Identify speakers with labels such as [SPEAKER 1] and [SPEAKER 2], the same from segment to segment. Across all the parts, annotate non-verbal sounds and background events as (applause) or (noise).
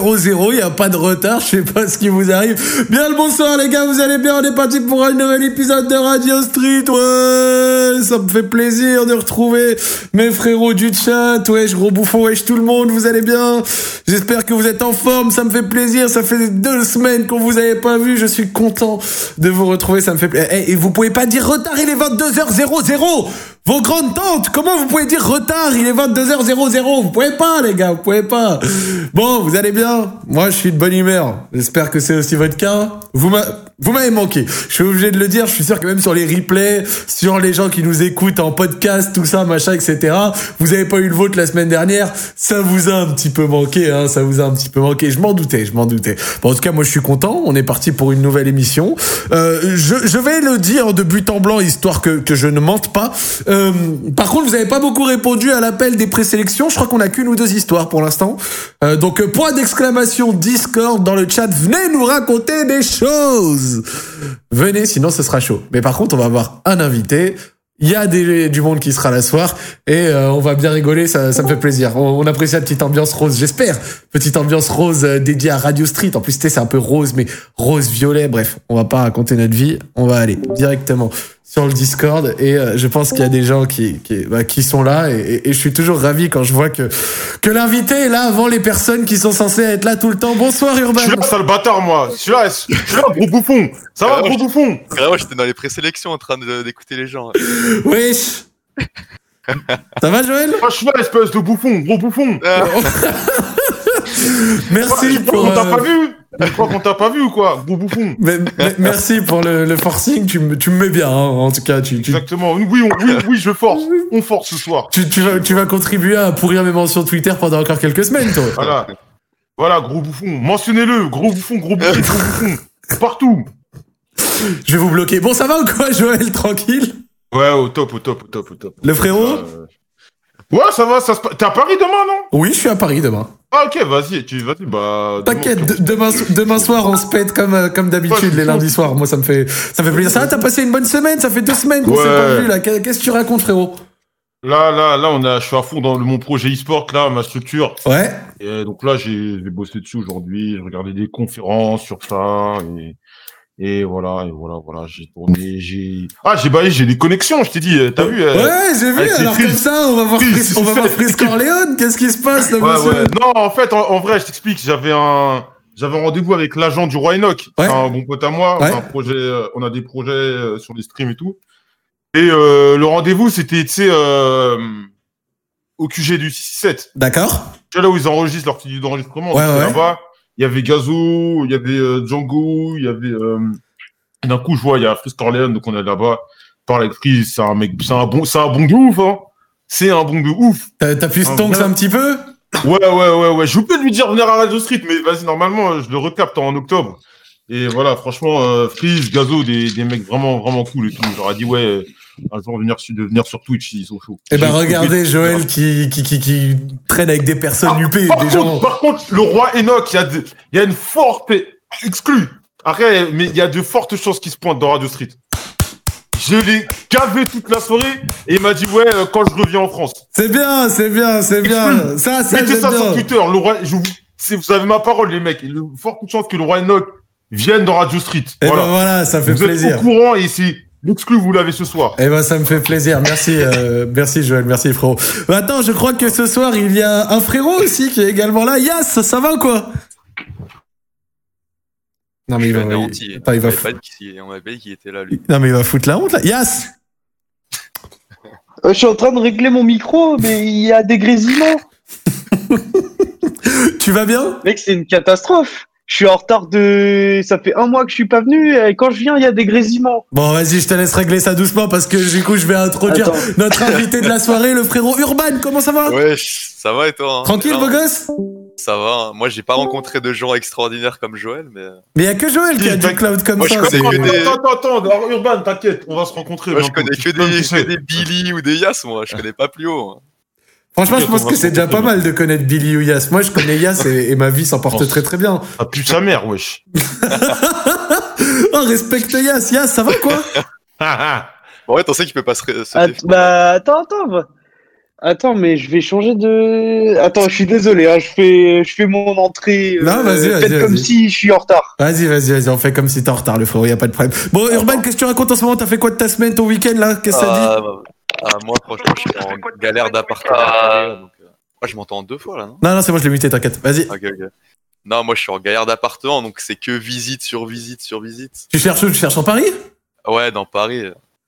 [SPEAKER 1] 0-0, il n'y a pas de retard, je sais pas ce qui vous arrive. Bien le bonsoir les gars, vous allez bien, on est parti pour un nouvel épisode de Radio Street, ouais Ça me fait plaisir de retrouver mes frérots du chat, wesh gros bouffon, wesh tout le monde, vous allez bien J'espère que vous êtes en forme, ça me fait plaisir, ça fait deux semaines qu'on vous avait pas vu, je suis content de vous retrouver, ça me fait plaisir. Et vous pouvez pas dire retard, il est 22h00 vos grandes tantes, comment vous pouvez dire retard Il est 22h00. Vous pouvez pas, les gars, vous pouvez pas. Bon, vous allez bien Moi, je suis de bonne humeur. J'espère que c'est aussi votre cas. Vous m'a- vous m'avez manqué. Je suis obligé de le dire. Je suis sûr que même sur les replays, sur les gens qui nous écoutent en podcast, tout ça, machin, etc. Vous avez pas eu le vôtre la semaine dernière. Ça vous a un petit peu manqué, hein. Ça vous a un petit peu manqué. Je m'en doutais, je m'en doutais. Bon, en tout cas, moi, je suis content. On est parti pour une nouvelle émission. Euh, je, je vais le dire de but en blanc, histoire que, que je ne mente pas. Euh, par contre, vous n'avez pas beaucoup répondu à l'appel des présélections. Je crois qu'on a qu'une ou deux histoires pour l'instant. Euh, donc, euh, point d'exclamation Discord dans le chat. Venez nous raconter des choses. Venez, sinon ce sera chaud. Mais par contre, on va avoir un invité. Il y a des, du monde qui sera là ce soir et euh, on va bien rigoler, ça, ça me fait plaisir. On, on apprécie la petite ambiance rose, j'espère. Petite ambiance rose euh, dédiée à Radio Street. En plus, tu sais, c'est un peu rose, mais rose-violet. Bref, on va pas raconter notre vie. On va aller directement sur le Discord et euh, je pense qu'il y a des gens qui qui, bah, qui sont là et, et- et je suis toujours ravi quand je vois que que l'invité est là avant les personnes qui sont censées être là tout le temps. Bonsoir
[SPEAKER 2] Je
[SPEAKER 1] Urbain.
[SPEAKER 2] suis là, sale bâtard, moi. Je suis là, je suis là, gros bouffon. Ça va,
[SPEAKER 3] Ah ouais.
[SPEAKER 2] gros bouffon
[SPEAKER 3] Vraiment, j'étais dans les présélections en train de- d'écouter les gens.
[SPEAKER 2] (laughs)
[SPEAKER 1] Wesh. Ça va Joël
[SPEAKER 2] Moi, je suis là, espèce de bouffon, gros bouffon.
[SPEAKER 3] Euh,
[SPEAKER 1] (laughs) Merci
[SPEAKER 2] Tu crois
[SPEAKER 1] pour
[SPEAKER 2] qu'on t'a
[SPEAKER 1] euh,
[SPEAKER 2] pas vu Tu crois qu'on t'a pas vu ou quoi, gros bouffon
[SPEAKER 1] Mais- mais- merci pour le, le forcing, tu me, tu me mets bien, hein. en tout cas, tu, tu,
[SPEAKER 2] Exactement. Oui, on- oui, oui, je force. On force ce soir.
[SPEAKER 1] tu, tu vas, tu vas contribuer à pourrir mes mentions Twitter pendant encore quelques semaines, toi.
[SPEAKER 2] Voilà. Voilà, gros bouffon. Mentionnez-le, gros bouffon, gros bouffon, gros bouffon. Partout.
[SPEAKER 1] Je vais vous bloquer. Bon, ça va ou quoi, Joël Tranquille
[SPEAKER 2] Ouais, au top, au top, au top, au top.
[SPEAKER 1] Le frérot
[SPEAKER 2] Euh, Ouais, ça va, ça se passe. T'es à Paris demain, non
[SPEAKER 1] Oui, je suis à Paris demain.
[SPEAKER 2] Ah, ok, vas-y, tu vas-y, bah. demain,
[SPEAKER 1] T'inquiète,
[SPEAKER 2] tu-
[SPEAKER 1] de- demain, so- demain soir, on se pète comme, euh, comme d'habitude, les lundis soirs. Moi, ça me fait, ça me fait plaisir. Ça va, t'as passé une bonne semaine Ça fait deux semaines qu'on s'est pas
[SPEAKER 2] Ouais.
[SPEAKER 1] vu, là. Qu'est- Qu'est-ce que tu racontes, frérot
[SPEAKER 2] Là, là, là, on a, je suis à fond dans le- mon projet e-sport, là, ma structure.
[SPEAKER 1] Ouais.
[SPEAKER 2] Et donc là, j'ai j'ai bossé dessus aujourd'hui, j'ai regardé des conférences sur ça, et, et voilà, et voilà, voilà, j'ai tourné, j'ai... Ah, j'ai bah, j'ai des connexions, je t'ai dit, euh, t'as vu euh,
[SPEAKER 1] Ouais, j'ai vu.
[SPEAKER 2] avec les
[SPEAKER 1] Alors, comme
[SPEAKER 2] frises.
[SPEAKER 1] ça, on va voir
[SPEAKER 2] Frises,
[SPEAKER 1] Fris- on va
[SPEAKER 2] c'est
[SPEAKER 1] voir
[SPEAKER 2] fait.
[SPEAKER 1] Fris Corleone. Qu'est-ce qui se passe, là,
[SPEAKER 2] Ouais,
[SPEAKER 1] monsieur
[SPEAKER 2] ouais. Non, en fait, en, en vrai, je t'explique, j'avais un... J'avais un rendez-vous avec l'agent du Roi Enoch,
[SPEAKER 1] Ouais.
[SPEAKER 2] un bon pote à moi.
[SPEAKER 1] Ouais.
[SPEAKER 2] On, a un projet, euh, on a des projets euh, sur les streams et tout. Et euh, le rendez-vous, c'était, tu sais, euh, au QG du 667.
[SPEAKER 1] D'accord.
[SPEAKER 2] Tu vois, là où ils enregistrent leur petit enregistrement,
[SPEAKER 1] Ouais,
[SPEAKER 2] c'était
[SPEAKER 1] ouais.
[SPEAKER 2] là-bas, il y avait Gazo, il y avait euh, Django, il y avait. euh, D'un coup, je vois, il y a Fritz Corleone, donc on est là-bas. Je Parle avec Fritz, c'est un mec, c'est un bon, c'est un bon de ouf, hein. C'est un bon de ouf.
[SPEAKER 1] T'as t'as pu
[SPEAKER 2] Ah,
[SPEAKER 1] stonks
[SPEAKER 2] ouais.
[SPEAKER 1] un petit peu
[SPEAKER 2] Ouais, ouais, ouais, ouais. Je peux lui dire venir à Radio Street, mais vas-y, normalement, je le recapte en octobre. Et voilà, franchement, euh, Freeze, Gazo, des, des mecs vraiment, vraiment cool et tout. J'aurais dit, ouais, un jour venir sur, de venir sur Twitch, ils sont chauds.
[SPEAKER 1] Eh ben
[SPEAKER 2] J'ai-
[SPEAKER 1] regardez Joël qui, qui, qui, qui traîne avec des personnes
[SPEAKER 2] Ah,
[SPEAKER 1] huppées,
[SPEAKER 2] Par
[SPEAKER 1] des
[SPEAKER 2] contre,
[SPEAKER 1] gens...
[SPEAKER 2] par contre, le roi Enoch, il y, a de- il y a une forte exclue. Après, mais il y a de fortes chances qu'il se pointe dans Radio Street. Je l'ai gavé toute la soirée et il m'a dit ouais euh, quand je reviens en France. Hum.
[SPEAKER 1] C'est bien, c'est bien, c'est bien. Ça, ça,
[SPEAKER 2] Mettez
[SPEAKER 1] j'aime
[SPEAKER 2] ça sur
[SPEAKER 1] bien.
[SPEAKER 2] Twitter, le roi. Je vous, c'est- vous avez ma parole les mecs. Il y a de fortes chances que le roi Enoch vienne dans Radio Street.
[SPEAKER 1] Eh ben
[SPEAKER 2] voilà.
[SPEAKER 1] voilà, ça fait
[SPEAKER 2] vous
[SPEAKER 1] plaisir.
[SPEAKER 2] êtes au courant et c'est l'exclu vous l'avez ce soir.
[SPEAKER 1] Eh ben ça me fait plaisir. Merci, euh, merci Joël, merci frérot. Mais Attends, je crois que ce soir il y a un frérot aussi qui est également là. Yas, ça va ou quoi Non mais il
[SPEAKER 3] je
[SPEAKER 1] va,
[SPEAKER 3] suis
[SPEAKER 1] il,
[SPEAKER 3] anéanti.
[SPEAKER 1] attends, il
[SPEAKER 3] On
[SPEAKER 1] va,
[SPEAKER 3] m'avait
[SPEAKER 1] fou-
[SPEAKER 3] pas dit qu'il- on m'avait pas dit qu'il était là, lui.
[SPEAKER 1] non mais il va foutre la honte là. Yas,
[SPEAKER 4] Euh, je suis en train de régler mon micro, mais il y a des grésillements.
[SPEAKER 1] (laughs) tu vas bien
[SPEAKER 4] Mec, c'est une catastrophe. Je suis en retard de. Ça fait un mois que je suis pas venu et quand je viens, il y a des grésillements.
[SPEAKER 1] Bon, vas-y, je te laisse régler ça doucement parce que du coup je vais introduire
[SPEAKER 4] Attends,
[SPEAKER 1] notre invité de la soirée, le frérot Urban. Comment ça va
[SPEAKER 3] Ouais, ça va et toi hein
[SPEAKER 1] Tranquille,
[SPEAKER 3] Non,
[SPEAKER 1] beau gosse
[SPEAKER 3] Ça va. hein. Moi, j'ai pas rencontré de gens extraordinaires comme Joël, mais. euh,
[SPEAKER 1] Mais il y a que Joël qui a
[SPEAKER 2] Oui,
[SPEAKER 1] du
[SPEAKER 2] t'inqui-
[SPEAKER 1] cloud comme
[SPEAKER 3] Moi, je
[SPEAKER 1] ça.
[SPEAKER 3] connais
[SPEAKER 1] c'est-
[SPEAKER 3] que des-
[SPEAKER 2] Attends, attends, attends, alors, Urban, t'inquiète, on va se rencontrer.
[SPEAKER 3] Moi, je
[SPEAKER 2] bientôt.
[SPEAKER 3] connais
[SPEAKER 2] Tu
[SPEAKER 3] que
[SPEAKER 2] peux me
[SPEAKER 3] des,
[SPEAKER 2] toucher.
[SPEAKER 3] que des Billy ou des Yas, moi. Je connais pas plus haut. hein.
[SPEAKER 1] Franchement, je
[SPEAKER 2] Ok,
[SPEAKER 1] pense
[SPEAKER 2] on va
[SPEAKER 1] que c'est déjà pas (laughs)
[SPEAKER 2] comprendre.
[SPEAKER 1] mal de connaître Billy ou Yass. Moi, je connais Yass et, et ma vie s'en porte
[SPEAKER 2] Pense.
[SPEAKER 1] très très bien.
[SPEAKER 2] Ah, pue sa mère, wesh.
[SPEAKER 1] (laughs) Oh, respecte Yass. Yass, ça va quoi
[SPEAKER 2] Ah, ah.
[SPEAKER 3] Bon, en fait, on sait qu'il peut pas se. ré- se
[SPEAKER 4] att-
[SPEAKER 3] défendre.
[SPEAKER 4] bah, attends, attends. va- Attends, mais je vais changer de. Attends, je suis désolé, hein, je fais, je fais mon entrée. euh,
[SPEAKER 1] Non, vas-y,
[SPEAKER 4] faites
[SPEAKER 1] vas-y,
[SPEAKER 4] comme
[SPEAKER 1] vas-y.
[SPEAKER 4] si je suis en retard. Ah,
[SPEAKER 1] Vas-y, vas-y, vas-y, on fait comme si t'es en retard, le frérot, y a pas de problème. Bon, Urban, qu'est-ce que tu racontes en ce moment T'as fait quoi de ta semaine, ton week-end, là Qu'est-ce que ça dit
[SPEAKER 3] Ah, bah, ah, moi, franchement, je suis en galère d'appartement. donc, euh, ah, je m'entends en deux fois là, non
[SPEAKER 1] Non, non, c'est bon, je l'ai muté, t'inquiète. Vas-y,
[SPEAKER 3] Ok, ok. Non, moi, je suis en galère d'appartement, donc c'est que visite sur visite sur visite.
[SPEAKER 1] tu cherches où Tu cherches en Paris
[SPEAKER 3] Ouais, dans Paris.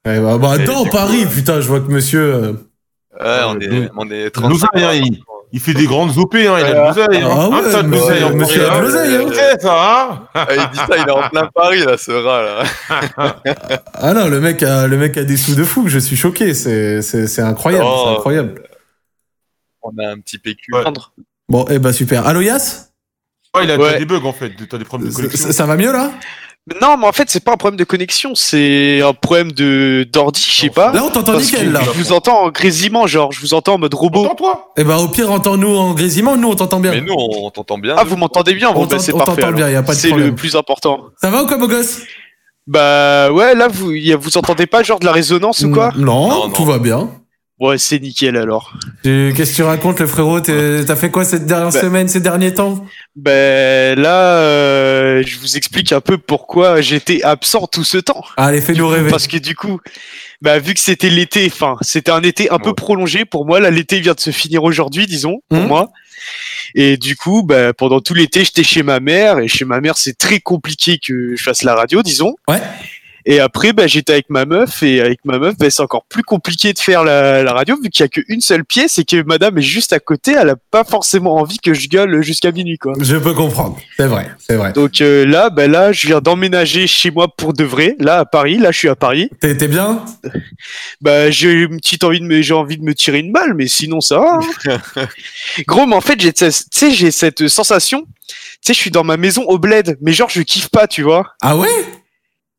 [SPEAKER 3] Ouais,
[SPEAKER 1] Ouais, bah, bah,
[SPEAKER 3] Et
[SPEAKER 1] dans
[SPEAKER 3] du coup,
[SPEAKER 1] Paris,
[SPEAKER 2] euh,
[SPEAKER 1] putain, je vois que monsieur. euh,
[SPEAKER 3] on,
[SPEAKER 2] nous-
[SPEAKER 3] est, on est
[SPEAKER 2] Nous,
[SPEAKER 3] 35.
[SPEAKER 2] hein, il, il fait des grandes OP, hein, il a de l'oseille. Hein.
[SPEAKER 1] Ah
[SPEAKER 2] Un
[SPEAKER 1] ouais,
[SPEAKER 2] tas de
[SPEAKER 1] mais-
[SPEAKER 2] l'oseille en
[SPEAKER 1] mais c'est
[SPEAKER 2] Corée,
[SPEAKER 1] la
[SPEAKER 2] hein.
[SPEAKER 1] l'oseille, hein.
[SPEAKER 2] Ok, ça va
[SPEAKER 3] Ah, il dit ça, il est en plein Paris là, ce rat là.
[SPEAKER 1] (laughs) Ah non, le mec a, le mec a des sous de fou, je suis choqué, c'est c'est- c'est incroyable,
[SPEAKER 3] Oh.
[SPEAKER 1] c'est incroyable.
[SPEAKER 3] On a un petit PQ.
[SPEAKER 2] Ouais.
[SPEAKER 1] Bon, eh ben super. Allô Yass
[SPEAKER 2] Ouais, Oh, il a
[SPEAKER 5] Ouais.
[SPEAKER 2] des bugs en fait, t'as des problèmes de
[SPEAKER 1] ça,
[SPEAKER 2] connexion.
[SPEAKER 1] ça- ça va mieux là
[SPEAKER 5] Mais Non, mais en fait, c'est pas un problème de connexion, c'est un problème de d'ordi, je sais
[SPEAKER 2] Non,
[SPEAKER 5] pas.
[SPEAKER 1] Là on t'entend
[SPEAKER 5] Parce que
[SPEAKER 1] nickel là.
[SPEAKER 5] je vous entends en grésillement, genre, je vous entends en mode robot.
[SPEAKER 2] Entends toi
[SPEAKER 1] Eh ben au pire entends-nous en grésillement, nous on t'entend bien.
[SPEAKER 3] Mais nous, on, on t'entend bien.
[SPEAKER 5] Ah,
[SPEAKER 3] nous.
[SPEAKER 5] vous m'entendez bien
[SPEAKER 1] On
[SPEAKER 5] Bon, bah,
[SPEAKER 1] t'ent-
[SPEAKER 5] c'est
[SPEAKER 1] on
[SPEAKER 5] parfait.
[SPEAKER 1] t'entend bien,
[SPEAKER 5] alors.
[SPEAKER 1] y a pas de
[SPEAKER 5] C'est
[SPEAKER 1] problème.
[SPEAKER 5] le plus important.
[SPEAKER 1] Ça va ou quoi beau gosse
[SPEAKER 5] Bah ouais, là, vous y a- vous entendez pas genre de la résonance ou quoi
[SPEAKER 1] Mm, non,
[SPEAKER 3] Non, non.
[SPEAKER 1] tout va bien.
[SPEAKER 5] Ouais, c'est nickel alors.
[SPEAKER 1] Tu- Qu'est-ce que tu racontes le frérot T'es- T'as fait quoi cette dernière
[SPEAKER 5] Bah.
[SPEAKER 1] semaine, ces derniers temps
[SPEAKER 5] Ben là, euh, je vous explique un peu pourquoi j'étais absent tout ce temps.
[SPEAKER 1] Allez, fais-nous rêver.
[SPEAKER 5] Parce que du coup, bah vu que c'était l'été, enfin, c'était un été un peu
[SPEAKER 3] Ouais.
[SPEAKER 5] prolongé pour moi. Là, l'été vient de se finir aujourd'hui, disons, pour
[SPEAKER 1] Mhm.
[SPEAKER 5] moi. Et du coup, bah, pendant tout l'été, j'étais chez ma mère. Et chez ma mère, c'est très compliqué que je fasse la radio, disons.
[SPEAKER 1] Ouais.
[SPEAKER 5] Et après, bah, j'étais avec ma meuf. Et avec ma meuf, bah, c'est encore plus compliqué de faire la, la radio vu qu'il y a qu'une seule pièce et que madame est juste à côté. Elle a pas forcément envie que je gueule jusqu'à minuit, quoi.
[SPEAKER 1] Je peux comprendre. C'est vrai, c'est vrai.
[SPEAKER 5] Donc euh, là, bah, là, je viens d'emménager chez moi pour de vrai. Là, à Paris. Là, je suis à Paris.
[SPEAKER 1] T'es t'es bien
[SPEAKER 5] Bah, j'ai eu une petite envie de me, j'ai envie de me tirer une balle, mais sinon ça va.
[SPEAKER 1] (laughs)
[SPEAKER 5] hein. Gros, mais en fait, j'ai, tu sais, j'ai cette sensation. Tu sais, je suis dans ma maison au bled, mais genre, je kiffe pas, tu vois.
[SPEAKER 1] Ah ouais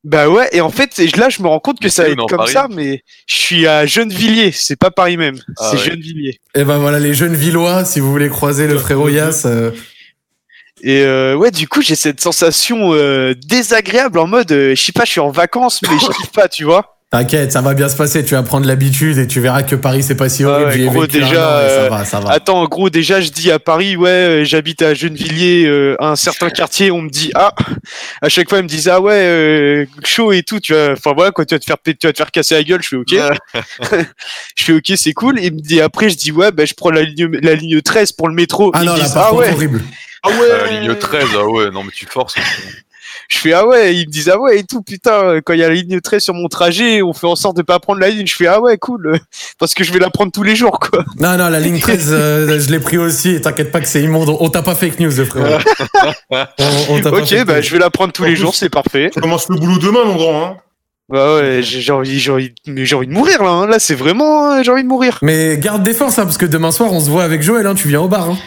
[SPEAKER 5] Bah ouais, et en fait, et là, je me rends compte que
[SPEAKER 3] Mais
[SPEAKER 5] ça va
[SPEAKER 3] t'es où,
[SPEAKER 5] être
[SPEAKER 3] dans
[SPEAKER 5] comme
[SPEAKER 3] Paris
[SPEAKER 5] ça, mais je suis à Gennevilliers, c'est pas Paris même,
[SPEAKER 3] Ah
[SPEAKER 5] c'est
[SPEAKER 3] ouais.
[SPEAKER 5] Gennevilliers.
[SPEAKER 1] Eh ben voilà, les jeunes Villois, si vous voulez croiser
[SPEAKER 5] (laughs)
[SPEAKER 1] le frérot Yass. euh,
[SPEAKER 5] Et euh, ouais, du coup, j'ai cette sensation euh, désagréable en mode, euh, je sais pas, je suis en vacances, mais je kiffe pas, tu
[SPEAKER 1] (laughs)
[SPEAKER 5] vois.
[SPEAKER 1] T'inquiète, ça va bien se passer, tu vas prendre l'habitude et tu verras que Paris c'est pas si
[SPEAKER 5] Ah
[SPEAKER 1] horrible,
[SPEAKER 5] ouais,
[SPEAKER 1] j'y ai
[SPEAKER 5] gros,
[SPEAKER 1] vécu un
[SPEAKER 5] déjà,
[SPEAKER 1] an et ça
[SPEAKER 5] euh,
[SPEAKER 1] va, ça va.
[SPEAKER 5] Attends, en gros, déjà, je dis à Paris, ouais, euh, j'habite à Gennevilliers, euh, à un certain quartier, on me dit, ah, à chaque fois, ils me disent, ah ouais, euh, chaud et tout, tu vois, enfin voilà, quoi, tu vas te faire, péter- tu vas te faire casser la gueule, je fais, ok. (laughs) je fais, ok, c'est cool. Et, me dit, après, je dis, ouais, ben, je prends la ligne, la ligne 13 pour le métro.
[SPEAKER 1] Ah
[SPEAKER 5] Ils
[SPEAKER 1] non,
[SPEAKER 5] me
[SPEAKER 1] là
[SPEAKER 5] disent,
[SPEAKER 1] par
[SPEAKER 5] ah
[SPEAKER 1] contre
[SPEAKER 5] ouais.
[SPEAKER 1] horrible.
[SPEAKER 2] Ah ouais
[SPEAKER 3] Euh, ligne 13, ah ouais, non, mais tu forces.
[SPEAKER 5] Je fais, ah ouais, ils me disent, ah ouais, et tout, putain, quand il y a la ligne 13 sur mon trajet, on fait en sorte de pas prendre la ligne. Je fais, ah ouais, cool, (laughs) parce que je vais la prendre tous les jours, quoi.
[SPEAKER 1] Non, non, la ligne 13, euh, je l'ai pris aussi et t'inquiète pas que c'est immonde. On t'a pas fake news, le
[SPEAKER 5] Euh,
[SPEAKER 1] frérot. On- on t'a pas
[SPEAKER 5] Ok,
[SPEAKER 1] fake
[SPEAKER 5] bah,
[SPEAKER 1] news.
[SPEAKER 5] je vais la prendre tous
[SPEAKER 2] En
[SPEAKER 5] les
[SPEAKER 2] plus-
[SPEAKER 5] jours, c'est parfait.
[SPEAKER 2] Tu commences le boulot demain, mon grand. Hein.
[SPEAKER 5] Bah ouais, j'ai j'ai envie, j'ai envie, mais j'ai envie de mourir là. hein. Là, c'est vraiment, euh, j'ai envie de mourir.
[SPEAKER 1] Mais garde des forces, hein, parce que demain soir, on se voit avec Joël, hein, tu viens au bar. Hein.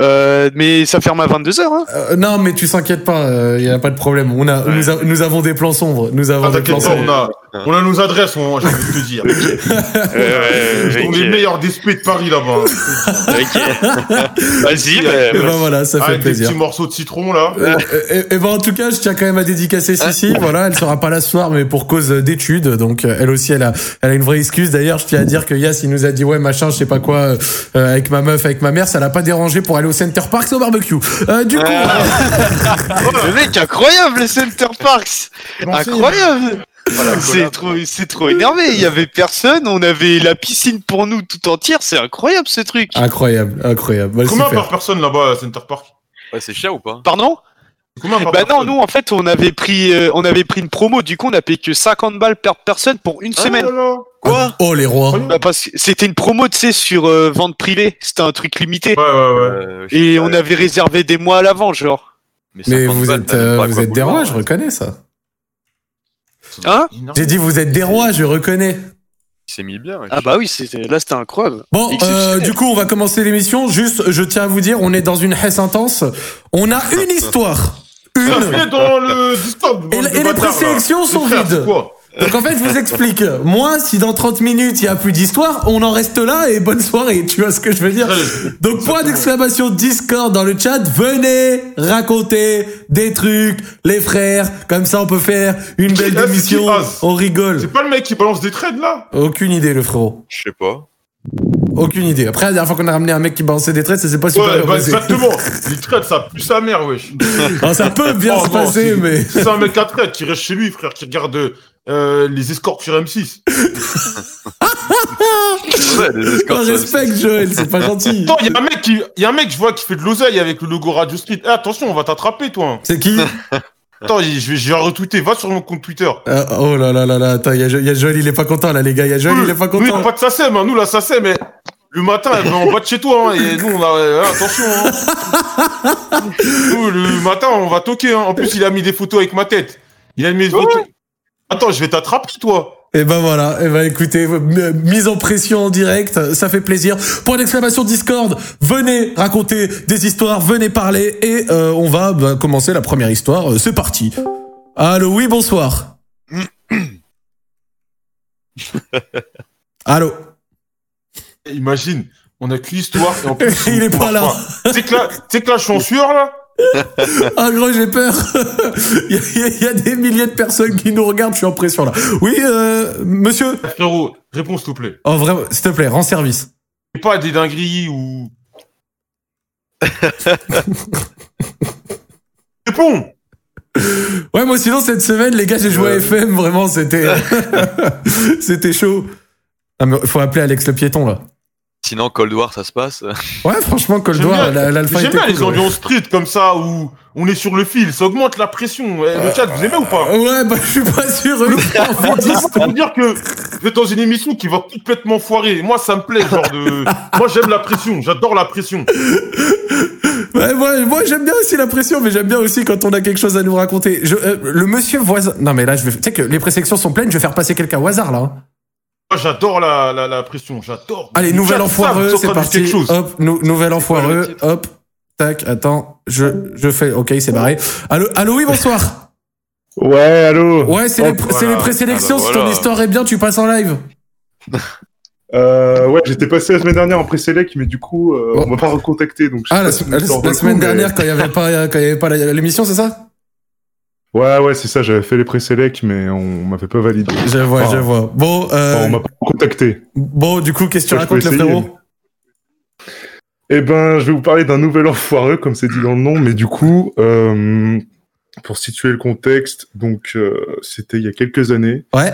[SPEAKER 5] Euh, mais ça ferme à 22h. Hein.
[SPEAKER 1] Euh, non, mais tu s'inquiètes pas, il y a pas de problème. On a,
[SPEAKER 3] Ouais.
[SPEAKER 1] nous, a- nous avons des plans sombres. Nous avons
[SPEAKER 2] Ah,
[SPEAKER 1] des plans
[SPEAKER 2] T'inquiète pas,
[SPEAKER 1] sombres.
[SPEAKER 2] on a, on a nos adresses, on- j'ai envie de te dire.
[SPEAKER 1] Euh,
[SPEAKER 2] on est les meilleurs DSP de Paris là-bas.
[SPEAKER 5] Vas-y,
[SPEAKER 1] Et ben voilà, ça fait
[SPEAKER 2] Avec des
[SPEAKER 1] plaisir.
[SPEAKER 2] petits morceaux de citron là.
[SPEAKER 1] Euh, euh, et, et ben en tout cas, je tiens quand même à dédicacer Sissi. Voilà, elle sera pas là ce soir, mais pour cause d'études. Donc euh, elle aussi, elle a, elle a une vraie excuse. D'ailleurs, je tiens à dire que Yass, il nous a dit ouais machin, je sais pas quoi, euh, euh, avec ma meuf, avec ma mère, ça l'a pas dérangé pour aller au Center Park, c'est au barbecue. Euh, du coup, (laughs)
[SPEAKER 5] le mec incroyable, le Center Parks,
[SPEAKER 2] Non, c'est-
[SPEAKER 5] incroyable.
[SPEAKER 3] Voilà,
[SPEAKER 5] C'est
[SPEAKER 3] collab.
[SPEAKER 5] trop, c'est trop énervé. Il y avait personne, on avait la piscine pour nous tout entière. C'est incroyable ce truc.
[SPEAKER 1] incroyable, incroyable. Bah,
[SPEAKER 2] Combien
[SPEAKER 1] super.
[SPEAKER 2] par personne là-bas à Center Park
[SPEAKER 3] Ouais, c'est cher ou pas
[SPEAKER 5] Pardon
[SPEAKER 2] Combien par
[SPEAKER 5] Bah non,
[SPEAKER 2] personne
[SPEAKER 5] nous en fait, on avait pris, euh, on avait pris une promo. Du coup, on a payé que 50 balles par personne pour une
[SPEAKER 2] Ah
[SPEAKER 5] semaine.
[SPEAKER 2] là là.
[SPEAKER 1] Ah, Oh les rois.
[SPEAKER 2] Incroyable.
[SPEAKER 5] Bah parce que c'était une promo, tu sais, sur euh, vente privée. C'était un truc
[SPEAKER 2] Ouais,
[SPEAKER 5] limité.
[SPEAKER 2] ouais, ouais.
[SPEAKER 3] Euh, je sais
[SPEAKER 5] Et
[SPEAKER 3] pas,
[SPEAKER 5] on avait réservé des mois à l'avant, genre.
[SPEAKER 1] Mais
[SPEAKER 3] 50
[SPEAKER 1] vous
[SPEAKER 3] balles,
[SPEAKER 1] êtes,
[SPEAKER 3] t'as même
[SPEAKER 1] euh,
[SPEAKER 3] pas à
[SPEAKER 1] vous
[SPEAKER 3] quoi
[SPEAKER 1] êtes des
[SPEAKER 3] boire.
[SPEAKER 1] rois, je reconnais ça.
[SPEAKER 5] Hein
[SPEAKER 2] Énorme.
[SPEAKER 1] J'ai dit vous êtes des rois, je reconnais.
[SPEAKER 3] Il s'est mis bien.
[SPEAKER 5] Ah bah oui, c'était là c'était incroyable.
[SPEAKER 1] Bon, euh,
[SPEAKER 5] Exceptionnel.
[SPEAKER 1] du coup, on va commencer l'émission. Juste, je tiens à vous dire, on est dans une hesse intense. On a une histoire.
[SPEAKER 2] Ça
[SPEAKER 1] Une.
[SPEAKER 2] fait dans le Discord.
[SPEAKER 1] Et,
[SPEAKER 2] bande de
[SPEAKER 1] et
[SPEAKER 2] bâtards,
[SPEAKER 1] les
[SPEAKER 2] là.
[SPEAKER 1] présélections sont
[SPEAKER 2] Frère, c'est
[SPEAKER 1] vides.
[SPEAKER 2] quoi
[SPEAKER 1] Donc en fait, je vous explique. Moi, si dans 30 minutes, il y a plus d'histoire, on en reste là et bonne soirée. Tu vois ce que je veux dire
[SPEAKER 2] Allez.
[SPEAKER 1] Donc point d'exclamation Discord dans le chat. Venez raconter des trucs, les frères. Comme ça, on peut faire une
[SPEAKER 2] Qui
[SPEAKER 1] belle
[SPEAKER 2] est-ce
[SPEAKER 1] émission.
[SPEAKER 2] qui passe
[SPEAKER 1] On rigole.
[SPEAKER 2] C'est pas le mec qui balance des trades là
[SPEAKER 1] Aucune idée, le frérot.
[SPEAKER 3] Je sais pas.
[SPEAKER 1] Aucune idée. Après, la dernière fois qu'on a ramené un mec qui balançait des trades, ça s'est pas super
[SPEAKER 2] Ouais,
[SPEAKER 1] bien
[SPEAKER 2] bah,
[SPEAKER 1] passé.
[SPEAKER 2] exactement. (laughs) Les trades, ça pue sa mère, wesh.
[SPEAKER 1] Alors, Ah, ça peut bien
[SPEAKER 2] Oh,
[SPEAKER 1] se
[SPEAKER 2] non,
[SPEAKER 1] passer,
[SPEAKER 2] si.
[SPEAKER 1] mais.
[SPEAKER 2] C'est un mec à traite qui reste chez lui, frère, qui regarde euh, les escorts sur
[SPEAKER 1] (laughs)
[SPEAKER 2] M6.
[SPEAKER 3] Ouais, des escorts,
[SPEAKER 1] Ah,
[SPEAKER 3] ça,
[SPEAKER 1] respect, Joël, c'est pas gentil.
[SPEAKER 2] Attends, il y a un mec qui, il y a un mec, je vois, qui fait de l'oseille avec le logo Radio Street. Eh, attention, on va t'attraper, toi. hein.
[SPEAKER 1] C'est qui
[SPEAKER 2] Attends, je vais, je vais retweeter. Va sur mon compte Twitter.
[SPEAKER 1] (laughs) Euh, Oh là là là là, attends, il y, a Jo- il y a Joël, il est pas content là, les gars, il y a Joël, il est pas
[SPEAKER 2] Nous, il n'y a
[SPEAKER 1] content.
[SPEAKER 2] pas de SACEM, hein. nous, la SACEM, mais le matin, elle va en bas de chez toi, hein, et nous, on a, euh, attention, hein.
[SPEAKER 1] (laughs)
[SPEAKER 2] Nous, le matin, on va toquer, hein. En plus, il a mis des photos avec ma tête. Il a mis des photos. Attends, je vais t'attraper, toi.
[SPEAKER 1] Et ben voilà, et ben écoutez, euh, mise en pression en direct, ça fait plaisir. Point d'exclamation Discord, venez raconter des histoires, venez parler, et euh, on va bah, commencer la première histoire. Euh, C'est parti. Allô, oui, bonsoir. (laughs) Allô.
[SPEAKER 2] Eh, Imagine, on a qu'une histoire, et en
[SPEAKER 1] (laughs)
[SPEAKER 2] plus.
[SPEAKER 1] Il est pas là.
[SPEAKER 2] Tu sais que là, tu sais que là, je suis en sueur, là.
[SPEAKER 1] Ah gros j'ai peur. (laughs) Il y, a- il y a des milliers de personnes qui nous regardent, je suis en pression là. Oui, euh, monsieur.
[SPEAKER 2] Frérot, réponds, s'il te plaît.
[SPEAKER 1] Oh vraiment, s'il te plaît, rends service.
[SPEAKER 2] Fais pas des dingueries ou. Réponds!
[SPEAKER 1] Ouais, moi sinon cette semaine, les gars, j'ai joué à FM, vraiment, c'était (laughs) c'était chaud. Ah, mais faut appeler Alex le piéton là.
[SPEAKER 3] Sinon, Cold War, ça se passe.
[SPEAKER 1] Ouais, franchement, Cold
[SPEAKER 2] J'aime bien,
[SPEAKER 1] War, la- l'alpha
[SPEAKER 2] J'aime
[SPEAKER 1] était
[SPEAKER 2] bien les
[SPEAKER 1] cool, ouais.
[SPEAKER 2] ambiances street comme ça où on est sur le fil, ça augmente la pression. Eh, le chat, vous aimez ou pas
[SPEAKER 1] Ouais, bah je suis pas sûr.
[SPEAKER 2] Moi, Ça veut dire que vous êtes dans une émission qui va complètement foirer. Moi, ça me plaît, genre de. Moi, j'aime la pression, j'adore la pression.
[SPEAKER 1] Ouais, moi, moi, j'aime bien aussi la pression, mais j'aime bien aussi quand on a quelque chose à nous raconter. Je, euh, le monsieur voisin. Non mais là, je vais. Tu sais que les présections sont pleines, je vais faire passer quelqu'un au hasard là. hein.
[SPEAKER 2] Moi, j'adore la, la, la pression, j'adore.
[SPEAKER 1] Allez,
[SPEAKER 2] Le
[SPEAKER 1] nouvel
[SPEAKER 2] chat, ça, vous
[SPEAKER 1] enfoireux,
[SPEAKER 2] êtes en train
[SPEAKER 1] c'est
[SPEAKER 2] de dire
[SPEAKER 1] parti.
[SPEAKER 2] quelque chose.
[SPEAKER 1] Hop, nou- nouvel
[SPEAKER 3] le
[SPEAKER 1] enfoireux,
[SPEAKER 3] titre
[SPEAKER 1] hop. Tac, attends, je, je fais. Ok, il s'est barré. Allô, allô, oui, bonsoir.
[SPEAKER 5] Ouais, allô
[SPEAKER 1] Ouais, c'est les, pr-
[SPEAKER 2] voilà.
[SPEAKER 1] c'est les présélections.
[SPEAKER 3] Ah bah
[SPEAKER 1] Si ton
[SPEAKER 3] voilà.
[SPEAKER 1] histoire est bien, tu passes en live.
[SPEAKER 6] (laughs) Euh, ouais, j'étais passé la semaine dernière en pré-select, mais du coup, euh, on m'a pas recontacté. Donc je sais
[SPEAKER 1] Ah, la,
[SPEAKER 6] pas si
[SPEAKER 1] la-
[SPEAKER 6] ça en vaut
[SPEAKER 1] la
[SPEAKER 6] le
[SPEAKER 1] semaine
[SPEAKER 6] coup, mais-
[SPEAKER 1] dernière, quand il y avait pas, quand il y avait pas la- l'émission, c'est ça
[SPEAKER 6] Ouais, ouais, c'est ça, j'avais fait les pré-select, mais on m'avait pas validé.
[SPEAKER 1] Je vois,
[SPEAKER 6] Enfin,
[SPEAKER 1] je vois. Bon, euh,
[SPEAKER 6] enfin, on m'a pas recontacté.
[SPEAKER 1] bon, du coup, qu'est-ce que tu
[SPEAKER 6] je peux
[SPEAKER 1] racontes, le
[SPEAKER 6] essayer.
[SPEAKER 1] frérot
[SPEAKER 6] Eh ben, je vais vous parler d'un nouvel enfoireux, comme c'est dit dans le nom, mais du coup, euh, pour situer le contexte, donc euh, c'était il y a quelques années.
[SPEAKER 1] Ouais,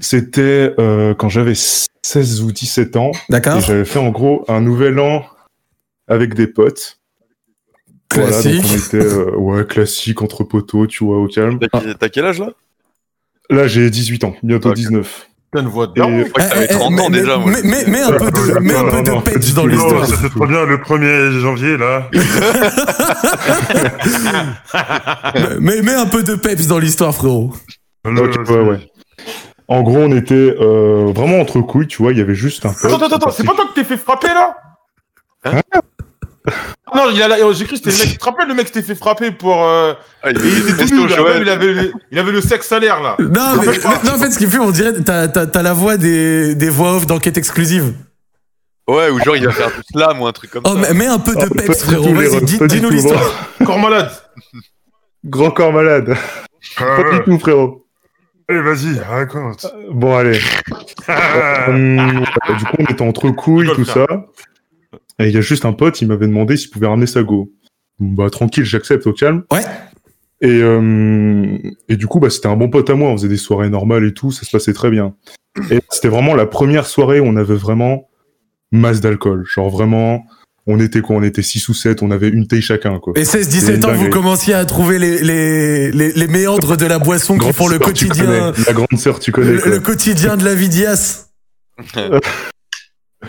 [SPEAKER 6] C'était euh, quand j'avais 16 ou 17 ans, et
[SPEAKER 1] d'accord.
[SPEAKER 6] j'avais fait en gros un nouvel an avec des potes. Voilà, donc
[SPEAKER 1] Classique.
[SPEAKER 6] on était, euh, ouais, classique, entre poteaux, tu vois, au calme.
[SPEAKER 3] T'as (laughs)
[SPEAKER 1] Ah.
[SPEAKER 3] t'as quel âge là
[SPEAKER 6] Là, j'ai 18 ans, bientôt
[SPEAKER 3] Ok.
[SPEAKER 6] 19.
[SPEAKER 2] Putain, une voix de
[SPEAKER 6] Et-
[SPEAKER 2] daron.
[SPEAKER 3] Je crois que t'avais
[SPEAKER 1] Eh, eh,
[SPEAKER 3] 30
[SPEAKER 1] mais-
[SPEAKER 3] ans
[SPEAKER 1] mais-
[SPEAKER 3] déjà, moi.
[SPEAKER 1] mais- mais- mais un peu de, mais un peu de
[SPEAKER 6] Non, non,
[SPEAKER 1] page dans
[SPEAKER 6] non,
[SPEAKER 1] l'histoire.
[SPEAKER 6] c'était trop
[SPEAKER 2] bien le 1er janvier, (laughs)
[SPEAKER 1] (laughs)
[SPEAKER 2] là.
[SPEAKER 1] Mais, mais Euh, un peu de peps dans l'histoire, frérot.
[SPEAKER 6] Ok, ouais, ouais. En gros, on était euh, vraiment entre couilles, tu vois, il y avait juste un pote.
[SPEAKER 2] Attends, attends, attends, c'est pas toi que t'es fait frapper là Ah Non, il a la- j'ai cru que c'était le mec. Tu te rappelles le mec qui t'es fait frapper pour. euh,
[SPEAKER 3] Ah, il
[SPEAKER 2] Il était tout
[SPEAKER 3] Testo
[SPEAKER 2] nu, là,
[SPEAKER 3] Joël.
[SPEAKER 2] même, il, avait le, il avait le sexe salaire là.
[SPEAKER 1] Non, mais, non, en fait, ce qui fait, on dirait, t'as, t'as, t'as la voix des, des voix off d'enquête exclusive.
[SPEAKER 3] Ouais, ou genre il va faire du slam ou un truc comme
[SPEAKER 1] Oh,
[SPEAKER 3] ça.
[SPEAKER 1] mais, mais un peu de
[SPEAKER 6] Ah, pas
[SPEAKER 1] peps,
[SPEAKER 6] du
[SPEAKER 1] frérot.
[SPEAKER 6] tout, les
[SPEAKER 1] Vas-y,
[SPEAKER 6] refs,
[SPEAKER 1] dis,
[SPEAKER 6] pas du
[SPEAKER 1] dis-nous
[SPEAKER 6] tout,
[SPEAKER 1] l'histoire.
[SPEAKER 2] (laughs) Corps malade. Ah,
[SPEAKER 6] Grand corps malade. pas du tout, frérot.
[SPEAKER 2] Allez, vas-y, raconte.
[SPEAKER 6] Bon, allez.
[SPEAKER 2] (laughs)
[SPEAKER 6] Hum, du coup, on était entre couilles,
[SPEAKER 2] Je
[SPEAKER 6] tout
[SPEAKER 2] rigole,
[SPEAKER 6] ça. Et il y a juste un pote, il m'avait demandé s'il pouvait ramener sa go. Bah, tranquille, j'accepte au calme.
[SPEAKER 1] Ouais.
[SPEAKER 6] Et, euh, et du coup, bah, c'était un bon pote à moi. On faisait des soirées normales et tout, ça se passait très bien. Et c'était vraiment la première soirée où on avait vraiment masse d'alcool. Genre vraiment, on était quoi On était 6 ou 7, on avait une taille chacun, quoi.
[SPEAKER 1] Et 16, 17 ans,
[SPEAKER 6] dinguerie.
[SPEAKER 1] vous commenciez à trouver les, les, les, les méandres de la boisson qui
[SPEAKER 6] Grande
[SPEAKER 1] font le
[SPEAKER 6] sœur, tu
[SPEAKER 1] quotidien,
[SPEAKER 6] connais. La grande sœur, tu connais.
[SPEAKER 1] le,
[SPEAKER 6] quoi.
[SPEAKER 1] le quotidien de la vie d'Ias.
[SPEAKER 6] (laughs)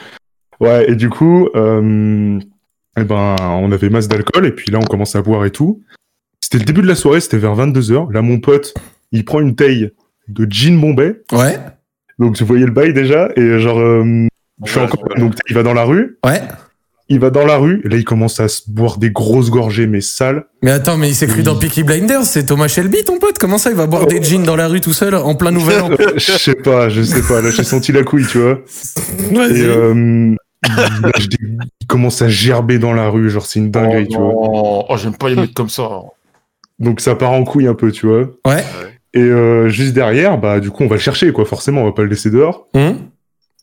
[SPEAKER 6] Ouais, et du coup, euh, eh ben, on avait masse d'alcool, et puis là, on commence à boire et tout. C'était le début de la soirée, c'était vers 22h. Là, mon pote, il prend une taille de gin Bombay.
[SPEAKER 1] Ouais,
[SPEAKER 6] Donc, vous voyez le bail déjà, et genre, euh, je suis
[SPEAKER 2] Ouais,
[SPEAKER 6] encore...
[SPEAKER 2] ouais.
[SPEAKER 6] donc, il va dans la rue,
[SPEAKER 1] ouais.
[SPEAKER 6] il va dans la rue, et là, il commence à se boire des grosses gorgées, mais sales.
[SPEAKER 1] Mais attends, mais il s'est cru
[SPEAKER 6] Oui.
[SPEAKER 1] dans Peaky Blinders, c'est Thomas Shelby, ton pote. Comment ça, il va boire des jeans dans la rue tout seul en plein
[SPEAKER 6] (laughs)
[SPEAKER 1] nouvel an?
[SPEAKER 6] Euh, je sais pas, je sais pas, là, j'ai senti la couille, tu vois. Et,
[SPEAKER 1] Vas-y.
[SPEAKER 6] euh, là, je dis- il commence à gerber dans la rue, genre, c'est une dinguerie, tu vois.
[SPEAKER 2] Oh, oh, j'aime pas les mecs comme ça.
[SPEAKER 6] Donc, ça part en couille un peu, tu vois.
[SPEAKER 1] Ouais.
[SPEAKER 6] Et euh, juste derrière, bah du coup, on va le chercher, quoi. Forcément, on va pas le laisser dehors.
[SPEAKER 1] Hum.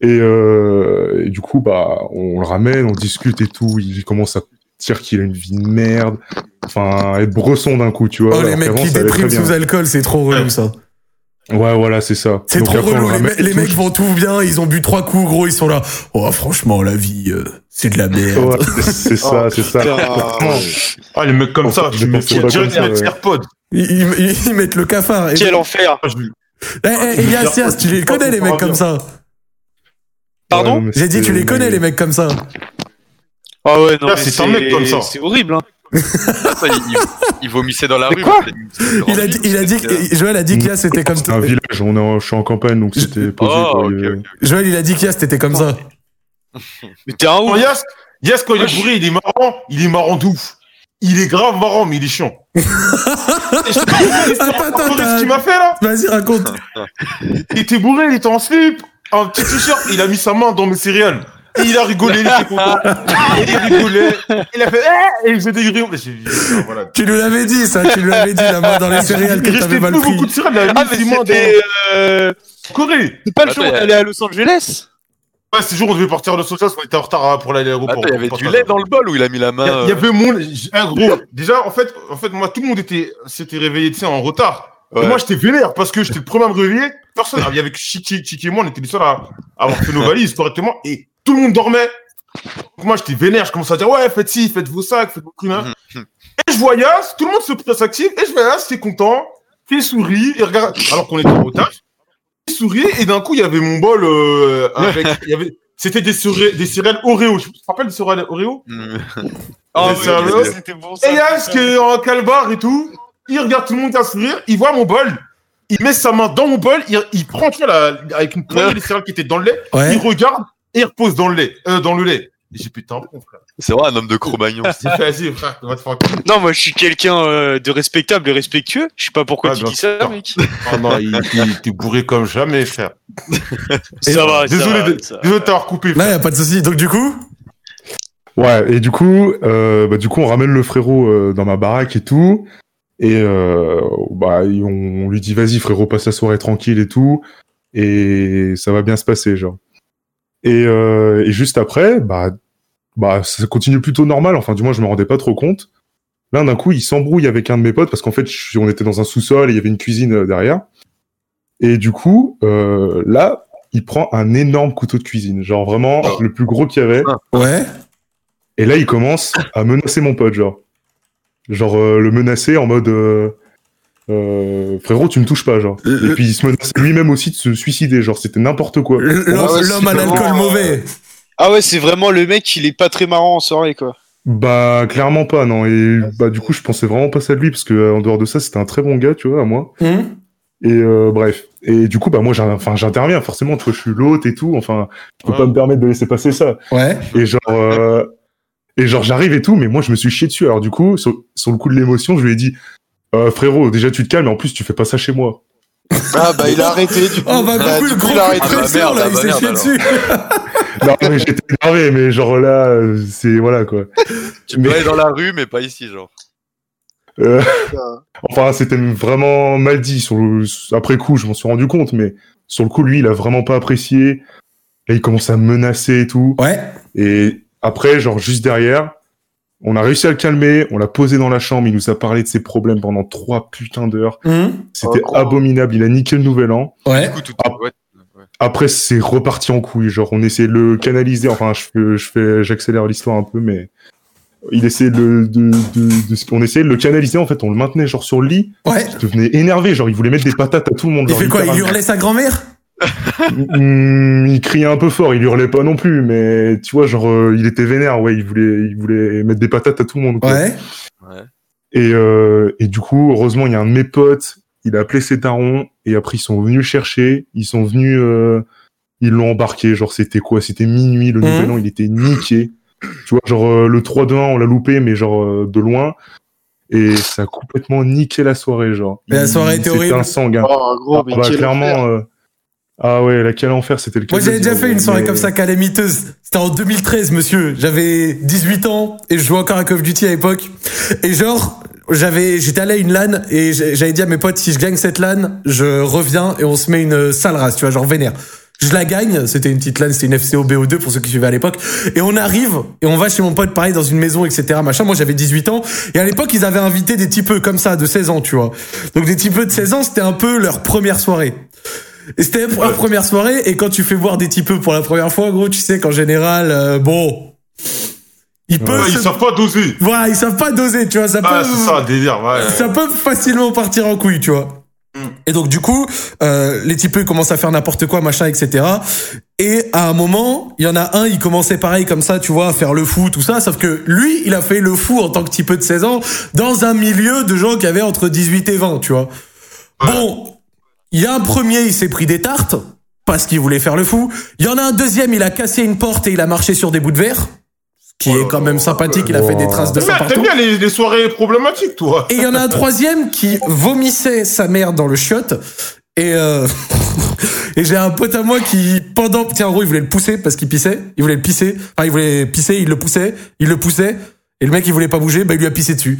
[SPEAKER 6] Et, euh, et du coup, bah, on le ramène, on discute et tout. Il commence à dire qu'il a une vie de merde. Enfin, être bresson d'un coup, tu vois.
[SPEAKER 1] Oh, les
[SPEAKER 6] alors
[SPEAKER 1] mecs
[SPEAKER 6] qu'avant,
[SPEAKER 1] qui
[SPEAKER 6] ça allait
[SPEAKER 1] dépriment
[SPEAKER 6] très bien.
[SPEAKER 1] sous alcool, c'est trop relou ça.
[SPEAKER 6] Ouais, voilà, c'est ça.
[SPEAKER 1] C'est
[SPEAKER 6] Donc
[SPEAKER 1] trop
[SPEAKER 6] après, on le
[SPEAKER 1] relou. Les,
[SPEAKER 6] ramène
[SPEAKER 1] me- les
[SPEAKER 6] et tout.
[SPEAKER 1] mecs vont tout bien, ils ont bu trois coups, gros, ils sont là. Oh, franchement, la vie, euh, c'est de la merde.
[SPEAKER 6] Ouais,
[SPEAKER 1] (laughs)
[SPEAKER 6] c'est ça,
[SPEAKER 5] Oh,
[SPEAKER 6] c'est ça. Franchement,
[SPEAKER 2] Ah, les mecs comme ça,
[SPEAKER 6] Pourquoi
[SPEAKER 2] je
[SPEAKER 6] je
[SPEAKER 2] me
[SPEAKER 6] pensais
[SPEAKER 2] tire
[SPEAKER 6] pas
[SPEAKER 2] direct
[SPEAKER 6] comme ça,
[SPEAKER 2] mes
[SPEAKER 6] ouais.
[SPEAKER 2] AirPods.
[SPEAKER 1] Ils, ils- ils mettent le cafard. Et...
[SPEAKER 5] Quel enfer
[SPEAKER 2] Ah, je-
[SPEAKER 1] Eh, eh, Yassias, tu
[SPEAKER 6] Ah,
[SPEAKER 1] les connais les mecs comme ça.
[SPEAKER 5] Pardon
[SPEAKER 2] Ah,
[SPEAKER 6] ouais, mais
[SPEAKER 1] J'ai dit, tu
[SPEAKER 6] c'était-
[SPEAKER 1] les connais les mecs comme ça.
[SPEAKER 5] Ah ouais, non,
[SPEAKER 2] Ah,
[SPEAKER 5] mais
[SPEAKER 2] c'est un mec comme ça.
[SPEAKER 5] C'est horrible, hein.
[SPEAKER 3] Ça, il, il- il vomissait dans la
[SPEAKER 5] Mais
[SPEAKER 3] rue.
[SPEAKER 5] quoi
[SPEAKER 3] mais c'est- c'est une grande
[SPEAKER 1] Il a dit,
[SPEAKER 3] ville,
[SPEAKER 1] il a dit,
[SPEAKER 3] c'est-
[SPEAKER 1] que- Joël a dit qu'Yas c'était comme
[SPEAKER 6] C'était un village, on est en, je suis en campagne, donc c'était posé.
[SPEAKER 3] Oh,
[SPEAKER 6] quoi.
[SPEAKER 3] ok,
[SPEAKER 6] Il y avait-
[SPEAKER 3] ok.
[SPEAKER 1] Joël, il a dit qu'Yas c'était comme ça.
[SPEAKER 5] Mais t'es un
[SPEAKER 2] Oh,
[SPEAKER 5] ouf.
[SPEAKER 2] Yass, Yass, quand il est bourré, il est marrant, il est marrant d'ouf. Il est grave marrant, mais il est chiant.
[SPEAKER 1] (laughs)
[SPEAKER 2] Et je te raconte
[SPEAKER 1] Attends, attends,
[SPEAKER 2] ce
[SPEAKER 1] attends.
[SPEAKER 2] qu'il m'a fait là
[SPEAKER 1] Vas-y, raconte.
[SPEAKER 2] (laughs) Il était bourré, il était en slip, un petit t-shirt, il a mis sa main dans mes céréales. Et il a rigolé, il était content.
[SPEAKER 1] (laughs)
[SPEAKER 2] Il rigolait, il a fait Eh! et il faisait des grillons. Mais j'ai dit, ah, voilà.
[SPEAKER 1] Tu nous l'avais dit, ça. Tu nous l'avais dit, la main dans les céréales
[SPEAKER 2] Il
[SPEAKER 1] que t'avais
[SPEAKER 2] restait
[SPEAKER 1] mal
[SPEAKER 2] plus
[SPEAKER 1] pris.
[SPEAKER 2] beaucoup de céréales, il a
[SPEAKER 5] Ah,
[SPEAKER 2] mis
[SPEAKER 5] mais
[SPEAKER 2] ses mains
[SPEAKER 5] c'était. euh,
[SPEAKER 2] dans Corée.
[SPEAKER 5] C'est pas le
[SPEAKER 3] Attends,
[SPEAKER 5] jour où
[SPEAKER 3] y a-
[SPEAKER 5] on allait à Los Angeles
[SPEAKER 2] Ouais, ce jour, on devait partir de Social, on était en retard hein, pour aller à l'aéroport.
[SPEAKER 3] Attends, Ah, il y avait
[SPEAKER 2] Pour
[SPEAKER 3] du
[SPEAKER 2] ça,
[SPEAKER 3] lait dans le bol où il a mis la main.
[SPEAKER 2] Il y a-
[SPEAKER 3] euh,
[SPEAKER 2] il y avait mon j- un gros. Déjà, en fait, en fait, moi, tout le monde était s'était réveillé, tu sais, en retard. Et
[SPEAKER 3] Ouais.
[SPEAKER 2] moi, j'étais vénère parce que j'étais le premier à me réveiller. Personne. Ah, Il y avait que Chiqui, Chiqui et moi, on était les seuls à à avoir fait nos valises correctement et tout le monde dormait. Donc, moi, j'étais vénère. Je commençais à dire ouais, faites ci, faites vos sacs, faites vos crimes. Et je vois Yass, tout le monde se presse actif et je vois Yass, c'est content, il sourit, il regarde. Alors qu'on était en retard, il sourit et d'un coup, il y avait mon bol euh, avec. Il y avait. C'était des, céré- des céréales Oreo. Je me rappelle des céréales Oreo
[SPEAKER 3] hmm.
[SPEAKER 2] Ah,
[SPEAKER 3] oui,
[SPEAKER 2] c'est un
[SPEAKER 3] oui,
[SPEAKER 2] os.
[SPEAKER 3] oui.
[SPEAKER 5] C'était bon
[SPEAKER 2] et Yass qui est en calbar et tout, il regarde tout le monde à sourire, il voit mon bol, il met sa main dans mon bol, il, il prend tu vois, la- avec une poignée de céréales qui était dans le lait,
[SPEAKER 1] Ouais.
[SPEAKER 2] il regarde et il repose dans le lait, euh, dans le lait. Et j'ai putain bon frère.
[SPEAKER 3] C'est vrai, un homme
[SPEAKER 2] (laughs)
[SPEAKER 3] de Cro-Magnon.
[SPEAKER 2] J'ai fait, Vas-y frère, on va te faire un coup.
[SPEAKER 5] Non, moi je suis quelqu'un euh, de respectable et respectueux. Je sais pas pourquoi
[SPEAKER 2] Ah,
[SPEAKER 5] tu
[SPEAKER 2] bien
[SPEAKER 5] dis ça,
[SPEAKER 2] sûr.
[SPEAKER 5] mec.
[SPEAKER 2] Oh non, il, il était bourré comme jamais frère.
[SPEAKER 5] Ça va, Ah ça
[SPEAKER 2] Désolé,
[SPEAKER 5] va,
[SPEAKER 2] de,
[SPEAKER 5] ça va.
[SPEAKER 2] désolé de t'avoir coupé. frère.
[SPEAKER 1] Là, y a pas de souci. Donc, du coup,
[SPEAKER 6] Ouais, et du coup, euh, bah, du coup, on ramène le frérot euh, dans ma baraque et tout. Et euh, bah, et on, on lui dit, vas-y, frérot, passe la soirée tranquille et tout. Et ça va bien se passer, genre. Et, euh, et juste après, bah, bah, ça continue plutôt normal. Enfin, du moins, je me rendais pas trop compte. Là, d'un coup, il s'embrouille avec un de mes potes parce qu'en fait, je- on était dans un sous-sol et il y avait une cuisine euh, derrière. Et du coup, euh, là, il prend un énorme couteau de cuisine, genre vraiment
[SPEAKER 5] Ah.
[SPEAKER 6] le plus gros qu'il y avait.
[SPEAKER 1] ouais.
[SPEAKER 6] Et là, il commence à menacer mon pote, genre. Genre, euh, le menacer en mode. euh, euh, frérot, tu me touches pas, genre. Et puis, il se menace lui-même aussi de se suicider, genre, c'était n'importe quoi.
[SPEAKER 1] L-
[SPEAKER 5] Ah ouais,
[SPEAKER 1] L'homme l'homme à
[SPEAKER 5] c'est
[SPEAKER 1] l'alcool
[SPEAKER 5] vraiment,
[SPEAKER 1] mauvais.
[SPEAKER 5] Ah ouais, c'est vraiment le mec, il est pas très marrant en soirée, quoi.
[SPEAKER 6] Bah, clairement pas, non. Et bah, du coup, je pensais vraiment pas ça de lui, parce que, euh, en dehors de ça, c'était un très bon gars, tu vois, à moi.
[SPEAKER 2] Mm.
[SPEAKER 1] Hum
[SPEAKER 6] Et euh, bref. Et du coup, bah, moi, j'in- enfin, j'interviens, forcément, tu vois, je suis l'hôte et tout, enfin, je peux
[SPEAKER 2] Ouais.
[SPEAKER 6] pas me permettre de laisser passer ça.
[SPEAKER 1] Ouais.
[SPEAKER 6] Et genre, euh, et genre j'arrive et tout, mais moi je me suis chié dessus. Alors du coup, sur, sur le coup de l'émotion, je lui ai dit, euh, frérot, déjà tu te calmes, et en plus tu fais pas ça chez moi.
[SPEAKER 7] Ah bah il a arrêté du coup.
[SPEAKER 1] Oh, bah, du coup,
[SPEAKER 7] du
[SPEAKER 1] le
[SPEAKER 7] coup,
[SPEAKER 1] gros
[SPEAKER 7] il
[SPEAKER 1] coup
[SPEAKER 7] a
[SPEAKER 1] de
[SPEAKER 7] arrêté.
[SPEAKER 3] Ah bah
[SPEAKER 1] pression,
[SPEAKER 3] merde,
[SPEAKER 1] là,
[SPEAKER 3] ah
[SPEAKER 1] il
[SPEAKER 3] bah
[SPEAKER 1] s'est chié
[SPEAKER 3] merde,
[SPEAKER 1] dessus.
[SPEAKER 6] Non mais j'étais énervé, mais genre là, euh, c'est voilà quoi.
[SPEAKER 3] Tu peux
[SPEAKER 6] Mais-
[SPEAKER 3] aller dans la rue, mais pas ici, genre.
[SPEAKER 6] Euh, enfin, c'était vraiment mal dit. Sur le, après coup, je m'en suis rendu compte, mais sur le coup, lui, il a vraiment pas apprécié. Là, il commence à me menacer et tout.
[SPEAKER 1] Ouais.
[SPEAKER 6] Et après, genre juste derrière, on a réussi à le calmer, on l'a posé dans la chambre, il nous a parlé de ses problèmes pendant trois putains d'heures.
[SPEAKER 2] Mm.
[SPEAKER 1] Hum
[SPEAKER 6] C'était
[SPEAKER 7] Oh, gros.
[SPEAKER 6] abominable. Il a niqué le nouvel an.
[SPEAKER 1] Ouais.
[SPEAKER 3] Du coup, tout
[SPEAKER 6] Ah.
[SPEAKER 3] ouais.
[SPEAKER 6] Après, c'est reparti en couille. Genre, on essayait de le canaliser. Enfin, je fais, je fais, j'accélère l'histoire un peu, mais il essayait de, le- de, de, de- on essayait de le canaliser. En fait, on le maintenait genre sur le lit.
[SPEAKER 1] Ouais.
[SPEAKER 6] Il devenait énervé. Genre, il voulait mettre des patates à tout le monde.
[SPEAKER 1] Il
[SPEAKER 6] genre,
[SPEAKER 1] fait quoi Il
[SPEAKER 6] littéralement.
[SPEAKER 1] hurlait sa grand-mère
[SPEAKER 6] Mm, Il criait un peu fort. Il hurlait pas non plus, mais tu vois, genre, euh, il était vénère. Ouais, il voulait, il voulait mettre des patates à tout le monde. quoi.
[SPEAKER 1] Ouais.
[SPEAKER 6] Et, euh, et du coup, heureusement, il y a un de mes potes, il a appelé ses darons, et après, ils sont venus le chercher, ils sont venus, euh, ils l'ont embarqué, genre, c'était quoi C'était minuit, le
[SPEAKER 1] Mhm.
[SPEAKER 6] nouvel an, il était niqué. Tu vois, genre, euh, le 3-2-1, on l'a loupé, mais genre, euh, de loin. Et ça a complètement niqué la soirée, genre.
[SPEAKER 1] Mais la soirée était horrible.
[SPEAKER 6] C'était un sanguin.
[SPEAKER 7] Oh, gros, mais
[SPEAKER 6] bah,
[SPEAKER 7] quel enfer.
[SPEAKER 6] clairement... euh, Ah ouais, la quel enfer, c'était le cas
[SPEAKER 1] Moi,
[SPEAKER 6] de
[SPEAKER 1] j'avais
[SPEAKER 6] le
[SPEAKER 1] déjà
[SPEAKER 6] dire,
[SPEAKER 1] fait une soirée
[SPEAKER 6] mais-
[SPEAKER 1] comme ça calamiteuse. C'était en 2013, monsieur. J'avais 18 ans et je jouais encore à Call of Duty à l'époque. Et genre, j'avais, j'étais allé à une LAN et j'ai- j'avais dit à mes potes, si je gagne cette LAN, je reviens et on se met une sale race, euh, tu vois, genre vénère. Je la gagne. C'était une petite LAN, c'était une FCO BO2 pour ceux qui suivaient à l'époque. Et on arrive et on va chez mon pote pareil dans une maison, etc. Machin. Moi j'avais 18 ans et à l'époque ils avaient invité des typeux comme ça de 16 ans, tu vois. Donc des typeux de 16 ans, c'était un peu leur première soirée. Et c'était la première soirée et quand tu fais voir des typeux pour la première fois, gros, tu sais qu'en général, euh, bon, ils peuvent,
[SPEAKER 2] Ouais, ils
[SPEAKER 1] se-
[SPEAKER 2] savent pas doser.
[SPEAKER 1] voilà, ils savent pas doser, tu vois. Ça
[SPEAKER 2] Ah,
[SPEAKER 1] peut,
[SPEAKER 2] c'est ça, délire, ouais.
[SPEAKER 1] ça peut facilement partir en couille, tu vois. Et donc du coup, euh, les types ils commencent à faire n'importe quoi, machin, etc. Et à un moment, il y en a un, il commençait pareil comme ça, tu vois, à faire le fou, tout ça. Sauf que lui, il a fait le fou en tant que type de 16 ans dans un milieu de gens qui avaient entre 18 et 20, tu vois. Bon, il y a un premier, il s'est pris des tartes parce qu'il voulait faire le fou. Il y en a un deuxième, il a cassé une porte et il a marché sur des bouts de verre, ce qui est quand même sympathique. Il a fait des traces de ça
[SPEAKER 2] Merde,
[SPEAKER 1] partout.
[SPEAKER 2] T'aimes bien les, les soirées problématiques, toi.
[SPEAKER 1] Et il y en a un troisième qui vomissait sa mère dans le chiotte. Et, euh, (laughs) et j'ai un pote à moi qui, pendant, tiens, en gros, il voulait le pousser parce qu'il pissait. Il voulait le pisser. Enfin, il voulait pisser, il le poussait, il le poussait. Et le mec, il voulait pas bouger, bah, il lui a pissé dessus.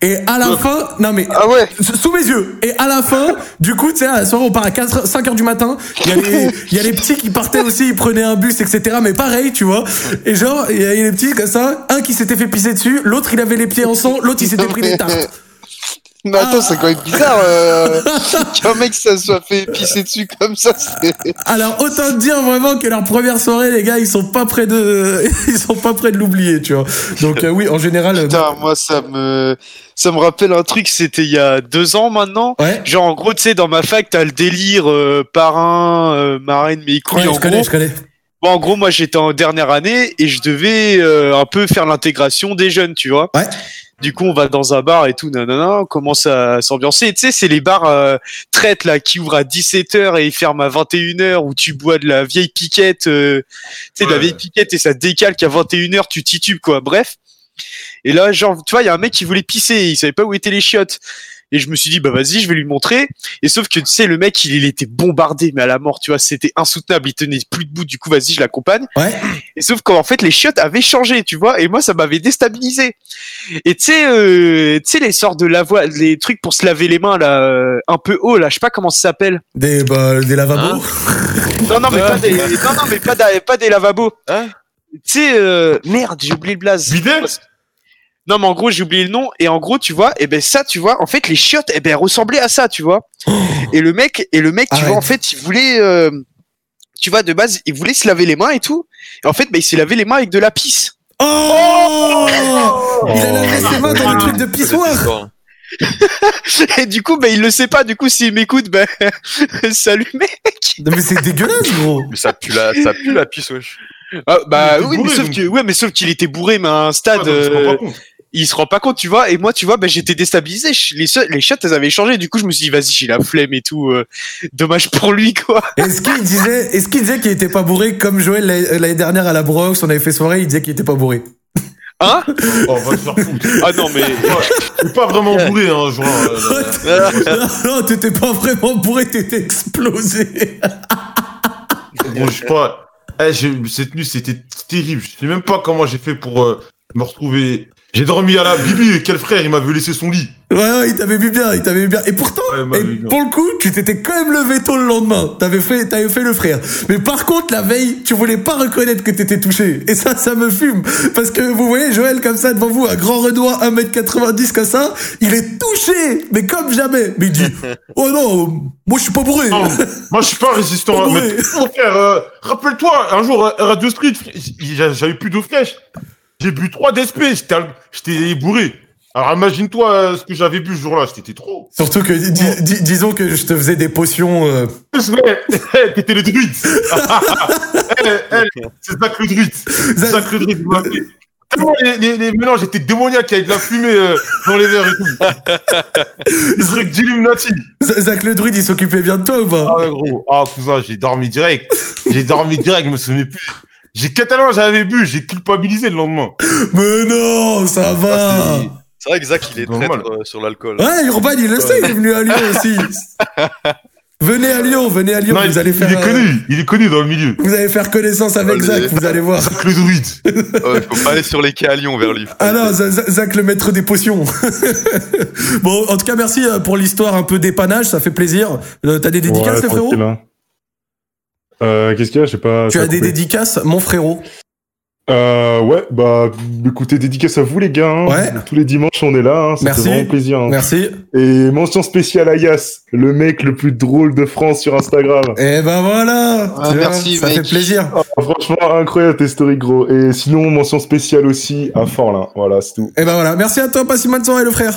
[SPEAKER 1] Et à la fin, non mais,
[SPEAKER 5] Ah ouais
[SPEAKER 1] s- sous mes yeux. Et à la fin, du coup, tu sais, à la soirée, on part à 4, 5 heures du matin. Il y,
[SPEAKER 7] (laughs)
[SPEAKER 1] a les- il y a les petits qui partaient aussi, ils prenaient un bus, etc. Mais pareil, tu vois. Et genre, il y a les petits comme ça. Un qui s'était fait pisser dessus, l'autre, il avait les pieds en sang, l'autre, il s'était pris des tartes.
[SPEAKER 7] (laughs)
[SPEAKER 1] Ah.
[SPEAKER 7] Mais attends, c'est quand même bizarre
[SPEAKER 1] (laughs)
[SPEAKER 7] euh, qu'un mec ça se soit fait pisser dessus comme ça. c'est-
[SPEAKER 1] Alors autant te dire vraiment que leur première soirée, les gars, ils sont pas près de, (laughs) ils sont pas près de l'oublier, tu vois. Donc euh, oui, en général. euh,
[SPEAKER 5] Putain, moi ça me ça me rappelle un truc, c'était il y a deux ans maintenant.
[SPEAKER 1] Ouais.
[SPEAKER 5] Genre en gros, tu sais, dans ma fac, t'as le délire euh, parrain, euh, marraine, mais couilles.
[SPEAKER 1] Ouais,
[SPEAKER 5] en
[SPEAKER 1] je connais,
[SPEAKER 5] gros,
[SPEAKER 1] je connais.
[SPEAKER 5] Bon, en gros, moi, j'étais en dernière année et je devais euh, un peu faire l'intégration des jeunes, tu vois.
[SPEAKER 1] Ouais.
[SPEAKER 5] Du coup, on va dans un bar et tout, nanana, on commence à s'ambiancer. Et Tu sais, c'est les bars euh, traites là qui ouvrent à 17h et ferment à 21h où tu bois de la vieille piquette, euh, tu sais, de la
[SPEAKER 2] Ouais.
[SPEAKER 5] vieille piquette et ça décale qu'à 21h, tu titubes, quoi. Bref. Et là, genre, tu vois, il y a un mec qui voulait pisser, et il savait pas où étaient les chiottes. Et je me suis dit, bah vas-y, je vais lui montrer. Et sauf que, tu sais, le mec, il, il était bombardé, mais à la mort, tu vois, c'était insoutenable. Il tenait plus debout, du coup, vas-y, je l'accompagne.
[SPEAKER 1] Ouais.
[SPEAKER 5] Et sauf qu'en fait, les chiottes avaient changé, tu vois, et moi, ça m'avait déstabilisé. Et tu sais, euh, tu sais, les sortes de lavois, les trucs pour se laver les mains, là, euh, un peu haut, là, je sais pas comment ça s'appelle.
[SPEAKER 1] Des, bah, des lavabos.
[SPEAKER 5] (laughs) Non, non, mais pas des, non, non, mais pas des, pas des lavabos.
[SPEAKER 3] Hein
[SPEAKER 5] tu sais, euh, merde, j'ai oublié le blaze.
[SPEAKER 2] Bidet
[SPEAKER 5] Non, mais en gros, j'ai oublié le nom. Et en gros, tu vois, et ben ça, tu vois, en fait, les chiottes, et ben ressemblaient à ça, tu vois.
[SPEAKER 1] Oh.
[SPEAKER 5] Et le mec, et le mec, (laughs) tu
[SPEAKER 1] Arrête.
[SPEAKER 5] vois, en fait, il voulait, euh, tu vois, de base, il voulait se laver les mains et tout. Et en fait, ben, il s'est lavé les mains avec de la pisse.
[SPEAKER 1] Oh Il a lavé ses mains dans le truc de pissoir.
[SPEAKER 3] Histoire.
[SPEAKER 5] (laughs) Et du coup, ben, il le sait pas. Du coup, s'il m'écoute, ben, salut mec.
[SPEAKER 1] Non mais c'est dégueulasse, gros.
[SPEAKER 3] Mais ça pue (laughs) la, ça pue la pisse, wesh.
[SPEAKER 5] Ah, bah
[SPEAKER 2] Il était
[SPEAKER 5] oui, mais
[SPEAKER 2] bourré,
[SPEAKER 5] sauf
[SPEAKER 2] donc.
[SPEAKER 5] que, ouais, mais sauf qu'il était bourré, mais à un
[SPEAKER 2] Ah,
[SPEAKER 5] stade.
[SPEAKER 2] non, mais je
[SPEAKER 5] euh,
[SPEAKER 2] comprends pas compte.
[SPEAKER 5] il se rend pas compte, tu vois. Et moi, tu vois, ben, j'étais déstabilisé. Je- Les, so- les chiottes, elles avaient changé. Du coup, je me suis dit, vas-y, j'ai la flemme et tout. euh, dommage pour lui, quoi. (laughs)
[SPEAKER 1] Est-ce qu'il disait, est-ce qu'il disait qu'il était pas bourré comme Joël l'a- l'année dernière à la Brox, on avait fait soirée, il disait qu'il était pas bourré.
[SPEAKER 5] Hein
[SPEAKER 2] Oh, va te faire foutre.
[SPEAKER 5] Ah non, mais.
[SPEAKER 2] T'es pas vraiment bourré, hein, genre. euh,
[SPEAKER 5] (laughs)
[SPEAKER 1] non, (laughs) non, t'étais pas vraiment bourré, t'étais explosé. (laughs)
[SPEAKER 2] Bon, je sais pas. Eh, j'ai- cette nuit, c'était terrible. Je sais même pas comment j'ai fait pour euh, me retrouver. J'ai dormi à la Bibi, quel frère, il m'avait laissé son lit.
[SPEAKER 1] Ouais, ouais, il t'avait mis bien, il t'avait mis bien. Et pourtant,
[SPEAKER 2] Ouais, il
[SPEAKER 1] Et
[SPEAKER 2] m'avait bien.
[SPEAKER 1] pour le coup, tu t'étais quand même levé tôt le lendemain. T'avais fait, t'avais fait le frère. Mais par contre, la veille, tu voulais pas reconnaître que t'étais touché. Et ça, ça me fume. Parce que vous voyez Joël comme ça devant vous, un grand Renoir, 1m90 comme ça, il est touché, mais comme jamais. Mais il dit, oh non, moi je suis pas bourré.
[SPEAKER 2] Non, moi, je suis pas résistant. hein,
[SPEAKER 1] Ouais.
[SPEAKER 2] mais mon frère, euh, rappelle-toi, un jour, à Radio Street, j'a- j'avais plus d'eau fraîche. J'ai bu 3 d'SP, j'étais al- j'étais bourré. Alors imagine-toi euh, ce que j'avais bu ce jour-là, c'était trop.
[SPEAKER 1] Surtout que, di- di- di- disons que je te faisais des potions,
[SPEAKER 2] (laughs)
[SPEAKER 1] euh,
[SPEAKER 2] Ouais, T'étais le
[SPEAKER 1] (laughs)
[SPEAKER 2] druide. Eh, eh, C'est Zach le druide.
[SPEAKER 1] Zach-
[SPEAKER 2] Zach le druide, vous m'appelez. Tellement les, les, les mélanges étaient démoniaques, il y avait de la fumée euh, dans les verres et tout.
[SPEAKER 1] (laughs)
[SPEAKER 2] Les trucs d'Illuminati.
[SPEAKER 1] Z- Zach le druide, il s'occupait bien de toi ou pas?
[SPEAKER 2] Ah ouais, gros. Ah, cousin, j'ai dormi direct. J'ai dormi direct, je me souvenais plus. J'ai catalan, j'avais bu, j'ai culpabilisé le lendemain.
[SPEAKER 1] Mais non, ça va.
[SPEAKER 3] Ah, c'est- C'est vrai que Zach, il est
[SPEAKER 2] Normal.
[SPEAKER 3] traître euh, sur l'alcool.
[SPEAKER 1] Ouais, Urban, il le sait, il est venu
[SPEAKER 2] (laughs)
[SPEAKER 1] à Lyon
[SPEAKER 3] (laughs)
[SPEAKER 1] aussi. venez à Lyon, venez à Lyon,
[SPEAKER 2] Non, il,
[SPEAKER 1] vous allez faire.
[SPEAKER 2] il est
[SPEAKER 1] euh,
[SPEAKER 2] connu, il est connu dans le milieu.
[SPEAKER 1] Vous allez faire connaissance avec
[SPEAKER 3] Allez.
[SPEAKER 1] Zach, vous allez voir.
[SPEAKER 2] Zach le druide.
[SPEAKER 3] Euh, faut pas aller sur les quais à Lyon vers lui.
[SPEAKER 1] Ah non, Z- Z- Zach le maître des potions. (laughs) bon, en tout cas, merci euh, pour l'histoire un peu dépannage, ça fait plaisir. Euh, T'as des dédicaces,
[SPEAKER 6] Ouais,
[SPEAKER 1] les frérots
[SPEAKER 6] tranquille, hein. Euh, Qu'est-ce qu'il y a Je sais pas.
[SPEAKER 1] Tu
[SPEAKER 6] ça a
[SPEAKER 1] as des
[SPEAKER 6] coupé.
[SPEAKER 1] dédicaces, mon frérot.
[SPEAKER 6] Euh, ouais, bah écoutez, dédicace à vous les gars. hein.
[SPEAKER 1] Ouais.
[SPEAKER 6] Tous les dimanches on est là, hein. ça
[SPEAKER 1] Merci.
[SPEAKER 6] fait vraiment plaisir. hein.
[SPEAKER 1] Merci.
[SPEAKER 6] Et mention spéciale à Yas, le mec le plus drôle de France sur Instagram.
[SPEAKER 1] Et ben voilà.
[SPEAKER 7] Ah,
[SPEAKER 1] Tu vois,
[SPEAKER 7] merci,
[SPEAKER 1] Ça
[SPEAKER 7] mec.
[SPEAKER 1] fait plaisir.
[SPEAKER 6] Ah, franchement incroyable tes stories gros. Et sinon mention spéciale aussi à Forlin. Voilà, c'est tout.
[SPEAKER 1] Et ben voilà. Merci à toi, passe une bonne soirée, le frère.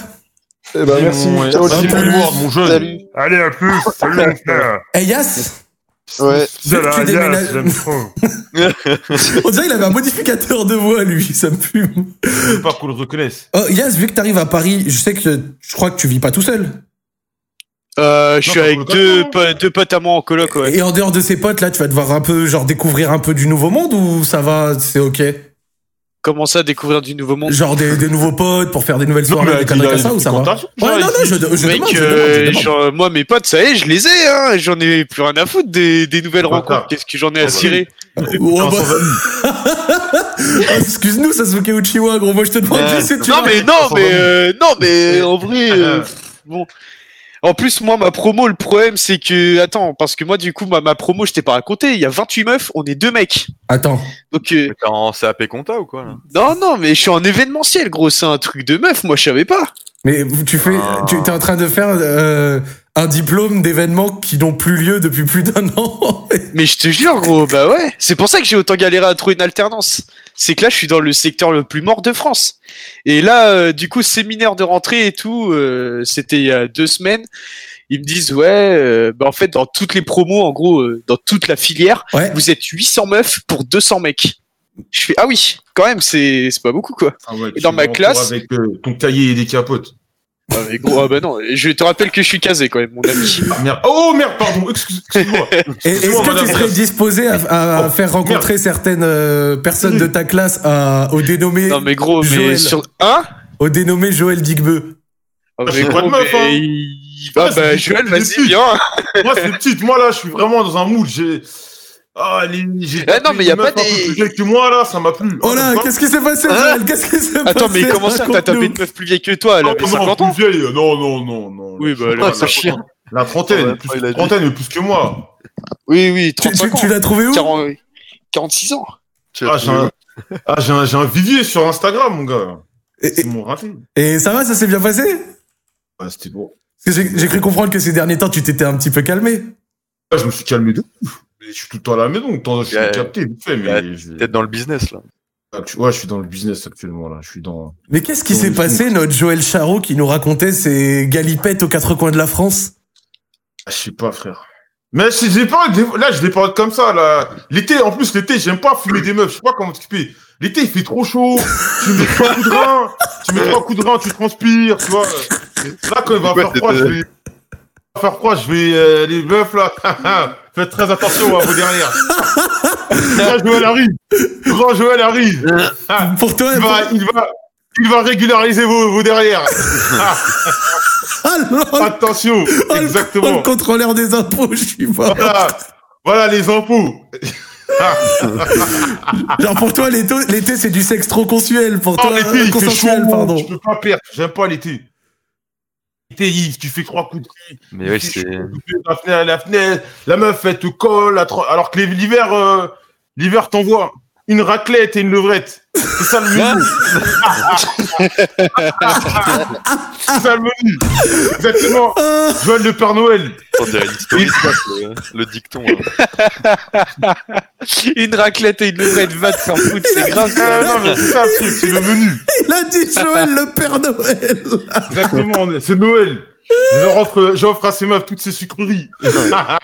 [SPEAKER 6] Et bah merci.
[SPEAKER 2] Ouais.
[SPEAKER 6] Ciao,
[SPEAKER 2] Merci
[SPEAKER 6] les
[SPEAKER 2] pour
[SPEAKER 6] gars.
[SPEAKER 2] l'humour, mon jeune.
[SPEAKER 7] Salut.
[SPEAKER 2] Allez, à
[SPEAKER 6] (laughs)
[SPEAKER 2] plus. Salut, mon frère.
[SPEAKER 1] Eh Yas,
[SPEAKER 7] Ouais.
[SPEAKER 1] Vu
[SPEAKER 2] C'est
[SPEAKER 1] que
[SPEAKER 2] la
[SPEAKER 1] tu déménages-
[SPEAKER 2] alias, j'aime (laughs) trop.
[SPEAKER 1] on dirait qu'il avait un modificateur de voix lui, ça me fume.
[SPEAKER 2] Je veux pas qu'on le reconnaisse.
[SPEAKER 1] Oh, Yas, vu que t'arrives à Paris, je sais que je crois que tu vis pas tout seul.
[SPEAKER 5] Euh, je
[SPEAKER 2] Non,
[SPEAKER 5] suis
[SPEAKER 2] t'as
[SPEAKER 5] avec
[SPEAKER 2] voulu
[SPEAKER 5] deux,
[SPEAKER 2] pas,
[SPEAKER 5] po- deux potes à moi en coloc, ouais.
[SPEAKER 1] hein. Et en dehors de ses potes, là, tu vas devoir un peu, genre, découvrir un peu du nouveau monde ou ça va, c'est ok.
[SPEAKER 5] Comment ça, découvrir du nouveau monde
[SPEAKER 1] Genre des, des nouveaux potes pour faire des nouvelles soirées, des conneries comme ça ou ça va.
[SPEAKER 2] Contact.
[SPEAKER 1] Ouais,
[SPEAKER 5] Genre,
[SPEAKER 1] non, non, je, je
[SPEAKER 5] Mec,
[SPEAKER 1] demande, je
[SPEAKER 5] euh,
[SPEAKER 1] demande, je demande.
[SPEAKER 5] genre, moi, mes potes, ça y est, je les ai, hein. J'en ai plus rien à foutre des, des nouvelles
[SPEAKER 2] Bâtard.
[SPEAKER 5] rencontres. Qu'est-ce que j'en ai à
[SPEAKER 2] bah.
[SPEAKER 5] cirer
[SPEAKER 1] Oh, bah. Ah, Excuse-nous, Sasuke Uchiwa, gros. Moi, je te demande
[SPEAKER 2] Ouais.
[SPEAKER 1] juste si tu
[SPEAKER 5] Non,
[SPEAKER 1] vas-
[SPEAKER 5] mais non, mais euh, non, mais en vrai, euh, pff, bon. En plus, moi, ma promo, le problème, c'est que, attends, parce que moi, du coup, ma, ma promo, je t'ai pas raconté. Il y a 28 meufs, on est deux mecs.
[SPEAKER 1] Attends.
[SPEAKER 5] Donc, euh,
[SPEAKER 3] Mais T'es en CAP compta ou quoi là
[SPEAKER 5] non, non, mais je suis en événementiel, gros. C'est un truc de meuf, moi, je savais pas.
[SPEAKER 1] Mais tu fais,
[SPEAKER 3] Ah.
[SPEAKER 1] tu es en train de faire euh, un diplôme d'événements qui n'ont plus lieu depuis plus d'un an.
[SPEAKER 5] Mais je te jure, gros, bah ouais. C'est pour ça que j'ai autant galéré à trouver une alternance. C'est que là, je suis dans le secteur le plus mort de France. Et là, euh, du coup, séminaire de rentrée et tout, euh, c'était il y a deux semaines. Ils me disent, ouais, euh, bah en fait, dans toutes les promos, en gros, euh, dans toute la filière,
[SPEAKER 1] Ouais.
[SPEAKER 5] vous êtes 800 meufs pour 200 mecs. Je fais, ah oui, quand même, c'est c'est pas beaucoup, quoi.
[SPEAKER 2] Ah ouais,
[SPEAKER 5] Et dans
[SPEAKER 2] tu
[SPEAKER 5] ma
[SPEAKER 2] vas en
[SPEAKER 5] classe-
[SPEAKER 2] cours Avec euh, ton cahier et des capotes.
[SPEAKER 5] Ah, mais gros, ah bah non, je te rappelle que je suis casé, quand même, mon ami.
[SPEAKER 2] Ah, merde. Oh merde, pardon. Excuse- Excuse-moi.
[SPEAKER 1] Et Est-ce
[SPEAKER 2] Excuse-moi,
[SPEAKER 1] que tu
[SPEAKER 2] madame.
[SPEAKER 1] serais disposé à, à
[SPEAKER 2] Oh,
[SPEAKER 1] faire rencontrer certaines euh, personnes de ta classe à, au dénommé,
[SPEAKER 5] Non, mais gros, mais
[SPEAKER 1] Joël.
[SPEAKER 5] sur. Hein
[SPEAKER 1] au dénommé Joël
[SPEAKER 5] Ah,
[SPEAKER 1] Digbeu
[SPEAKER 2] Ah,
[SPEAKER 5] mais
[SPEAKER 2] c'est pas
[SPEAKER 5] gros,
[SPEAKER 2] de meuf,
[SPEAKER 5] mais
[SPEAKER 2] hein.
[SPEAKER 5] il- Ah,
[SPEAKER 2] Ouais, c'est
[SPEAKER 5] bah,
[SPEAKER 2] du-
[SPEAKER 5] Joël,
[SPEAKER 2] du
[SPEAKER 5] vas-y,
[SPEAKER 2] sud.
[SPEAKER 5] viens.
[SPEAKER 2] Moi, c'est petite. Moi, là, je suis vraiment dans un mood. J'ai. Ah, les. j'ai
[SPEAKER 5] Ah, non, mais y a
[SPEAKER 2] une meuf
[SPEAKER 5] pas
[SPEAKER 2] un peu
[SPEAKER 5] des-
[SPEAKER 2] plus vieille que moi, là, ça m'a plu.
[SPEAKER 1] Oh là,
[SPEAKER 2] Ah,
[SPEAKER 1] qu'est-ce qui s'est passé,
[SPEAKER 5] Hein
[SPEAKER 1] Joël Qu'est-ce qui s'est passé
[SPEAKER 5] Attends, mais comment ça, t'as tapé une meuf plus vieille que toi Elle
[SPEAKER 2] non,
[SPEAKER 5] avait
[SPEAKER 2] non,
[SPEAKER 5] 50
[SPEAKER 2] plus
[SPEAKER 5] ans
[SPEAKER 2] vieille. Non, non, non, non.
[SPEAKER 5] Oui, bah, elle
[SPEAKER 2] La-
[SPEAKER 5] a sa chienne.
[SPEAKER 2] La
[SPEAKER 7] Ouais,
[SPEAKER 2] trentaine, plus,
[SPEAKER 7] il a dit.
[SPEAKER 2] trentaine, mais plus que moi.
[SPEAKER 5] Oui, oui,
[SPEAKER 1] Tu, tu-
[SPEAKER 5] 35
[SPEAKER 1] tu
[SPEAKER 5] ans.
[SPEAKER 1] l'as trouvé où
[SPEAKER 5] 40 46 ans.
[SPEAKER 7] Tu as
[SPEAKER 2] Ah, j'ai
[SPEAKER 7] trouvé
[SPEAKER 2] un... ah, j'ai un, j'ai un vivier sur Instagram, mon gars.
[SPEAKER 1] et,
[SPEAKER 2] C'est mon raté.
[SPEAKER 1] et- et ça va, ça s'est bien passé
[SPEAKER 2] Ah, c'était bon.
[SPEAKER 1] Parce que j'ai j'ai cru comprendre que ces derniers temps, tu t'étais un petit peu calmé.
[SPEAKER 2] Ah, je me suis calmé de ouf. Mais je suis tout le temps à la maison, de temps en temps, je suis
[SPEAKER 3] Ouais.
[SPEAKER 2] capté, vite fait, mais
[SPEAKER 3] Ouais,
[SPEAKER 2] je-
[SPEAKER 3] Peut-être dans le business là.
[SPEAKER 2] actu- ouais, je suis dans le business actuellement, là. Je suis dans.
[SPEAKER 1] Mais qu'est-ce qui
[SPEAKER 2] Dans
[SPEAKER 1] s'est
[SPEAKER 2] le
[SPEAKER 1] passé, notre Joël Charot qui nous racontait ses galipettes aux quatre coins de la France
[SPEAKER 2] Ah, je sais pas, frère. Mais je sais pas, des- là, je des périodes comme ça, là. L'été, en plus, l'été, j'aime pas fumer des meufs, je sais pas comment t'expliquer. L'été, il fait trop chaud, tu mets trois coups de rein, tu mets trois coups de rein, tu transpires, tu vois. Là, quand il va
[SPEAKER 3] Pourquoi
[SPEAKER 2] faire froid, je vais. va faire froid, je vais. euh, les meufs, là, (laughs) faites très attention à vos
[SPEAKER 1] (laughs)
[SPEAKER 2] dernières. Grand Joël arrive. Grand Joël arrive. Ah,
[SPEAKER 1] Euh, Pour toi,
[SPEAKER 2] il
[SPEAKER 1] pour-
[SPEAKER 2] va, il va, il va régulariser vos, vos derrière.
[SPEAKER 1] Ah, non,
[SPEAKER 2] Attention,
[SPEAKER 1] Oh, le- Oh,
[SPEAKER 2] exactement.
[SPEAKER 1] le contrôleur des impôts, je suis mort.
[SPEAKER 2] Voilà, voilà les impôts.
[SPEAKER 1] Genre pour toi, l'été, l'été, c'est du sexe trop consuel. (laughs) Pour
[SPEAKER 2] Oh,
[SPEAKER 1] toi,
[SPEAKER 2] l'été, il fait chaud.
[SPEAKER 1] consensuel, pardon.
[SPEAKER 2] Je peux pas perdre. J'aime pas l'été. L'été, il- tu fais trois coups de cul.
[SPEAKER 3] Mais ouais,
[SPEAKER 2] tu
[SPEAKER 3] c'est.
[SPEAKER 2] fais la fenêtre, la fenêtre. La meuf, elle te colle. à trois- Alors que l'hiver, euh, l'hiver t'envoie une raclette et une levrette. C'est ça le
[SPEAKER 1] (laughs)
[SPEAKER 2] menu.
[SPEAKER 5] bah.
[SPEAKER 2] C'est ça le menu. Exactement.
[SPEAKER 1] Ah,
[SPEAKER 2] Joël le Père Noël.
[SPEAKER 3] On dirait l'historique, quoi, le, le dicton. là.
[SPEAKER 2] hein. (laughs)
[SPEAKER 5] Une raclette et une levrette, va te faire foutre, c'est grave.
[SPEAKER 1] (laughs)
[SPEAKER 2] Ah, non, mais c'est ça le truc, c'est le menu.
[SPEAKER 1] il a dit Joël le Père Noël.
[SPEAKER 2] Exactement, on est- c'est Noël. J'offre j'offre à ces meufs toutes ces sucreries. ah,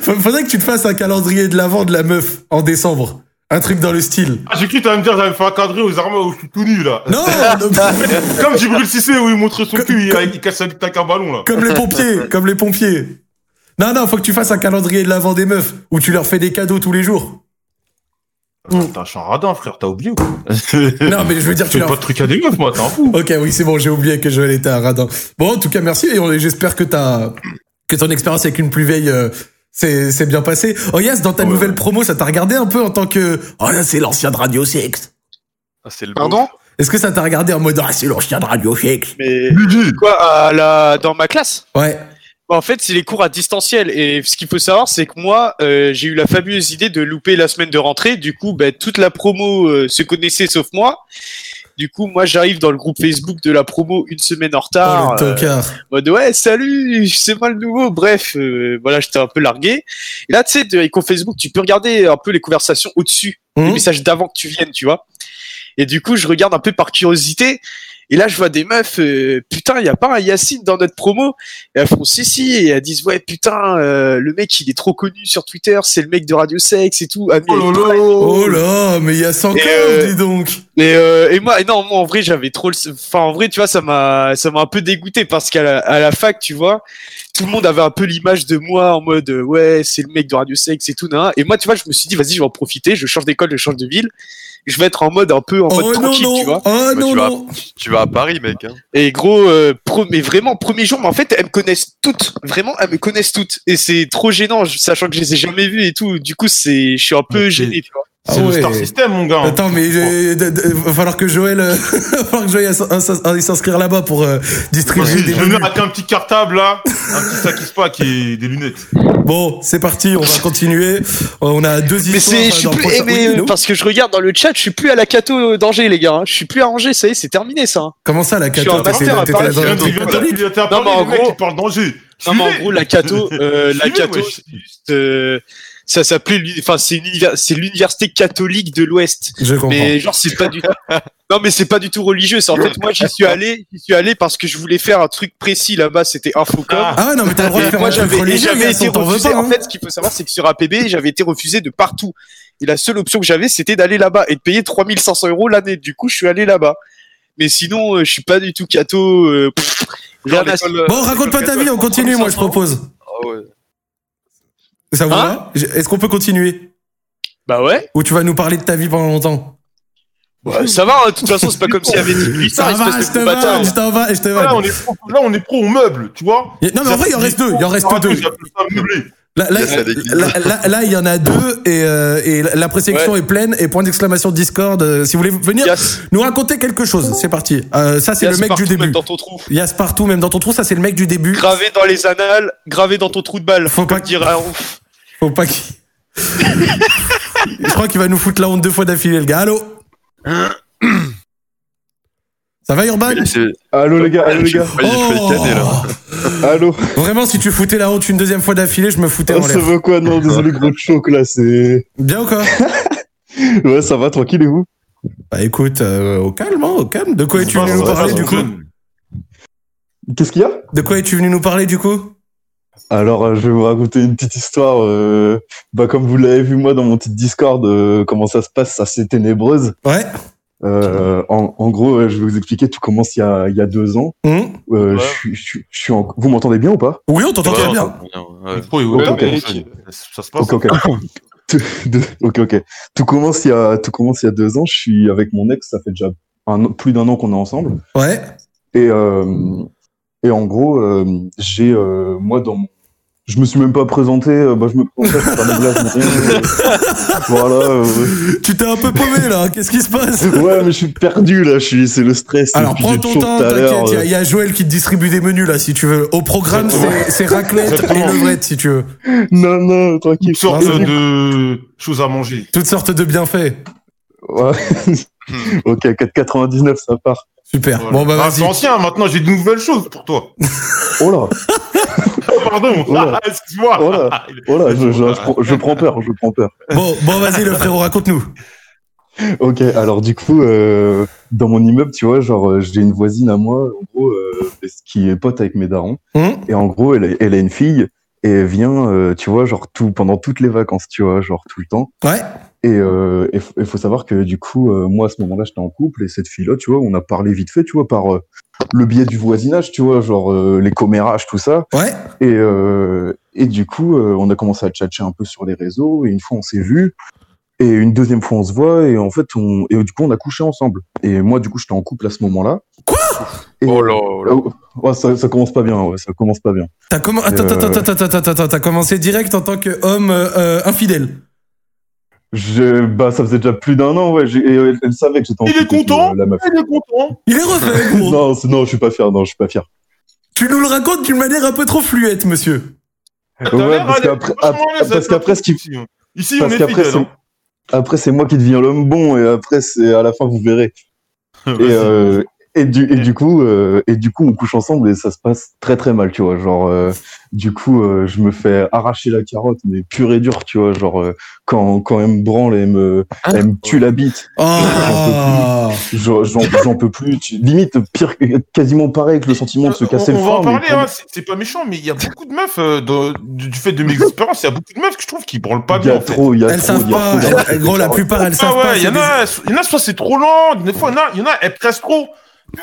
[SPEAKER 1] Fa- Faudrait que tu te fasses un calendrier de l'avant de la meuf en décembre. Un truc dans le style.
[SPEAKER 2] (laughs) j'ai cru que t'allais me dire j'avais fait un cadré aux armes où je suis tout nu là.
[SPEAKER 1] Non, non,
[SPEAKER 2] (laughs) Comme Jibril Cissé où il montre son
[SPEAKER 1] Que-
[SPEAKER 2] cul, il, il casse un tac un ballon là. (laughs)
[SPEAKER 1] comme les pompiers, comme les pompiers. Non, non, faut que tu fasses un calendrier de l'avant des meufs où tu leur fais des cadeaux tous les jours.
[SPEAKER 2] T'es un charadin frère, t'as oublié ou quoi
[SPEAKER 1] Non, mais je veux dire,
[SPEAKER 2] Je
[SPEAKER 1] tu
[SPEAKER 2] fais pas
[SPEAKER 1] leur
[SPEAKER 2] de truc à des meufs moi, t'es un fou.
[SPEAKER 1] Ok, oui, c'est bon, j'ai oublié que Joël était un radin. Bon, en tout cas, merci et on- j'espère que t'as que ton expérience avec une plus vieille euh, s'est s'est bien passée. Oh Yas, dans ta
[SPEAKER 2] Ouais.
[SPEAKER 1] nouvelle promo, ça t'a regardé un peu en tant que oh là, c'est l'ancien de Radio Sex.
[SPEAKER 3] Ah, c'est le
[SPEAKER 5] Pardon
[SPEAKER 1] Est-ce que ça t'a regardé en mode ah, c'est l'ancien de Radio Sex
[SPEAKER 5] Mais
[SPEAKER 2] Luigi,
[SPEAKER 5] quoi, à la... dans ma classe Bah,
[SPEAKER 1] Ouais.
[SPEAKER 5] En fait, c'est les cours à distanciel. Et ce qu'il faut savoir, c'est que moi, euh, j'ai eu la fabuleuse idée de louper la semaine de rentrée. Du coup, bah, toute la promo euh, se connaissait sauf moi. Du coup, moi, j'arrive dans le groupe Facebook de la promo une semaine en retard.
[SPEAKER 1] Oh, le
[SPEAKER 5] euh,
[SPEAKER 1] tocard.
[SPEAKER 5] en mode ouais, salut, c'est moi le nouveau. Bref, euh, voilà, j'étais un peu largué. Et là, tu sais, de- avec ton Facebook, tu peux regarder un peu les conversations au-dessus, les
[SPEAKER 1] Mhm.
[SPEAKER 5] messages d'avant que tu viennes, tu vois. Et du coup, je regarde un peu par curiosité. Et là, je vois des meufs, euh, putain, il n'y a pas un Yacine dans notre promo. Et elles font si, si. Et elles disent, ouais, putain, euh, le mec, il est trop connu sur Twitter, c'est le mec de Radio Sex et tout. Ah, ami avec
[SPEAKER 2] Oh là
[SPEAKER 5] Brett.
[SPEAKER 2] là.
[SPEAKER 1] Oh là, mais il y a 100
[SPEAKER 5] Et,
[SPEAKER 1] codes,
[SPEAKER 5] euh,
[SPEAKER 1] dis donc.
[SPEAKER 5] Et, euh, et moi, et non, moi en vrai, j'avais trop. le- Enfin, en vrai, tu vois, ça m'a, ça m'a un peu dégoûté parce qu'à la, à la fac, tu vois, tout le monde avait un peu l'image de moi en mode euh, ouais, c'est le mec de Radio Sex et tout, nan, nan. Et moi, tu vois, je me suis dit, vas-y, je vais en profiter, je change d'école, je change de ville, je vais être en mode un peu en
[SPEAKER 1] Oh
[SPEAKER 5] mode
[SPEAKER 1] non,
[SPEAKER 5] tranquille, tu vois.
[SPEAKER 1] non. Oh
[SPEAKER 3] Bah,
[SPEAKER 1] non,
[SPEAKER 3] tu vas-
[SPEAKER 1] non.
[SPEAKER 3] Tu vas à Paris, mec. Hein.
[SPEAKER 5] Et gros, euh, pro- mais vraiment, premier jour, mais en fait, elles me connaissent toutes. Vraiment, elles me connaissent toutes. Et c'est trop gênant, je- sachant que je les ai jamais vues et tout. Du coup, c'est, je suis un peu
[SPEAKER 2] Ok.
[SPEAKER 5] gêné, tu vois.
[SPEAKER 1] Ah
[SPEAKER 2] C'est le
[SPEAKER 1] ouais.
[SPEAKER 2] Star System, mon gars.
[SPEAKER 1] Attends, mais euh, d- d- va falloir que Joël, euh, (laughs) va falloir que Joël aille s- aille s- aille s'inscrire là-bas pour euh, distribuer des
[SPEAKER 2] Je
[SPEAKER 1] menus.
[SPEAKER 2] me avec un petit cartable là, un petit sac qui se pack et des lunettes.
[SPEAKER 1] Bon, c'est parti, on va continuer. Euh, On a deux
[SPEAKER 5] Mais
[SPEAKER 1] histoires.
[SPEAKER 5] c'est, je
[SPEAKER 1] enfin,
[SPEAKER 5] suis
[SPEAKER 1] dans le
[SPEAKER 5] plus,
[SPEAKER 1] prochain-
[SPEAKER 5] eh, mais,
[SPEAKER 1] Oui,
[SPEAKER 5] euh,
[SPEAKER 1] nous.
[SPEAKER 5] parce que je regarde dans le chat, je suis plus à la Cato d'Angers, les gars. hein. Je suis plus à Angers, ça y est, c'est terminé, ça. hein.
[SPEAKER 1] Comment ça, la
[SPEAKER 5] suis
[SPEAKER 1] 14
[SPEAKER 5] en master à
[SPEAKER 1] T'étais
[SPEAKER 5] Paris,
[SPEAKER 1] là
[SPEAKER 5] je
[SPEAKER 1] dans
[SPEAKER 5] viens
[SPEAKER 1] le
[SPEAKER 5] de
[SPEAKER 1] truc
[SPEAKER 5] vivre-
[SPEAKER 1] catholique
[SPEAKER 2] Non, mais en gros, qui parle d'Angers.
[SPEAKER 5] Non, mais en gros, la Cato, euh, la
[SPEAKER 2] Suivez,
[SPEAKER 5] Cato,
[SPEAKER 2] wesh.
[SPEAKER 5] euh, ça s'appelait, l'uni- enfin, c'est une univers- c'est l'université catholique de l'Ouest.
[SPEAKER 1] Je comprends.
[SPEAKER 5] Mais genre, c'est pas du tout. Non, mais c'est pas du tout religieux. c'est En fait, moi, j'y suis allé, j'y suis allé parce que je voulais faire un truc précis là-bas. C'était Infocom.
[SPEAKER 2] Ah,
[SPEAKER 1] Ah ouais, non, mais t'as le droit de
[SPEAKER 5] Et
[SPEAKER 1] faire
[SPEAKER 5] moi
[SPEAKER 1] un truc
[SPEAKER 5] j'avais et
[SPEAKER 1] religieux,
[SPEAKER 5] j'avais
[SPEAKER 1] garçon,
[SPEAKER 5] été
[SPEAKER 1] t'en veux
[SPEAKER 5] refusé.
[SPEAKER 1] pas.
[SPEAKER 5] En
[SPEAKER 1] hein.
[SPEAKER 5] fait, ce qu'il faut savoir, c'est que sur APB, j'avais été refusé de partout. Et la seule option que j'avais, c'était d'aller là-bas et de payer 3500 euros l'année. Du coup, je suis allé là-bas. Mais sinon, euh, je suis pas du tout cato. euh, pff,
[SPEAKER 2] Ah,
[SPEAKER 5] genre
[SPEAKER 3] Rien à-
[SPEAKER 5] l'école-
[SPEAKER 1] Bon, raconte pas ta vie, on continue, moi je propose.
[SPEAKER 3] Ah ouais.
[SPEAKER 1] Ça vous
[SPEAKER 5] Hein
[SPEAKER 1] va Est-ce qu'on peut continuer
[SPEAKER 5] Bah ouais.
[SPEAKER 1] Ou tu vas nous parler de ta vie pendant longtemps
[SPEAKER 5] Bah, ça va, hein, de toute façon, c'est pas comme s'il y avait 18
[SPEAKER 1] Ça
[SPEAKER 5] ans,
[SPEAKER 1] va,
[SPEAKER 5] espèce de
[SPEAKER 1] je te
[SPEAKER 5] gros bâtard.
[SPEAKER 1] vanne, je t'en vas et je te vanne.
[SPEAKER 2] Là, on est pro, là, on est pro au meuble, tu vois. Ah,
[SPEAKER 1] Y- Non, mais en vrai, il en reste deux. Il en reste deux.
[SPEAKER 2] J'appelle
[SPEAKER 8] Ah,
[SPEAKER 2] ça meublé.
[SPEAKER 1] Là,
[SPEAKER 3] Il
[SPEAKER 1] là,
[SPEAKER 3] y a ça, les gars.
[SPEAKER 1] là, là- là, il y en a deux et, euh, et la- la présection est pleine et point d'exclamation Discord. euh, si vous voulez venir
[SPEAKER 5] Yass-
[SPEAKER 1] nous raconter quelque chose, c'est parti. Euh, ça, c'est
[SPEAKER 5] Yass
[SPEAKER 1] le mec
[SPEAKER 5] partout,
[SPEAKER 1] du
[SPEAKER 5] même
[SPEAKER 1] début.
[SPEAKER 5] Dans ton trou.
[SPEAKER 1] Yass partout, même dans ton trou, ça, c'est le mec du début.
[SPEAKER 5] Gravé dans les annales, gravé dans ton trou de balle.
[SPEAKER 1] Faut pas
[SPEAKER 5] Comme dirait un ouf.
[SPEAKER 1] Faut pas qu'il. (laughs) Je crois qu'il va nous foutre la honte deux fois d'affilée, le gars. Allô (coughs) Ça va, Urban
[SPEAKER 3] Mais c'est-
[SPEAKER 8] Allô les gars, allô les gars,
[SPEAKER 3] Ouais, je fais le cadet, là.
[SPEAKER 8] allô.
[SPEAKER 1] Oh. Vraiment, si tu foutais la honte une deuxième fois d'affilée, je me foutais en
[SPEAKER 8] Ça
[SPEAKER 1] l'air.
[SPEAKER 8] veut quoi Non, désolé, gros choc là, c'est.
[SPEAKER 1] Bien ou quoi
[SPEAKER 8] (laughs) Ouais, ça va, tranquille et vous
[SPEAKER 1] Bah écoute, euh, au calme, hein, au calme. De quoi es-tu
[SPEAKER 2] Ça
[SPEAKER 1] venu
[SPEAKER 2] va,
[SPEAKER 1] nous
[SPEAKER 2] ça va,
[SPEAKER 1] parler
[SPEAKER 2] ça
[SPEAKER 1] du coup
[SPEAKER 2] fonctionne.
[SPEAKER 8] Qu'est-ce qu'il y a
[SPEAKER 1] De quoi es-tu venu nous parler du coup
[SPEAKER 8] Alors, euh, je vais vous raconter une petite histoire. euh, Bah, comme vous l'avez vu, moi, dans mon petit Discord, euh, comment ça se passe, ça, c'est ténébreuse.
[SPEAKER 1] Ouais.
[SPEAKER 8] Euh, en, en gros, euh, je vais vous expliquer, tout commence il y a, il y a deux ans.
[SPEAKER 1] Hum.
[SPEAKER 8] Euh,
[SPEAKER 3] Ouais.
[SPEAKER 8] je suis- je suis- je suis en- Vous m'entendez bien ou pas
[SPEAKER 1] Oui, on t'entend
[SPEAKER 3] Ouais,
[SPEAKER 1] très
[SPEAKER 3] on
[SPEAKER 1] bien.
[SPEAKER 3] t'entend bien, ouais.
[SPEAKER 2] Le pro est
[SPEAKER 8] Ok,
[SPEAKER 2] ouvert,
[SPEAKER 8] ok.
[SPEAKER 2] mais ça ça se passe.
[SPEAKER 8] Ok, (laughs) ok. Tout- de- ok, ok. Tout commence il y a, tout commence il y a deux ans. Je suis avec mon ex, ça fait déjà un an- plus d'un an qu'on est ensemble.
[SPEAKER 1] Ouais.
[SPEAKER 8] Et, euh, et en gros, euh, j'ai, euh, moi, dans mon. Je me suis même pas présenté, euh, bah, je me présentais, je fais pas de blague, ni rien, euh,
[SPEAKER 1] (laughs)
[SPEAKER 8] voilà, euh,
[SPEAKER 1] Tu t'es un peu paumé là, qu'est-ce qui se passe
[SPEAKER 8] (laughs) ouais, mais je suis perdu, là, je suis, c'est le stress.
[SPEAKER 1] Alors
[SPEAKER 8] et puis
[SPEAKER 1] prends
[SPEAKER 8] j'ai
[SPEAKER 1] ton
[SPEAKER 8] chaud
[SPEAKER 1] temps,
[SPEAKER 8] tout à l'heure,
[SPEAKER 1] t'inquiète, il y a-
[SPEAKER 8] euh.
[SPEAKER 1] il y, a Joël qui te distribue des menus là si tu veux. Au programme, c'est- c'est raclette et
[SPEAKER 2] Exactement.
[SPEAKER 1] levrette si tu veux.
[SPEAKER 8] Non, non, tranquille.
[SPEAKER 2] Une sorte
[SPEAKER 1] Non, c'est-
[SPEAKER 2] de choses Euh, à manger.
[SPEAKER 1] Toutes sortes de bienfaits.
[SPEAKER 8] euh, Ouais. (laughs) ok, 4,99, ça part.
[SPEAKER 1] Super.
[SPEAKER 2] Voilà.
[SPEAKER 1] Bon bah
[SPEAKER 2] Hmm. Ah, C'est
[SPEAKER 1] vas-y.
[SPEAKER 2] ancien, maintenant j'ai de nouvelles choses pour
[SPEAKER 8] (laughs)
[SPEAKER 2] toi.
[SPEAKER 8] Oh là,
[SPEAKER 2] Oh, Pardon,
[SPEAKER 8] Oh là.
[SPEAKER 2] Ah, excuse-moi.
[SPEAKER 8] Oh là. oh là, je, je- je prends- je prends peur, je prends peur.
[SPEAKER 1] Bon, bon vas-y le frérot, raconte-nous.
[SPEAKER 8] Ok, alors du coup, euh, dans mon immeuble, tu vois, genre, euh, j'ai une voisine à moi, en gros, euh, qui est pote avec mes darons.
[SPEAKER 1] Hum
[SPEAKER 8] Et en gros, elle, a- elle a une fille et elle vient, euh, tu vois, genre, tout, pendant toutes les vacances, tu vois, genre, tout le temps.
[SPEAKER 1] (laughs) ouais.
[SPEAKER 8] Et il faut savoir que du coup, euh, moi, à ce moment-là, j'étais en couple et cette fille-là, tu vois, on a parlé vite fait, tu vois, par euh, le biais du voisinage, tu vois, genre, euh, les commérages, tout ça.
[SPEAKER 1] Ouais.
[SPEAKER 8] Et, euh, et du coup, euh, on a commencé à tchatcher un peu sur les réseaux. Et une fois, on s'est vu. Et une deuxième fois, on se voit. Et en fait, on, et du coup, on a couché ensemble. Et moi, du coup, j'étais en couple à ce moment-là.
[SPEAKER 1] Quoi
[SPEAKER 8] Et-
[SPEAKER 3] Oh là, oh là.
[SPEAKER 8] Oh, ouais, ça, ça commence pas bien. Ouais, ça commence pas bien.
[SPEAKER 1] T'as commen- attends,
[SPEAKER 8] Euh.
[SPEAKER 1] attends, attends, attends, attends, attends, t'as commencé direct en tant qu'homme euh, infidèle.
[SPEAKER 8] Je, bah, ça faisait déjà plus d'un an. Ouais. j'ai- et elle, elle savait que j'étais en
[SPEAKER 2] Il est
[SPEAKER 8] couple et tout,
[SPEAKER 2] content
[SPEAKER 8] euh, la meuf.
[SPEAKER 2] Il est content.
[SPEAKER 8] (laughs)
[SPEAKER 1] Il est refait, gros.
[SPEAKER 8] Non, c'est- non, je suis pas fier. Non, je suis pas fier.
[SPEAKER 1] Tu nous le racontes d'une manière un peu trop fluette, monsieur.
[SPEAKER 2] T'as
[SPEAKER 8] Ouais,
[SPEAKER 2] l'air
[SPEAKER 8] parce
[SPEAKER 2] d'être
[SPEAKER 8] qu'après-
[SPEAKER 2] vachement à l'aise
[SPEAKER 8] parce
[SPEAKER 2] avec
[SPEAKER 8] qu'après,
[SPEAKER 2] notre
[SPEAKER 8] ce qui-
[SPEAKER 2] truc ici, hein. Ici, on
[SPEAKER 8] Parce
[SPEAKER 2] est
[SPEAKER 8] qu'après,
[SPEAKER 2] fidèle. hein.
[SPEAKER 8] c'est- après, c'est moi qui deviens l'homme bon, et après, c'est à la fin, vous verrez. Et,
[SPEAKER 2] (laughs) Vas-y.
[SPEAKER 8] euh, et, du, et, du coup, euh, et du coup, on couche ensemble et ça se passe très très mal, tu vois. Genre, euh, du coup, euh, je me fais arracher la carotte, mais pure et dure, tu vois. Genre, euh, quand, quand elle me branle, elle me, elle me tue la bite.
[SPEAKER 1] Oh
[SPEAKER 8] J'en j'en- j'en peux plus. Tu- Limite, pire, que- quasiment pareil que le sentiment de se
[SPEAKER 2] Euh, on,
[SPEAKER 8] casser
[SPEAKER 2] on
[SPEAKER 8] le
[SPEAKER 2] va
[SPEAKER 8] frein.
[SPEAKER 2] en
[SPEAKER 8] mais
[SPEAKER 2] parler,
[SPEAKER 8] quand-
[SPEAKER 2] hein, c'est c'est pas méchant, mais il y a beaucoup de meufs, euh, dans- du, du fait de mes expériences, il y a beaucoup de meufs que je trouve qui branlent pas
[SPEAKER 8] Il y
[SPEAKER 2] bien.
[SPEAKER 8] a
[SPEAKER 2] En fait.
[SPEAKER 8] trop, il y a
[SPEAKER 1] Elles
[SPEAKER 8] trop,
[SPEAKER 1] savent
[SPEAKER 8] il y a
[SPEAKER 1] pas.
[SPEAKER 8] trop
[SPEAKER 1] elles-
[SPEAKER 8] d'arrêts
[SPEAKER 1] elles-
[SPEAKER 8] de
[SPEAKER 1] Gros, la
[SPEAKER 8] carottes.
[SPEAKER 1] plupart, elles
[SPEAKER 2] Ah
[SPEAKER 1] savent pas.
[SPEAKER 2] ouais, il y
[SPEAKER 1] c'est
[SPEAKER 2] en
[SPEAKER 1] des-
[SPEAKER 2] a, il y en a, soit c'est trop lent, des fois, il y en a, il y en a, elles pressent trop.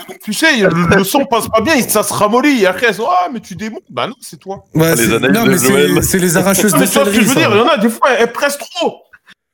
[SPEAKER 2] Donc, tu sais, le,
[SPEAKER 1] (laughs)
[SPEAKER 2] le son passe pas bien, et ça se ramollit, et après, elles sont, ah, mais tu démontes. Bah non, c'est toi.
[SPEAKER 7] Ah,
[SPEAKER 1] Ouais,
[SPEAKER 3] Les
[SPEAKER 1] c'est-
[SPEAKER 3] analyses
[SPEAKER 1] non,
[SPEAKER 3] de
[SPEAKER 1] mais c'est-
[SPEAKER 3] Joël.
[SPEAKER 1] c'est
[SPEAKER 2] (laughs)
[SPEAKER 1] les arracheuses
[SPEAKER 2] Ah,
[SPEAKER 1] de
[SPEAKER 2] mais tu vois ce que je
[SPEAKER 1] sellerie,
[SPEAKER 2] veux
[SPEAKER 1] ça.
[SPEAKER 2] dire, il y en a, des fois, elles pressent trop.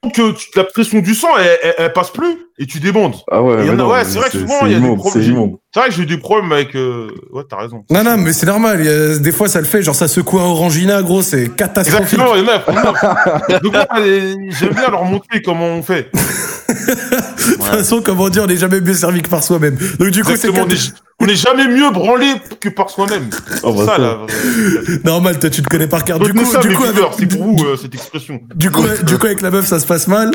[SPEAKER 2] Donc, euh, tu- la pression du sang, elle, elle- elle passe plus, et tu démontes.
[SPEAKER 8] Ah ouais,
[SPEAKER 2] Il y en
[SPEAKER 8] mais
[SPEAKER 2] a-
[SPEAKER 8] non,
[SPEAKER 2] ouais,
[SPEAKER 8] mais
[SPEAKER 2] c'est vrai que souvent,
[SPEAKER 8] c'est
[SPEAKER 2] il y a des
[SPEAKER 8] immonde,
[SPEAKER 2] problèmes.
[SPEAKER 8] C'est immonde.
[SPEAKER 2] C'est vrai que j'ai eu des problèmes avec, euh, ouais, t'as raison.
[SPEAKER 1] Non, non, mais c'est normal. il y a- Des fois, ça le fait. Genre, ça secoue un Orangina, gros. C'est catastrophique.
[SPEAKER 2] Exactement, il y en a, il y en a. Donc, moi, les- j'aime bien leur montrer comment on fait.
[SPEAKER 1] De toute façon, comment dire, on n'est jamais mieux servi que par soi-même. Donc, du coup, c'est
[SPEAKER 2] Exactement, on
[SPEAKER 1] cat-
[SPEAKER 2] est- on n'est jamais mieux branlé que par soi-même. C'est
[SPEAKER 8] Ah, bah,
[SPEAKER 2] ça,
[SPEAKER 8] ça.
[SPEAKER 2] la vraie-
[SPEAKER 1] normal. Toi, tu te connais par cœur. Du
[SPEAKER 2] Retenez
[SPEAKER 1] coup,
[SPEAKER 2] ça,
[SPEAKER 1] du
[SPEAKER 2] mes
[SPEAKER 1] coup, avec-
[SPEAKER 2] viewers, c'est pour vous, euh, cette expression.
[SPEAKER 1] du coup, du coup, avec la meuf, ça se passe mal.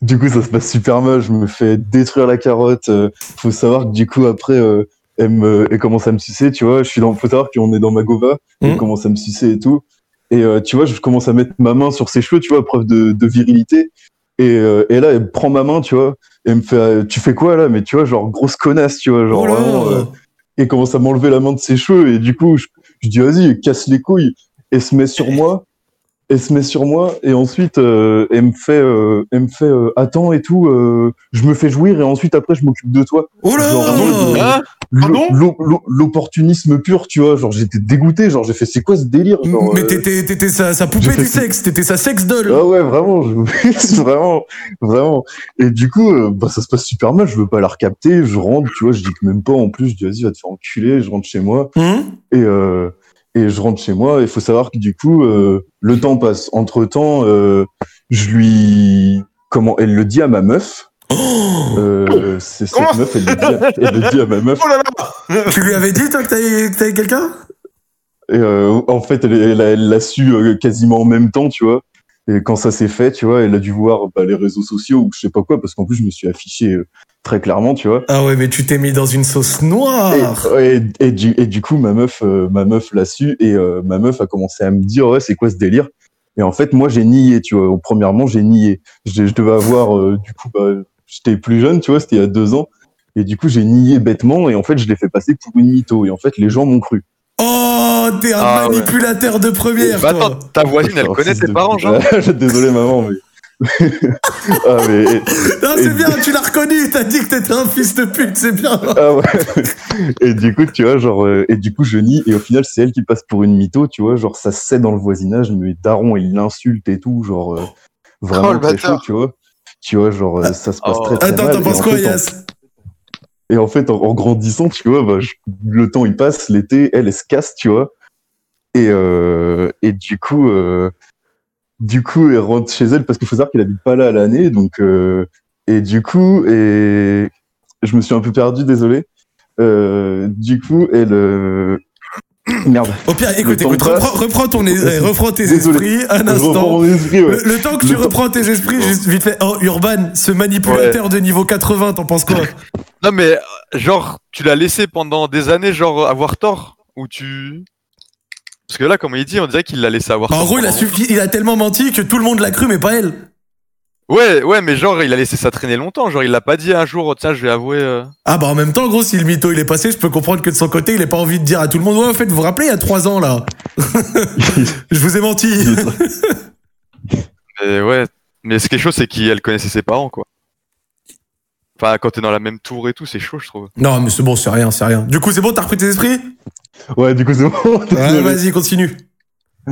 [SPEAKER 8] Du coup, ça se passe super mal. Je me fais détruire la carotte. Euh, faut savoir que du coup, après, euh, elle, me, elle commence à me sucer, tu vois. Je suis dans, faut savoir qu'on est dans Magova.
[SPEAKER 1] Mhm.
[SPEAKER 8] Elle commence à me sucer et tout. Et euh, tu vois, je commence à mettre ma main sur ses cheveux, tu vois, preuve de, de virilité. Et, euh, et là, elle me prend ma main, tu vois. Et elle me fait, euh, tu fais quoi là Mais tu vois, genre grosse connasse, tu vois, genre
[SPEAKER 1] Oh là
[SPEAKER 8] vraiment. euh, et commence à m'enlever la main de ses cheveux. Et du coup, je, je dis vas-y, casse les couilles. Elle se met sur moi. Elle se met sur moi. Et ensuite, euh, elle me fait, euh, elle me fait euh, attends et tout. euh, je me fais jouir. Et ensuite, après, je m'occupe de toi.
[SPEAKER 1] Oh là Ah,
[SPEAKER 8] Genre, non,
[SPEAKER 1] là
[SPEAKER 8] non.
[SPEAKER 2] Pardon
[SPEAKER 8] L'o- l'o- l'o- L'opportunisme pur, tu vois. Genre, j'étais dégoûté. Genre, j'ai fait c'est quoi ce délire Genre,
[SPEAKER 1] Mais
[SPEAKER 8] euh,
[SPEAKER 1] t'étais t'étais sa, sa
[SPEAKER 8] j'ai
[SPEAKER 1] poupée
[SPEAKER 8] fait
[SPEAKER 1] du
[SPEAKER 8] ce-
[SPEAKER 1] sexe. T'étais sa sex doll.
[SPEAKER 8] Ah ouais, vraiment, je- (laughs) vraiment, vraiment. Et du coup, euh, bah, ça se passe super mal. Je veux pas la recapter. Je rentre, tu vois. Je dis que même pas. En plus, je dis vas-y, va te faire enculer. Je rentre chez moi.
[SPEAKER 2] Hmm
[SPEAKER 1] Hum
[SPEAKER 8] Et, euh, et je rentre chez moi. Il faut savoir que du coup, euh, le temps passe. Entre temps, je lui. Comment Elle le dit à ma meuf.
[SPEAKER 1] Oh
[SPEAKER 8] Euh, c'est cette
[SPEAKER 2] Oh. Comment
[SPEAKER 8] meuf, elle le, dit à, elle le dit à ma meuf.
[SPEAKER 2] Oh là là
[SPEAKER 1] tu lui avais dit, toi, que t'avais que t'avais quelqu'un
[SPEAKER 8] Et euh, en fait, elle elle a- elle l'a su euh, quasiment en même temps, tu vois. Et quand ça s'est fait, tu vois, elle a dû voir bah, les réseaux sociaux ou je sais pas quoi, parce qu'en plus, je me suis affiché euh, très clairement, tu vois.
[SPEAKER 1] Ah ouais, mais tu t'es mis dans une sauce noire.
[SPEAKER 8] Et, et- et du, et du coup, ma meuf, euh, ma meuf l'a su et euh, ma meuf a commencé à me dire ouais, c'est quoi ce délire Et en fait, moi, j'ai nié, tu vois. Premièrement, j'ai nié. Je, je devais avoir, euh, du coup, bah, j'étais plus jeune, tu vois, c'était il y a deux ans. Et du coup, j'ai nié bêtement et en fait, je l'ai fait passer pour une mytho. Et en fait, les gens m'ont cru.
[SPEAKER 1] Oh, t'es un
[SPEAKER 3] Ah ouais.
[SPEAKER 1] manipulateur de première,
[SPEAKER 3] Bah,
[SPEAKER 1] toi.
[SPEAKER 3] attends, ta voisine, elle
[SPEAKER 8] Alors,
[SPEAKER 3] connaît
[SPEAKER 8] fils
[SPEAKER 3] tes
[SPEAKER 8] de-
[SPEAKER 3] parents, genre.
[SPEAKER 8] (laughs) Désolé, maman, mais. (laughs) ah, mais
[SPEAKER 1] Non, c'est
[SPEAKER 8] Et-
[SPEAKER 1] bien, tu l'as reconnu, t'as dit que t'étais un fils de pute, c'est bien.
[SPEAKER 8] Ah ouais. Et du coup, tu vois, genre, euh, et du coup, je nie, et au final, c'est elle qui passe pour une mytho, tu vois, genre, ça se sait dans le voisinage, mais Daron, il l'insulte et tout, genre, euh, vraiment,
[SPEAKER 7] Oh, le
[SPEAKER 8] très
[SPEAKER 7] bâtard.
[SPEAKER 8] chaud, tu vois. Tu vois, genre, euh, ça se passe
[SPEAKER 3] Oh.
[SPEAKER 8] très, très
[SPEAKER 1] Attends,
[SPEAKER 8] mal.
[SPEAKER 1] t'en
[SPEAKER 8] et
[SPEAKER 1] penses
[SPEAKER 8] en
[SPEAKER 1] quoi,
[SPEAKER 8] fait, en-
[SPEAKER 1] Yas
[SPEAKER 8] Et en fait, en, en grandissant, tu vois, bah, je- le temps, il passe, l'été, elle, elle se casse, tu vois. Et, euh, et du coup, euh, du coup, elle rentre chez elle parce qu'il faut savoir qu'elle habite pas là à l'année, donc euh, et du coup, et je me suis un peu perdu, désolé. Euh, du coup, elle euh, merde.
[SPEAKER 1] Au pire, écoute,
[SPEAKER 8] temps
[SPEAKER 1] écoute,
[SPEAKER 8] passe.
[SPEAKER 1] reprends, reprends ton es- eh, reprends tes
[SPEAKER 8] Désolé.
[SPEAKER 1] esprits, un
[SPEAKER 8] Je reprends
[SPEAKER 1] instant.
[SPEAKER 8] mon esprit, ouais.
[SPEAKER 1] Le, le temps que tu
[SPEAKER 8] Le temps-
[SPEAKER 1] reprends tes esprits, juste vite fait. Oh, Urban, ce manipulateur de niveau 80, t'en
[SPEAKER 3] (laughs)
[SPEAKER 1] penses quoi
[SPEAKER 3] Non, mais euh, genre, tu l'as laissé pendant des années, genre, avoir tort Ou tu. Parce que là, comme il dit, on dirait qu'il l'a laissé avoir
[SPEAKER 1] Bah, En
[SPEAKER 3] tort.
[SPEAKER 1] gros, il a,
[SPEAKER 3] pendant-
[SPEAKER 1] suffi- il a tellement menti que tout le monde l'a cru, mais pas elle.
[SPEAKER 3] Ouais, ouais, mais genre, il a laissé ça traîner longtemps. Genre, il l'a pas dit un jour, tiens, je vais avouer. euh.
[SPEAKER 1] Ah bah en même temps, gros, si le mytho il est passé, je peux comprendre que de son côté, il ait pas envie de dire à tout le monde, ouais, en fait, vous vous rappelez, il y a trois
[SPEAKER 8] (laughs)
[SPEAKER 1] ans, là, je vous ai menti.
[SPEAKER 3] Mais ouais. Mais ce qui est chaud, c'est qu'elle connaissait ses parents, quoi. Enfin, quand t'es dans la même tour et tout, c'est chaud, je trouve.
[SPEAKER 1] Non, mais c'est bon, c'est rien, c'est rien. Du coup, c'est bon, t'as repris tes esprits
[SPEAKER 8] ouais, du coup, c'est bon.
[SPEAKER 1] Ouais, Vas-y, continue.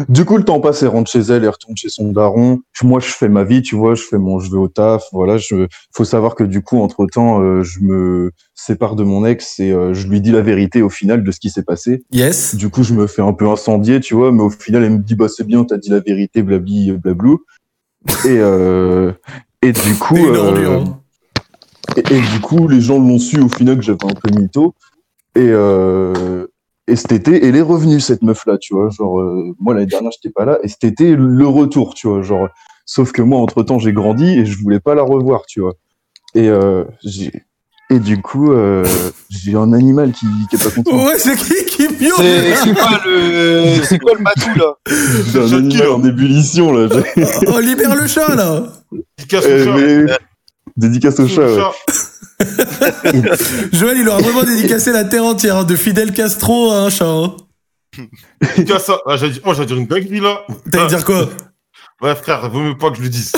[SPEAKER 8] Du coup, le temps passe, elle rentre chez elle, elle retourne chez son daron. Je- Moi, je fais ma vie, tu vois, je fais mon, je vais au taf, voilà. Je, faut savoir que du coup, entre temps, je me sépare de mon ex et euh, je lui dis la vérité au final de ce qui s'est passé.
[SPEAKER 1] Yes.
[SPEAKER 8] Du coup, je me fais un peu incendier, tu vois, mais au final, elle me dit, bah, c'est bien, t'as dit la vérité, blabli, euh, blablou. Et, euh, et
[SPEAKER 1] (laughs)
[SPEAKER 8] du coup,
[SPEAKER 1] T'es une
[SPEAKER 8] euh,
[SPEAKER 1] ordure, hein.
[SPEAKER 8] et, et du coup, les gens l'ont su au final que j'avais un peu mytho. Et, euh, Et cet été, elle est revenue, cette meuf-là, tu vois. Genre, euh, moi, l'année dernière, j'étais pas là. Et cet été, le retour, tu vois. Genre, sauf que moi, entre-temps, j'ai grandi et je voulais pas la revoir, tu vois. Et, euh, j'ai- et du coup, euh, j'ai un animal qui, qui est pas content.
[SPEAKER 1] Ouais, c'est qui qui miaule
[SPEAKER 5] C'est c'est quoi le c'est quoi le matou là
[SPEAKER 8] J'ai un
[SPEAKER 2] c'est
[SPEAKER 8] animal
[SPEAKER 2] Shakira.
[SPEAKER 8] en ébullition, là.
[SPEAKER 1] Oh, libère le chat, là
[SPEAKER 2] Il casse
[SPEAKER 8] Euh,
[SPEAKER 2] son chat.
[SPEAKER 8] mais- Dédicace au chat,
[SPEAKER 2] Son
[SPEAKER 8] ouais.
[SPEAKER 2] chat.
[SPEAKER 1] Joël, il aura vraiment dédicacé la terre entière, hein, de Fidel Castro à un chat. Hein.
[SPEAKER 2] Il casse ça. Ah, j'allais dire- moi, j'allais dire une dinguerie, là.
[SPEAKER 1] T'allais dire quoi
[SPEAKER 2] Ouais, frère, vaut mieux pas que je le dise.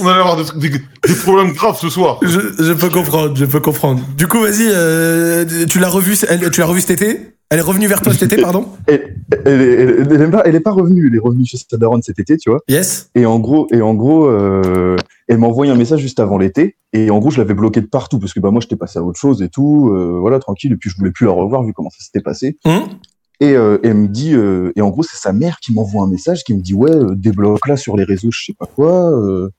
[SPEAKER 2] On allait avoir des, trucs- des- des problèmes graves ce soir.
[SPEAKER 1] je, je peux comprendre, je peux comprendre. Du coup, vas-y, euh, tu l'as revue, elle- tu l'as revue cet été Elle est revenue vers toi cet été, pardon
[SPEAKER 8] Elle, elle, est- elle, elle est pas- elle est pas revenue. Elle est revenue chez sa daronne cet été, tu vois.
[SPEAKER 1] Yes
[SPEAKER 8] Et en gros, et en gros, euh, elle m'a envoyé un message juste avant l'été. Et en gros, je l'avais bloqué de partout parce que bah moi, j'étais passé à autre chose et tout. euh, voilà, tranquille. Et puis je voulais plus la revoir vu comment ça s'était passé.
[SPEAKER 1] Hum
[SPEAKER 8] Et euh, elle me dit, euh, et en gros, c'est sa mère qui m'envoie un message qui me dit ouais, euh, débloque là sur les réseaux, je sais pas quoi. euh.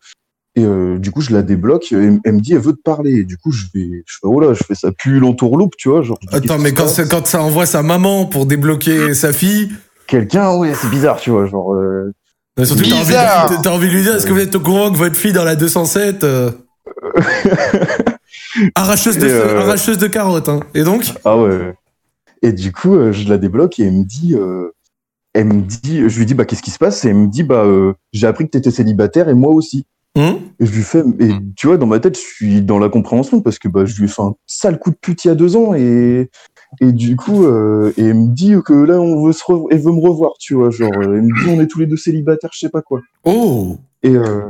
[SPEAKER 8] et euh, du coup, je la débloque. et Elle, elle me dit, elle veut te parler. Et du coup, je vais, je fais oh là, je fais ça pue l'entourloupe, tu vois. Genre, je dis,
[SPEAKER 1] Attends,
[SPEAKER 8] qu'est-ce
[SPEAKER 1] mais
[SPEAKER 8] qui
[SPEAKER 1] quand,
[SPEAKER 8] se
[SPEAKER 1] ça-
[SPEAKER 8] passe Ah,
[SPEAKER 1] quand ça envoie sa maman pour débloquer sa fille,
[SPEAKER 8] quelqu'un, ouais, c'est bizarre, tu vois, genre. euh,
[SPEAKER 1] euh, surtout que t'as envie,
[SPEAKER 7] Bizarre.
[SPEAKER 1] t'as- t'as envie de lui dire, est-ce que vous êtes au courant que votre fille dans la
[SPEAKER 8] (laughs)
[SPEAKER 1] 207 euh, arracheuse, de,
[SPEAKER 8] Et, euh,
[SPEAKER 1] arracheuse de carottes, hein. Et donc
[SPEAKER 8] Ah ouais. Et du coup, euh, je la débloque et elle me dit, euh, elle me dit, je lui dis bah qu'est-ce qui se passe et elle me dit bah euh, j'ai appris que t'étais célibataire et moi aussi.
[SPEAKER 1] Hum
[SPEAKER 8] Et je lui fais et tu vois dans ma tête je suis dans la compréhension parce que bah je lui ai fait un sale coup de pute il y a deux ans et et du coup euh, et elle me dit que là on veut se revo- elle veut me revoir tu vois genre euh, elle me dit on est tous les deux célibataires je sais pas quoi.
[SPEAKER 1] Oh
[SPEAKER 8] Et, euh,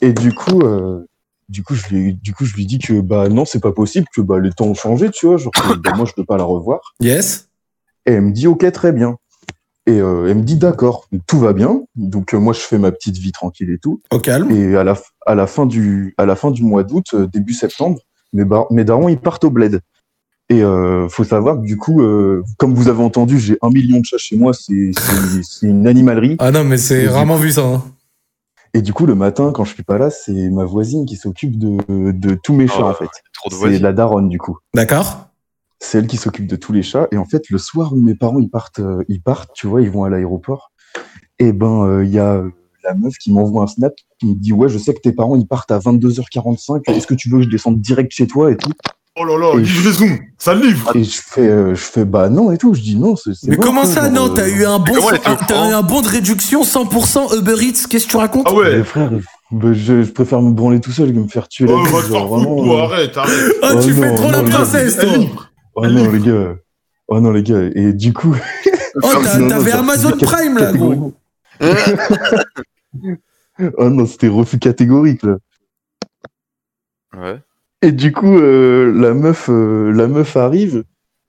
[SPEAKER 8] et du coup, euh, du coup, je lui, du coup, je lui dis que bah non, c'est pas possible, que bah les temps ont changé, tu vois. Genre, que, bah, moi, je peux pas la revoir.
[SPEAKER 1] Yes
[SPEAKER 8] Et elle me dit ok, très bien. Et euh, elle me dit d'accord, donc tout va bien. Donc euh, moi, je fais ma petite vie tranquille et tout.
[SPEAKER 1] Au calme
[SPEAKER 8] Et à la, f- à la fin du, à la fin du mois d'août, euh, début septembre, mes, bar- mes darons ils partent au bled. Et euh, faut savoir que du coup, euh, comme vous avez entendu, j'ai un million de chats chez moi. C'est, c'est, c'est une animalerie.
[SPEAKER 1] Ah non, mais c'est
[SPEAKER 8] Et du
[SPEAKER 1] rarement vu ça. hein.
[SPEAKER 8] Et du coup, le matin, quand je suis pas là, c'est ma voisine qui s'occupe de, de tous mes chats,
[SPEAKER 3] Ah,
[SPEAKER 8] en fait.
[SPEAKER 3] Trop de
[SPEAKER 8] C'est
[SPEAKER 3] voisins.
[SPEAKER 8] la daronne, du coup.
[SPEAKER 1] D'accord
[SPEAKER 8] C'est elle qui s'occupe de tous les chats. Et en fait, le soir où mes parents, ils partent, euh, ils partent, tu vois, ils vont à l'aéroport. Et ben, euh, il y a euh, la meuf qui m'envoie un snap qui me dit, ouais, je sais que tes parents, ils partent à 22h45. Est-ce que tu veux que je descende direct chez toi et tout?
[SPEAKER 2] Oh là là,
[SPEAKER 8] Et-
[SPEAKER 2] Yves Lezoum, ça le livre.
[SPEAKER 8] Et je fais, euh, je fais, bah non et tout. Je dis non, c'est, c'est
[SPEAKER 1] Mais
[SPEAKER 8] mort,
[SPEAKER 1] comment
[SPEAKER 8] quoi,
[SPEAKER 1] ça,
[SPEAKER 8] genre,
[SPEAKER 1] non T'as
[SPEAKER 8] euh,
[SPEAKER 1] eu un bon,
[SPEAKER 3] comment elle était au
[SPEAKER 1] t'as eu
[SPEAKER 3] courant
[SPEAKER 1] un bon de réduction 100% Uber Eats. Qu'est-ce que tu racontes
[SPEAKER 2] Ah ouais.
[SPEAKER 8] mais frère, bah, je, je préfère me branler tout seul que me faire tuer la
[SPEAKER 2] Oh,
[SPEAKER 8] gueule,
[SPEAKER 2] va te faire
[SPEAKER 8] genre,
[SPEAKER 2] foutre,
[SPEAKER 8] vraiment,
[SPEAKER 2] toi,
[SPEAKER 8] euh,
[SPEAKER 2] arrête,
[SPEAKER 1] (laughs)
[SPEAKER 2] arrête. Eh,
[SPEAKER 1] Ah, tu
[SPEAKER 8] Oh
[SPEAKER 1] fais
[SPEAKER 8] non,
[SPEAKER 1] trop la
[SPEAKER 8] non, non,
[SPEAKER 1] princesse, toi.
[SPEAKER 8] Oh non, les gars. Oh non, les gars. Et du coup.
[SPEAKER 1] Oh, t'as-
[SPEAKER 8] Non, non,
[SPEAKER 1] t'avais
[SPEAKER 8] ça,
[SPEAKER 1] Amazon
[SPEAKER 8] c'était
[SPEAKER 1] Prime là, gros.
[SPEAKER 8] catégorique. (laughs) oh non, c'était refus catégorique, là.
[SPEAKER 3] Ouais.
[SPEAKER 8] Et du coup, euh, la, meuf, euh, la meuf arrive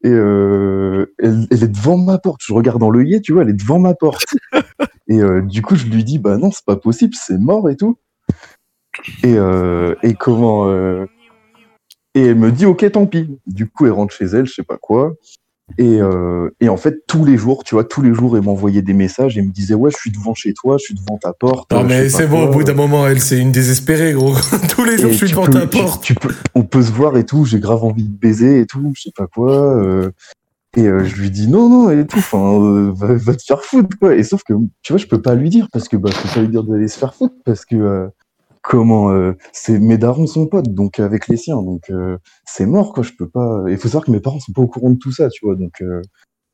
[SPEAKER 8] et euh, elle, elle est devant ma porte. Je regarde dans l'œillet, tu vois, elle est devant ma
[SPEAKER 1] (laughs)
[SPEAKER 8] porte. et euh, du coup, je lui dis, bah non, c'est pas possible, c'est mort et tout. Et, euh, et comment. euh, et elle me dit, ok, tant pis. Du coup, elle rentre chez elle, je sais pas quoi. Et, euh, et en fait, tous les jours, tu vois, tous les jours, elle m'envoyait des messages et me disait, ouais, je suis devant chez toi, je suis devant ta porte.
[SPEAKER 1] Non,
[SPEAKER 8] euh, je
[SPEAKER 1] mais
[SPEAKER 8] sais pas
[SPEAKER 1] c'est bon, au
[SPEAKER 8] quoi.
[SPEAKER 1] bout d'un moment, elle, c'est une désespérée, gros. (laughs) Tous les jours,
[SPEAKER 8] Et
[SPEAKER 1] je suis
[SPEAKER 8] tu
[SPEAKER 1] devant
[SPEAKER 8] peux-
[SPEAKER 1] ta
[SPEAKER 8] tu-
[SPEAKER 1] porte.
[SPEAKER 8] tu peux- on peut se voir et tout, j'ai grave envie de baiser et tout, je sais pas quoi. euh, et euh, je lui dis non, non, et tout, enfin, euh, va, va te faire foutre, quoi. Et sauf que, tu vois, je peux pas lui dire, parce que bah, je peux pas lui dire d'aller se faire foutre, parce que, euh, comment, euh, c'est, mes darons sont potes, donc avec les siens, donc euh, c'est mort, quoi, je peux pas. Il faut savoir que mes parents sont pas au courant de tout ça, tu vois, donc. euh,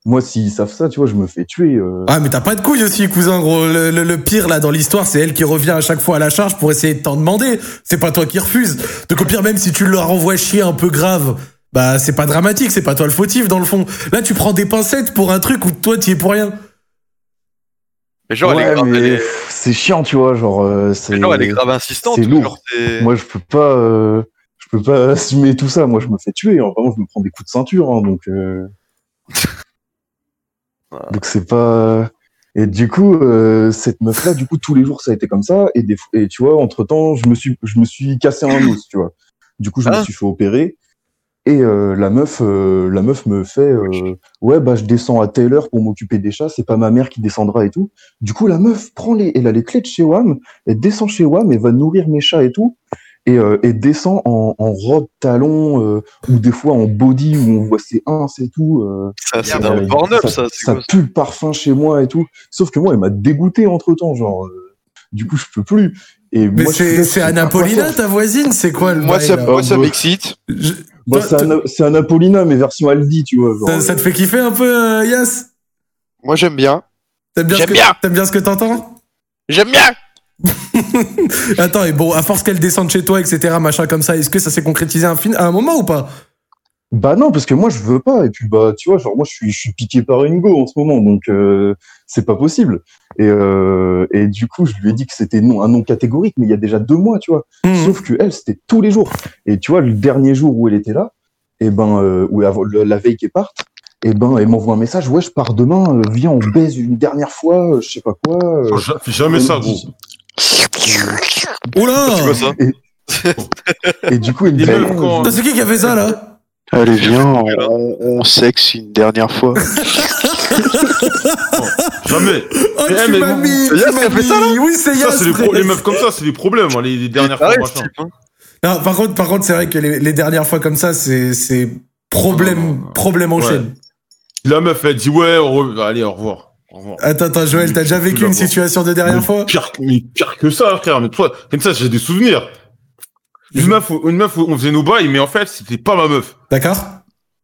[SPEAKER 8] moi, s'ils savent ça, tu vois, je me fais tuer. euh.
[SPEAKER 1] Ah, mais t'as pas de couilles aussi, cousin, gros. Le, le- le pire, là, dans l'histoire, c'est elle qui revient à chaque fois à la charge pour essayer de t'en demander. C'est pas toi qui refuses. Donc, au pire, même si tu leur renvoies chier un peu grave, bah, c'est pas dramatique, c'est pas toi le fautif, dans le fond. Là, tu prends des pincettes pour un truc où toi, t'y es pour rien.
[SPEAKER 3] Mais genre, elle
[SPEAKER 8] Ouais,
[SPEAKER 3] est grave,
[SPEAKER 8] mais
[SPEAKER 3] elle est-
[SPEAKER 8] pff, c'est chiant, tu vois, genre. euh,
[SPEAKER 3] mais
[SPEAKER 8] c'est...
[SPEAKER 3] genre, elle est grave insistante.
[SPEAKER 8] c'est
[SPEAKER 3] genre,
[SPEAKER 8] lourd.
[SPEAKER 3] c'est-
[SPEAKER 8] Moi, je peux pas, euh, je peux pas (laughs) assumer tout ça. Moi, je me fais tuer. hein. Vraiment, je me prends des coups de ceinture. hein, donc,
[SPEAKER 3] (laughs)
[SPEAKER 8] euh, donc c'est pas. Et du coup, euh, cette meuf-là, du coup, tous les jours, ça a été comme ça. Et, des... fois- et tu vois, entre temps, je me suis, je me suis cassé un os, tu vois. Du coup, je
[SPEAKER 3] Ah.
[SPEAKER 8] me suis fait opérer. Et euh, la meuf, euh, la meuf me fait, euh, ouais, bah, je descends à telle heure pour m'occuper des chats. C'est pas ma mère qui descendra et tout. Du coup, la meuf prend les, elle a les clés de chez Wam, elle descend chez Wam, elle va nourrir mes chats et tout. et, euh, et descend en, en robe talon euh, ou des fois en body où on voit ses uns et tout. euh,
[SPEAKER 3] Ça, c'est
[SPEAKER 8] euh,
[SPEAKER 3] dans le porno, ça.
[SPEAKER 8] ça,
[SPEAKER 3] c'est quoi, ça
[SPEAKER 8] pue le parfum chez moi et tout. Sauf que moi, elle m'a dégoûté entre temps, genre. euh, du coup, je peux plus. Et
[SPEAKER 1] Mais
[SPEAKER 8] moi, je suis
[SPEAKER 1] c'est
[SPEAKER 8] là, je
[SPEAKER 1] c'est
[SPEAKER 8] sais pas quoi
[SPEAKER 1] Anapolina,
[SPEAKER 8] faire.
[SPEAKER 1] ta voisine C'est quoi le
[SPEAKER 5] Moi,
[SPEAKER 1] bail,
[SPEAKER 5] ça,
[SPEAKER 1] là
[SPEAKER 5] moi, ça
[SPEAKER 8] bah,
[SPEAKER 5] m'excite.
[SPEAKER 1] Je-
[SPEAKER 8] Bah,
[SPEAKER 1] Toi,
[SPEAKER 8] c'est
[SPEAKER 1] toi-
[SPEAKER 8] un, c'est un Apollina, mais version Aldi, tu vois. genre,
[SPEAKER 1] ça, ça te fait kiffer un peu, euh, Yas
[SPEAKER 5] Moi, j'aime bien.
[SPEAKER 1] T'aimes bien, ce
[SPEAKER 5] J'aime
[SPEAKER 1] que-
[SPEAKER 5] bien.
[SPEAKER 1] t'aimes bien ce que t'entends
[SPEAKER 5] J'aime bien
[SPEAKER 1] (laughs) Attends, et bon, à force qu'elle descende chez toi, etc., machin comme ça, est-ce que ça s'est concrétisé à un, fin- à un moment ou pas
[SPEAKER 8] Bah non, parce que moi je veux pas. Et puis bah tu vois, genre moi je suis, je suis piqué par une go en ce moment, donc euh, c'est pas possible. Et, euh, et du coup, je lui ai dit que c'était non, un non catégorique, mais il y a déjà deux mois, tu vois.
[SPEAKER 1] Hmm.
[SPEAKER 8] Sauf que elle, c'était tous les jours. Et tu vois, le dernier jour où elle était là, et ben euh, où avant- le- la veille qu'elle parte, et ben elle m'envoie un message, ouais, je pars demain, euh, viens, on baise une dernière fois, euh, je sais pas quoi. euh.
[SPEAKER 2] oh, Ja- Fais jamais ça, gros.
[SPEAKER 8] Oh
[SPEAKER 1] Oula
[SPEAKER 3] C'est quoi ça
[SPEAKER 8] Et du coup, elle me
[SPEAKER 2] Les
[SPEAKER 8] dit,
[SPEAKER 2] meufs,
[SPEAKER 8] Ah,
[SPEAKER 2] quand-
[SPEAKER 3] hein.
[SPEAKER 1] Putain, C'est qui qui a fait ça là
[SPEAKER 5] Allez, viens, on, on sexe une dernière fois.
[SPEAKER 2] Jamais.
[SPEAKER 1] Oh,
[SPEAKER 2] Eh,
[SPEAKER 1] tu
[SPEAKER 2] mais
[SPEAKER 1] m'as
[SPEAKER 2] bon,
[SPEAKER 1] mis
[SPEAKER 3] c'est Yas
[SPEAKER 1] tu
[SPEAKER 3] qui a
[SPEAKER 1] m'as
[SPEAKER 3] fait ça,
[SPEAKER 1] mis- Oui, c'est
[SPEAKER 2] Ça,
[SPEAKER 1] Yas
[SPEAKER 2] c'est les, pro-
[SPEAKER 1] frère.
[SPEAKER 2] les meufs comme ça, c'est les problèmes, hein, les, les dernières
[SPEAKER 8] Ah
[SPEAKER 2] fois,
[SPEAKER 3] Arrête,
[SPEAKER 2] machin.
[SPEAKER 3] type, hein.
[SPEAKER 1] Non, par contre, par contre, c'est vrai que les, les dernières fois comme ça, c'est c'est problème, problème en
[SPEAKER 2] Ouais.
[SPEAKER 1] chaîne.
[SPEAKER 2] La meuf, elle dit ouais, on re- allez, au revoir. Au revoir.
[SPEAKER 1] Attends, attends, Joël, t'as déjà vécu une situation de
[SPEAKER 2] Mais
[SPEAKER 1] dernière fois
[SPEAKER 2] pire, mais pire que ça, frère. Mais toi, comme ça, j'ai des souvenirs. Une meuf, où- une meuf où on faisait nos bails, mais en fait, c'était pas ma meuf.
[SPEAKER 1] D'accord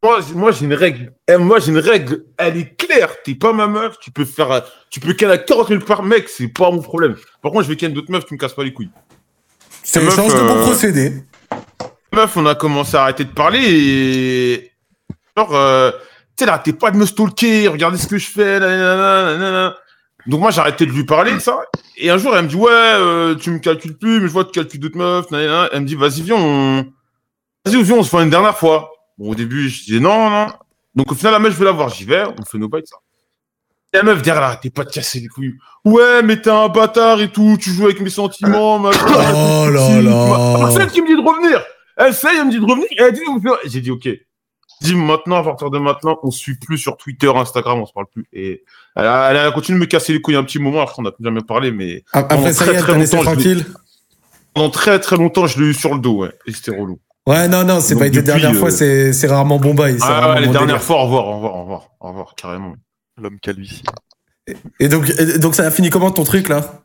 [SPEAKER 2] Moi, j'ai- moi, j'ai une règle. Eh, Moi, j'ai une règle. Elle est claire. T'es pas ma meuf. Tu peux faire, euh, tu peux ken à 40 000 par mec. C'est pas mon problème. Par contre, je vais ken d'autres meufs. Tu me casses pas les couilles.
[SPEAKER 1] C'est
[SPEAKER 2] Ces meufs,
[SPEAKER 1] change de bon
[SPEAKER 2] euh,
[SPEAKER 1] procédé.
[SPEAKER 2] Meuf, on a commencé à arrêter de parler et genre, euh, tu sais, elle arrêtait pas de me stalker. Regardez ce que je fais. nanana, nanana. Donc moi, j'ai arrêté de lui parler de ça. Et un jour, elle me dit ouais, euh, tu me calcules plus, mais je vois que tu calcules d'autres meufs. nanana. Elle me dit vas-y viens, on... vas-y viens, on se voit une dernière fois. Bon, au début, je disais non, non. Donc au final, la meuf, je vais la voir, j'y vais, on fait nos bails, ça. Et la meuf derrière, elle arrêtait pas de casser les couilles. Ouais, mais t'es un bâtard et tout, tu joues avec mes sentiments,
[SPEAKER 1] (coughs)
[SPEAKER 2] machin.
[SPEAKER 1] Oh là
[SPEAKER 2] Si, tu vois.
[SPEAKER 1] là.
[SPEAKER 2] C'est elle qui me dit de revenir. Elle sait, elle me dit de revenir. Elle dit, vous faites- j'ai dit, ok. Dis maintenant, à partir de maintenant, on se suit plus sur Twitter, Instagram, on se parle plus. Et elle a, elle a continué de me casser les couilles un petit moment, alors qu'on n'a plus jamais parlé, mais
[SPEAKER 1] A- Après
[SPEAKER 2] pendant
[SPEAKER 1] ça,
[SPEAKER 2] très,
[SPEAKER 1] y est,
[SPEAKER 2] très
[SPEAKER 1] t'as laissé
[SPEAKER 2] longtemps, je
[SPEAKER 1] tranquille.
[SPEAKER 2] pendant très très longtemps, je l'ai eu sur le dos, ouais. Et c'était relou.
[SPEAKER 1] Ouais, non, non, c'est
[SPEAKER 2] Donc
[SPEAKER 1] pas été
[SPEAKER 2] depuis,
[SPEAKER 1] dernière
[SPEAKER 2] euh,
[SPEAKER 1] fois, c'est c'est rarement bon bail. c'est
[SPEAKER 2] Ah
[SPEAKER 1] rarement
[SPEAKER 2] ouais, les
[SPEAKER 1] bon
[SPEAKER 2] dernières
[SPEAKER 1] délire.
[SPEAKER 2] fois, au revoir, au revoir, au revoir, au revoir, carrément.
[SPEAKER 3] L'homme calvitie.
[SPEAKER 1] Et donc, et donc ça a fini comment ton truc là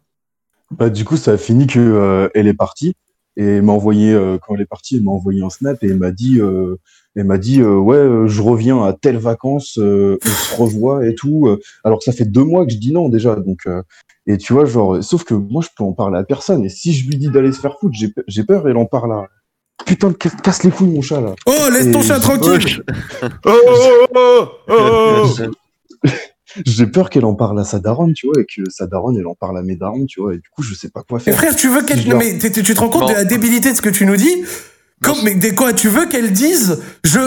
[SPEAKER 8] Bah, du coup, ça a fini que euh, elle est partie et elle m'a envoyé euh, quand elle est partie, elle m'a envoyé un snap et elle m'a dit, euh, elle m'a dit, euh, ouais, euh, je reviens à telle vacances, euh, on se revoit et tout. euh, alors que ça fait deux mois que je dis non déjà, donc euh, et tu vois genre, sauf que moi je peux en parler à personne et si je lui dis d'aller se faire foutre, j'ai pe- j'ai peur elle en parle à. Putain, le casse casse les couilles mon chat là.
[SPEAKER 1] Oh, laisse ton
[SPEAKER 8] Et-
[SPEAKER 1] chat tranquille.
[SPEAKER 2] Oh, oh, oh, oh, oh, oh.
[SPEAKER 8] (laughs) J'ai peur qu'elle en parle à sa daronne, tu vois, et que sa daronne elle en parle à mes darons, tu vois, et du coup je sais pas quoi
[SPEAKER 1] Mais
[SPEAKER 8] faire.
[SPEAKER 1] frère, tu veux qu'elle.
[SPEAKER 8] Je
[SPEAKER 1] Non,
[SPEAKER 8] dors.
[SPEAKER 1] mais t'es- t'es- tu te rends compte
[SPEAKER 3] Bon.
[SPEAKER 1] de la débilité de ce que tu nous dis Comme, mais des quoi Tu veux qu'elle dise, je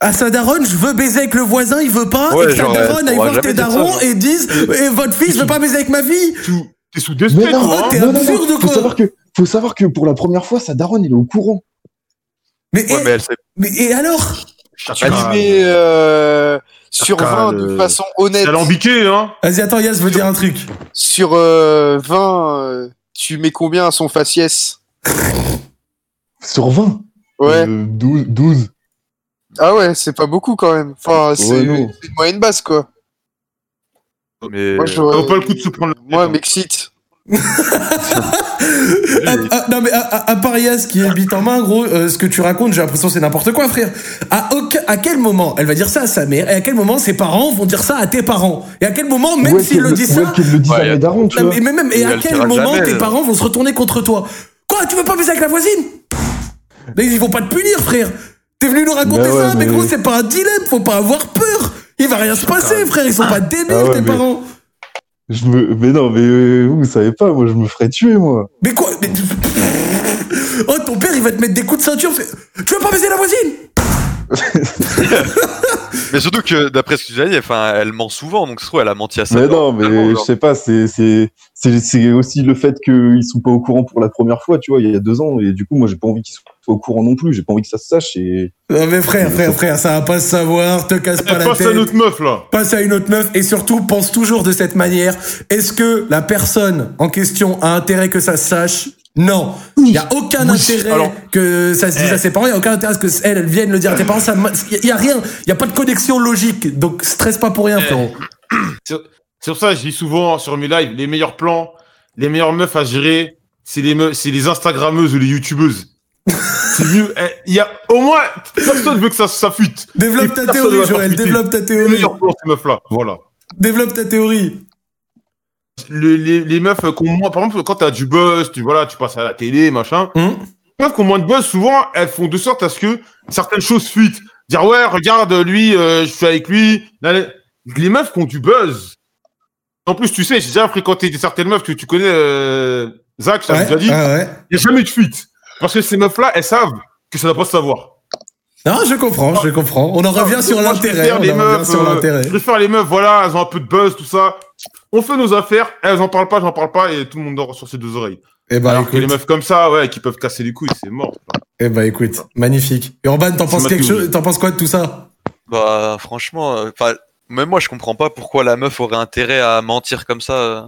[SPEAKER 1] à sa daronne, je veux baiser avec le voisin, il veut pas,
[SPEAKER 3] Ouais,
[SPEAKER 1] et que sa
[SPEAKER 3] genre,
[SPEAKER 1] daronne
[SPEAKER 3] elle
[SPEAKER 1] aille
[SPEAKER 3] pourra
[SPEAKER 1] voir tes
[SPEAKER 3] jamais dire ça,
[SPEAKER 1] darons
[SPEAKER 3] genre.
[SPEAKER 1] et dise, et votre fils veut pas baiser avec ma fille Oh,
[SPEAKER 2] Tu- T'es sous deux
[SPEAKER 8] Mais
[SPEAKER 2] spectres,
[SPEAKER 8] non,
[SPEAKER 2] hein.
[SPEAKER 1] t'es
[SPEAKER 8] non, non,
[SPEAKER 1] absurde,
[SPEAKER 8] non,
[SPEAKER 1] quoi.
[SPEAKER 8] Faut savoir que, faut savoir que pour la première fois, sa daronne, il est au courant.
[SPEAKER 1] (laughs) Mais,
[SPEAKER 3] Ouais,
[SPEAKER 1] et-
[SPEAKER 3] mais elle Ah, s'est
[SPEAKER 1] mais- et alors
[SPEAKER 2] Chacal.
[SPEAKER 7] Animé euh, sur
[SPEAKER 2] Chacal,
[SPEAKER 7] 20 de
[SPEAKER 2] euh,
[SPEAKER 7] façon honnête.
[SPEAKER 2] C'est alambiqué, hein.
[SPEAKER 1] Vas-y, attends, Yas veut dire un truc.
[SPEAKER 7] Sur euh, 20, euh, tu mets combien à son faciès
[SPEAKER 8] Sur 20.
[SPEAKER 7] Ouais.
[SPEAKER 8] Euh, 12. 12.
[SPEAKER 7] Ah ouais, c'est pas beaucoup quand même. Enfin, c'est
[SPEAKER 8] non.
[SPEAKER 7] c'est une moyenne basse quoi.
[SPEAKER 3] mais...
[SPEAKER 7] Moi,
[SPEAKER 2] Euh, Ça
[SPEAKER 7] j'aurais-
[SPEAKER 2] vaut pas le coup de se prendre la tête,
[SPEAKER 7] Moi,
[SPEAKER 2] hein.
[SPEAKER 7] m'excite.
[SPEAKER 1] Ah, ah, non mais à, à, à part Yas qui est bite en main, gros, euh, ce que tu racontes, j'ai l'impression que c'est n'importe quoi, frère. À, aucun- à quel moment elle va dire ça à sa mère et à quel moment ses parents vont dire ça à tes parents et à quel moment Oh, même
[SPEAKER 8] Ouais,
[SPEAKER 1] s'ils
[SPEAKER 8] qu'elle
[SPEAKER 1] le disent ça,
[SPEAKER 8] ouais, qu'elle le dise
[SPEAKER 3] Ouais,
[SPEAKER 8] à mes
[SPEAKER 3] attends.
[SPEAKER 8] darons, tu
[SPEAKER 1] non,
[SPEAKER 8] vois.
[SPEAKER 1] mais même et
[SPEAKER 3] Mais
[SPEAKER 1] à
[SPEAKER 3] elle
[SPEAKER 1] quel
[SPEAKER 3] dira
[SPEAKER 1] moment
[SPEAKER 3] jamais,
[SPEAKER 1] tes
[SPEAKER 3] euh.
[SPEAKER 1] parents vont se retourner contre toi Quoi, tu veux pas baiser avec la voisine Mais ils vont pas te punir, frère. T'es venu nous raconter
[SPEAKER 8] Bah ouais,
[SPEAKER 1] ça, mais,
[SPEAKER 8] mais-
[SPEAKER 1] gros, c'est pas un dilemme, faut pas avoir peur. Il va rien se passer, frère, ils sont pas débiles
[SPEAKER 8] Ah ouais,
[SPEAKER 1] tes
[SPEAKER 8] mais-
[SPEAKER 1] parents.
[SPEAKER 8] Je me, mais non, mais euh, vous savez pas, moi, je me ferais tuer, moi.
[SPEAKER 1] Mais quoi mais- Oh, ton père, il va te mettre des coups de ceinture. fais- Tu veux pas baiser la voisine
[SPEAKER 3] mais surtout que, d'après ce que tu as dit, enfin, elle ment souvent, donc ça se trouve, elle a menti à sa
[SPEAKER 8] Mais
[SPEAKER 3] mère,
[SPEAKER 8] non, mais
[SPEAKER 3] finalement,
[SPEAKER 8] je
[SPEAKER 3] genre.
[SPEAKER 8] sais pas, c'est, c'est, c'est, c'est aussi le fait qu'ils sont pas au courant pour la première fois, tu vois, il y a deux ans, et du coup, moi, j'ai pas envie qu'ils soient au courant non plus, j'ai pas envie que ça se sache, et
[SPEAKER 1] Non mais frère, frère, frère, ça va pas se savoir, te casse
[SPEAKER 2] Eh,
[SPEAKER 1] pas la
[SPEAKER 2] passe
[SPEAKER 1] tête,
[SPEAKER 2] à notre meuf, là.
[SPEAKER 1] passe à une autre meuf et surtout pense toujours de cette manière. Est-ce que la personne en question a intérêt que ça se sache Non, il n'y a aucun intérêt
[SPEAKER 3] Alors-
[SPEAKER 1] que ça
[SPEAKER 2] Eh.
[SPEAKER 1] se dise à ses parents, il n'y a aucun intérêt à ce que elle, elle vienne le dire à tes parents, ça il n'y a rien, il n'y a pas de connexion logique, donc stresse pas
[SPEAKER 2] Eh.
[SPEAKER 1] pour rien frérot.
[SPEAKER 2] C'est pour ça que je dis souvent sur mes lives, les meilleurs plans, les meilleures meufs à gérer, c'est les, me- c'est les Instagrammeuses ou les
[SPEAKER 1] (laughs)
[SPEAKER 2] YouTubeuses. c'est mieux. Eh, Il y a au moins personne veut que ça, ça fuite.
[SPEAKER 1] Développe
[SPEAKER 2] Et
[SPEAKER 1] ta
[SPEAKER 2] personne va
[SPEAKER 1] théorie
[SPEAKER 2] s'en
[SPEAKER 1] Joël,
[SPEAKER 2] fuiter.
[SPEAKER 1] développe ta
[SPEAKER 2] Les
[SPEAKER 1] théorie,
[SPEAKER 2] meilleurs plans, ces meufs-là. Voilà.
[SPEAKER 1] développe ta théorie.
[SPEAKER 2] Le- les, les meufs qui ont moins, par exemple, quand t'as du buzz, tu voilà, tu passes à la télé, machin.
[SPEAKER 1] Hum.
[SPEAKER 2] Les meufs qui ont moins de buzz, souvent, elles font de sorte à ce que certaines choses fuitent. Dire ouais, regarde, lui, euh, je suis avec lui. Là, les- Les meufs qui ont du buzz. En plus, tu sais, j'ai déjà fréquenté des- certaines meufs que tu connais, euh, Zach, je t'avais
[SPEAKER 1] Ouais,
[SPEAKER 2] déjà dit.
[SPEAKER 1] ouais, ouais.
[SPEAKER 2] Il n'y a jamais de fuite. Parce que ces meufs-là, elles savent que ça ne doit pas se savoir.
[SPEAKER 1] Non, je comprends, je comprends. On en revient sur
[SPEAKER 2] Ah, Moi, je
[SPEAKER 1] l'intérêt,
[SPEAKER 2] préfère
[SPEAKER 1] on
[SPEAKER 2] les
[SPEAKER 1] en revient
[SPEAKER 2] meufs,
[SPEAKER 1] sur
[SPEAKER 2] euh,
[SPEAKER 1] l'intérêt.
[SPEAKER 2] Je préfère les meufs, voilà, elles ont un peu de buzz, tout ça. On fait nos affaires, elles en parlent pas, j'en parle pas, et tout le monde dort sur ses deux oreilles.
[SPEAKER 1] Eh ben,
[SPEAKER 2] Alors que les
[SPEAKER 1] écoute,
[SPEAKER 2] meufs comme ça, ouais, qui peuvent casser les couilles, c'est mort.
[SPEAKER 1] eh ben, écoute, magnifique. Urban, t'en
[SPEAKER 2] C'est
[SPEAKER 1] penses
[SPEAKER 2] ma
[SPEAKER 1] quelque
[SPEAKER 2] théorie.
[SPEAKER 1] chose, t'en penses quoi de tout ça?
[SPEAKER 3] Bah franchement, euh, 'fin, même moi je comprends pas pourquoi la meuf aurait intérêt à mentir comme ça. euh.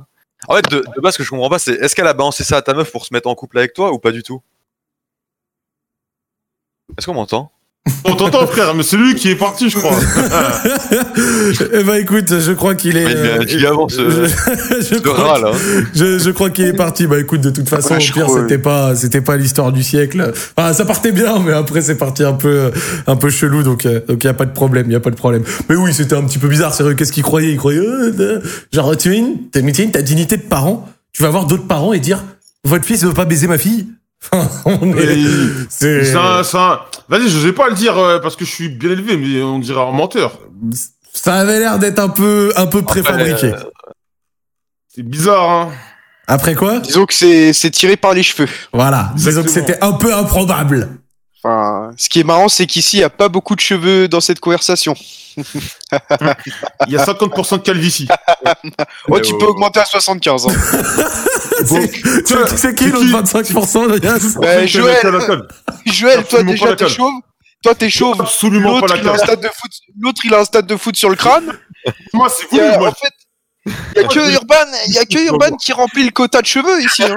[SPEAKER 3] En fait, de, de base, ce que je comprends pas, c'est est-ce qu'elle a balancé ça à ta meuf pour se mettre en couple avec toi ou pas du tout Est-ce qu'on m'entend
[SPEAKER 2] On t'entend, frère, mais c'est lui qui est parti, je crois.
[SPEAKER 1] (laughs) eh ben, écoute, je crois (laughs) qu'il est,
[SPEAKER 3] Mais Il
[SPEAKER 1] euh,
[SPEAKER 3] a dit avant (laughs)
[SPEAKER 1] je,
[SPEAKER 3] ce,
[SPEAKER 1] je
[SPEAKER 3] ce
[SPEAKER 1] crois
[SPEAKER 2] hein.
[SPEAKER 3] rat, là.
[SPEAKER 1] (laughs) Je, je crois qu'il est parti. Bah écoute, de toute façon,
[SPEAKER 7] Ouais,
[SPEAKER 1] au
[SPEAKER 7] je
[SPEAKER 1] pire,
[SPEAKER 7] crois,
[SPEAKER 1] c'était pas, c'était pas l'histoire du siècle. Enfin, ça partait bien, mais après, c'est parti un peu, un peu chelou. Donc, euh, donc y a pas de problème, y a pas de problème. Mais oui, c'était un petit peu bizarre. C'est vrai, qu'est-ce qu'il croyait Il croyait, euh, euh, genre, tu es une, t'es une- t'es une- ta dignité de parent. Tu vas voir d'autres parents et dire, votre fils veut pas baiser ma fille. (laughs) Enfin, on est-
[SPEAKER 2] Et
[SPEAKER 1] c'est-
[SPEAKER 2] c'est un, c'est un- Vas-y, je vais pas le dire euh, parce que je suis bien élevé, mais on dirait un menteur.
[SPEAKER 1] ça avait l'air d'être un peu, un peu préfabriqué.
[SPEAKER 3] euh,
[SPEAKER 2] C'est bizarre, hein.
[SPEAKER 1] Après
[SPEAKER 7] (laughs)
[SPEAKER 1] quoi
[SPEAKER 5] Disons que c'est c'est tiré par les cheveux.
[SPEAKER 1] hein Voilà. Disons que
[SPEAKER 2] Exactement.
[SPEAKER 1] c'était un peu improbable.
[SPEAKER 5] Enfin,
[SPEAKER 7] Ce qui est marrant, c'est qu'ici, il n'y a pas beaucoup de cheveux dans cette conversation.
[SPEAKER 2] Il y a 50% de calvitie.
[SPEAKER 5] (laughs) oh,
[SPEAKER 7] Ouais, tu peux augmenter à 75. Hein.
[SPEAKER 1] C'est tu vois qui c'est qui
[SPEAKER 2] C'est
[SPEAKER 1] l'autre
[SPEAKER 2] qui
[SPEAKER 1] 25% Elias
[SPEAKER 7] Euh, Joël, Joël,
[SPEAKER 2] Absolument
[SPEAKER 7] toi
[SPEAKER 2] pas
[SPEAKER 7] déjà, t'es
[SPEAKER 2] d'accord.
[SPEAKER 7] chauve. Toi, t'es chauve.
[SPEAKER 2] Absolument pas
[SPEAKER 7] L'autre,
[SPEAKER 2] la
[SPEAKER 7] il, a un
[SPEAKER 2] calvitie.
[SPEAKER 7] stade de foot- l'autre, il a un stade de foot sur le crâne.
[SPEAKER 2] Moi, c'est
[SPEAKER 7] Il y
[SPEAKER 2] voulu,
[SPEAKER 7] a,
[SPEAKER 2] moi,
[SPEAKER 7] en fait, il n'y a que Urban, il y a que Urban qui remplit le quota de cheveux ici. hein.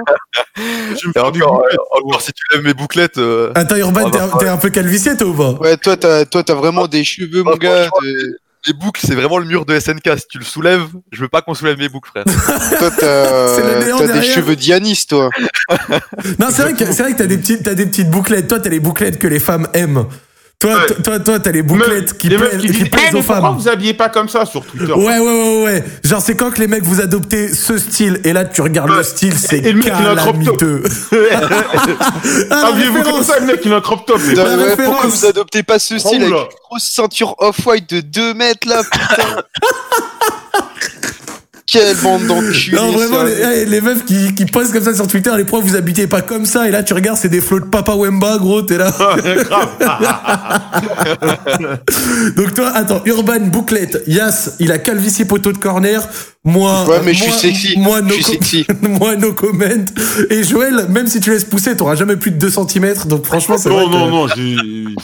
[SPEAKER 2] je me fais
[SPEAKER 3] et
[SPEAKER 2] des
[SPEAKER 3] encore,
[SPEAKER 2] boulettes.
[SPEAKER 3] euh, encore, si tu lèves mes bouclettes, euh,
[SPEAKER 1] Attends, Urban,
[SPEAKER 3] Ah
[SPEAKER 1] t'es
[SPEAKER 3] bah,
[SPEAKER 1] un-
[SPEAKER 3] ouais.
[SPEAKER 1] t'es un peu calvicié, toi ou pas
[SPEAKER 7] Ouais, toi, t'as, toi, t'as vraiment des cheveux, mon
[SPEAKER 3] Ah,
[SPEAKER 7] gars.
[SPEAKER 3] franchement,
[SPEAKER 7] de-
[SPEAKER 3] les boucles, c'est vraiment le mur de SNK. Si tu le soulèves, je veux pas qu'on soulève mes boucles, frère.
[SPEAKER 7] Toi, t'as,
[SPEAKER 1] (laughs)
[SPEAKER 7] euh,
[SPEAKER 1] C'est le néant
[SPEAKER 7] t'as des
[SPEAKER 1] derrière. Ah,
[SPEAKER 7] cheveux d'Yanis, toi.
[SPEAKER 1] Non, c'est vrai que c'est vrai que t'as des petites t'as des petites bouclettes. Toi, t'as les bouclettes que les femmes aiment. Toi,
[SPEAKER 2] Ouais.
[SPEAKER 1] toi, toi, toi, t'as les bouclettes
[SPEAKER 2] Meufs-
[SPEAKER 1] qui
[SPEAKER 2] les meufs
[SPEAKER 1] plaisent,
[SPEAKER 2] qui
[SPEAKER 1] qui,
[SPEAKER 2] disent,
[SPEAKER 1] plaisent
[SPEAKER 2] Eh,
[SPEAKER 1] aux
[SPEAKER 2] mais pourquoi
[SPEAKER 1] femmes.
[SPEAKER 2] vous habillez pas comme ça sur Twitter
[SPEAKER 1] Ouais, ouais, ouais, ouais. Genre, c'est quand que les mecs vous adoptez ce style et là, tu regardes le
[SPEAKER 2] Ouais.
[SPEAKER 1] style, c'est
[SPEAKER 2] Et le mec, il a un crop top. (laughs)
[SPEAKER 1] calamiteux. (laughs) Ah, la
[SPEAKER 2] Habillez-vous comme
[SPEAKER 1] référence.
[SPEAKER 2] ça, le mec, il a un crop top. mais-
[SPEAKER 7] Putain,
[SPEAKER 1] la
[SPEAKER 7] ouais,
[SPEAKER 1] référence.
[SPEAKER 7] pourquoi vous adoptez pas ce style avec
[SPEAKER 1] Oh
[SPEAKER 2] Prends-le.
[SPEAKER 7] une grosse ceinture off-white de 2 mètres
[SPEAKER 1] (laughs)
[SPEAKER 7] là, putain Quelle bande d'enculés
[SPEAKER 1] Non, vraiment, les,
[SPEAKER 7] sérieux.
[SPEAKER 1] eh, les meufs qui, qui posent comme ça sur Twitter, les profs, vous habitez pas comme ça, et là, tu regardes, c'est des flots de Papa Wemba, gros,
[SPEAKER 7] (laughs)
[SPEAKER 1] t'es là.
[SPEAKER 2] Grave.
[SPEAKER 1] (laughs) Donc toi, attends, Urban Bouclette, Yas, il a calvitie poteau de corner, moi,
[SPEAKER 7] Ouais, mais je suis
[SPEAKER 1] moi-
[SPEAKER 7] sexy.
[SPEAKER 1] moi, no
[SPEAKER 7] Je suis
[SPEAKER 1] co-
[SPEAKER 7] sexy.
[SPEAKER 1] (laughs) moi, no comment, et Joël, même si tu laisses pousser, t'auras jamais plus de 2 cm, donc franchement, c'est vrai
[SPEAKER 2] Non,
[SPEAKER 1] que-
[SPEAKER 2] non, non, j'ai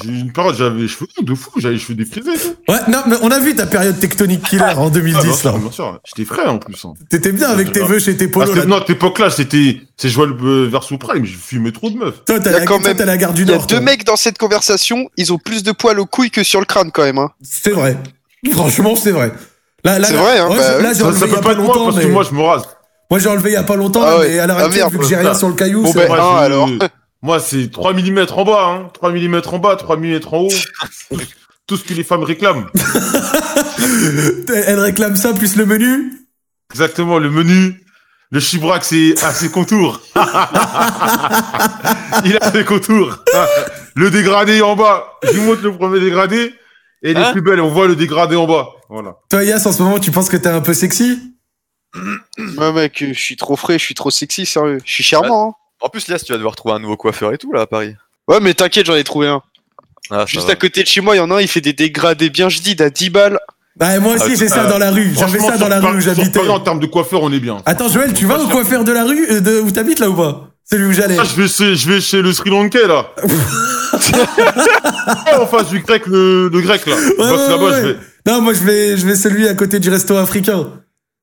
[SPEAKER 2] j'ai eu une période, j'avais les cheveux de fou, j'avais les cheveux défrisés. et tout.
[SPEAKER 1] Ouais, non, mais on a vu ta période tectonique killer en
[SPEAKER 2] Ah,
[SPEAKER 1] 2010,
[SPEAKER 2] bien
[SPEAKER 1] là.
[SPEAKER 2] sûr, bien sûr, j'étais frais en plus. hein.
[SPEAKER 1] T'étais bien avec tes vœux chez tes
[SPEAKER 2] Ah,
[SPEAKER 1] polos,
[SPEAKER 2] c'est-
[SPEAKER 1] là.
[SPEAKER 2] non, à cette époque-là, c'était. C'est Joël euh, verso Prime, je fumais trop de meufs.
[SPEAKER 1] Toi, t'as
[SPEAKER 7] Il y a
[SPEAKER 1] la,
[SPEAKER 7] quand
[SPEAKER 1] toi,
[SPEAKER 7] même-
[SPEAKER 1] t'as la gare du
[SPEAKER 7] Il y a
[SPEAKER 1] Nord.
[SPEAKER 7] deux
[SPEAKER 1] toi.
[SPEAKER 7] mecs dans cette conversation, ils ont plus de poils aux couilles que sur le crâne quand même. Hein.
[SPEAKER 1] C'est vrai. Franchement, c'est vrai. Là, là,
[SPEAKER 7] C'est
[SPEAKER 1] là-
[SPEAKER 7] vrai, hein,
[SPEAKER 1] ouais,
[SPEAKER 7] bah,
[SPEAKER 1] là, j'ai
[SPEAKER 2] Ça, ça
[SPEAKER 1] enlevé il y
[SPEAKER 2] peut
[SPEAKER 1] a
[SPEAKER 2] pas
[SPEAKER 1] pas
[SPEAKER 2] être moi,
[SPEAKER 1] longtemps,
[SPEAKER 2] parce que
[SPEAKER 1] mais-
[SPEAKER 2] moi, je me rase.
[SPEAKER 1] moi, j'ai enlevé il y a pas longtemps,
[SPEAKER 7] Ah
[SPEAKER 1] là,
[SPEAKER 7] ouais.
[SPEAKER 1] mais à l'heure
[SPEAKER 7] Ah,
[SPEAKER 1] actuelle,
[SPEAKER 7] merde.
[SPEAKER 1] vu que j'ai rien sur le caillou,
[SPEAKER 7] Bon,
[SPEAKER 1] c'est-
[SPEAKER 7] ben,
[SPEAKER 2] Moi,
[SPEAKER 7] ah,
[SPEAKER 2] je-
[SPEAKER 7] alors.
[SPEAKER 2] Moi, c'est 3 mm en bas, hein. 3 mm en bas, 3 mm en haut.
[SPEAKER 7] (laughs)
[SPEAKER 2] Tout ce que les femmes réclament.
[SPEAKER 1] elle réclame ça plus le menu.
[SPEAKER 2] Exactement, le menu. Le chibrac, c'est à ses contours. (laughs) Il a ses contours. le dégradé en bas. Je vous montre le premier dégradé. Et les
[SPEAKER 3] Hein
[SPEAKER 2] plus belles, on voit le dégradé en bas. Voilà.
[SPEAKER 1] Toi, Yas, en ce moment, tu penses que t'es un peu sexy
[SPEAKER 7] Ouais, mec, je suis trop frais, je suis trop sexy, sérieux. Je suis charmant. Hein.
[SPEAKER 3] En plus, Lias, tu vas devoir trouver un nouveau coiffeur et tout, là, à Paris.
[SPEAKER 5] Ouais, mais t'inquiète, j'en ai trouvé un.
[SPEAKER 3] Ah, ça
[SPEAKER 5] Juste
[SPEAKER 3] va.
[SPEAKER 5] à côté de chez moi, il y en a un, il fait des dégradés bien, je dis, à 10 balles.
[SPEAKER 1] Bah, moi aussi,
[SPEAKER 3] Ah,
[SPEAKER 1] j'ai ça
[SPEAKER 2] euh,
[SPEAKER 1] dans la rue. J'avais
[SPEAKER 2] Franchement,
[SPEAKER 1] ça dans la
[SPEAKER 2] sur Paris-
[SPEAKER 1] rue où
[SPEAKER 2] sur
[SPEAKER 1] j'habitais.
[SPEAKER 2] Paris, en termes de coiffeur, on est bien.
[SPEAKER 1] Attends, Joël, tu vas au coiffeur de la rue euh, de, où t'habites, là, ou pas Celui où j'allais.
[SPEAKER 2] Ah, je, vais chez, je vais chez le Sri Lankais,
[SPEAKER 1] (laughs)
[SPEAKER 2] là. Ah, en face du grec, le, le grec, là. Je bosse
[SPEAKER 1] ouais,
[SPEAKER 2] là-bas,
[SPEAKER 1] ouais.
[SPEAKER 2] je vais.
[SPEAKER 1] Non, moi, je vais, je vais celui à côté du resto africain.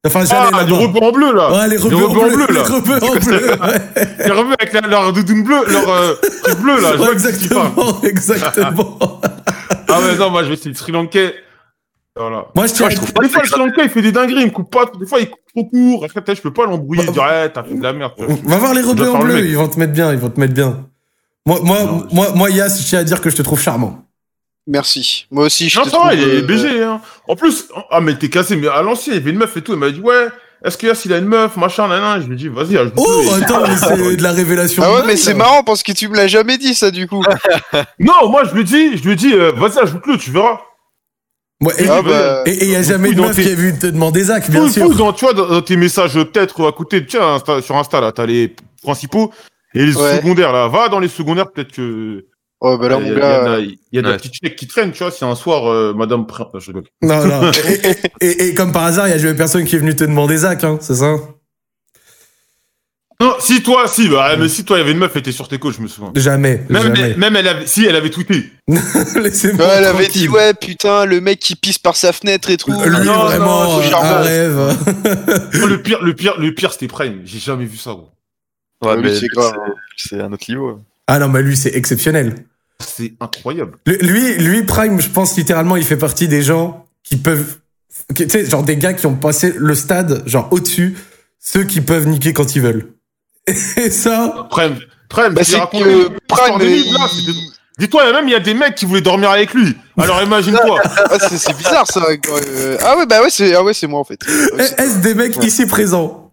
[SPEAKER 1] Enfin, j'allais
[SPEAKER 2] Ah,
[SPEAKER 1] là-bas.
[SPEAKER 2] du rebeu en bleu, là.
[SPEAKER 1] Ouais, les
[SPEAKER 2] Des
[SPEAKER 1] rebeux en
[SPEAKER 2] rebeux en bleu,
[SPEAKER 1] bleu, (laughs) les
[SPEAKER 2] là. (laughs)
[SPEAKER 1] rebeux en bleu. ouais.
[SPEAKER 2] Les rebeux avec la- leur doudoune bleue, leur euh, truc bleu, là. Je vois
[SPEAKER 1] Ouais,
[SPEAKER 2] de qui tu parles. (laughs)
[SPEAKER 1] exactement, exactement.
[SPEAKER 2] Ah, ouais, non, moi, je vais essayer le Sri Lankais. Voilà.
[SPEAKER 1] Moi, je tiens
[SPEAKER 3] Moi,
[SPEAKER 1] à
[SPEAKER 3] je trouve pas
[SPEAKER 2] Des fois, le Sri Lankais, il fait des dingueries, il me coupe pas. Des fois, il coupe trop court. Après, peut-être, je peux pas l'embrouiller et dire, eh, t'as fait de la merde. tu vois.
[SPEAKER 1] Va voir les rebeux
[SPEAKER 2] dois
[SPEAKER 1] en
[SPEAKER 2] faire le
[SPEAKER 1] bleu,
[SPEAKER 2] mec.
[SPEAKER 1] ils vont te mettre bien, ils vont te mettre bien. Moi, moi,
[SPEAKER 2] Non, je-
[SPEAKER 1] moi, moi, Yass, je tiens à dire que je te trouve charmant.
[SPEAKER 7] Merci. Moi aussi, je
[SPEAKER 2] Non,
[SPEAKER 7] te
[SPEAKER 2] ça va,
[SPEAKER 7] trouve,
[SPEAKER 2] il est
[SPEAKER 7] euh,
[SPEAKER 2] BG. Hein. En plus, ah, mais t'es cassé. Mais à l'ancien, il y avait une meuf et tout. Elle m'a dit, ouais, est-ce que Yass, il a une meuf, machin, nanan. Je lui ai dit, vas-y, ajoute-le.
[SPEAKER 1] Oh,
[SPEAKER 2] Et- (laughs)
[SPEAKER 1] attends, mais c'est de la révélation.
[SPEAKER 7] Ah
[SPEAKER 1] de
[SPEAKER 7] ouais,
[SPEAKER 1] dingue,
[SPEAKER 7] mais c'est
[SPEAKER 1] là.
[SPEAKER 7] marrant parce que tu me l'as jamais dit, ça, du coup.
[SPEAKER 2] (laughs) Non, moi, je lui ai dit, je lui ai dit, euh, vas-y, ajoute-le, tu verras.
[SPEAKER 1] Ouais, et-
[SPEAKER 7] Ah bah,
[SPEAKER 1] Et il n'y a jamais
[SPEAKER 2] Oui,
[SPEAKER 1] de
[SPEAKER 2] donc
[SPEAKER 1] meuf
[SPEAKER 2] t'es-
[SPEAKER 1] qui a vu te demander Zach, bien
[SPEAKER 2] Fouille, fouille
[SPEAKER 1] sûr.
[SPEAKER 2] dans, tu vois, dans, dans tes messages, euh, peut-être euh, à côté, tiens, Insta- sur Insta, là, t'as les principaux et les
[SPEAKER 7] Ouais.
[SPEAKER 2] secondaires, là. Va dans les secondaires, peut-être que.
[SPEAKER 7] ouais, bah là,
[SPEAKER 2] il Ah, y a, il
[SPEAKER 7] mon
[SPEAKER 2] y a de
[SPEAKER 7] gars.
[SPEAKER 2] la- il y a de la
[SPEAKER 3] Ouais.
[SPEAKER 2] petite chèque qui traîne, tu vois, si un soir, euh, madame. Prin- Je rigole.
[SPEAKER 7] (laughs)
[SPEAKER 1] Non, non. Et, et- et- et comme par hasard, il n'y a jamais personne qui est venu te demander Zach, hein, c'est ça
[SPEAKER 2] Non, si toi, si, bah, mais si toi, il y avait une meuf, elle était sur tes côtes, je me souviens.
[SPEAKER 1] Jamais.
[SPEAKER 2] Même,
[SPEAKER 1] jamais.
[SPEAKER 2] elle- même elle avait, si, elle avait (laughs) tweeté.
[SPEAKER 1] Laissez-moi.
[SPEAKER 7] Ouais, elle avait dit,
[SPEAKER 1] tranquille.
[SPEAKER 7] ouais, putain, le mec qui pisse par sa fenêtre et tout.
[SPEAKER 1] Lui,
[SPEAKER 2] non,
[SPEAKER 1] vraiment,
[SPEAKER 2] non, c'est
[SPEAKER 1] euh,
[SPEAKER 2] charmant.
[SPEAKER 1] un rêve.
[SPEAKER 2] (laughs) Oh, le pire, le pire, le pire, c'était Prime. J'ai jamais vu ça, gros.
[SPEAKER 7] Ah
[SPEAKER 3] Ouais,
[SPEAKER 7] oui,
[SPEAKER 3] mais
[SPEAKER 7] c'est grave, hein.
[SPEAKER 3] c'est un autre niveau.
[SPEAKER 1] Ah non, mais lui, c'est exceptionnel.
[SPEAKER 2] C'est incroyable.
[SPEAKER 1] Lui- Lui, lui, Prime, je pense littéralement, il fait partie des gens qui peuvent. qui- Tu sais, genre des gars qui ont passé le stade, genre au-dessus, ceux qui peuvent niquer quand ils veulent. (laughs) Et ça.
[SPEAKER 2] Prime, Prime,
[SPEAKER 7] Bah,
[SPEAKER 2] tu
[SPEAKER 7] c'est
[SPEAKER 2] racontes
[SPEAKER 7] que
[SPEAKER 2] une histoire
[SPEAKER 7] Prime.
[SPEAKER 2] de mille, là,
[SPEAKER 7] il-
[SPEAKER 2] c'était- Dis-toi, même, il y a des mecs qui voulaient dormir avec lui. Alors imagine-toi.
[SPEAKER 7] (laughs) Ah, c'est c'est bizarre, ça. euh, Ah ouais, bah ouais, c'est ah ouais, c'est moi,
[SPEAKER 1] (laughs)
[SPEAKER 7] en fait. Ouais, c'est-
[SPEAKER 1] Eh, Est-ce des mecs ici présents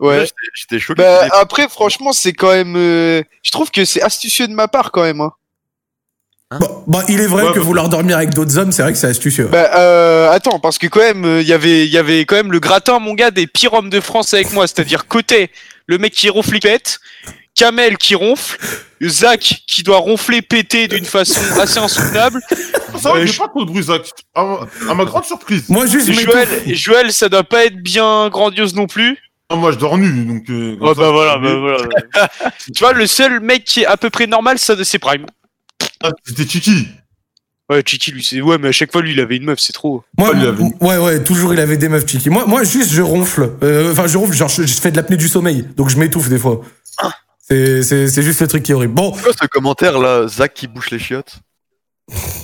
[SPEAKER 7] Ouais.
[SPEAKER 3] J'étais- J'étais choqué.
[SPEAKER 7] Bah, après, franchement, c'est quand même. euh, Je trouve que c'est astucieux de ma part, quand même. hein.
[SPEAKER 1] bah, bah, il est vrai
[SPEAKER 2] Ouais,
[SPEAKER 1] que
[SPEAKER 2] bah-
[SPEAKER 1] vouloir dormir avec d'autres hommes, c'est vrai que c'est astucieux.
[SPEAKER 5] Bah, euh, attends, parce que quand même, euh, il y avait, il y avait quand même le gratin, mon gars, des pires hommes de France avec moi. C'est-à-dire côté, le mec qui ronfle, il pète, Kamel qui ronfle, Zach qui doit ronfler, péter d'une façon assez insoutenable.
[SPEAKER 2] (laughs)
[SPEAKER 5] Euh,
[SPEAKER 2] Ça va,
[SPEAKER 5] Ouais,
[SPEAKER 2] j'ai
[SPEAKER 5] je-
[SPEAKER 2] pas contre Brusac. À, ma- à ma grande surprise.
[SPEAKER 1] Moi, juste, je
[SPEAKER 5] Joël, Joël, ça doit pas être bien grandiose non plus.
[SPEAKER 2] Ah, moi, je dors nu, donc. euh, comme ça, je suis nu.
[SPEAKER 5] Oh, bah voilà. (laughs) tu vois, le seul mec qui est à peu près normal, ça, c'est Prime.
[SPEAKER 2] Ah, C'était Chichi.
[SPEAKER 5] Ouais, Chichi, lui, c'est. Ouais, mais à chaque fois, lui, il avait une meuf, c'est trop.
[SPEAKER 1] Moi,
[SPEAKER 2] Paul Lavin.
[SPEAKER 1] m- ouais, ouais, toujours il avait des meufs chiquis. Moi, moi juste, je ronfle. Euh, Enfin, je ronfle, genre, je, je fais de l'apnée du sommeil. Donc, je m'étouffe des fois. C'est, c'est, c'est juste le truc qui est horrible. Bon,
[SPEAKER 3] Pourquoi ce commentaire là, Zach qui bouche les chiottes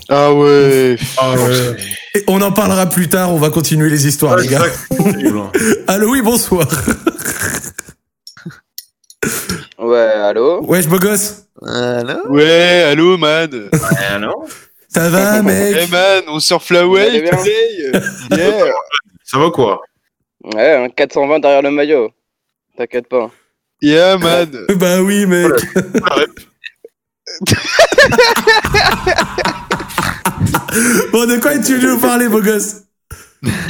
[SPEAKER 7] Ah ouais.
[SPEAKER 1] et on en parlera plus tard. On va continuer les histoires, les gars. (laughs) Allô, oui, bonsoir. (laughs)
[SPEAKER 9] Ouais, allô
[SPEAKER 1] Ouais, je me gosse.
[SPEAKER 5] Ouais, allô, man.
[SPEAKER 1] (laughs) Ça va,
[SPEAKER 5] hey,
[SPEAKER 1] mec
[SPEAKER 5] man, on surfe la
[SPEAKER 9] Vous allez
[SPEAKER 5] wave,
[SPEAKER 9] bien
[SPEAKER 5] play.
[SPEAKER 9] Ah Yeah
[SPEAKER 2] Ça va quoi
[SPEAKER 9] Ouais, un 420 derrière le maillot. T'inquiète pas.
[SPEAKER 5] Yeah, man.
[SPEAKER 1] (laughs) Bah oui, mec. bon, de quoi es-tu venu nous parler, beau gosse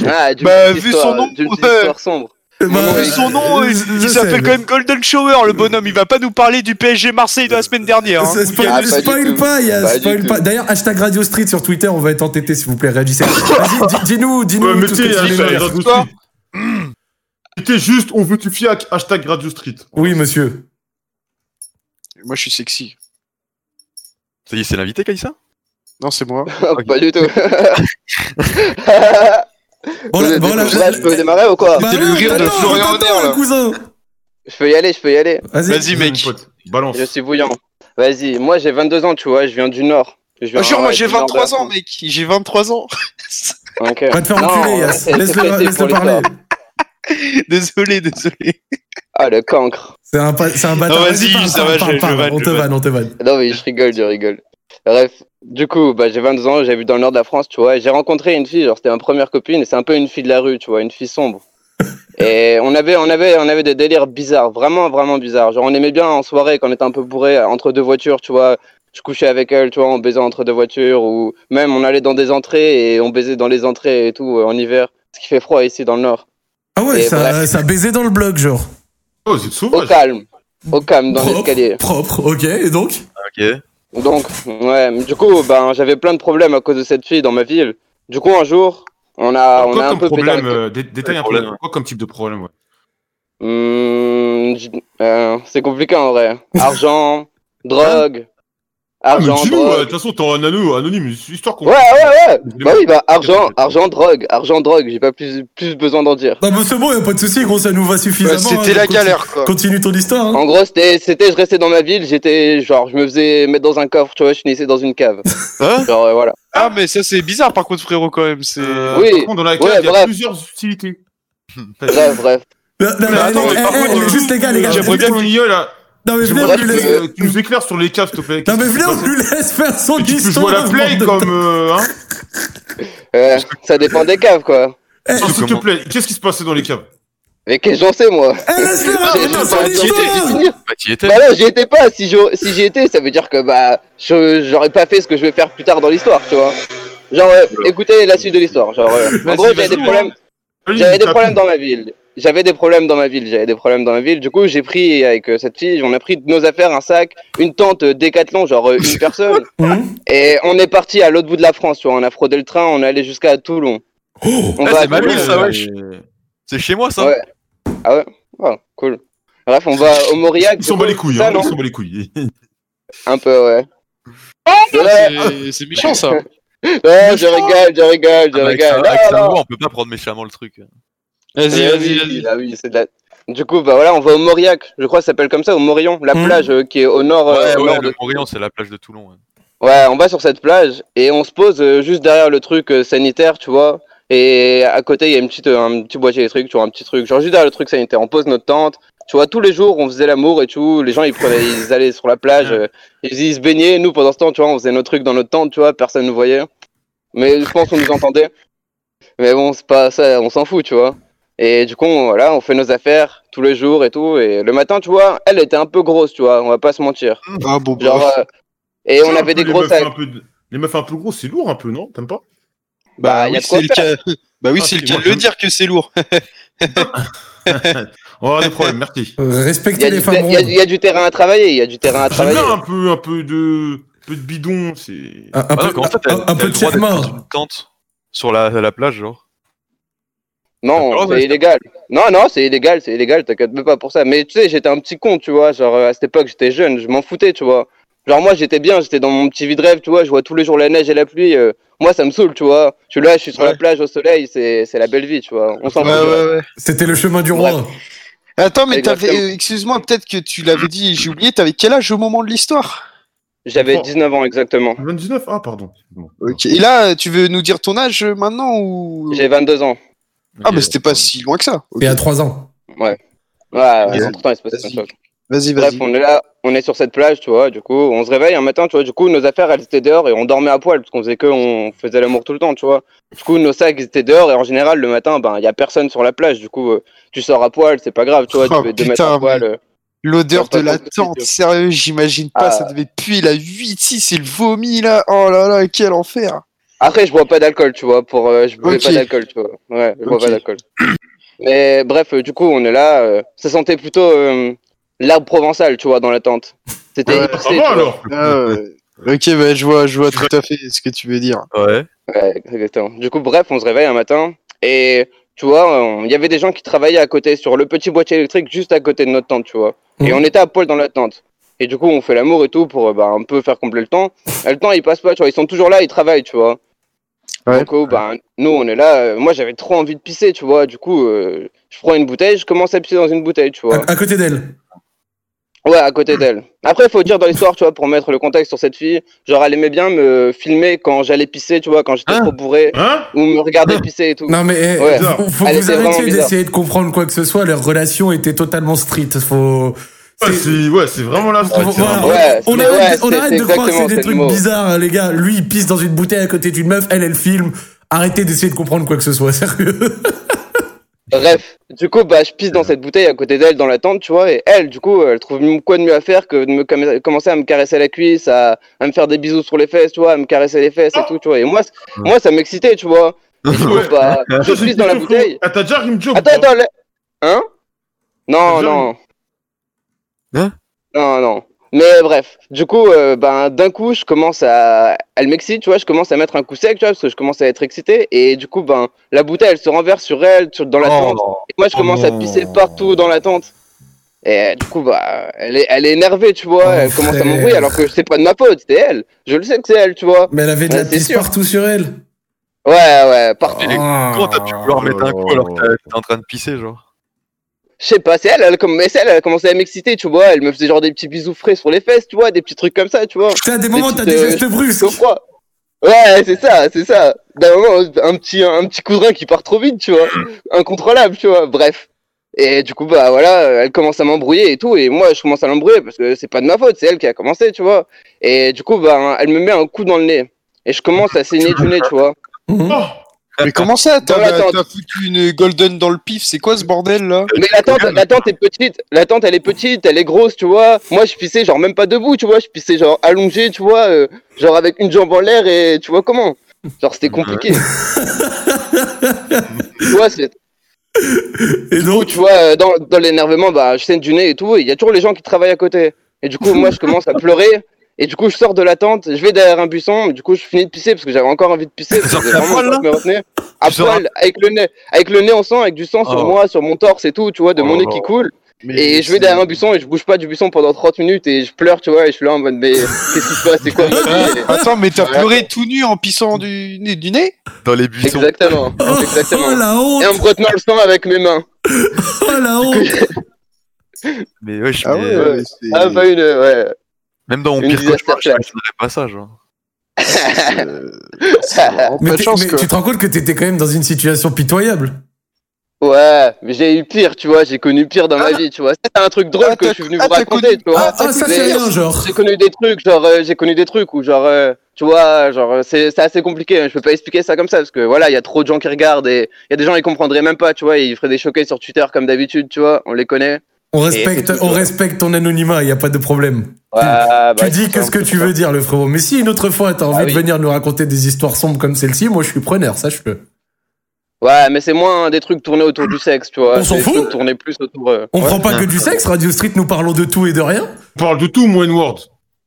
[SPEAKER 9] Ah, d'une
[SPEAKER 5] Bah,
[SPEAKER 9] petite
[SPEAKER 5] vu
[SPEAKER 9] histoire-
[SPEAKER 5] son nom,
[SPEAKER 9] d'une petite
[SPEAKER 5] ouais.
[SPEAKER 9] histoire sombre.
[SPEAKER 1] Bah,
[SPEAKER 5] Vu son nom,
[SPEAKER 1] je-
[SPEAKER 5] il,
[SPEAKER 1] je
[SPEAKER 5] il
[SPEAKER 1] sais,
[SPEAKER 5] s'appelle
[SPEAKER 1] je-
[SPEAKER 5] quand même Golden Shower, le bonhomme. Il va pas nous parler du PSG Marseille de
[SPEAKER 2] Euh,
[SPEAKER 5] la semaine dernière. hein.
[SPEAKER 1] Ça spoil,
[SPEAKER 9] Ah, pas du
[SPEAKER 1] spoil
[SPEAKER 9] tout.
[SPEAKER 1] pas, Yas,
[SPEAKER 9] Pas du
[SPEAKER 1] spoil
[SPEAKER 9] tout.
[SPEAKER 1] pas. D'ailleurs, hashtag Radio Street sur Twitter, on va être entêté, s'il vous plaît, réagissez. Vas-y, di- dis-nous, dis-nous.
[SPEAKER 2] Ouais,
[SPEAKER 1] tout ce que
[SPEAKER 2] mettez hein,
[SPEAKER 1] tu voulais nous
[SPEAKER 2] hashtag
[SPEAKER 1] dire.
[SPEAKER 2] Radio Street. Mettez juste, on veut tu fiac, hashtag Radio Street.
[SPEAKER 1] Oui, monsieur.
[SPEAKER 7] Moi, je suis sexy.
[SPEAKER 3] Ça y est, c'est l'invité, Kaïsa
[SPEAKER 7] Non, c'est moi.
[SPEAKER 9] pas du tout.
[SPEAKER 1] Bon, là, bon, là,
[SPEAKER 9] Là, je peux démarrer ou quoi
[SPEAKER 1] Bah
[SPEAKER 7] C'est le
[SPEAKER 1] non,
[SPEAKER 7] rire de
[SPEAKER 1] attends,
[SPEAKER 7] Florian
[SPEAKER 1] attends,
[SPEAKER 7] Honner, là.
[SPEAKER 1] cousin.
[SPEAKER 9] Je peux y aller, je peux y aller.
[SPEAKER 1] Vas-y.
[SPEAKER 5] Vas-y, mec.
[SPEAKER 2] Mon pote, Balance.
[SPEAKER 9] Je suis bouillant. Vas-y, moi j'ai 22 ans, tu vois, je viens du Nord. Je viens,
[SPEAKER 5] Ah, Jure, moi
[SPEAKER 9] ouais,
[SPEAKER 5] j'ai
[SPEAKER 9] du nord de la
[SPEAKER 5] 23 ans,
[SPEAKER 9] France.
[SPEAKER 5] mec. J'ai 23 ans.
[SPEAKER 9] Ok.
[SPEAKER 1] Va te faire
[SPEAKER 9] Non,
[SPEAKER 1] enculer,
[SPEAKER 9] ouais,
[SPEAKER 1] Yas.
[SPEAKER 9] c'est- c'est
[SPEAKER 1] Laisse-le
[SPEAKER 9] pressé
[SPEAKER 1] laisse-le
[SPEAKER 9] pour
[SPEAKER 1] parler.
[SPEAKER 9] l'histoire.
[SPEAKER 5] (laughs) désolé, désolé.
[SPEAKER 9] Ah, le cancre.
[SPEAKER 1] C'est un, pa- c'est un bâtard.
[SPEAKER 5] Non, vas-y,
[SPEAKER 1] parle,
[SPEAKER 5] ça
[SPEAKER 1] parle,
[SPEAKER 5] va,
[SPEAKER 1] bah, parle,
[SPEAKER 5] je- je
[SPEAKER 1] parle.
[SPEAKER 5] vanne,
[SPEAKER 1] On
[SPEAKER 5] je
[SPEAKER 1] te
[SPEAKER 5] vanne.
[SPEAKER 1] vanne, on te vanne.
[SPEAKER 9] Non, mais je rigole, je rigole. Bref, du coup, bah, j'ai 22 ans, j'habite dans le nord de la France, tu vois, et j'ai rencontré une fille, genre c'était ma première copine, et c'est un peu une fille de la rue, tu vois, une fille
[SPEAKER 1] (laughs)
[SPEAKER 9] sombre. Et on avait, on avait, on avait des délires bizarres, vraiment, vraiment bizarres. Genre on aimait bien en soirée quand on était un peu bourré entre deux voitures, tu vois. Je couchais avec elle, tu vois, on baisait entre deux voitures, ou même on allait dans des entrées et on baisait dans les entrées et tout euh, en hiver, ce qui fait froid ici dans le nord.
[SPEAKER 1] Ah ouais,
[SPEAKER 9] Et
[SPEAKER 1] ça,
[SPEAKER 9] bref.
[SPEAKER 1] ça baisait dans le blog, genre.
[SPEAKER 2] Oh, c'est
[SPEAKER 9] Au
[SPEAKER 2] sauvage.
[SPEAKER 9] calme, au calme dans
[SPEAKER 1] Propre,
[SPEAKER 9] l'escalier.
[SPEAKER 1] propre, ok, et donc
[SPEAKER 3] Ok.
[SPEAKER 9] Donc, ouais, mais du coup, ben, j'avais plein de problèmes à cause de cette fille dans ma ville. Du coup, un jour, on a, on
[SPEAKER 2] quoi
[SPEAKER 9] a un
[SPEAKER 2] comme
[SPEAKER 9] peu
[SPEAKER 2] problème
[SPEAKER 9] pété.
[SPEAKER 2] euh, dé- Détaille un
[SPEAKER 3] Problème,
[SPEAKER 2] problème. Quoi comme type de problème ouais. Hein
[SPEAKER 9] Hmm, j- euh, c'est compliqué en vrai. Argent, drogue,
[SPEAKER 2] Ah, mais
[SPEAKER 9] Argent,
[SPEAKER 2] dis-nous,
[SPEAKER 9] drogue.
[SPEAKER 2] euh, de toute façon, t'es en anonyme, anonyme, histoire qu'on.
[SPEAKER 9] Ouais, ouais, ouais.
[SPEAKER 2] Mais
[SPEAKER 9] Bah
[SPEAKER 2] bon.
[SPEAKER 9] oui, bah argent, argent, drogue, argent, drogue. J'ai pas plus, plus besoin d'en dire.
[SPEAKER 1] Bah, bah, c'est bon, y a pas de souci, gros, ça nous va suffisamment.
[SPEAKER 9] Bah,
[SPEAKER 1] hein,
[SPEAKER 5] C'était la
[SPEAKER 1] continue-
[SPEAKER 5] galère, quoi.
[SPEAKER 1] Continue ton histoire. hein.
[SPEAKER 9] En gros, c'était, c'était, je restais dans ma ville. J'étais, genre, je me faisais mettre dans un coffre, tu vois, je finissais dans une cave.
[SPEAKER 5] Hein
[SPEAKER 9] Genre, euh, voilà.
[SPEAKER 5] Ah, mais ça, c'est bizarre, par contre, frérot, quand même. C'est.
[SPEAKER 2] Euh,
[SPEAKER 9] Oui.
[SPEAKER 2] par contre, dans la cave,
[SPEAKER 9] Ouais,
[SPEAKER 2] il y a
[SPEAKER 9] bref.
[SPEAKER 2] plusieurs utilités.
[SPEAKER 9] Bref, bref.
[SPEAKER 1] Non, non, mais
[SPEAKER 5] attends,
[SPEAKER 1] les-
[SPEAKER 5] mais par
[SPEAKER 1] eh, eh,
[SPEAKER 5] contre,
[SPEAKER 1] juste les gars, les gars.
[SPEAKER 5] j'aimerais
[SPEAKER 1] juste-
[SPEAKER 5] bien-
[SPEAKER 2] Ton lieu, là,
[SPEAKER 1] Non, mais venez, on
[SPEAKER 2] j'aimerais
[SPEAKER 1] lui
[SPEAKER 2] que
[SPEAKER 1] laisse.
[SPEAKER 2] euh, tu nous éclaires sur les caves, s'il te plaît.
[SPEAKER 1] Non, mais venez, on
[SPEAKER 2] Qu'est-ce qui
[SPEAKER 1] lui laisse faire son
[SPEAKER 2] se passe Tu peux
[SPEAKER 1] histoire.
[SPEAKER 2] jouer à la play
[SPEAKER 1] bande de-
[SPEAKER 2] comme. euh, hein
[SPEAKER 9] Ouais, ça dépend des caves, quoi.
[SPEAKER 2] Ah, S'il te
[SPEAKER 3] Comment
[SPEAKER 2] plaît, qu'est-ce qui se passait dans les caves
[SPEAKER 9] Mais qu'est-ce que j'en sais, moi
[SPEAKER 1] Eh, laisse-le
[SPEAKER 9] J'ai-
[SPEAKER 1] raconter
[SPEAKER 9] j'ai
[SPEAKER 1] son
[SPEAKER 9] pas- j'y étais, j'y
[SPEAKER 1] histoire
[SPEAKER 9] étais.
[SPEAKER 3] Bah, t'y étais.
[SPEAKER 9] Bah non, j'y étais pas. Si j'aurais- si j'y étais, ça veut dire que bah, je- j'aurais pas fait ce que je vais faire plus tard dans l'histoire, tu vois. Genre, euh, écoutez la suite de l'histoire. Genre, euh, en
[SPEAKER 2] Vas-y,
[SPEAKER 9] gros, j'avais
[SPEAKER 2] vas-y,
[SPEAKER 9] des problèmes.
[SPEAKER 2] Vas-y,
[SPEAKER 9] J'avais des
[SPEAKER 2] t'as-
[SPEAKER 9] problèmes dans ma ville. J'avais des problèmes dans ma ville. J'avais des problèmes dans ma ville. Du coup, j'ai pris avec euh, cette fille, on a pris de nos affaires, un sac, une tente euh, décathlon, genre euh, une
[SPEAKER 3] (laughs)
[SPEAKER 9] personne.
[SPEAKER 1] Hum.
[SPEAKER 9] Et on est parti à l'autre bout de la France, tu vois. On a fraudé le train, on est allé jusqu'à Toulon. On
[SPEAKER 3] Ah,
[SPEAKER 9] va à
[SPEAKER 3] c'est ma
[SPEAKER 9] Toulon.
[SPEAKER 3] ville, ça, wesh. C'est chez moi, ça.
[SPEAKER 9] Ouais. Ah ouais Oh, cool. Bref, on va au Mauriac.
[SPEAKER 2] Ils s'en bat les couilles,
[SPEAKER 9] Ça,
[SPEAKER 2] hein,
[SPEAKER 9] non
[SPEAKER 2] ils s'en bat les couilles.
[SPEAKER 9] Un peu, ouais. Ouais,
[SPEAKER 5] C'est- C'est méchant, ça.
[SPEAKER 9] (laughs) ouais, je rigole, je rigole, je
[SPEAKER 3] Ah, bah, avec sa-
[SPEAKER 9] rigole.
[SPEAKER 3] avec
[SPEAKER 9] Ah,
[SPEAKER 3] sa
[SPEAKER 9] non.
[SPEAKER 3] voix, on peut pas prendre méchamment le truc.
[SPEAKER 5] Vas-y,
[SPEAKER 9] Eh
[SPEAKER 5] vas-y,
[SPEAKER 9] oui,
[SPEAKER 5] vas-y.
[SPEAKER 9] ah oui, c'est de la- Du coup, bah voilà, on va au Mauriac. Je crois que ça s'appelle comme ça, au Morion, la
[SPEAKER 1] Hmm.
[SPEAKER 9] plage euh, qui est au nord, euh,
[SPEAKER 3] Ouais,
[SPEAKER 9] au
[SPEAKER 3] ouais,
[SPEAKER 9] nord de
[SPEAKER 3] le Orient, c'est la plage de Toulon. ouais.
[SPEAKER 9] Ouais, on va sur cette plage et on se pose euh, juste derrière le truc euh, sanitaire, tu vois. Et à côté, il y a une petite, euh, un petit boîtier électrique, tu vois, un petit truc. Genre juste derrière le truc sanitaire, on pose notre tente. Tu vois, tous les jours, on faisait l'amour et tout. Les gens, ils,
[SPEAKER 5] (laughs)
[SPEAKER 9] prenaient, ils allaient sur la plage, euh, ils, ils se baignaient. Nous, pendant ce temps, tu vois, on faisait nos trucs dans notre tente, tu vois, personne nous voyait. Mais je pense qu'on nous entendait. Mais bon, c'est pas ça, on s'en fout, tu vois. Et du coup, on- voilà, on fait nos affaires tous les jours et tout. Et le matin, tu vois, elle était un peu grosse, tu vois, on va pas se mentir.
[SPEAKER 5] Ah, bon, bah.
[SPEAKER 9] Genre, euh, et on avait des
[SPEAKER 2] gros
[SPEAKER 9] grosses.
[SPEAKER 2] Les meufs un peu gros, c'est lourd un peu, non T'aimes pas
[SPEAKER 9] Bah,
[SPEAKER 5] Bah,
[SPEAKER 9] y a
[SPEAKER 5] oui,
[SPEAKER 9] de quoi
[SPEAKER 5] c'est le cas. Bah oui,
[SPEAKER 2] Ah,
[SPEAKER 5] c'est
[SPEAKER 2] si,
[SPEAKER 5] le cas
[SPEAKER 2] moi,
[SPEAKER 5] de le
[SPEAKER 2] j'aime.
[SPEAKER 5] dire que c'est lourd.
[SPEAKER 2] On va avoir des problèmes, merci. Ah,
[SPEAKER 9] Il y,
[SPEAKER 1] Euh, Respectez
[SPEAKER 9] a
[SPEAKER 1] les
[SPEAKER 9] du
[SPEAKER 1] femmes
[SPEAKER 9] ter- y a-
[SPEAKER 1] rondes.
[SPEAKER 9] y a du terrain à travailler, il y a du terrain à
[SPEAKER 2] J'aime
[SPEAKER 9] travailler.
[SPEAKER 2] bien un peu, un peu de, peu de bidon, c'est.
[SPEAKER 1] Un un
[SPEAKER 3] Ah,
[SPEAKER 1] peu
[SPEAKER 3] donc, en fait, t'as-
[SPEAKER 1] un- un
[SPEAKER 3] t'as
[SPEAKER 1] peu
[SPEAKER 3] le
[SPEAKER 1] de
[SPEAKER 3] droit d'être
[SPEAKER 1] chef
[SPEAKER 3] dans
[SPEAKER 1] mort.
[SPEAKER 3] une tente sur la, la plage, genre.
[SPEAKER 9] Non,
[SPEAKER 3] Ah, ouais,
[SPEAKER 9] c'est
[SPEAKER 3] c'est-
[SPEAKER 9] illégal. Non, non, c'est illégal, c'est illégal, t'inquiète même pas pour ça. Mais tu sais, j'étais un petit con, tu vois. Genre, euh, à cette époque, j'étais jeune, je m'en foutais, tu vois. Genre, moi, j'étais bien, j'étais dans mon petit vide rêve, tu vois. Je vois tous les jours la neige et la pluie. euh, moi, ça me saoule, tu vois. Je suis là, je suis sur la plage au soleil, c'est c'est la belle vie, tu vois. On s'en fout.
[SPEAKER 7] Ouais,
[SPEAKER 9] tu vois.
[SPEAKER 7] ouais, ouais.
[SPEAKER 1] C'était le chemin du roi.
[SPEAKER 7] Attends, mais
[SPEAKER 9] Exactement.
[SPEAKER 7] t'avais. euh, Excuse-moi, peut-être que tu l'avais dit, j'ai oublié, t'avais quel âge au moment de l'histoire
[SPEAKER 9] J'avais 19 ans exactement.
[SPEAKER 2] 29 Ah, pardon. Bon.
[SPEAKER 7] Ok. Et là, tu veux nous dire ton âge euh, maintenant ou.
[SPEAKER 9] J'ai 22 ans.
[SPEAKER 7] Ah, mais c'était pas si loin que ça. Ok.
[SPEAKER 1] Et à 3 ans.
[SPEAKER 9] Ouais, ouais,
[SPEAKER 7] Vas-y.
[SPEAKER 9] entre temps, il se passe un
[SPEAKER 7] Vas-y.
[SPEAKER 9] choc.
[SPEAKER 7] Vas-y,
[SPEAKER 9] Bref,
[SPEAKER 7] vas-y.
[SPEAKER 9] on est là, on est sur cette plage, tu vois. Du coup, on se réveille un matin, tu vois. Du coup, nos affaires, elles étaient dehors et on dormait à poil parce qu'on faisait que, on faisait l'amour tout le temps, tu vois. Du coup, nos sacs ils étaient dehors et en général, le matin, ben, il y a personne sur la plage. Du coup, euh, tu sors à poil, c'est pas grave, tu vois.
[SPEAKER 7] Oh,
[SPEAKER 9] tu fais deux
[SPEAKER 7] putain,
[SPEAKER 9] mètres à
[SPEAKER 7] mais-
[SPEAKER 9] poil. euh.
[SPEAKER 7] L'odeur
[SPEAKER 9] T'as
[SPEAKER 7] de
[SPEAKER 9] pas
[SPEAKER 7] la
[SPEAKER 9] compris, tu
[SPEAKER 7] tente,
[SPEAKER 9] vois.
[SPEAKER 7] sérieux, j'imagine pas,
[SPEAKER 9] Ah.
[SPEAKER 7] ça devait puer la 8, 6 et le vomi là. Oh là là, quel enfer.
[SPEAKER 9] Après, je bois pas d'alcool, tu vois. Pour, euh, je bois
[SPEAKER 7] Ok.
[SPEAKER 9] pas d'alcool, tu vois. Ouais, je bois
[SPEAKER 7] Ok.
[SPEAKER 9] pas d'alcool. Mais bref, euh, du coup, on est là. euh, ça sentait plutôt euh, l'arbre provençal, tu vois, dans la tente. C'était
[SPEAKER 7] Ouais,
[SPEAKER 9] épicé,
[SPEAKER 2] Ça
[SPEAKER 9] tu
[SPEAKER 2] va
[SPEAKER 9] vois.
[SPEAKER 2] alors
[SPEAKER 7] Ah, ouais. ok, bah, je vois, je vois tout à fait ce que tu veux dire.
[SPEAKER 3] Ouais.
[SPEAKER 9] Ouais, exactement. Du coup, bref, on se réveille un matin et tu vois, on- il y avait des gens qui travaillaient à côté sur le petit boîtier électrique juste à côté de notre tente, tu vois. Et
[SPEAKER 1] Mhm.
[SPEAKER 9] on était à poil dans la tente. Et du coup, on fait l'amour et tout pour euh, bah, un peu faire combler le temps. Et le temps, il passe pas, tu vois. Ils sont toujours là, ils travaillent, tu vois.
[SPEAKER 7] Ouais.
[SPEAKER 9] Du coup, bah, nous, on est là. euh, moi, j'avais trop envie de pisser, tu vois. Du coup, euh, je prends une bouteille, je commence à pisser dans une bouteille, tu
[SPEAKER 1] À
[SPEAKER 9] vois.
[SPEAKER 1] à côté d'elle.
[SPEAKER 9] Ouais, à côté d'elle. Après, il faut dire dans l'histoire, tu vois, pour mettre le contexte sur cette fille, genre, elle aimait bien me filmer quand j'allais pisser, tu vois, quand j'étais
[SPEAKER 3] Hein
[SPEAKER 9] trop bourré,
[SPEAKER 2] Hein
[SPEAKER 9] ou me regarder pisser et tout.
[SPEAKER 1] Non mais eh,
[SPEAKER 9] Ouais.
[SPEAKER 1] faut, faut que
[SPEAKER 9] Elle
[SPEAKER 1] vous
[SPEAKER 9] était vraiment
[SPEAKER 1] arrêtiez
[SPEAKER 9] bizarre.
[SPEAKER 1] d'essayer de comprendre quoi que ce soit. Leur relation était totalement street. Faut.
[SPEAKER 2] Ouais,
[SPEAKER 1] c'est-
[SPEAKER 2] c'est ouais, c'est vraiment la street.
[SPEAKER 1] Voilà.
[SPEAKER 2] c'est vraiment-
[SPEAKER 9] Ouais,
[SPEAKER 1] on
[SPEAKER 9] c'est-
[SPEAKER 1] arrête,
[SPEAKER 9] ouais,
[SPEAKER 1] on
[SPEAKER 9] c'est-
[SPEAKER 1] arrête
[SPEAKER 9] c'est
[SPEAKER 1] de croire que c'est
[SPEAKER 9] exactement,
[SPEAKER 1] des
[SPEAKER 9] c'est
[SPEAKER 1] trucs
[SPEAKER 9] le mot.
[SPEAKER 1] bizarres, hein, les gars. Lui, il pisse dans une bouteille à côté d'une meuf, elle, elle filme. Arrêtez d'essayer de comprendre quoi que ce soit, (laughs) sérieux.
[SPEAKER 9] (laughs) Bref, du coup, bah, je pisse dans cette bouteille à côté d'elle dans la tente, tu vois, et elle, du coup, elle trouve quoi de mieux à faire que de me cam- commencer à me caresser la cuisse, à, à me faire des bisous sur les fesses, tu vois, à me caresser les fesses et tout, tu vois. Et moi, c- moi ça m'excitait, tu vois. Et du coup,
[SPEAKER 2] Ouais.
[SPEAKER 9] bah, je
[SPEAKER 2] Ça, c'est
[SPEAKER 9] pisse dans la
[SPEAKER 2] plutôt
[SPEAKER 9] bouteille.
[SPEAKER 2] fou. Ah, t'as déjà rim job
[SPEAKER 9] Attends,
[SPEAKER 2] ou pas
[SPEAKER 9] attends, la- hein Non,
[SPEAKER 2] T'as déjà
[SPEAKER 9] non.
[SPEAKER 3] Hein
[SPEAKER 9] Non, non. Mais bref, du coup, euh, ben, d'un coup, je commence à. Elle m'excite, tu vois, je commence à mettre un coup sec, tu vois, parce que je commence à être excité. Et du coup, ben,
[SPEAKER 1] Oh.
[SPEAKER 9] la bouteille, elle se renverse sur elle, sur- dans la tente. Et moi, je commence à pisser partout dans la tente. Et euh, du coup, bah, elle est, elle est énervée, tu vois.
[SPEAKER 1] Oh,
[SPEAKER 9] elle commence à
[SPEAKER 1] frère.
[SPEAKER 9] m'embrouiller alors que c'est pas de ma faute, c'est elle. Je le sais que c'est elle, tu vois.
[SPEAKER 1] Mais elle avait de la
[SPEAKER 9] Ouais, c'est
[SPEAKER 1] pisse
[SPEAKER 9] sûr.
[SPEAKER 1] partout sur elle.
[SPEAKER 9] Ouais, ouais, partout.
[SPEAKER 3] Il est
[SPEAKER 1] Ah.
[SPEAKER 3] Comment t'as pu vouloir mettre un coup alors que t'as- t'es en train de pisser, genre
[SPEAKER 9] Je sais pas, c'est elle, elle, comme, mais c'est elle, elle a commencé à m'exciter, tu vois. Elle me faisait genre des petits bisous frais sur les fesses, tu vois, des petits trucs comme ça, tu vois.
[SPEAKER 1] Putain, à des moments, t'as des
[SPEAKER 9] petites, euh,
[SPEAKER 1] gestes brusques.
[SPEAKER 9] Au froid. Ouais, c'est ça, c'est ça. D'un moment, un petit, un petit coup de rein qui part trop vite, tu vois. Incontrôlable, tu vois. Bref. Et du coup, bah voilà, elle commence à m'embrouiller et tout. Et moi, je commence à l'embrouiller parce que c'est pas de ma faute, c'est elle qui a commencé, tu vois. Et du coup, bah, elle me met un coup dans le nez. Et je commence à saigner du nez, tu vois.
[SPEAKER 1] Mhm.
[SPEAKER 2] Oh.
[SPEAKER 7] Mais comment ça
[SPEAKER 9] Dans
[SPEAKER 7] T'as
[SPEAKER 9] l'attente.
[SPEAKER 7] t'as foutu une golden dans le pif, c'est quoi ce bordel là
[SPEAKER 9] Mais la tente, la tente est petite, la tente elle est petite, elle est grosse, tu vois. Moi je pissais genre même pas debout, tu vois, je pissais genre allongé, tu vois, euh, genre avec une jambe en l'air et tu vois comment. Genre c'était compliqué. tu vois, c'est-
[SPEAKER 1] Et
[SPEAKER 9] du coup,
[SPEAKER 1] donc,
[SPEAKER 9] tu vois, euh, dans, dans l'énervement, bah, je saigne du nez et tout, et il y a toujours les gens qui travaillent à côté. Et du coup, moi, je commence à pleurer, et du coup, je sors de la tente, je vais derrière un buisson, du coup, je finis de pisser, parce que j'avais encore envie de pisser, parce que j'avais vraiment envie de me retenir. À
[SPEAKER 3] Tu sors à-
[SPEAKER 9] poil, avec le nez, avec le nez en sang, avec du sang sur
[SPEAKER 3] Oh.
[SPEAKER 9] moi, sur mon torse et tout, tu vois, de mon
[SPEAKER 3] Oh.
[SPEAKER 9] nez qui coule. Et je vais derrière un buisson et je bouge pas du buisson pendant 30 minutes et je pleure, tu vois, et je suis là en mode, mais qu'est-ce qui se passe, c'est quoi ma vie
[SPEAKER 7] Attends, mais t'as
[SPEAKER 9] Ouais.
[SPEAKER 7] pleuré tout nu en pissant du, nez- du nez
[SPEAKER 3] Dans les buissons.
[SPEAKER 9] Exactement,
[SPEAKER 1] oh, oh,
[SPEAKER 9] exactement.
[SPEAKER 1] la
[SPEAKER 9] Et en me
[SPEAKER 1] honte,
[SPEAKER 9] retenant le sang avec mes mains.
[SPEAKER 1] (laughs) oh la honte.
[SPEAKER 3] Mais wesh,
[SPEAKER 7] Ah
[SPEAKER 3] mais,
[SPEAKER 7] ouais,
[SPEAKER 3] euh,
[SPEAKER 7] ouais, c'est-
[SPEAKER 9] Ah, bah, une, ouais.
[SPEAKER 3] même dans mon
[SPEAKER 9] Une
[SPEAKER 3] pire
[SPEAKER 9] disaster
[SPEAKER 3] cauchemar, je
[SPEAKER 9] class.
[SPEAKER 3] ferais pas ça, genre.
[SPEAKER 7] euh, c'est vraiment
[SPEAKER 1] Mais,
[SPEAKER 7] pas de
[SPEAKER 1] t'es-
[SPEAKER 7] chance,
[SPEAKER 1] mais
[SPEAKER 7] quoi.
[SPEAKER 1] tu te rends compte que t'étais quand même dans une situation pitoyable.
[SPEAKER 9] Ouais, mais j'ai eu pire, tu vois, j'ai connu pire dans ma vie, tu vois. C'est un truc drôle
[SPEAKER 7] Ah,
[SPEAKER 9] que
[SPEAKER 7] t'as-
[SPEAKER 9] je suis venu
[SPEAKER 7] ah,
[SPEAKER 9] vous
[SPEAKER 7] t'as
[SPEAKER 9] raconter,
[SPEAKER 7] connu-
[SPEAKER 9] tu vois.
[SPEAKER 1] Ah, ah, ça
[SPEAKER 9] Mais
[SPEAKER 1] c'est rien, genre.
[SPEAKER 9] J'ai connu des trucs, genre, euh, j'ai connu des trucs où, genre, euh, tu vois, genre, euh, c'est c'est assez compliqué, hein, je peux pas expliquer ça comme ça, parce que voilà, il y a trop de gens qui regardent et il y a des gens, ils comprendraient même pas, tu vois, et ils feraient des choqués sur Twitter comme d'habitude, tu vois, on les connaît.
[SPEAKER 1] On respecte,
[SPEAKER 9] c'est tout,
[SPEAKER 1] on
[SPEAKER 9] ouais.
[SPEAKER 1] respecte ton anonymat, y a pas de problème.
[SPEAKER 9] Ouais, bah,
[SPEAKER 1] tu dis
[SPEAKER 9] c'est
[SPEAKER 1] que ce que
[SPEAKER 9] simple,
[SPEAKER 1] tu veux dire, le frérot. Mais si une autre fois t'as envie de
[SPEAKER 9] Bah oui.
[SPEAKER 1] venir nous raconter des histoires sombres comme celle-ci, moi je suis preneur, sache-le.
[SPEAKER 9] Ouais, mais c'est moins hein, des trucs tournés autour du sexe, tu vois.
[SPEAKER 1] On s'en
[SPEAKER 9] des
[SPEAKER 1] fout.
[SPEAKER 9] trucs tournés plus autour. euh,
[SPEAKER 1] On
[SPEAKER 9] ouais.
[SPEAKER 1] prend pas que du sexe, Radio Street, nous parlons de tout et de rien.
[SPEAKER 2] On parle de tout, moi, N-Word.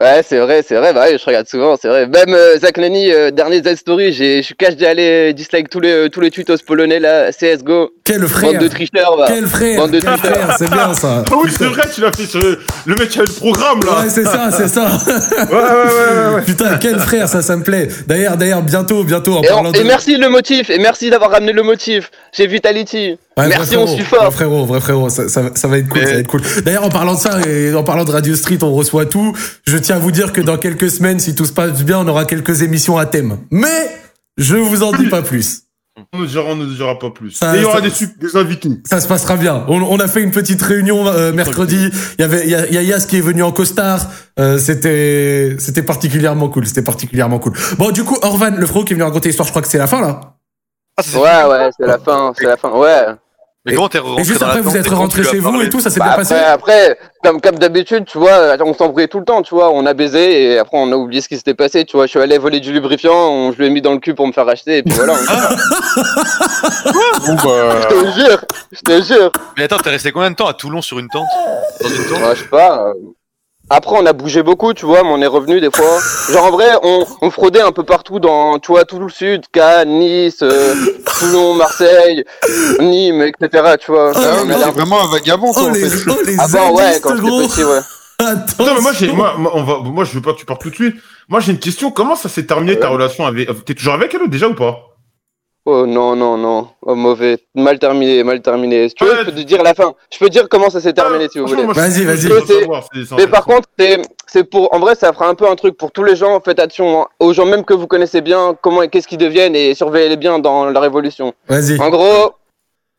[SPEAKER 9] Ouais, c'est vrai, c'est vrai, bah oui, je regarde souvent, c'est vrai. Même euh, Zach Lenny, euh, dernier Z-Story, je suis cache d'aller euh, dislike tous les, tous les tweetos polonais là, CSGO,
[SPEAKER 1] Quel
[SPEAKER 9] bande
[SPEAKER 1] frère
[SPEAKER 9] de tricheurs, bah.
[SPEAKER 1] Quel frère
[SPEAKER 9] Bande de
[SPEAKER 1] Quel
[SPEAKER 9] tricheurs.
[SPEAKER 1] frère C'est bien ça.
[SPEAKER 2] Ah oui, c'est vrai, tu l'as fait sur le le mec qui a le programme, là.
[SPEAKER 1] Ouais, c'est ça, c'est ça.
[SPEAKER 2] (laughs) Ouais, ouais, ouais, ouais, ouais.
[SPEAKER 1] (laughs) Putain, quel frère, ça, ça me plaît. D'ailleurs, d'ailleurs, bientôt, bientôt, en
[SPEAKER 9] Et,
[SPEAKER 1] parlant
[SPEAKER 9] on-
[SPEAKER 1] de.
[SPEAKER 9] et merci le motif, et merci d'avoir ramené le motif, chez Vitality.
[SPEAKER 1] Ouais,
[SPEAKER 9] merci,
[SPEAKER 1] vrai
[SPEAKER 9] on
[SPEAKER 1] frérot,
[SPEAKER 9] suit fort.
[SPEAKER 1] Vrai frérot, vrai frérot, ça, ça, ça va être cool, ça va être cool. D'ailleurs, en parlant de ça et en parlant de Radio Street, on reçoit tout. Je tiens à vous dire que dans quelques semaines, si tout se passe bien, on aura quelques émissions à thème. Mais je vous en dis pas plus.
[SPEAKER 2] On ne dira, on ne dira pas plus.
[SPEAKER 1] Ça-
[SPEAKER 2] Et il y aura
[SPEAKER 1] ça-
[SPEAKER 2] des, sup- des invités.
[SPEAKER 1] Ça se passera bien. On, on a fait une petite réunion euh, mercredi. Il y avait il y a- il y a Yas qui est venu en costard. Euh, c'était c'était particulièrement cool. C'était particulièrement cool. Bon, du coup, Orvan, le frérot qui est venu raconter l'histoire, je crois que c'est la fin là.
[SPEAKER 3] Ah,
[SPEAKER 9] Ouais, ouais, c'est la fin, c'est la fin, ouais.
[SPEAKER 3] Mais comment t'es rentré
[SPEAKER 1] Et juste
[SPEAKER 3] dans la
[SPEAKER 1] après, vous
[SPEAKER 3] tente
[SPEAKER 1] êtes
[SPEAKER 3] et quand
[SPEAKER 1] rentré
[SPEAKER 3] tu lui as
[SPEAKER 1] chez vous
[SPEAKER 3] parlé
[SPEAKER 1] et tout, ça s'est
[SPEAKER 9] Bah,
[SPEAKER 1] bien passé.
[SPEAKER 9] après, après, comme, comme d'habitude, tu vois, on s'embrouillait tout le temps, tu vois, on a baisé et après on a oublié ce qui s'était passé, tu vois, je suis allé voler du lubrifiant, on, je l'ai mis dans le cul pour me faire acheter et puis voilà.
[SPEAKER 3] Ah.
[SPEAKER 7] Bon, bah,
[SPEAKER 9] je te jure, je te jure.
[SPEAKER 3] Mais attends, t'es resté combien de temps à Toulon sur une tente Dans une tente
[SPEAKER 9] Ouais, je sais pas. euh. Après, on a bougé beaucoup, tu vois, mais on est revenu des fois. Genre, en vrai, on, on fraudait un peu partout dans, tu vois, tout le sud, Cannes, Nice, euh, Toulon, Marseille, Nîmes, etc., tu vois.
[SPEAKER 1] Oh,
[SPEAKER 7] ah
[SPEAKER 9] Ouais,
[SPEAKER 7] ouais,
[SPEAKER 9] on
[SPEAKER 7] mais
[SPEAKER 9] a
[SPEAKER 7] t'es
[SPEAKER 9] l'air-
[SPEAKER 7] vraiment un vagabond,
[SPEAKER 1] Oh
[SPEAKER 7] toi, en
[SPEAKER 1] les,
[SPEAKER 7] fait.
[SPEAKER 1] oh les
[SPEAKER 9] Ah bon, ouais,
[SPEAKER 1] zadistes,
[SPEAKER 9] quand j'étais
[SPEAKER 1] gros.
[SPEAKER 9] petit, ouais.
[SPEAKER 1] (laughs) Attends,
[SPEAKER 2] Non, mais moi, j'ai, moi, moi, on va, moi, je veux pas que tu partes tout de suite. Moi, j'ai une question. Comment ça s'est terminé ta relation avec, euh, t'es toujours avec elle ou déjà ou pas?
[SPEAKER 9] Oh non, non, non. Oh, mauvais. Mal terminé, mal terminé. Si tu veux,
[SPEAKER 2] Ouais.
[SPEAKER 9] je peux te dire la fin. Je peux te dire comment ça s'est terminé, si vous voulez.
[SPEAKER 1] Vas-y, vas-y.
[SPEAKER 9] Mais par contre, c'est, c'est pour, en vrai, ça fera un peu un truc pour tous les gens. Faites attention hein, aux gens même que vous connaissez bien, comment et qu'est-ce qu'ils deviennent et surveillez-les bien dans leur évolution.
[SPEAKER 1] Vas-y.
[SPEAKER 9] En gros,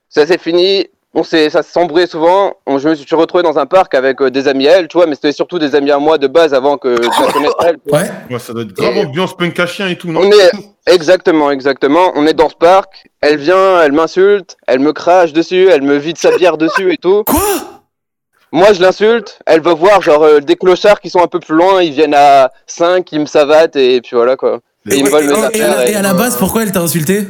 [SPEAKER 9] ça s'est fini. On s'est, ça s'embrouillait souvent. On- je me suis je suis retrouvé dans un parc avec euh, des amis à elle, tu vois, mais c'était surtout des amis à moi de base avant que je la connaisse elle.
[SPEAKER 1] Ouais.
[SPEAKER 2] Ouais, ça doit être grave ambiance punk à chien et tout, non
[SPEAKER 9] On est exactement, exactement. On est dans ce parc. Elle vient, elle m'insulte, elle me crache dessus, elle me vide sa bière dessus et tout.
[SPEAKER 1] Quoi
[SPEAKER 9] Moi, je l'insulte. Elle va voir genre euh, des clochards qui sont un peu plus loin. Ils viennent à 5, ils me savatent et puis voilà quoi. Et ils me volent mes
[SPEAKER 1] et, et à
[SPEAKER 9] affaires.
[SPEAKER 1] la-
[SPEAKER 9] et-
[SPEAKER 1] et à la base, pourquoi elle t'a insulté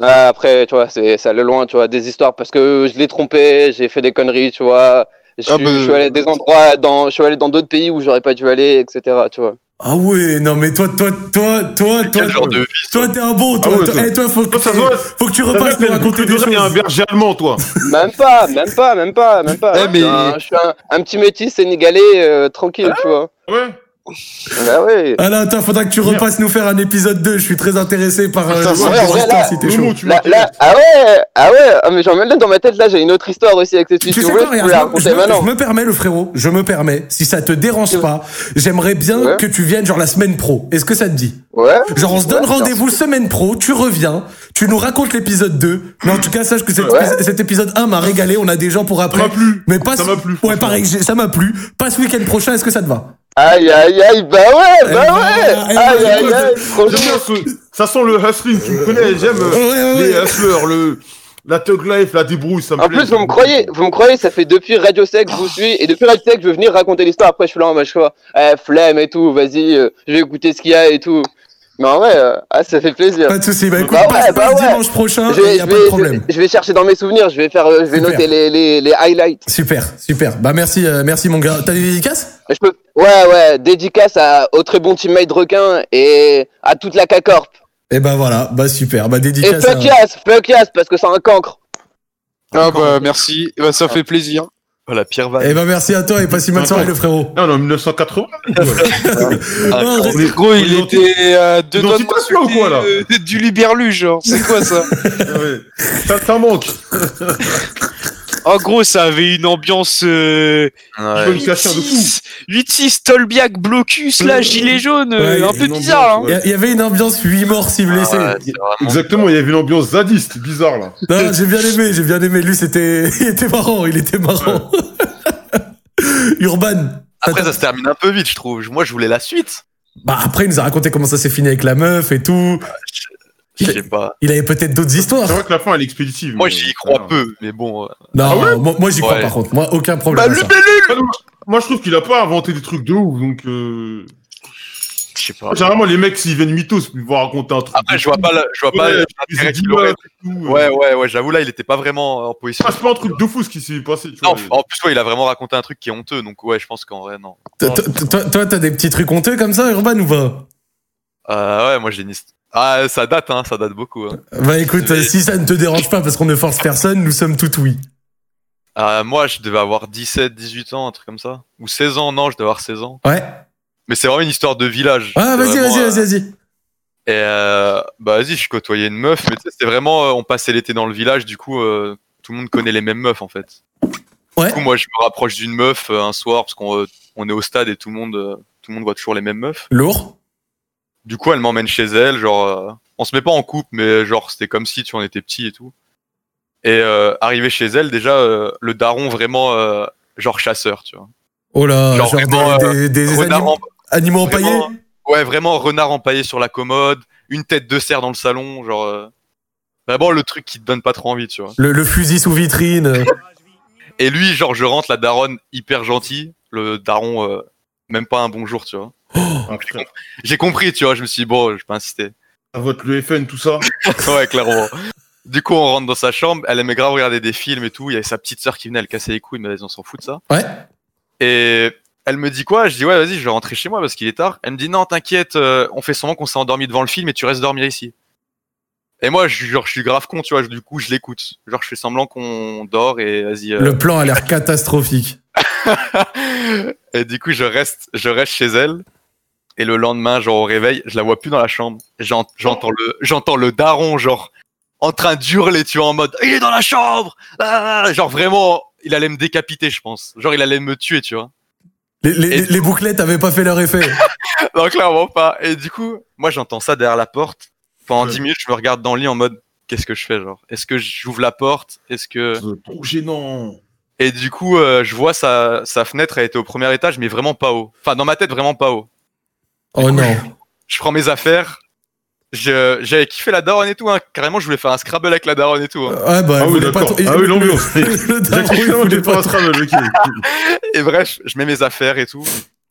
[SPEAKER 9] Ah, après, tu vois, c'est ça le loin, tu vois, des histoires parce que je l'ai trompé, j'ai fait des conneries, tu vois. Je,
[SPEAKER 7] Ah
[SPEAKER 9] suis-
[SPEAKER 7] bah,
[SPEAKER 9] je suis allé à des endroits, dans, je suis allé dans d'autres pays où j'aurais pas dû aller, etc. Tu vois.
[SPEAKER 1] Ah ouais, non mais toi, toi, toi, toi, toi,
[SPEAKER 3] Quel genre de vie
[SPEAKER 1] toi, t'es un bon, toi,
[SPEAKER 2] Ah ouais,
[SPEAKER 1] toi.
[SPEAKER 2] toi.
[SPEAKER 1] Eh, toi, faut que,
[SPEAKER 2] Toi, ça se voit.
[SPEAKER 1] faut que tu repasses
[SPEAKER 2] T'as
[SPEAKER 1] nous raconter des
[SPEAKER 2] un
[SPEAKER 1] choses.
[SPEAKER 2] berger allemand,
[SPEAKER 1] (laughs)
[SPEAKER 2] toi.
[SPEAKER 9] Même pas, même pas, même pas, même pas.
[SPEAKER 7] Eh, mais-
[SPEAKER 9] Je suis un- Je suis un, un petit métis sénégalais euh, tranquille, tu vois.
[SPEAKER 2] Ah Ouais.
[SPEAKER 9] Bah ouais.
[SPEAKER 1] Ah là, attends, faudra que tu repasses nous faire un épisode 2, je suis très intéressé par euh,
[SPEAKER 7] Putain,
[SPEAKER 1] le
[SPEAKER 7] c'est
[SPEAKER 1] reste
[SPEAKER 7] vrai,
[SPEAKER 1] de
[SPEAKER 7] ouais,
[SPEAKER 1] l'histoire,
[SPEAKER 9] là,
[SPEAKER 1] si t'es
[SPEAKER 2] Momo,
[SPEAKER 1] chaud.
[SPEAKER 2] tu
[SPEAKER 9] Là,
[SPEAKER 2] m'as tué.
[SPEAKER 9] là, ah ouais, ah ouais, ah, mais j'en mets là dans ma tête, là, j'ai une autre histoire aussi avec cette fille.
[SPEAKER 1] Tu
[SPEAKER 9] Si
[SPEAKER 1] sais
[SPEAKER 9] vous
[SPEAKER 1] quoi,
[SPEAKER 9] voulez, je peux
[SPEAKER 1] regarde,
[SPEAKER 9] la
[SPEAKER 1] je me- je
[SPEAKER 9] raconter
[SPEAKER 1] me,
[SPEAKER 9] maintenant.
[SPEAKER 1] je me permets le frérot, je me permets, si ça te dérange pas, j'aimerais bien
[SPEAKER 9] Ouais.
[SPEAKER 1] que tu viennes genre la semaine pro, est-ce que ça te dit
[SPEAKER 9] Ouais.
[SPEAKER 1] Genre on se donne
[SPEAKER 9] Ouais,
[SPEAKER 1] rendez-vous semaine pro, tu reviens, tu nous racontes l'épisode 2, mais en tout cas sache que cet,
[SPEAKER 9] Ouais.
[SPEAKER 1] épis- cet épisode 1 m'a régalé, on a des gens pour
[SPEAKER 2] Ça
[SPEAKER 1] après.
[SPEAKER 2] m'a plu.
[SPEAKER 1] Mais pas
[SPEAKER 2] Ça
[SPEAKER 1] ce-
[SPEAKER 2] m'a plu,
[SPEAKER 1] Ouais,
[SPEAKER 2] franchement.
[SPEAKER 1] pareil, j'ai- ça m'a plu. Pas ce week-end prochain, est-ce que ça te va
[SPEAKER 9] Aïe, aïe, aïe, bah ouais,
[SPEAKER 1] Eh ben
[SPEAKER 9] bah ouais.
[SPEAKER 1] voilà, eh
[SPEAKER 9] Aïe,
[SPEAKER 1] ben
[SPEAKER 9] aïe,
[SPEAKER 1] voilà.
[SPEAKER 9] aïe,
[SPEAKER 2] J'aime
[SPEAKER 9] franchement.
[SPEAKER 2] bien ce- Ça sent le hustling, tu me connais, j'aime euh,
[SPEAKER 1] Ouais, ouais, ouais.
[SPEAKER 2] les hustlers, le... la thug life, la débrouille, ça me
[SPEAKER 9] En
[SPEAKER 2] plaît.
[SPEAKER 9] plus, vous me croyez, vous me croyez, ça fait depuis Radio Sec que je vous
[SPEAKER 1] Oh.
[SPEAKER 9] suis, et depuis Radio Sec, je veux venir raconter l'histoire. Après, je suis là en mode, je fais, eh, flemme et tout, vas-y, euh, je vais écouter ce qu'il y a et tout. Mais en vrai, euh, ah, ça fait plaisir.
[SPEAKER 1] Pas de soucis, bah écoute,
[SPEAKER 9] Bah ouais,
[SPEAKER 1] passe,
[SPEAKER 9] bah
[SPEAKER 1] passe
[SPEAKER 9] ouais.
[SPEAKER 1] dimanche prochain,
[SPEAKER 9] Je vais,
[SPEAKER 1] il
[SPEAKER 9] je
[SPEAKER 1] a pas de
[SPEAKER 9] vais-
[SPEAKER 1] problème.
[SPEAKER 9] je vais chercher dans mes souvenirs, je vais faire, euh, je vais
[SPEAKER 1] Super.
[SPEAKER 9] noter les, les, les highlights.
[SPEAKER 1] Super, super. Bah merci, euh, merci mon gars. T'as des dédicaces
[SPEAKER 9] Je peux, ouais, ouais, dédicace à, au très bon teammate requin et à toute la K-Corp.
[SPEAKER 1] Eh ben voilà, bah super, bah
[SPEAKER 9] Et
[SPEAKER 1] dédicace. à-
[SPEAKER 9] fuck yes, fuck yes, parce que c'est un cancre.
[SPEAKER 5] Ah bah merci, bah, ça fait plaisir.
[SPEAKER 3] Oh, la pire vanne.
[SPEAKER 1] Eh ben merci à toi et passe une bonne soirée le frérot.
[SPEAKER 2] Non, non, 1980.
[SPEAKER 1] Ah,
[SPEAKER 3] Incroyable.
[SPEAKER 2] Mais
[SPEAKER 5] Gros, il
[SPEAKER 2] ils ont-
[SPEAKER 5] était à deux
[SPEAKER 2] ils ont
[SPEAKER 5] doigts de
[SPEAKER 2] dit quoi, celui-là, ou quoi, là
[SPEAKER 5] m'insulter, euh, du liberlu, genre. C'est quoi
[SPEAKER 1] (laughs)
[SPEAKER 5] ça
[SPEAKER 2] Ah Ouais. Ça, ça manque.
[SPEAKER 5] En gros, ça avait une ambiance euh,
[SPEAKER 2] Je peux
[SPEAKER 3] Ouais.
[SPEAKER 2] me cacher un de fou.
[SPEAKER 5] 8-6, 8-6, Tolbiac, Blocus, là, gilet jaune, euh,
[SPEAKER 1] Ouais,
[SPEAKER 5] un
[SPEAKER 1] il
[SPEAKER 5] peu
[SPEAKER 2] une
[SPEAKER 5] bizarre.
[SPEAKER 2] ambiance,
[SPEAKER 1] Il y a- il y avait une ambiance 8 morts, 6
[SPEAKER 3] Ah ouais,
[SPEAKER 1] blessés.
[SPEAKER 3] c'est vraiment-
[SPEAKER 2] Exactement, il y avait une ambiance zadiste, bizarre là.
[SPEAKER 1] Non, j'ai bien aimé, j'ai bien aimé. Lui, c'était, (laughs) il était marrant, il était marrant. (laughs) Urban.
[SPEAKER 3] Après,
[SPEAKER 1] Attends.
[SPEAKER 3] ça se termine un peu vite, je trouve. Moi, je voulais la suite.
[SPEAKER 1] Bah après, il nous a raconté comment ça s'est fini avec la meuf et tout.
[SPEAKER 3] Je sais pas.
[SPEAKER 1] Il avait peut-être d'autres histoires.
[SPEAKER 2] C'est vrai que la fin elle est expéditive.
[SPEAKER 3] Moi,
[SPEAKER 2] mais-
[SPEAKER 3] j'y crois peu, mais bon. euh,
[SPEAKER 1] Non,
[SPEAKER 2] Ah ouais Ah
[SPEAKER 1] moi, moi, j'y crois
[SPEAKER 3] Ouais. Bah,
[SPEAKER 1] par contre. Moi, aucun problème. à ça.
[SPEAKER 2] Moi je trouve qu'il a pas inventé des trucs de ouf, donc euh...
[SPEAKER 3] Je sais pas.
[SPEAKER 2] généralement les mecs s'ils viennent mythos ils vont raconter un truc.
[SPEAKER 3] Après, je vois pas, la- je vois pas
[SPEAKER 2] Ouais,
[SPEAKER 3] l'intérêt
[SPEAKER 2] ils ont dit,
[SPEAKER 3] qu'il aurait.
[SPEAKER 2] ouais, tout, euh,
[SPEAKER 3] Ouais, ouais, ouais, j'avoue, là, il était pas vraiment en position.
[SPEAKER 2] Ah, c'est pas un truc de fou ce qui s'est passé. Tu
[SPEAKER 3] Non,
[SPEAKER 2] vois.
[SPEAKER 3] en plus, ouais, il a vraiment raconté un truc qui est honteux, donc ouais, je pense qu'en vrai, non.
[SPEAKER 1] Toi, toi- toi- toi, t'as des petits trucs honteux comme ça, Urban ou pas
[SPEAKER 3] Euh, ouais, moi, j'ai une hist- Ah, ça date, hein, ça date beaucoup. hein.
[SPEAKER 1] Bah écoute,
[SPEAKER 3] Mais-
[SPEAKER 1] si ça ne te dérange pas parce qu'on ne force personne, nous sommes tout oui.
[SPEAKER 3] Euh, moi, je devais avoir 17, 18 ans, un truc comme ça. Ou 16 ans, non, je devais avoir 16 ans.
[SPEAKER 1] Ouais.
[SPEAKER 3] Mais c'est vraiment une histoire de village.
[SPEAKER 1] Ah,
[SPEAKER 3] C'est
[SPEAKER 1] vas-y,
[SPEAKER 3] vraiment,
[SPEAKER 1] vas-y,
[SPEAKER 3] euh,
[SPEAKER 1] vas-y, vas-y.
[SPEAKER 3] Et euh, bah vas-y, je côtoyais une meuf, mais tu sais, c'était vraiment, euh, on passait l'été dans le village, du coup, euh, tout le monde connaît les mêmes meufs en fait.
[SPEAKER 1] Ouais.
[SPEAKER 3] Du coup, moi, je me rapproche d'une meuf euh, un soir parce qu'on euh, on est au stade et tout le monde, euh, tout le monde voit toujours les mêmes meufs.
[SPEAKER 1] Lourd.
[SPEAKER 3] Du coup, elle m'emmène chez elle, genre, euh, on se met pas en couple, mais genre, c'était comme si tu en étais petit et tout. Et euh, arrivé chez elle, déjà, euh, le daron vraiment, euh, genre chasseur, tu vois.
[SPEAKER 1] Oh là, genre,
[SPEAKER 3] Genre vraiment,
[SPEAKER 1] des, des- des
[SPEAKER 3] Renard
[SPEAKER 1] animaux,
[SPEAKER 3] en-
[SPEAKER 1] animaux empaillés.
[SPEAKER 3] vraiment- Ouais, vraiment renard empaillé sur la commode, une tête de cerf dans le salon, genre. euh, Vraiment le truc qui te donne pas trop envie, tu vois.
[SPEAKER 1] Le, le fusil
[SPEAKER 3] (laughs)
[SPEAKER 1] sous
[SPEAKER 3] Euh,
[SPEAKER 1] vitrine.
[SPEAKER 3] Et lui, genre, je rentre, la daronne hyper gentille, le daron, euh, même pas un bonjour, tu vois.
[SPEAKER 2] Ah, putain,
[SPEAKER 3] J'ai compris, tu vois, je me suis dit, bon, je vais pas insister.
[SPEAKER 2] ça vote le FN tout ça.
[SPEAKER 3] (laughs) ouais, clairement. Du coup, on rentre dans sa chambre, elle aimait grave regarder des films et tout, il y avait sa petite sœur qui venait, elle cassait les couilles, mais vas-y, on s'en fout de ça.
[SPEAKER 1] Ouais.
[SPEAKER 3] Et elle me dit quoi Je dis, ouais, vas-y, je vais rentrer chez moi parce qu'il est tard. Elle me dit, non, t'inquiète, euh, on fait semblant qu'on s'est endormi devant le film et tu restes dormir ici. Et moi, je, genre, je suis grave con, tu vois, du coup, je l'écoute. Genre, je fais semblant qu'on dort et vas-y. euh,
[SPEAKER 1] Le plan a l'air catastrophique.
[SPEAKER 3] et du coup, je reste, je reste chez elle. Et le lendemain, genre au réveil, je la vois plus dans la chambre. J'en- J'entends le, j'entends le daron, genre en train d'hurler, tu vois, en mode il est dans la chambre. Ah genre vraiment, il allait me décapiter, je pense. Genre il allait me tuer, tu vois.
[SPEAKER 1] Les, les-
[SPEAKER 3] Et-
[SPEAKER 1] les- les bouclettes avaient pas fait leur effet.
[SPEAKER 3] (laughs) Non, clairement pas. Et du coup, moi j'entends ça derrière la porte. Pendant 10 minutes, je me regarde dans le lit en mode qu'est-ce que je fais, genre Est-ce que j'ouvre la porte Est-ce que
[SPEAKER 2] Trop gênant.
[SPEAKER 3] Et du coup, euh, je vois sa, sa fenêtre, elle était au premier étage, mais vraiment pas haut. Enfin, dans ma tête, vraiment pas haut.
[SPEAKER 1] Oh non.
[SPEAKER 3] je prends mes affaires. Je- J'avais kiffé la daronne et tout, hein. carrément je voulais faire un Scrabble avec la daronne et tout. hein.
[SPEAKER 1] Ah bah,
[SPEAKER 2] Ah
[SPEAKER 1] il
[SPEAKER 2] oui,
[SPEAKER 1] voulait pas
[SPEAKER 2] d'accord.
[SPEAKER 1] trop- (laughs) il-
[SPEAKER 2] Ah oui, l'ambiance.
[SPEAKER 1] Le daron, il
[SPEAKER 2] Exactement,
[SPEAKER 1] voulait
[SPEAKER 2] j'ai pas
[SPEAKER 1] pas
[SPEAKER 2] un
[SPEAKER 1] trop-
[SPEAKER 2] travel, ok.
[SPEAKER 3] Et bref, je mets mes affaires et tout,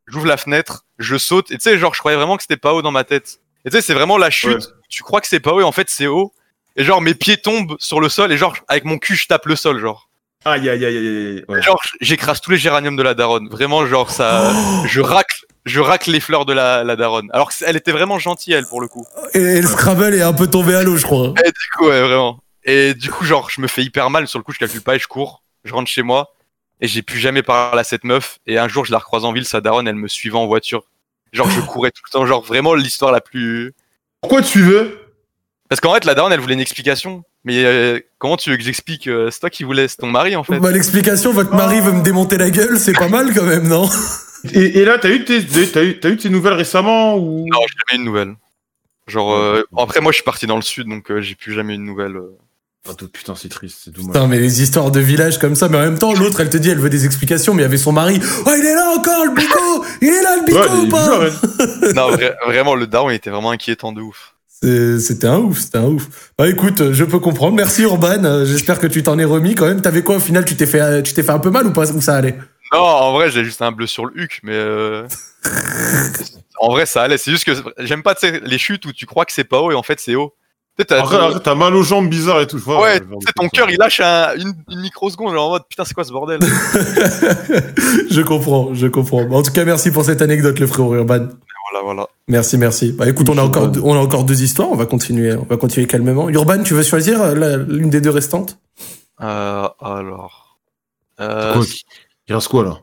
[SPEAKER 3] j'ouvre la fenêtre, je saute, et tu sais, genre je croyais vraiment que c'était pas haut dans ma tête. Et tu sais, c'est vraiment la chute,
[SPEAKER 2] Ouais.
[SPEAKER 3] tu crois que c'est pas haut et en fait c'est haut. Et genre mes pieds tombent sur le sol et genre avec mon cul je tape le sol, genre.
[SPEAKER 2] Aïe, aïe, aïe, aïe, aïe. Ouais.
[SPEAKER 3] Genre j'écrase tous les géraniums de la daronne, vraiment genre ça, je racle je racle les fleurs de la, la daronne. Alors qu'elle était vraiment gentille, elle, pour le coup.
[SPEAKER 1] Et le Scrabble est un peu tombé à l'eau, je crois.
[SPEAKER 3] Et du coup, ouais, vraiment. Et du coup, genre, je me fais hyper mal. Sur le coup, je calcule pas et je cours. Je rentre chez moi. Et j'ai plus jamais parlé à cette meuf. Et un jour, je la recroise en ville, sa daronne, elle me suivait en voiture. Genre,
[SPEAKER 2] (gasps)
[SPEAKER 3] je courais tout le temps. Genre, vraiment l'histoire la plus.
[SPEAKER 2] Pourquoi tu veux
[SPEAKER 3] Parce qu'en fait, la daronne, elle voulait une explication. Mais euh, comment tu veux que j'explique euh, C'est toi qui voulais, c'est ton mari, en fait.
[SPEAKER 1] Bah, l'explication, votre mari veut me démonter la gueule, c'est pas mal quand même, non
[SPEAKER 2] et, et là, t'as eu, tes, des- t'as eu, t'as eu tes nouvelles récemment ou
[SPEAKER 3] Non, j'ai jamais eu de nouvelles. Genre, euh, après, moi, je suis parti dans le sud, donc euh, j'ai plus jamais eu de nouvelles. euh.
[SPEAKER 2] Ah, tout- Putain, c'est triste, c'est dommage.
[SPEAKER 1] Putain, mais les histoires de village comme ça, mais en même temps, l'autre, elle te dit, elle veut des explications, mais il y avait son mari. Oh, il est là encore, le bico Il est là, le bico
[SPEAKER 2] Ouais, il est
[SPEAKER 1] ou pas
[SPEAKER 2] bizarre, hein.
[SPEAKER 3] (laughs) non, vra- vraiment, le daron, il était vraiment inquiétant de ouf.
[SPEAKER 1] C'est- C'était un ouf, c'était un ouf. Bah écoute, euh, je peux comprendre. Merci Urban, Euh, j'espère que tu t'en es remis quand même. T'avais quoi au final Tu t'es fait, euh, tu t'es fait un peu mal ou pas Où ça allait (laughs)
[SPEAKER 3] Non, en vrai, j'ai juste un bleu sur le huc, mais. euh, en vrai, ça allait. C'est juste que j'aime pas tu sais, les chutes où tu crois que c'est pas haut et en fait, c'est haut. Tu sais, t'as-
[SPEAKER 2] Après, après, Ah, t'as mal aux jambes bizarres et tout. je vois,
[SPEAKER 3] Ouais,
[SPEAKER 2] euh, genre,
[SPEAKER 3] tu sais, ton cœur, il lâche un- une, une microseconde genre en mode putain, c'est quoi ce
[SPEAKER 2] (laughs)
[SPEAKER 3] bordel Voilà,
[SPEAKER 1] Je comprends, je comprends. En tout cas, merci pour cette anecdote, le frérot Urban.
[SPEAKER 3] voilà.
[SPEAKER 1] Merci, merci. Bah écoute, on a encore, on a encore deux histoires. On va continuer, on va continuer calmement. Urban, tu veux choisir euh, la- l'une des deux restantes
[SPEAKER 3] Euh, alors. Euh,
[SPEAKER 2] Quoi Il reste quoi là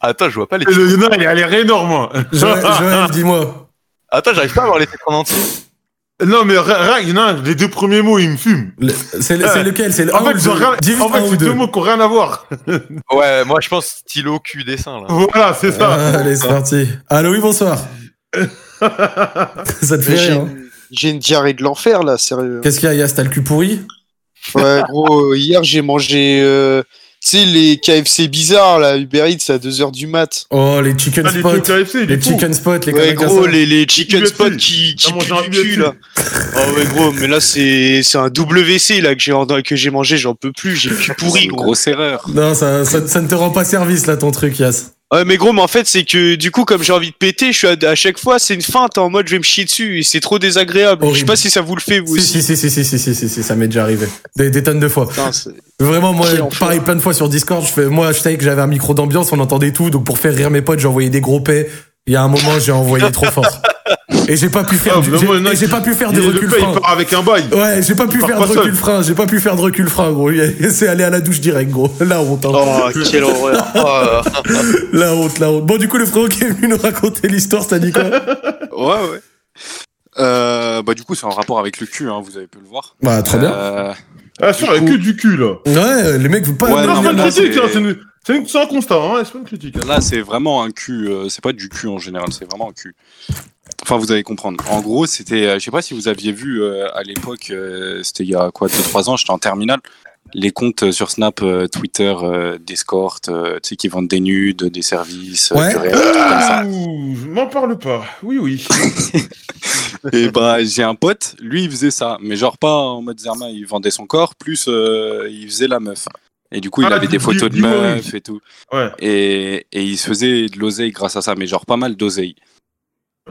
[SPEAKER 3] Attends, je vois pas les.
[SPEAKER 2] Le Yona, il a l'air énorme. hein.
[SPEAKER 1] Joël, Joël, dis-moi.
[SPEAKER 3] Attends, j'arrive pas à voir les titres en entier.
[SPEAKER 2] Non, mais ra- ra- Ah, il y en a un, les deux premiers mots, ils me fument. Ah.
[SPEAKER 1] Le- C'est le- c'est lequel C'est le
[SPEAKER 2] En
[SPEAKER 1] un ou
[SPEAKER 2] fait,
[SPEAKER 1] le
[SPEAKER 2] ils ont
[SPEAKER 1] deux
[SPEAKER 2] rien-
[SPEAKER 1] Dis
[SPEAKER 2] en fait,
[SPEAKER 1] un ou
[SPEAKER 2] c'est deux
[SPEAKER 1] deux.
[SPEAKER 2] mots qui n'ont rien à voir.
[SPEAKER 3] Ouais, moi je pense stylo cul dessin là.
[SPEAKER 2] Voilà, c'est ça.
[SPEAKER 1] Ah, Allez, c'est parti. Allô, oui, bonsoir. ça te fait
[SPEAKER 7] Mais j'ai
[SPEAKER 1] rire, hein
[SPEAKER 7] une- J'ai une diarrhée de l'enfer là, sérieux.
[SPEAKER 1] Qu'est-ce qu'il y a, Yas T'as le cul pourri
[SPEAKER 7] Ouais, gros, euh, hier j'ai mangé, euh, tu sais, les KFC bizarres là, Uber Eats à 2h du mat.
[SPEAKER 1] Oh, les chicken
[SPEAKER 2] Ah, les trucs
[SPEAKER 1] spots.
[SPEAKER 2] KFC, il est
[SPEAKER 1] Les
[SPEAKER 2] fou.
[SPEAKER 1] chicken spots, les
[SPEAKER 7] Ouais,
[SPEAKER 1] conneries comme
[SPEAKER 7] gros,
[SPEAKER 1] ça.
[SPEAKER 7] les, les chicken
[SPEAKER 2] UFC.
[SPEAKER 7] spots qui, qui
[SPEAKER 2] T'as mangé
[SPEAKER 7] puent
[SPEAKER 2] un
[SPEAKER 7] du cul
[SPEAKER 2] UFC.
[SPEAKER 7] là. Ah ouais, gros, mais là c'est c'est un WC là que j'ai en- que j'ai mangé, j'en peux plus, j'ai le cul pourri, gros.
[SPEAKER 10] grosse erreur.
[SPEAKER 1] Non, ça, ça, ça ne te rend pas service, là, ton truc, Yas.
[SPEAKER 7] Ouais, mais gros, mais en fait, c'est que du coup, comme j'ai envie de péter, je suis à, à chaque fois, c'est une feinte en mode je vais me chier dessus et c'est trop désagréable. Je sais
[SPEAKER 1] Horrible.
[SPEAKER 7] pas si ça vous le fait vous
[SPEAKER 1] Si,
[SPEAKER 7] aussi.
[SPEAKER 1] si, si, si, si, si, si, si, si, ça m'est déjà arrivé. Des, des tonnes de fois.
[SPEAKER 7] Putain, c'est-
[SPEAKER 1] Vraiment, moi,
[SPEAKER 7] Quel enfer.
[SPEAKER 1] pareil, plein de fois sur Discord, je fais, moi, je savais que j'avais un micro d'ambiance, on entendait tout, donc pour faire rire mes potes, j'envoyais des gros paix. Il y a un moment, j'ai envoyé trop fort. Et j'ai pas pu faire,
[SPEAKER 2] Ah,
[SPEAKER 1] du-
[SPEAKER 2] mais
[SPEAKER 1] j'ai-
[SPEAKER 2] moi, il y en a
[SPEAKER 1] et j'ai
[SPEAKER 2] qui-
[SPEAKER 1] pas pu faire
[SPEAKER 2] Il
[SPEAKER 1] des
[SPEAKER 2] est- le
[SPEAKER 1] reculs
[SPEAKER 2] gars,
[SPEAKER 1] freins.
[SPEAKER 2] il part avec un bail.
[SPEAKER 1] Ouais, j'ai pas pu
[SPEAKER 2] part
[SPEAKER 1] faire
[SPEAKER 2] pas
[SPEAKER 1] de
[SPEAKER 2] seul.
[SPEAKER 1] recul frein, j'ai pas pu faire de recul frein, gros. (laughs) C'est aller à la douche direct, gros. (laughs) La honte, hein.
[SPEAKER 7] Oh, quelle
[SPEAKER 1] (laughs)
[SPEAKER 7] horreur.
[SPEAKER 3] Oh,
[SPEAKER 1] La honte, la honte. Bon, du coup, le frérot qui est venu nous raconter l'histoire, ça dit quoi
[SPEAKER 10] Ouais, ouais. Euh, bah, du coup, c'est en rapport avec le cul, hein, vous avez pu le voir.
[SPEAKER 1] Bah, très bien.
[SPEAKER 10] Euh,
[SPEAKER 2] Ah, sûr,
[SPEAKER 10] Du
[SPEAKER 2] avec
[SPEAKER 10] coup-
[SPEAKER 2] que du cul, là.
[SPEAKER 1] Ouais, les mecs, vous pas.
[SPEAKER 10] Ouais, non,
[SPEAKER 2] Non, c'est pas
[SPEAKER 10] mais
[SPEAKER 2] une
[SPEAKER 10] là,
[SPEAKER 2] critique,
[SPEAKER 10] c'est-
[SPEAKER 2] hein, c'est une- c'est une- c'est un constat, hein, c'est pas une critique. hein.
[SPEAKER 10] Là, c'est vraiment un cul. euh, c'est pas du cul en général, c'est vraiment un cul. Enfin, vous allez comprendre. En gros, c'était. euh, je sais pas si vous aviez vu euh, à l'époque, euh, c'était il y a quoi, 2-3 ans, j'étais en terminale. Les comptes euh, sur Snap, euh, Twitter, euh, d'escorte, euh, tu sais, qui vendent des nudes, des services, euh,
[SPEAKER 1] Ouais.
[SPEAKER 10] du réel, des trucs comme ça.
[SPEAKER 2] Ouh, je m'en parle pas. Oui, oui.
[SPEAKER 10] (laughs) Et bah, j'ai un pote, lui, il faisait ça. Mais genre pas en mode Zerma, il vendait son corps, plus euh, il faisait la meuf. Et du coup, il
[SPEAKER 2] Ah,
[SPEAKER 10] avait
[SPEAKER 2] du-
[SPEAKER 10] des photos
[SPEAKER 2] du-
[SPEAKER 10] de
[SPEAKER 2] du
[SPEAKER 10] meufs
[SPEAKER 2] Warwick.
[SPEAKER 10] et tout.
[SPEAKER 2] Ouais.
[SPEAKER 10] et, et il se faisait de l'oseille grâce à ça, mais genre pas mal d'oseille.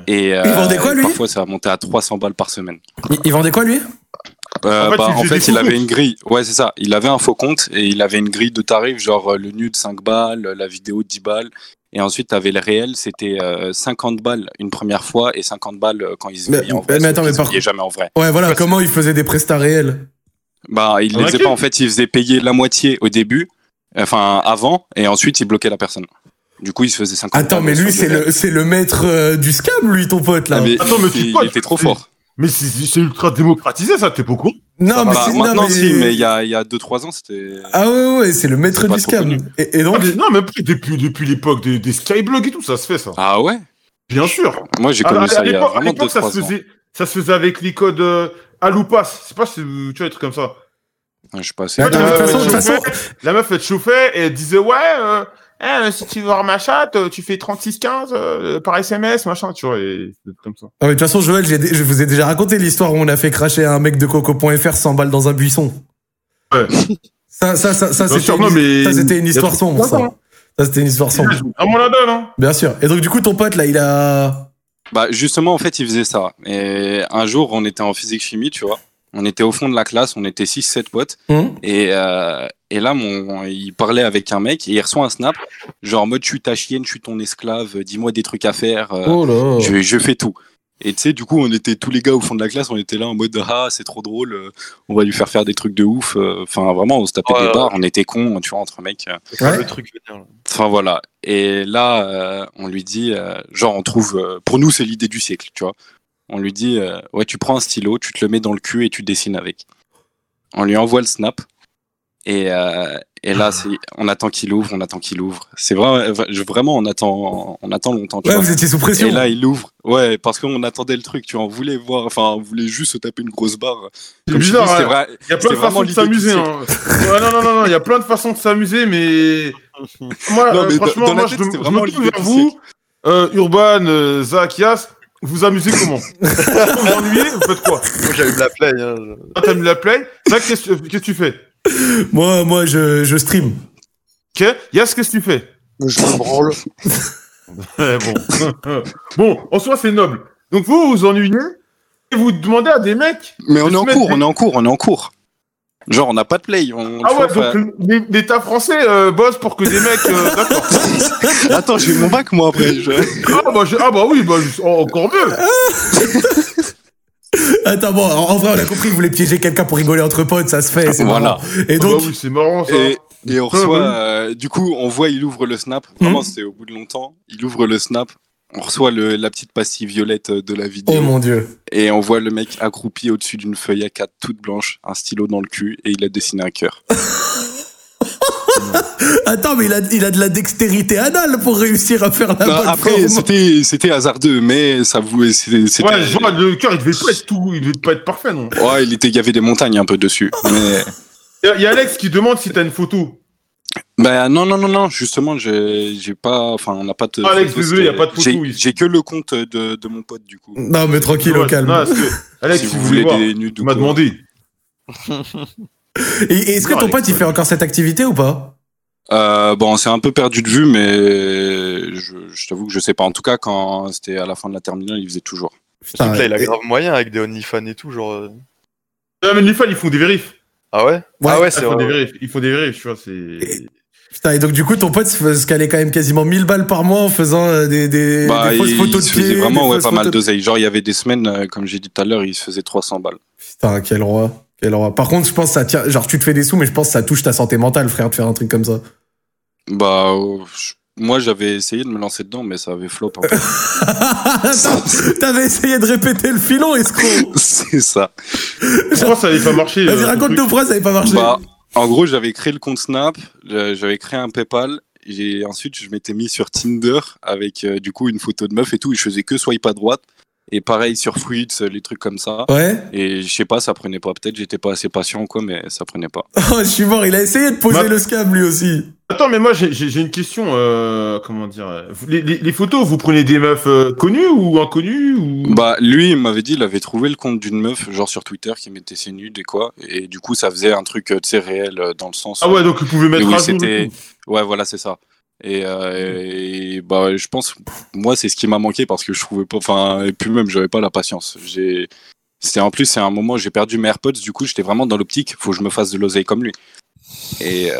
[SPEAKER 10] Et euh,
[SPEAKER 1] Il vendait quoi, lui
[SPEAKER 10] parfois ça a monté à 300 balles par semaine.
[SPEAKER 1] Il, il vendait quoi, lui
[SPEAKER 10] Euh,
[SPEAKER 2] En fait,
[SPEAKER 10] bah,
[SPEAKER 2] il
[SPEAKER 10] en
[SPEAKER 2] faisait
[SPEAKER 10] fait,
[SPEAKER 2] des
[SPEAKER 10] il
[SPEAKER 2] faux
[SPEAKER 10] avait
[SPEAKER 2] comptes.
[SPEAKER 10] une grille. Ouais, c'est ça. Il avait un faux compte et il avait une grille de tarifs, genre euh, le nude 5 balles, euh, la vidéo 10 balles. Et ensuite, t'avais le réel, c'était euh, 50 balles une première fois et 50 balles euh, quand il se
[SPEAKER 1] Mais-
[SPEAKER 10] voyait en
[SPEAKER 1] mais
[SPEAKER 10] vrai. sauf
[SPEAKER 1] attends, mais
[SPEAKER 10] qu'il se
[SPEAKER 1] par-
[SPEAKER 10] voyait jamais en vrai.
[SPEAKER 1] Ouais, voilà, comment il faisait des prestats réels
[SPEAKER 10] Bah, il les faisait
[SPEAKER 2] Laquelle
[SPEAKER 10] pas en fait, il faisait payer la moitié au début, enfin avant, et ensuite il bloquait la personne. Du coup, il se faisait 50
[SPEAKER 1] Attends,
[SPEAKER 10] balles
[SPEAKER 1] mais
[SPEAKER 10] sur
[SPEAKER 1] lui, c'est
[SPEAKER 10] réel.
[SPEAKER 1] le, c'est le maître euh, du scam, lui, ton pote, là.
[SPEAKER 10] Ah, mais
[SPEAKER 2] Attends, mais tu
[SPEAKER 10] il,
[SPEAKER 2] potes,
[SPEAKER 10] il était trop
[SPEAKER 2] c'est-
[SPEAKER 10] fort.
[SPEAKER 2] Mais c'est- c'est c'est ultra démocratisé, ça, t'es pas au courant
[SPEAKER 1] non, mais
[SPEAKER 10] Bah,
[SPEAKER 1] c'est- non,
[SPEAKER 10] maintenant,
[SPEAKER 1] mais-
[SPEAKER 10] si, mais il y a, il y a 2-3 ans, c'était.
[SPEAKER 1] Ah ouais, ouais, c'est le maître
[SPEAKER 10] C'est pas
[SPEAKER 1] du
[SPEAKER 10] trop
[SPEAKER 1] scam.
[SPEAKER 10] connu.
[SPEAKER 1] Et, et donc,
[SPEAKER 2] Ah, mais- Non, mais depuis, depuis l'époque des, des skyblogs et tout, ça se fait, ça.
[SPEAKER 10] Ah ouais
[SPEAKER 2] Bien sûr.
[SPEAKER 10] Moi, j'ai
[SPEAKER 2] À,
[SPEAKER 10] connu
[SPEAKER 2] à- à
[SPEAKER 10] ça il y a
[SPEAKER 2] l'époque- à
[SPEAKER 10] vraiment
[SPEAKER 2] l'époque, ça, se
[SPEAKER 10] 2-3 ans.
[SPEAKER 2] faisait- ça se faisait avec les codes euh, Aloupass. C'est pas, si- tu vois, des trucs comme ça.
[SPEAKER 10] Je sais pas, c'est-
[SPEAKER 1] Attends, mais Bah, de toute
[SPEAKER 2] Euh,
[SPEAKER 1] façon, de toute façon,
[SPEAKER 2] La meuf, elle te chauffait et elle disait, ouais, euh, eh, si tu veux voir ma chatte, euh, tu fais 36-15 euh, par SMS, machin, tu vois, et c'est comme ça.
[SPEAKER 1] Ah, mais de toute façon, Joël, j'ai dé- je vous ai déjà raconté l'histoire où on a fait cracher un mec de coco.fr 100 balles dans un buisson.
[SPEAKER 2] Ouais.
[SPEAKER 1] Ça, ça, ça, ça,
[SPEAKER 2] Bien
[SPEAKER 1] c'était
[SPEAKER 2] sûr,
[SPEAKER 1] une,
[SPEAKER 2] non, mais-
[SPEAKER 1] ça, c'était une
[SPEAKER 2] y a
[SPEAKER 1] histoire
[SPEAKER 2] trop-
[SPEAKER 1] sombre, ça. Ça, c'était une histoire sombre.
[SPEAKER 2] À moi la donne, hein.
[SPEAKER 1] Bien sûr. Et donc, du coup, ton pote, là, il a. (laughs)
[SPEAKER 10] Bah, justement, en fait, il faisait ça. Et un jour, on était en physique-chimie, tu vois. On était au fond de la classe, on était 6-7 potes.
[SPEAKER 1] Hum
[SPEAKER 10] Et, euh, Et là, mon, il parlait avec un mec et il reçoit un snap, genre en mode je suis ta chienne, je suis ton esclave, euh, dis-moi des trucs à faire, euh,
[SPEAKER 1] Oh là.
[SPEAKER 10] je, je fais tout. Et tu sais, du coup, on était tous les gars au fond de la classe, on était là en mode ah, c'est trop drôle, euh, on va lui faire faire des trucs de ouf. euh, Enfin, vraiment, on se tapait
[SPEAKER 3] Ouais,
[SPEAKER 10] des
[SPEAKER 3] ouais.
[SPEAKER 10] barres, on était cons, tu vois, entre mecs. euh.
[SPEAKER 1] Ouais.
[SPEAKER 3] Le truc venir, là.
[SPEAKER 10] Enfin voilà. Et là, euh, on lui dit, euh, genre, on trouve, euh, pour nous, c'est l'idée du siècle, tu vois. On lui dit, euh, ouais, tu prends un stylo, tu te le mets dans le cul et tu dessines avec. On lui envoie le snap. Et, euh, et
[SPEAKER 2] Ah.
[SPEAKER 10] là, c'est- on attend qu'il ouvre, on attend qu'il ouvre. C'est vrai, je- vraiment, on attend, on attend longtemps. tu
[SPEAKER 1] Ouais,
[SPEAKER 10] vois.
[SPEAKER 1] vous étiez sous pression.
[SPEAKER 10] Et là, il ouvre. Ouais, parce qu'on attendait le truc, tu vois. On voulait voir, enfin, on voulait juste se taper une grosse barre.
[SPEAKER 2] C'est
[SPEAKER 10] Comme je te
[SPEAKER 2] bizarre,
[SPEAKER 10] dis, c'était
[SPEAKER 2] hein.
[SPEAKER 10] vrai-
[SPEAKER 2] Il y a plein
[SPEAKER 10] c'était
[SPEAKER 2] de
[SPEAKER 10] vraiment
[SPEAKER 2] façons de
[SPEAKER 10] l'idée du
[SPEAKER 2] s'amuser.
[SPEAKER 10] siècle.
[SPEAKER 2] Hein. Ouais, non, non, non, non, il y a plein de façons de
[SPEAKER 10] (laughs)
[SPEAKER 2] s'amuser, mais moi,
[SPEAKER 10] Non,
[SPEAKER 2] euh,
[SPEAKER 10] mais dans-
[SPEAKER 2] franchement,
[SPEAKER 10] dans la
[SPEAKER 2] moi,
[SPEAKER 10] tête,
[SPEAKER 2] je, me-
[SPEAKER 10] c'était
[SPEAKER 2] je
[SPEAKER 10] vraiment
[SPEAKER 2] me tourne
[SPEAKER 10] l'idée
[SPEAKER 2] vers
[SPEAKER 10] du
[SPEAKER 2] vous, euh, Urban, euh, Zach, Yas, vous amusez
[SPEAKER 3] (laughs)
[SPEAKER 2] comment Vous vous ennuyez, vous faites quoi
[SPEAKER 3] Moi, j'avais de la play. hein, je-
[SPEAKER 2] Toi, T'as mis la play Zach, qu'est-ce que qu'est-ce que tu fais
[SPEAKER 1] Moi, moi, je, je stream.
[SPEAKER 2] Ok Yas, qu'est-ce que tu fais
[SPEAKER 7] Je me branle.
[SPEAKER 2] (laughs) Ouais, bon. (laughs) bon, en soi, c'est noble. Donc vous, vous vous ennuyez et vous demandez à des mecs.
[SPEAKER 10] Mais on est en
[SPEAKER 2] Juste
[SPEAKER 10] cours,
[SPEAKER 2] mettre-
[SPEAKER 10] on est en cours, on est en cours. Genre, on n'a pas de play. on-
[SPEAKER 2] Ah
[SPEAKER 10] faut
[SPEAKER 2] ouais,
[SPEAKER 10] faire-
[SPEAKER 2] donc l- l'État français euh, bosse pour que des mecs.
[SPEAKER 10] (laughs)
[SPEAKER 2] euh, D'accord.
[SPEAKER 10] Attends, j'ai eu mon bac, moi, après. je-
[SPEAKER 2] Ah, bah, je- ah bah oui, bah, je- en- encore mieux.
[SPEAKER 1] Attends, bon, en en vrai, on a compris, vous voulez piéger quelqu'un pour rigoler entre potes, ça se fait, c'est
[SPEAKER 10] Voilà.
[SPEAKER 1] marrant. Et
[SPEAKER 2] Ah
[SPEAKER 1] donc,
[SPEAKER 2] bah oui, c'est marrant ça.
[SPEAKER 10] Et, et on reçoit...
[SPEAKER 2] Ah
[SPEAKER 10] euh, du coup, on voit, il ouvre le snap.
[SPEAKER 1] Hmm.
[SPEAKER 10] Vraiment, c'était au bout de longtemps. Il ouvre le snap. On reçoit le- la petite pastille violette euh, de la vidéo.
[SPEAKER 1] oh mon dieu.
[SPEAKER 10] Et on voit le mec accroupi au-dessus d'une feuille à 4 toute blanche, un stylo dans le cul, et il a dessiné un
[SPEAKER 1] (laughs)
[SPEAKER 10] cœur.
[SPEAKER 1] Attends, mais il a, il a de la dextérité anale pour réussir à faire la
[SPEAKER 10] Bah,
[SPEAKER 1] bonne
[SPEAKER 10] après,
[SPEAKER 1] forme.
[SPEAKER 10] c'était c'était hasardeux, mais ça vous... c'était- c'était-
[SPEAKER 2] Ouais, je vois, le cœur, il devait pas être tout, il devait pas être parfait, non
[SPEAKER 10] Ouais, il était, il y avait des montagnes un peu dessus. Mais...
[SPEAKER 2] Il y, a Alex qui demande si t'as une photo.
[SPEAKER 10] Bah non, non, non, non, justement, j'ai j'ai pas. Enfin, on n'a pas de.
[SPEAKER 2] Ah, Alex,
[SPEAKER 10] photos,
[SPEAKER 2] désolé, y a
[SPEAKER 10] c'est-
[SPEAKER 2] pas de photos
[SPEAKER 10] j'ai-
[SPEAKER 2] ici.
[SPEAKER 10] J'ai que le compte de, de mon pote, du coup.
[SPEAKER 1] Non, mais tranquille, au
[SPEAKER 2] Ouais,
[SPEAKER 1] calme.
[SPEAKER 2] non, parce
[SPEAKER 10] (laughs)
[SPEAKER 2] que- Alex,
[SPEAKER 10] si vous voulez des nudes
[SPEAKER 2] tu
[SPEAKER 10] ou
[SPEAKER 2] m'as
[SPEAKER 10] quoi.
[SPEAKER 2] demandé.
[SPEAKER 1] Et, et est-ce que
[SPEAKER 2] Non,
[SPEAKER 1] ton
[SPEAKER 2] Alex,
[SPEAKER 1] pote, il
[SPEAKER 2] ouais.
[SPEAKER 1] fait encore cette activité ou pas
[SPEAKER 10] Euh, bon, on s'est un peu perdu de vue, mais je, je t'avoue que je sais pas. En tout cas, quand c'était à la fin de la terminale, il faisait toujours.
[SPEAKER 1] Putain,
[SPEAKER 3] Là, il a
[SPEAKER 1] et-
[SPEAKER 3] grave moyen avec des OnlyFans et tout, genre. euh.
[SPEAKER 2] Non, mais les fans, ils font des vérifs.
[SPEAKER 3] Ah ouais
[SPEAKER 1] Ouais.
[SPEAKER 3] Ah ouais,
[SPEAKER 2] Ils
[SPEAKER 3] c'est
[SPEAKER 2] font des
[SPEAKER 3] vrai.
[SPEAKER 2] vérifs, ils font des vérifs, tu vois, c'est.
[SPEAKER 1] Putain, et donc du coup, ton pote se se calait quand même quasiment 1000 balles par mois en faisant euh, des, des,
[SPEAKER 10] bah,
[SPEAKER 1] des
[SPEAKER 10] il,
[SPEAKER 1] fausses photos
[SPEAKER 10] il
[SPEAKER 1] de
[SPEAKER 10] se
[SPEAKER 1] pieds.
[SPEAKER 10] faisait vraiment
[SPEAKER 1] des
[SPEAKER 10] ouais,
[SPEAKER 1] fausses
[SPEAKER 10] pas mal
[SPEAKER 1] photos-
[SPEAKER 10] d'oseilles. Genre, il y avait des semaines, euh, comme j'ai dit tout à l'heure, il se faisait 300 balles.
[SPEAKER 1] Putain, quel roi. Quel roi. Par contre, je pense que ça tient. Genre, tu te fais des sous, mais je pense que ça touche ta santé mentale, frère, de faire un truc comme ça. (laughs)
[SPEAKER 10] Bah, euh, je- moi, j'avais essayé de me lancer dedans, mais ça avait flop. un
[SPEAKER 1] (laughs)
[SPEAKER 10] peu.
[SPEAKER 1] Attends, T'avais essayé de répéter le filon, escroc.
[SPEAKER 10] (laughs) C'est ça.
[SPEAKER 2] Pourquoi ça n'avait pas marché euh,
[SPEAKER 1] Vas-y,
[SPEAKER 2] ce
[SPEAKER 1] raconte-nous
[SPEAKER 2] truc
[SPEAKER 1] pourquoi ça n'avait pas marché.
[SPEAKER 10] Bah, en gros, j'avais créé le compte Snap, euh, j'avais créé un PayPal, et ensuite je m'étais mis sur Tinder avec euh, du coup une photo de meuf et tout, et je faisais que swipe à droite, et pareil sur Fruits, euh, les trucs comme ça.
[SPEAKER 1] Ouais.
[SPEAKER 10] Et je sais pas, ça prenait pas. Peut-être j'étais pas assez patient ou quoi, mais ça prenait pas.
[SPEAKER 1] (laughs) Oh, je suis mort. Il a essayé de poser
[SPEAKER 2] Ma-
[SPEAKER 1] le scam, lui aussi.
[SPEAKER 2] Attends, mais moi, j'ai- j'ai j'ai une question. euh, comment dire euh, vous- les, les- les photos, vous prenez des meufs euh, connues ou inconnues ou...
[SPEAKER 10] Bah, lui, il m'avait dit, il avait trouvé le compte d'une meuf, genre sur Twitter, qui mettait ses nudes et quoi, et du coup ça faisait un truc, euh, tu sais, réel euh, dans le sens.
[SPEAKER 2] Ah
[SPEAKER 10] où-
[SPEAKER 2] ouais, donc vous pouvez
[SPEAKER 10] Mais
[SPEAKER 2] mettre
[SPEAKER 10] oui,
[SPEAKER 2] à jour.
[SPEAKER 10] c'était-
[SPEAKER 2] le tout.
[SPEAKER 10] Ouais, voilà, c'est ça. Et, euh, et bah, je pense, moi, c'est ce qui m'a manqué parce que je trouvais pas, enfin, et puis même, j'avais pas la patience. J'ai, c'était en plus, c'est un moment où j'ai perdu mes AirPods, du coup, j'étais vraiment dans l'optique, faut que je me fasse de l'oseille comme lui. Et, euh,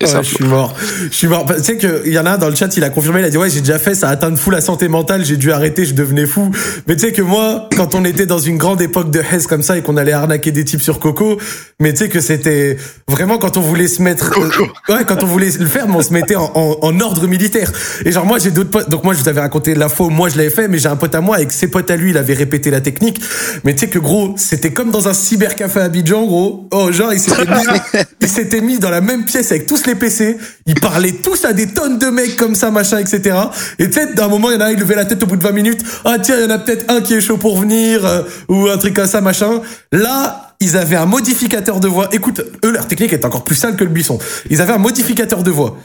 [SPEAKER 10] et
[SPEAKER 1] Ouais,
[SPEAKER 10] ça,
[SPEAKER 1] je suis mort. Je suis mort. Tu sais qu'il y en a un dans le chat, il a confirmé, il a dit ouais, j'ai déjà fait, ça a atteint de fou la santé mentale, j'ai dû arrêter, je devenais fou. Mais tu sais que moi, quand on était dans une grande époque de Hess comme ça et qu'on allait arnaquer des types sur Coco, mais tu sais que c'était vraiment quand on voulait se mettre, euh, ouais, quand on voulait le faire, mais on se mettait en, en- en ordre militaire. Et genre moi, j'ai d'autres potes. Donc moi, je vous avais raconté l'info, moi je l'avais fait, mais j'ai un pote à moi avec ses potes à lui, il avait répété la technique. Mais tu sais que gros, c'était comme dans un cybercafé à Abidjan, gros. Oh genre, il s'était mis- ils s'étaient mis dans la même pièce avec tous les PC. Ils parlaient tous à des tonnes de mecs comme ça, machin, etc. Et peut-être d'un moment, il y en a un, il levait la tête au bout de 20 minutes. Ah tiens, il y en a peut-être un qui est chaud pour venir, euh, ou un truc comme ça, machin. Là, ils avaient un modificateur de voix. Écoute, eux, leur technique est encore plus sale que le buisson. Ils avaient un modificateur de voix.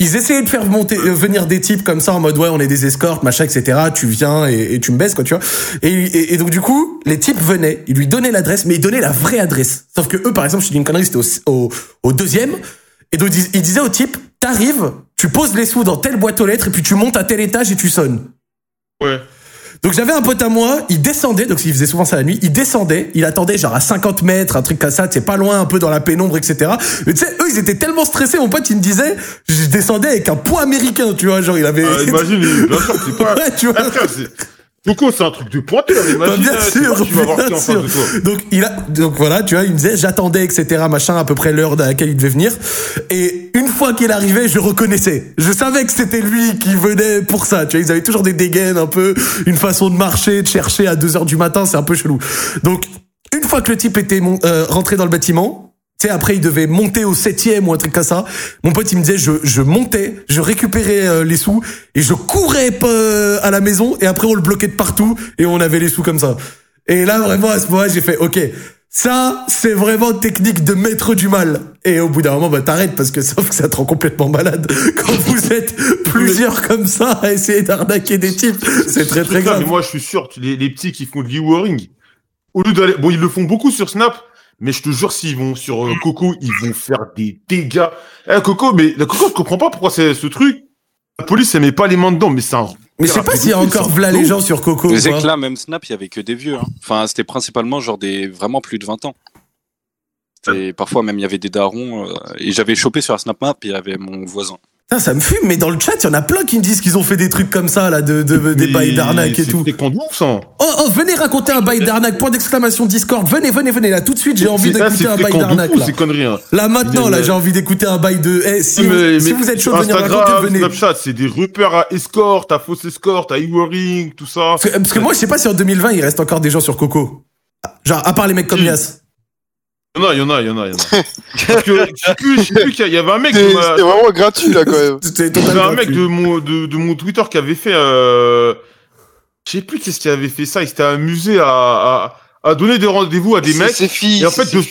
[SPEAKER 1] Ils essayaient de faire monter, euh, venir des types comme ça en mode ouais on est des escortes machin etc tu viens et, et tu me baisses quoi tu vois et, et- et donc du coup les types venaient ils lui donnaient l'adresse mais ils donnaient la vraie adresse sauf que eux par exemple je te dis une connerie c'était au, au- au deuxième et donc ils ils disaient au type t'arrives tu poses les sous dans telle boîte aux lettres et puis tu montes à tel étage et tu sonnes
[SPEAKER 2] Ouais.
[SPEAKER 1] Donc j'avais un pote à moi, il descendait, donc il faisait souvent ça la nuit, il descendait, il attendait genre à 50 mètres, un truc comme ça, c'est pas loin, un peu dans la pénombre, etc. Mais tu sais, eux, ils étaient tellement stressés, mon pote, il me disait, je descendais avec un poids américain, tu vois, genre il avait... (laughs)
[SPEAKER 2] Ah, imagine, bien sûr, c'est pas.
[SPEAKER 1] Ouais, tu vois.
[SPEAKER 2] Après, c'est- Coco, c'est un truc de pointeur,
[SPEAKER 1] Bah,
[SPEAKER 2] imagine.
[SPEAKER 1] bien
[SPEAKER 2] euh, tu
[SPEAKER 1] sûr,
[SPEAKER 2] vois, tu vas voir
[SPEAKER 1] bien
[SPEAKER 2] qui est en face
[SPEAKER 1] sûr.
[SPEAKER 2] de toi.
[SPEAKER 1] Donc il a, donc voilà, tu vois, il me disait j'attendais, etc. Machin, à peu près l'heure à laquelle il devait venir. Et une fois qu'il arrivait, je reconnaissais. Je savais que c'était lui qui venait pour ça. Tu vois, ils avaient toujours des dégaines un peu, une façon de marcher, de chercher à 2 heures du matin, c'est un peu chelou. Donc une fois que le type était mon- euh, rentré dans le bâtiment. Tu sais, après, il devait monter au septième ou un truc comme ça. Mon pote, il me disait, je, je montais, je récupérais euh, les sous et je courais euh, à la maison et après, on le bloquait de partout et on avait les sous comme ça. Et là, vraiment, à ce moment-là, j'ai fait, OK, ça, c'est vraiment technique de maître du mal. Et au bout d'un moment, bah, t'arrêtes parce que sauf que ça te rend complètement malade quand vous êtes plusieurs comme ça à essayer d'arnaquer des types. C'est très, très
[SPEAKER 2] Putain,
[SPEAKER 1] grave.
[SPEAKER 2] Mais moi, je suis sûr, tu- les, les petits qui font du warring, au lieu d'aller. Bon, ils le font beaucoup sur Snap, mais je te jure, s'ils vont sur euh, Coco, ils vont faire des dégâts. Eh, Coco, mais la Coco, je comprends pas pourquoi c'est ce truc. La police, elle met pas les mains dedans, mais c'est un.
[SPEAKER 1] Mais je sais pas s'il y a encore v'là les gens sur Coco. ou
[SPEAKER 10] Mais c'est
[SPEAKER 1] pas.
[SPEAKER 10] que là, même Snap, il y avait que des vieux. hein. Enfin, c'était principalement genre des vraiment plus de 20 ans. Et parfois même il y avait des darons euh, et j'avais chopé sur la Snap Map, il y avait mon voisin.
[SPEAKER 1] Putain, ça me fume, mais dans le chat, il y en a plein qui me disent qu'ils ont fait des trucs comme
[SPEAKER 2] Ah,
[SPEAKER 1] ça, là, de, de, des bails d'arnaque Bah, et tout.
[SPEAKER 2] C'est con de ouf, ça.
[SPEAKER 1] Oh, oh, venez raconter un bail d'arnaque, point d'exclamation Discord. Venez, venez, venez, là, tout de suite, j'ai envie
[SPEAKER 2] C'est- ça,
[SPEAKER 1] d'écouter
[SPEAKER 2] c'est
[SPEAKER 1] un bail
[SPEAKER 2] fréquent de
[SPEAKER 1] d'arnaque,
[SPEAKER 2] ouf,
[SPEAKER 1] là.
[SPEAKER 2] ces conneries, hein.
[SPEAKER 1] Là, maintenant,
[SPEAKER 2] Mais,
[SPEAKER 1] là,
[SPEAKER 2] euh,
[SPEAKER 1] j'ai envie d'écouter un bail de, eh, si,
[SPEAKER 2] Mais-
[SPEAKER 1] si
[SPEAKER 2] mais
[SPEAKER 1] vous êtes chaud de venir
[SPEAKER 2] Instagram,
[SPEAKER 1] raconter, venez.
[SPEAKER 2] Snapchat, c'est des repères à escorte, à fausse escorte, à e-warring, tout ça.
[SPEAKER 1] Parce que, parce que moi, je sais pas si en 2020, il reste encore des gens sur Coco. Genre, à part les mecs comme Yas.
[SPEAKER 2] Il y en a, il y en a, il y en a, il y en a. Parce
[SPEAKER 7] (laughs)
[SPEAKER 2] que je sais plus, je sais plus qu'il y a- il y avait un mec.
[SPEAKER 7] C'est
[SPEAKER 2] qui m'a-
[SPEAKER 7] c'est vraiment gratuit là quand même.
[SPEAKER 1] (laughs) C'était
[SPEAKER 2] Il y avait
[SPEAKER 1] totalement
[SPEAKER 2] un mec
[SPEAKER 1] gratuit.
[SPEAKER 2] de mon, de, de mon Twitter qui avait fait. Euh... Je sais plus qu'est-ce qui avait fait ça. Il s'était amusé à, à, à donner des rendez-vous à des
[SPEAKER 7] C'est-
[SPEAKER 2] mecs.
[SPEAKER 7] c'est filles,
[SPEAKER 2] et en fait,
[SPEAKER 7] c'est-
[SPEAKER 2] de-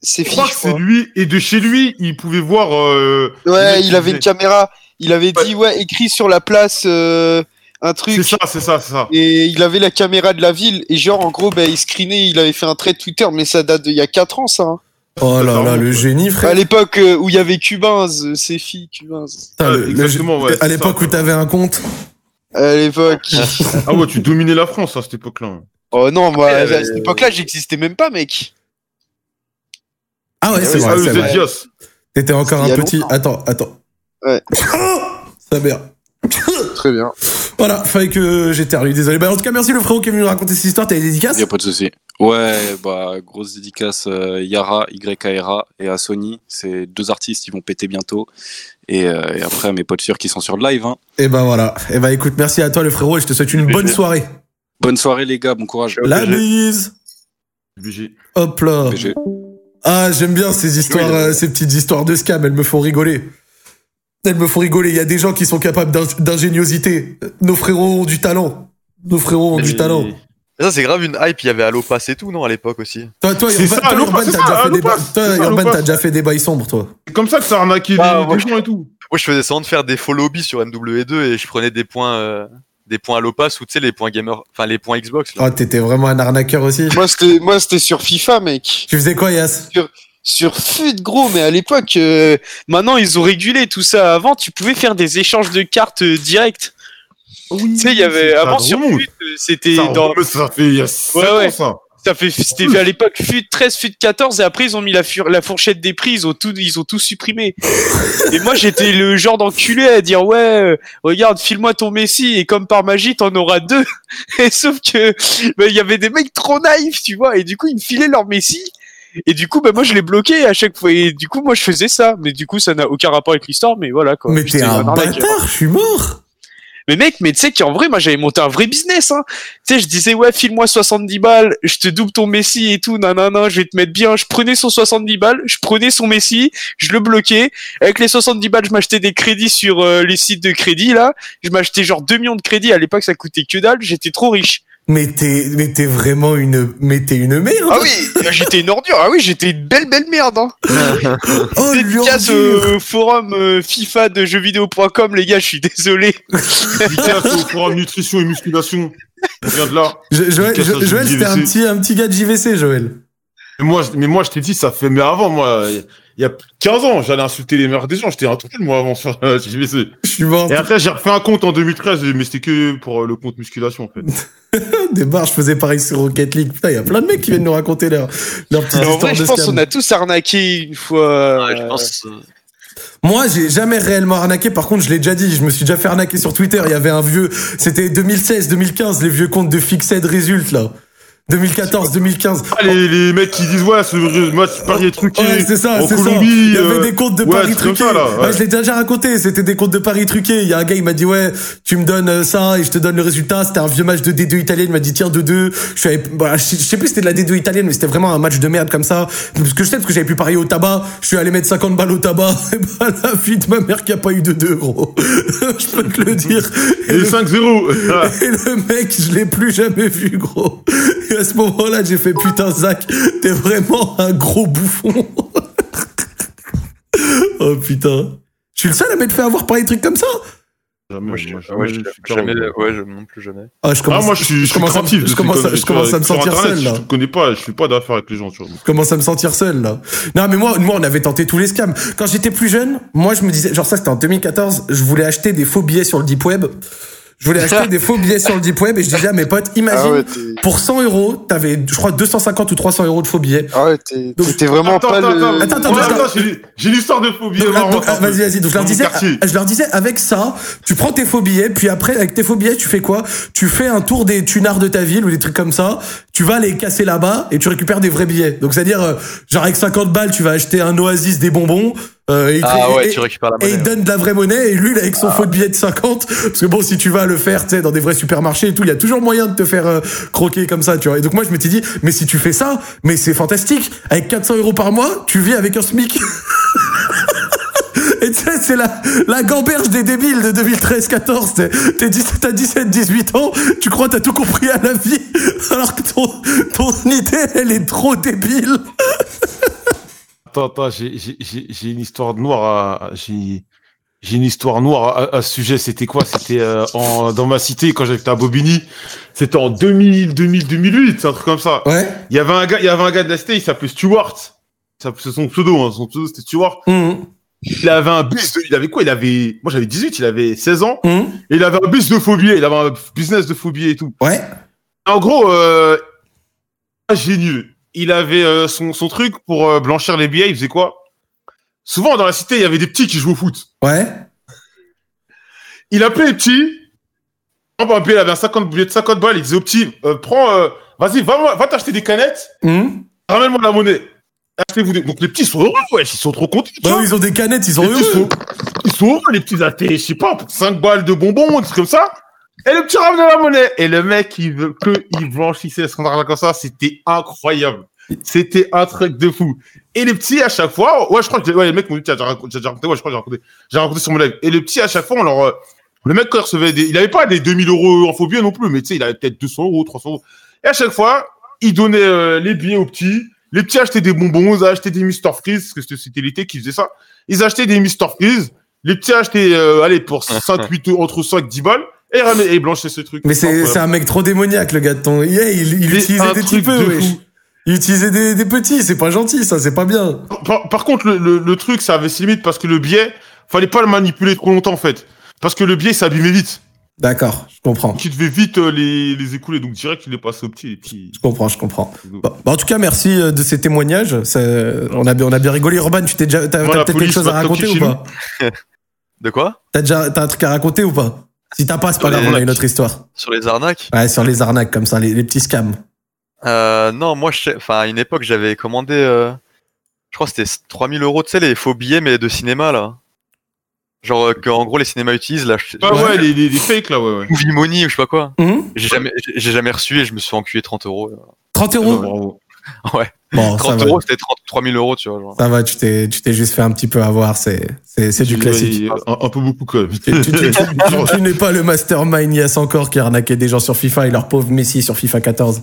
[SPEAKER 7] C'est
[SPEAKER 2] je
[SPEAKER 7] fini,
[SPEAKER 2] crois que c'est lui. Et de chez lui, il pouvait voir. euh, les
[SPEAKER 7] Ouais,
[SPEAKER 2] mecs
[SPEAKER 7] il
[SPEAKER 2] qui
[SPEAKER 7] avait une
[SPEAKER 2] faisaient-
[SPEAKER 7] caméra. Il avait dit, ouais, écrit sur la place euh, un
[SPEAKER 2] C'est
[SPEAKER 7] truc.
[SPEAKER 2] ça, c'est ça, c'est ça.
[SPEAKER 7] Et il avait la caméra de la ville. Et genre, en gros, bah, il screenait, il avait fait un trait de Twitter, mais ça date d'il y a 4 ans, ça. hein.
[SPEAKER 1] Oh là là, le génie,
[SPEAKER 7] À
[SPEAKER 1] frère.
[SPEAKER 7] l'époque euh, où il y avait Cubains, euh, ces filles, Cubains.
[SPEAKER 1] Putain, le- le-
[SPEAKER 2] Ah, exactement, ouais,
[SPEAKER 1] Euh, à
[SPEAKER 2] c'est
[SPEAKER 1] l'époque
[SPEAKER 2] ça.
[SPEAKER 1] où t'avais un compte.
[SPEAKER 7] À
[SPEAKER 1] (laughs)
[SPEAKER 7] l'époque.
[SPEAKER 2] Ah ouais, tu dominais la Eh, France à cette époque-là.
[SPEAKER 7] oh non, moi,
[SPEAKER 3] Ouais,
[SPEAKER 7] à
[SPEAKER 3] ouais,
[SPEAKER 7] cette époque-là, j'existais même pas, mec.
[SPEAKER 1] Ah ouais, c'est
[SPEAKER 2] Ah,
[SPEAKER 1] vrai,
[SPEAKER 2] vous
[SPEAKER 1] c'est
[SPEAKER 2] êtes
[SPEAKER 1] vrai.
[SPEAKER 2] Dios.
[SPEAKER 1] T'étais encore
[SPEAKER 7] Il
[SPEAKER 1] un
[SPEAKER 7] y a
[SPEAKER 1] petit.
[SPEAKER 7] longtemps.
[SPEAKER 1] Attends, attends.
[SPEAKER 7] Ouais.
[SPEAKER 1] Sa mère.
[SPEAKER 7] Très bien.
[SPEAKER 1] Voilà, fallait que j'éternue, désolé. Bah, en tout cas, merci le frérot qui est venu nous raconter cette histoire. T'as des dédicaces
[SPEAKER 10] Il y a pas de souci. Ouais, bah grosse dédicace euh, Yara, YKRA et à Sony, c'est deux artistes qui vont péter bientôt et, euh, et après à mes potes sûrs qui sont sur le live hein.
[SPEAKER 1] Et bah voilà. Et bah écoute, merci à toi le frérot et je te souhaite une bonne soirée.
[SPEAKER 10] Bonne soirée les gars, bon courage.
[SPEAKER 1] La bise
[SPEAKER 2] BG.
[SPEAKER 1] Hop là
[SPEAKER 10] BG.
[SPEAKER 1] Ah, j'aime bien ces histoires, euh, ces petites histoires de scam, elles me font rigoler. Elles me font rigoler, il y a des gens qui sont capables d'ing- d'ingéniosité. Nos frérots ont du talent. Nos frérots ont du talent.
[SPEAKER 3] Ça, c'est grave une hype. Il y avait Halo Pass et tout, non, à l'époque aussi.
[SPEAKER 1] Toi, toi,
[SPEAKER 2] C'est
[SPEAKER 1] Urban,
[SPEAKER 2] ça,
[SPEAKER 1] toi,
[SPEAKER 2] Lopas,
[SPEAKER 1] Urban,
[SPEAKER 2] c'est
[SPEAKER 1] t'as
[SPEAKER 2] ça,
[SPEAKER 1] déjà fait des
[SPEAKER 2] Lopas,
[SPEAKER 1] bails-
[SPEAKER 2] c'est
[SPEAKER 1] toi,
[SPEAKER 2] ça,
[SPEAKER 1] Urban,
[SPEAKER 2] Lopas.
[SPEAKER 1] t'as déjà fait des bails sombres, toi.
[SPEAKER 2] C'est comme ça que ça arnaquait
[SPEAKER 3] Ah,
[SPEAKER 7] Bah,
[SPEAKER 2] des,
[SPEAKER 3] ouais.
[SPEAKER 2] des gens et tout.
[SPEAKER 3] Moi, je faisais ça de faire des faux lobbies sur MW2 et je prenais des points, euh, des points Halo Pass ou tu sais les points gamer, enfin les points Xbox. Là.
[SPEAKER 1] Ah, t'étais vraiment un arnaqueur aussi.
[SPEAKER 7] Moi, c'était moi, c'était sur FIFA, mec.
[SPEAKER 1] Tu faisais quoi, Yas
[SPEAKER 7] Sur FUT, gros, mais à l'époque, euh,
[SPEAKER 5] Maintenant, ils ont régulé tout ça. Avant, tu pouvais faire des échanges de cartes euh, directs.
[SPEAKER 2] Oui,
[SPEAKER 5] Tu sais, il y avait
[SPEAKER 2] ça
[SPEAKER 5] avant sur
[SPEAKER 2] remonte.
[SPEAKER 5] FUT, euh, c'était
[SPEAKER 2] Ça,
[SPEAKER 5] dans
[SPEAKER 2] remonte, ça fait il y a sept
[SPEAKER 5] Ouais,
[SPEAKER 2] ans,
[SPEAKER 5] ouais.
[SPEAKER 2] ça.
[SPEAKER 5] ça fait c'était fait à l'époque FUT 13, FUT 14 et après ils ont mis la, fur- la fourchette des prix, ils ont tout ils ont tout supprimé. et moi, j'étais le genre d'enculé à dire ouais, euh, regarde, file-moi ton Messi et comme par magie, t'en auras deux. (laughs) et sauf que bah, il y avait des mecs trop naïfs, tu vois, et du coup, ils me filaient leur Messi. Et du coup, bah, moi, je les bloquais à chaque fois. Et du coup, moi, je faisais ça. Mais du coup, ça n'a aucun rapport avec l'histoire. Mais voilà, quoi.
[SPEAKER 1] Mais
[SPEAKER 5] J'étais
[SPEAKER 1] t'es un
[SPEAKER 5] arnaqueur.
[SPEAKER 1] bâtard, je suis mort
[SPEAKER 5] Mais mec, mais tu sais qu'en vrai, moi j'avais monté un vrai business. Hein. Tu sais, je disais ouais, file-moi 70 balles, je te double ton Messi et tout, nanana, je vais te mettre bien. Je prenais son 70 balles, je prenais son Messi, je le bloquais. Avec les 70 balles, je m'achetais des crédits sur euh, les sites de crédit là. Je m'achetais genre 2 millions de crédits. À l'époque, ça coûtait que dalle. J'étais trop riche.
[SPEAKER 1] Mais t'es, mais t'es vraiment une, mais t'es
[SPEAKER 2] (laughs)
[SPEAKER 1] une merde.
[SPEAKER 5] Ah oui, j'étais une ordure. Ah oui, j'tais une belle belle merde. Hein.
[SPEAKER 1] oh,
[SPEAKER 5] Dédicace
[SPEAKER 1] l'ordure.
[SPEAKER 5] au forum euh, FIFA de jeuxvideo.com, les gars, je suis désolé.
[SPEAKER 2] Lucas, c'est au programme nutrition et musculation. On vient de là.
[SPEAKER 1] Je- Joël,
[SPEAKER 2] Dédicace
[SPEAKER 1] Jo-
[SPEAKER 2] à
[SPEAKER 1] Joël,
[SPEAKER 2] JVC.
[SPEAKER 1] c'était un petit, un petit gars de JVC, Joël.
[SPEAKER 2] Mais moi, je- mais moi, je t'ai dit, ça fait. Mais avant, moi, il y a 15 ans, j'allais insulter les mères des gens. J'étais un truc, moi, avant sur la JVC. Et après, j'ai refait un compte en 2013, mais c'était que pour euh, le compte musculation, en fait.
[SPEAKER 1] (laughs) Des barres, je faisais pareil sur Rocket League. Putain, il y a plein de mecs qui viennent nous raconter leur, leur petite
[SPEAKER 5] Mais en
[SPEAKER 1] histoire
[SPEAKER 5] vrai,
[SPEAKER 1] de
[SPEAKER 5] je pense
[SPEAKER 1] scam.
[SPEAKER 5] qu'on a tous arnaqué une fois. je pense.
[SPEAKER 1] Moi, j'ai jamais réellement arnaqué. Par contre, je l'ai déjà dit. Je me suis déjà fait arnaquer sur Twitter. Il y avait un vieux, c'était 2016, 2015, les vieux comptes de Fixed Result, là. 2014, 2015.
[SPEAKER 2] Ah, les, les mecs qui disent, ouais, ce match pari est truqué.
[SPEAKER 1] Ouais, c'est ça,
[SPEAKER 2] en
[SPEAKER 1] c'est ça.
[SPEAKER 2] Colombie.
[SPEAKER 1] Il y
[SPEAKER 2] euh,
[SPEAKER 1] avait des comptes de
[SPEAKER 2] ouais,
[SPEAKER 1] paris
[SPEAKER 2] c'est comme
[SPEAKER 1] truqués.
[SPEAKER 2] ça, là,
[SPEAKER 1] Ouais,
[SPEAKER 2] ouais.
[SPEAKER 1] je l'ai déjà raconté. C'était des comptes de paris truqués. Il y a un gars, il m'a dit, ouais, tu me donnes euh, ça et je te donne le résultat. C'était un vieux match de D2 italienne. Il m'a dit, tiens, 2-2. Je suis allé- voilà, je sais- je sais plus si c'était de la D2 italienne, mais c'était vraiment un match de merde comme ça. Parce que je sais, parce que j'avais pu parier au tabac. Je suis allé mettre 50 balles au tabac. (laughs) Et bah, la fille de ma mère qui a pas eu de 2, gros. (laughs) je peux te le dire.
[SPEAKER 2] Et
[SPEAKER 1] le-
[SPEAKER 2] 5-0.
[SPEAKER 1] (laughs) et le mec, je l'ai plus jamais vu, gros. Et à ce moment-là, j'ai fait putain, Zach, t'es vraiment un gros bouffon. (laughs) oh putain. Je suis le seul à m'être fait avoir par des trucs comme ça
[SPEAKER 2] Moi, j'ai-
[SPEAKER 3] Ouais, je- jamais, ouais, je- non plus jamais.
[SPEAKER 1] Ah, je commence-
[SPEAKER 2] moi, je suis,
[SPEAKER 1] je
[SPEAKER 2] je suis
[SPEAKER 1] commence à-
[SPEAKER 2] craintif de
[SPEAKER 1] je
[SPEAKER 2] ces
[SPEAKER 1] commence à-
[SPEAKER 2] conneries,
[SPEAKER 1] je commence à me
[SPEAKER 2] sur
[SPEAKER 1] sentir
[SPEAKER 2] Internet,
[SPEAKER 1] seul, là.
[SPEAKER 2] Je te connais pas, je fais pas d'affaires avec les gens, tu vois.
[SPEAKER 1] Je commence à me sentir seul là. Non mais moi, moi on avait tenté tous les scams. Quand j'étais plus jeune, moi je me disais, genre ça c'était en 2014, je voulais acheter des faux billets sur le deep web. Je
[SPEAKER 7] (laughs)
[SPEAKER 1] voulais acheter des faux billets sur le deep web et je disais à mes potes, imagine,
[SPEAKER 7] Ah ouais, t'es-
[SPEAKER 1] pour 100 euros, t'avais je crois 250 ou 300 euros de faux billets.
[SPEAKER 7] Ah ouais, t'es- t'étais vraiment
[SPEAKER 1] Attends,
[SPEAKER 7] pas
[SPEAKER 1] attends,
[SPEAKER 7] le.
[SPEAKER 1] attends, attends, attends, attends.
[SPEAKER 2] J'ai j'ai l'histoire de phobie.
[SPEAKER 1] Donc,
[SPEAKER 2] marrant,
[SPEAKER 1] donc, ah,
[SPEAKER 2] un peu.
[SPEAKER 1] vas-y, vas-y. Donc, je leur
[SPEAKER 2] Dans mon
[SPEAKER 1] disais,
[SPEAKER 2] quartier.
[SPEAKER 1] je leur disais, avec ça, tu prends tes faux billets, puis après, avec tes faux billets, tu fais quoi? Tu fais un tour des tunards de ta ville ou des trucs comme ça, tu vas les casser là-bas et tu récupères des vrais billets. Donc, c'est-à-dire, euh, genre, avec 50 balles, tu vas acheter un oasis des bonbons, euh, et, il te-
[SPEAKER 3] Ah ouais,
[SPEAKER 1] et-
[SPEAKER 3] tu récupères la
[SPEAKER 1] et il
[SPEAKER 3] monnaie, Ah.
[SPEAKER 1] te donne de la vraie monnaie, et lui, là, avec son faux billet de 50, parce que bon, si tu vas le faire, tu sais, dans des vrais supermarchés et tout, il y a toujours moyen de te faire euh, croquer comme ça, tu vois. Et donc, moi, je m'étais dit, mais si tu fais ça, mais c'est fantastique. Avec 400 euros par mois, tu vis avec un SMIC. Et tu sais, c'est la, la gamberge des débiles de 2013-14. t'es- T'es 17 t'as 17-18 ans, tu crois t'as tout compris à la vie, (laughs) alors que ton, ton idée, elle est trop débile.
[SPEAKER 2] Attends, attends, j'ai- j'ai j'ai- j'ai une histoire noire à. à- J'ai j'ai une histoire noire à, à ce sujet. C'était quoi C'était euh, en- dans ma cité quand j'étais à Bobigny. C'était en 2000, 2000, 2008, c'est un truc comme ça.
[SPEAKER 1] Ouais.
[SPEAKER 2] Il y avait un gars, il y avait un gars de la cité. Il s'appelait Stewart. Ça- C'est son pseudo. Hein, son pseudo, c'était Stewart.
[SPEAKER 1] Mmh.
[SPEAKER 2] Il avait un bus. De, il avait quoi Il avait. Moi, j'avais 18. Il avait 16 ans.
[SPEAKER 1] Mmh.
[SPEAKER 2] Et il avait un bus de phobie. Il avait un business de phobie et tout.
[SPEAKER 1] Ouais.
[SPEAKER 2] En gros, euh, ingénieux. Il avait euh, son, son truc pour euh, blanchir les billets. Il faisait quoi Souvent, dans la cité, il y avait des petits qui jouaient au foot.
[SPEAKER 1] Ouais.
[SPEAKER 2] Il appelait les petits. Oh, bah, il avait un 50 billets de 50 balles. Il disait aux petits, euh, prends, euh, vas-y, va, va t'acheter des canettes. Ramène-moi la monnaie. Achetez-vous des- Ah, Donc, les petits sont heureux, wesh. Ils sont trop contents. tu
[SPEAKER 1] Bah,
[SPEAKER 2] vois.
[SPEAKER 1] ils ont des canettes, ils sont
[SPEAKER 2] Les
[SPEAKER 1] heureux.
[SPEAKER 2] petits sont- Ils sont heureux, les petits. Ils achetaient, je sais pas, 5 balles de bonbons, des trucs comme ça. Et le petit ramenait la monnaie. Et le mec, il veut que il blanchissait ce qu'on a comme ça. C'était incroyable. C'était un truc de fou. Et les petits, à chaque fois, ouais, je crois que ouais, les mecs m'ont dit, tiens, j'ai raconté, j'ai déjà raconté, ouais, je crois que j'ai raconté, j'ai raconté sur mon live. Et le petit, à chaque fois, on leur, euh, le mec, quand il recevait des, il avait pas des 2000 euros en phobie non plus, mais tu sais, il avait peut-être 200 euros, 300 euros. Et à chaque fois, il donnait euh, les billets aux petits. Les petits achetaient des bonbons, ils achetaient des Mr. Freeze, parce que c'était- c'était l'été qui faisait ça. Ils achetaient des Mr. Freeze. Les petits achetaient, euh, allez, pour 5, 8, entre 5 et 10 balles. Et ils ramenaient- et ils blanchissaient ce truc.
[SPEAKER 1] Mais c'est,
[SPEAKER 2] Incroyable.
[SPEAKER 1] c'est un mec trop démoniaque, le gars de ton. Yeah, il, il
[SPEAKER 2] Mais
[SPEAKER 1] utilisait
[SPEAKER 2] un
[SPEAKER 1] des petits
[SPEAKER 2] truc
[SPEAKER 1] peu,
[SPEAKER 2] de
[SPEAKER 1] wesh.
[SPEAKER 2] fou.
[SPEAKER 1] Il utilisait des, des petits, c'est pas gentil, ça, c'est pas bien.
[SPEAKER 2] Par, par contre, le, le- le truc, ça avait ses limites parce que le biais, fallait pas le manipuler trop longtemps en fait. Parce que le biais, ça abîmait vite.
[SPEAKER 1] D'accord, je comprends.
[SPEAKER 2] Qui devait vite euh, les, les écouler. Donc direct, il les passe aux petits. Les petits...
[SPEAKER 1] Je comprends, je comprends. Bah, bah, en tout cas, merci euh, de ces témoignages. Ça, on, a, bien- on a bien rigolé. Urban, tu t'es déjà, t'as,
[SPEAKER 2] Moi,
[SPEAKER 1] t'as
[SPEAKER 2] la
[SPEAKER 1] peut-être
[SPEAKER 2] police
[SPEAKER 1] quelque chose à
[SPEAKER 2] m'a
[SPEAKER 1] raconter
[SPEAKER 2] toqué
[SPEAKER 1] ou
[SPEAKER 2] chez
[SPEAKER 1] pas
[SPEAKER 3] (laughs) De quoi
[SPEAKER 1] T'as déjà t'as un truc à raconter ou pas Si t'as pas, c'est pas grave, on a une autre histoire.
[SPEAKER 3] Sur les arnaques
[SPEAKER 1] Ouais, sur les arnaques comme ça, les, les petits scams.
[SPEAKER 3] Euh, non, moi, je sais- enfin, à une époque, j'avais commandé, euh, je crois que c'était 3000 euros, tu sais, les faux billets, mais de cinéma, là. Genre, euh, que, en gros, les cinémas utilisent, là. je-
[SPEAKER 2] Ah ouais, les, les, les fakes là, ouais. ouais.
[SPEAKER 3] Movie Money ou je sais pas quoi.
[SPEAKER 1] Mhm.
[SPEAKER 3] J'ai jamais, j'ai- j'ai jamais reçu et je me suis enculé 30 euros.
[SPEAKER 1] 30 euros
[SPEAKER 3] (laughs) Ouais.
[SPEAKER 1] Bon, ça
[SPEAKER 3] 30
[SPEAKER 1] va.
[SPEAKER 3] euros, c'était 30 3000 euros, tu vois. genre.
[SPEAKER 1] Ça va, tu t'es, tu t'es juste fait un petit peu avoir, c'est, c'est, c'est du
[SPEAKER 2] Ouais,
[SPEAKER 1] classique.
[SPEAKER 2] il- Un, un peu beaucoup quand même. (laughs)
[SPEAKER 1] Tu, tu- tu- tu- tu n'es pas le mastermind Yass encore qui a arnaqué des gens sur FIFA et leur pauvre Messi sur FIFA 14.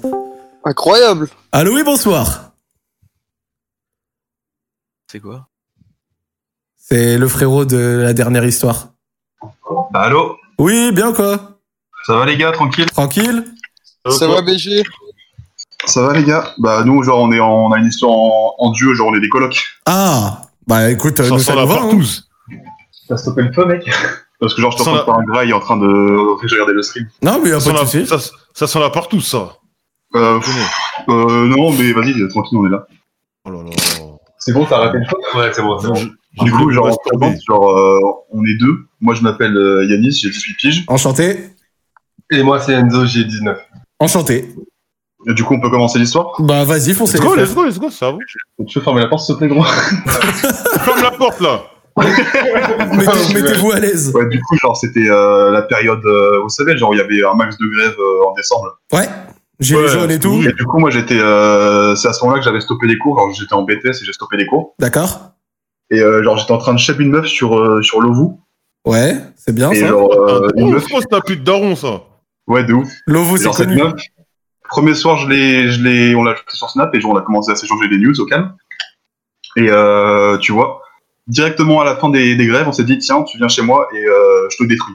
[SPEAKER 7] Incroyable.
[SPEAKER 1] Allô, oui, bonsoir.
[SPEAKER 3] C'est quoi
[SPEAKER 1] C'est le frérot de la dernière histoire.
[SPEAKER 11] Allô
[SPEAKER 1] Oui, bien quoi
[SPEAKER 11] Ça va les gars, tranquille
[SPEAKER 1] Tranquille
[SPEAKER 7] Ça va, BG
[SPEAKER 11] Ça va les gars Bah nous, genre, on, est en- on a une histoire en, en duo, genre, on est des colocs.
[SPEAKER 1] Ah, Bah écoute, euh,
[SPEAKER 11] Ça
[SPEAKER 1] nous
[SPEAKER 11] sent
[SPEAKER 1] ça
[SPEAKER 11] la
[SPEAKER 1] nous va. hein.
[SPEAKER 11] partouze. T'as stoppé le feu, mec Parce que genre, je te
[SPEAKER 2] Ça
[SPEAKER 11] prends par un grail en train de regarder le stream.
[SPEAKER 1] Non, mais y a
[SPEAKER 2] ça
[SPEAKER 1] pas de
[SPEAKER 2] sent la- ça, ça sent la partout, ça.
[SPEAKER 11] Euh, euh, non, mais vas-y, tranquille, on est là.
[SPEAKER 1] Oh
[SPEAKER 11] C'est bon, t'as arrêté le feu Ouais, c'est bon, c'est bon. Du coup, genre, en présence, genre euh, on est deux. Moi, je m'appelle euh, Yanis, j'ai 18 piges.
[SPEAKER 1] Enchanté.
[SPEAKER 11] Et moi, c'est Enzo, j'ai 19.
[SPEAKER 1] Enchanté.
[SPEAKER 11] Et du coup, on peut commencer l'histoire
[SPEAKER 1] Bah vas-y, foncez.
[SPEAKER 11] Let's go,
[SPEAKER 1] les
[SPEAKER 11] let's
[SPEAKER 1] frères.
[SPEAKER 2] go, let's go, ça va.
[SPEAKER 11] Tu peux fermer la porte, s'il te plaît, gros
[SPEAKER 2] Ferme la porte, là
[SPEAKER 1] (laughs) Mettez-vous à l'aise.
[SPEAKER 11] Ouais, du coup, genre, c'était euh, la période, euh, vous savez, genre, il y avait un max de grève euh, en décembre.
[SPEAKER 1] Ouais. Gilets jaunes et tout.
[SPEAKER 11] Et du coup, moi, j'étais. euh, c'est à ce moment-là que j'avais stoppé les cours. Genre, j'étais en BTS et j'ai stoppé les cours.
[SPEAKER 1] D'accord.
[SPEAKER 11] Et euh, genre, j'étais en train de chapper une meuf sur, euh, sur Lovu.
[SPEAKER 1] Ouais, c'est bien
[SPEAKER 11] Et
[SPEAKER 1] ça.
[SPEAKER 11] genre, euh, une
[SPEAKER 2] Oh,
[SPEAKER 11] meuf.
[SPEAKER 2] je pense que t'as plus de daron, ça.
[SPEAKER 11] Ouais, de ouf.
[SPEAKER 1] Lovu,
[SPEAKER 11] Genre,
[SPEAKER 1] c'est
[SPEAKER 11] cette
[SPEAKER 1] connu.
[SPEAKER 11] meuf. Premier soir, je l'ai, je l'ai, on l'a ajouté sur Snap et genre, on a commencé à s'échanger des news au calme. Et euh, tu vois, directement à la fin des, des grèves, on s'est dit, tiens, tu viens chez moi et euh, je te détruis.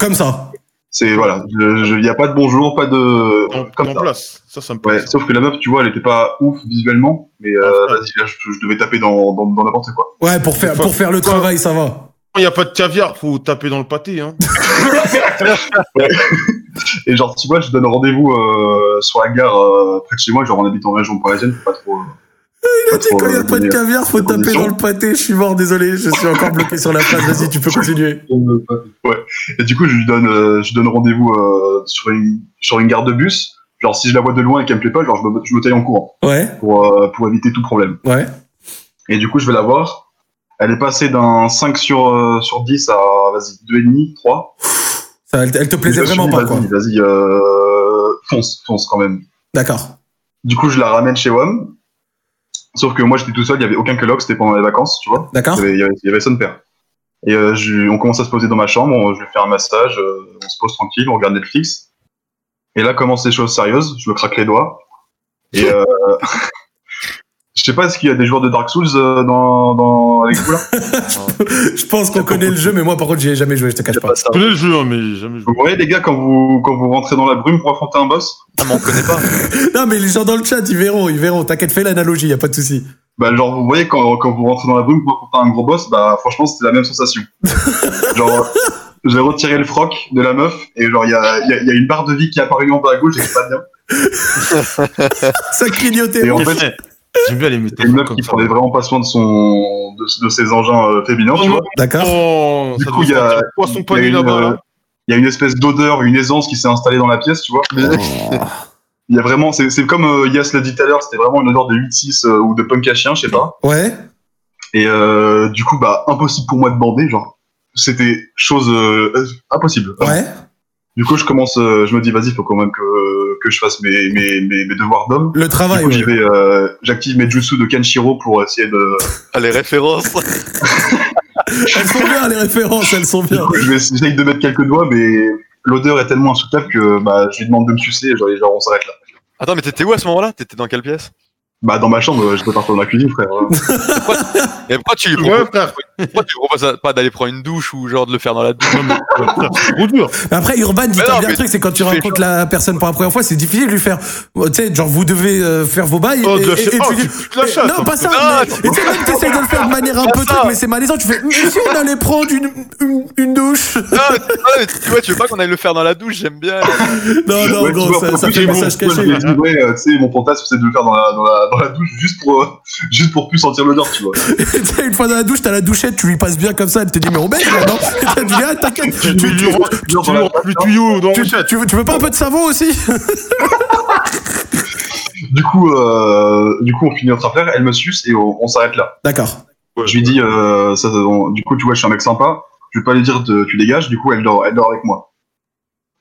[SPEAKER 1] Comme ça.
[SPEAKER 11] C'est voilà, il n'y a pas de bonjour, pas de comme ça.
[SPEAKER 2] place. Ça, ça Ah, me
[SPEAKER 11] Ouais, sauf que la meuf, tu vois, elle était pas ouf visuellement, mais euh, vas-y, là, je, je devais taper dans dans dans n'importe quoi.
[SPEAKER 1] Ouais, pour faire, pour faire le travail, ça va.
[SPEAKER 2] Il n'y a pas de caviar, faut taper dans le pâté.
[SPEAKER 1] (laughs)
[SPEAKER 2] Hein.
[SPEAKER 11] Et genre, tu vois, je donne rendez-vous euh, sur la gare euh, près de chez moi, genre on habite en région parisienne, faut pas trop. euh,
[SPEAKER 1] Ah, Il a dit quand il n'y a pas de caviar, faut taper dans le pâté. Je suis mort, désolé, je suis encore bloqué sur la phrase. Vas-y, tu peux continuer.
[SPEAKER 11] Ouais. Et du coup, je lui donne euh, je donne rendez-vous euh, sur une sur une gare de bus. Genre, si je la vois de loin et qu'elle me plaît pas, genre je me, je me taille en courant.
[SPEAKER 1] Ouais.
[SPEAKER 11] pour, euh, pour éviter tout problème.
[SPEAKER 1] Ouais.
[SPEAKER 11] Et du coup, je vais la voir. Elle est passée d'un 5 sur, euh, sur 10 à, vas-y, 2,5, 3.
[SPEAKER 1] Ça, elle, elle te plaisait vraiment pas, quoi.
[SPEAKER 11] Vas-y, vas-y, euh, fonce, fonce quand même.
[SPEAKER 1] D'accord.
[SPEAKER 11] Du coup, je la ramène chez WAM. Sauf que moi, j'étais tout seul, il n'y avait aucun colloque, c'était pendant les vacances, tu vois.
[SPEAKER 1] D'accord.
[SPEAKER 11] Il y avait- il y avait, il y avait son père. Et euh, je- on commence à se poser dans ma chambre, on- je lui fais un massage, euh, on se pose tranquille, on regarde Netflix. Et là commencent les choses sérieuses, je me craque les doigts. Et euh, (laughs) je sais pas, est-ce qu'il y a des joueurs de Dark Souls euh, dans, dans, avec vous là
[SPEAKER 1] (laughs) Je pense qu'on connaît le jeu, mais moi, par contre, j'y ai jamais joué, je te cache pas.
[SPEAKER 11] Je connais le jeu, hein, mais jamais Vous voyez les gars, quand vous, quand vous rentrez dans la brume pour affronter un boss Ah, mais on connaît (laughs) pas.
[SPEAKER 1] Non, mais les gens dans le chat, ils verront, ils verront. T'inquiète, fais l'analogie, y a pas de souci.
[SPEAKER 11] bah genre vous voyez quand, quand vous rentrez dans la brume pour affronter un gros boss, bah franchement c'était la même
[SPEAKER 1] (laughs)
[SPEAKER 11] sensation. genre j'ai retiré le froc de la meuf et genre il y a, il y a- il y a une barre de vie qui est apparue en bas à gauche, j'étais pas
[SPEAKER 1] (laughs)
[SPEAKER 11] bien.
[SPEAKER 1] Ça clignotait.
[SPEAKER 11] Et en fait,
[SPEAKER 2] j'aime bien les méthodes.
[SPEAKER 11] Une meuf qui prenait vraiment pas soin de son de, de ses engins euh, féminins, tu vois.
[SPEAKER 2] D'accord.
[SPEAKER 11] Du coup, il y a, il y a
[SPEAKER 2] pané
[SPEAKER 11] une,
[SPEAKER 2] là-bas,
[SPEAKER 11] euh,
[SPEAKER 2] là.
[SPEAKER 11] il y a une espèce d'odeur, une aisance qui s'est installée dans la pièce, tu vois. (laughs) Il y a vraiment, c'est c'est comme euh, Yas l'a dit tout à l'heure, c'était vraiment une odeur de 8-6 euh, ou de punk à chien, je sais pas.
[SPEAKER 1] Ouais.
[SPEAKER 11] Et euh, du coup, bah, impossible pour moi de bander, genre, c'était chose euh, euh, impossible.
[SPEAKER 1] Ouais.
[SPEAKER 11] Du coup, je commence, euh, je me dis, vas-y, faut quand même que, que je fasse mes, mes, mes, mes devoirs d'homme.
[SPEAKER 1] Le travail,
[SPEAKER 11] Du coup,
[SPEAKER 1] ouais.
[SPEAKER 11] j'y vais, euh, j'active mes jutsu de Kenshiro pour essayer
[SPEAKER 3] (laughs)
[SPEAKER 11] de.
[SPEAKER 3] Ah, les références.
[SPEAKER 1] Elles sont bien, les références, elles sont bien.
[SPEAKER 11] Du coup, je vais- J'essaye de mettre quelques doigts, mais l'odeur est tellement insoutenable que bah, je lui demande de me sucer, genre, et genre on s'arrête là.
[SPEAKER 3] Attends, mais t'étais où à ce moment-là T'étais dans quelle pièce
[SPEAKER 11] Bah, dans ma chambre, je peux partir dans la cuisine,
[SPEAKER 1] (laughs)
[SPEAKER 11] frère.
[SPEAKER 3] Et pourquoi tu lui proposes, pourquoi tu lui proposes pas d'aller prendre une douche ou genre de le
[SPEAKER 2] (laughs)
[SPEAKER 3] faire dans la douche
[SPEAKER 2] Trop dur.
[SPEAKER 1] Mais Après, Urban dit un bien truc, c'est quand tu rencontres la personne pour la première fois, c'est difficile de lui faire. oh, Tu sais, genre, vous devez euh, faire vos bails.
[SPEAKER 2] Oh,
[SPEAKER 1] et,
[SPEAKER 2] de la
[SPEAKER 1] et-
[SPEAKER 2] chatte.
[SPEAKER 1] et
[SPEAKER 2] Oh,
[SPEAKER 1] tu dis-
[SPEAKER 2] tu- tu la chatte,
[SPEAKER 1] Non,
[SPEAKER 2] hein.
[SPEAKER 1] pas ça.
[SPEAKER 2] Ah,
[SPEAKER 1] mais- Et tu sais, même, t'essayes de le faire de manière un peu truc, mais c'est malaisant. Tu fais, mais si on allait prendre une, une, une douche
[SPEAKER 3] Non, mais tu vois, tu veux pas qu'on aille le faire dans la douche, j'aime bien.
[SPEAKER 1] Non, non,
[SPEAKER 11] Ouais,
[SPEAKER 1] gros,
[SPEAKER 11] tu vois,
[SPEAKER 1] ça-
[SPEAKER 11] pour
[SPEAKER 1] ça
[SPEAKER 11] le
[SPEAKER 1] fait
[SPEAKER 11] coup,
[SPEAKER 1] message
[SPEAKER 11] moi, je
[SPEAKER 1] caché.
[SPEAKER 11] me dis, ouais, euh, tu sais, mon fantasme, c'est de le faire dans la, dans la, dans la douche juste pour, euh, juste pour plus sentir l'odeur, tu vois.
[SPEAKER 1] Et (laughs) tu sais, une fois dans la douche, t'as la douchette, tu lui passes bien comme ça, elle te dit, mais on baisse là, non Et t'as dit, ah, t'inquiète, tu, tu, tu, tu- tu veux- tu veux pas un peu de savon aussi (laughs)
[SPEAKER 11] Du coup, euh, du coup, on finit notre affaire, elle me suce et on, on s'arrête là.
[SPEAKER 1] D'accord.
[SPEAKER 11] Je lui dis, euh, ça, ça, on- du coup, tu vois, je suis un mec sympa, je vais pas lui dire de- tu dégages, du coup, elle dort, elle dort avec moi.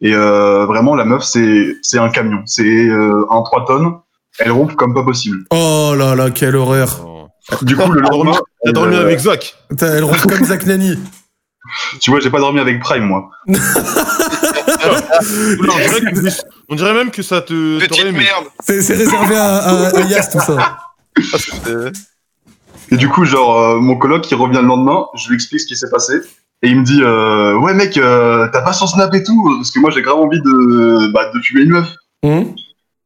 [SPEAKER 11] Et euh, vraiment, la meuf, c'est c'est un camion, c'est euh, un 3 tonnes, elle ronfle comme pas possible.
[SPEAKER 1] Oh là là, quelle horreur.
[SPEAKER 11] Du coup, le (laughs) lendemain.
[SPEAKER 1] T'as dormi
[SPEAKER 11] euh,
[SPEAKER 1] avec Putain, Elle ronfle comme
[SPEAKER 2] (laughs)
[SPEAKER 1] Zach Nani.
[SPEAKER 11] Tu vois, j'ai pas dormi avec Prime, moi.
[SPEAKER 2] Oula, on, dirait que- on dirait même que ça te. Petite merde.
[SPEAKER 1] C'est c'est réservé à, à, à Yas, tout ça.
[SPEAKER 11] Et du coup, genre, euh, mon coloc, il revient le lendemain, je lui explique ce qui s'est passé. Et il me dit, euh, ouais, mec, euh, t'as pas son snap et tout, parce que moi, j'ai grave envie de, bah, de fumer une meuf.
[SPEAKER 1] Mmh.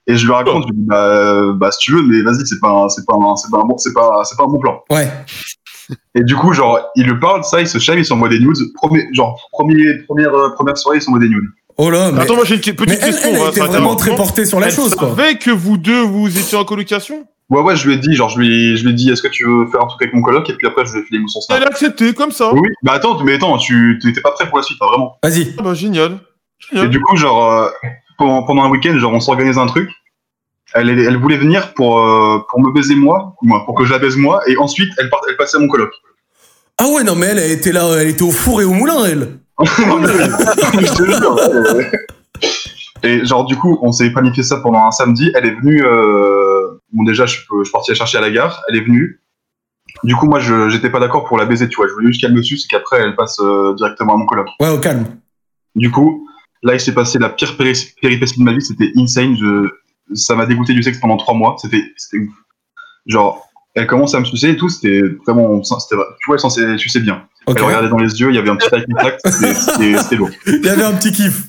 [SPEAKER 11] Et je lui raconte, je lui dis, bah, euh, bah, si tu veux, mais vas-y, c'est pas, un- c'est pas, un- c'est pas, un bon- c'est pas, c'est pas un bon plan.
[SPEAKER 1] Ouais.
[SPEAKER 11] Et du coup, genre, il lui parle, ça, il se chave, il s'envoie des nudes. Premier, genre, premier, première, euh, première soirée, il s'envoie des nudes.
[SPEAKER 1] Oh là, mais-
[SPEAKER 2] Attends, moi j'ai une petite
[SPEAKER 1] mais elle-
[SPEAKER 2] question.
[SPEAKER 1] elle, elle
[SPEAKER 2] hein,
[SPEAKER 1] était
[SPEAKER 2] très
[SPEAKER 1] vraiment
[SPEAKER 2] rapidement.
[SPEAKER 1] très portée sur la
[SPEAKER 2] Elle
[SPEAKER 1] chose, quoi.
[SPEAKER 2] savait que vous deux, vous étiez en colocation
[SPEAKER 11] Ouais, ouais, je lui ai dit, genre, je lui ai, je lui ai dit, est-ce que tu veux faire un truc avec mon coloc Et puis après, je lui ai filé mon son
[SPEAKER 2] Elle a accepté, comme ça.
[SPEAKER 11] Oui, bah attends, mais attends, tu t'étais pas prêt pour la suite, hein, vraiment.
[SPEAKER 1] Vas-y.
[SPEAKER 2] Ah bah, génial.
[SPEAKER 11] Et du coup, genre, euh, pendant, pendant un week-end, genre, on s'organise un truc. Elle, elle, elle voulait venir pour, euh, pour me baiser moi, ou moi, pour que je la baise moi, et ensuite, elle, part, elle passait à mon coloc.
[SPEAKER 1] Ah ouais, non, mais elle, elle était là, elle était au four et au moulin, (laughs) elle.
[SPEAKER 11] Je te jure, ouais. Et genre du coup, on s'est planifié ça pendant un samedi. Elle est venue. euh, Bon déjà, je, peux- je suis parti la chercher à la gare. Elle est venue. Du coup, moi, je j'étais pas d'accord pour la baiser, tu vois. Je voulais juste qu'elle me suce et qu'après, elle passe euh, directement à mon coloc.
[SPEAKER 1] Ouais, au calme.
[SPEAKER 11] Du coup, là, il s'est passé la pire péri- péripétie de ma vie. C'était insane. Je... Ça m'a dégoûté du sexe pendant trois mois. C'était c'était ouf. Genre, elle commence à me sucer et tout. C'était vraiment. c'était- Tu vois, elle s'en sait- suçait bien.
[SPEAKER 1] Ok.
[SPEAKER 11] Elle regardait dans les yeux. Il y avait un petit eye contact. c'était- C'était c'était lourd.
[SPEAKER 1] Il y avait un petit kiff.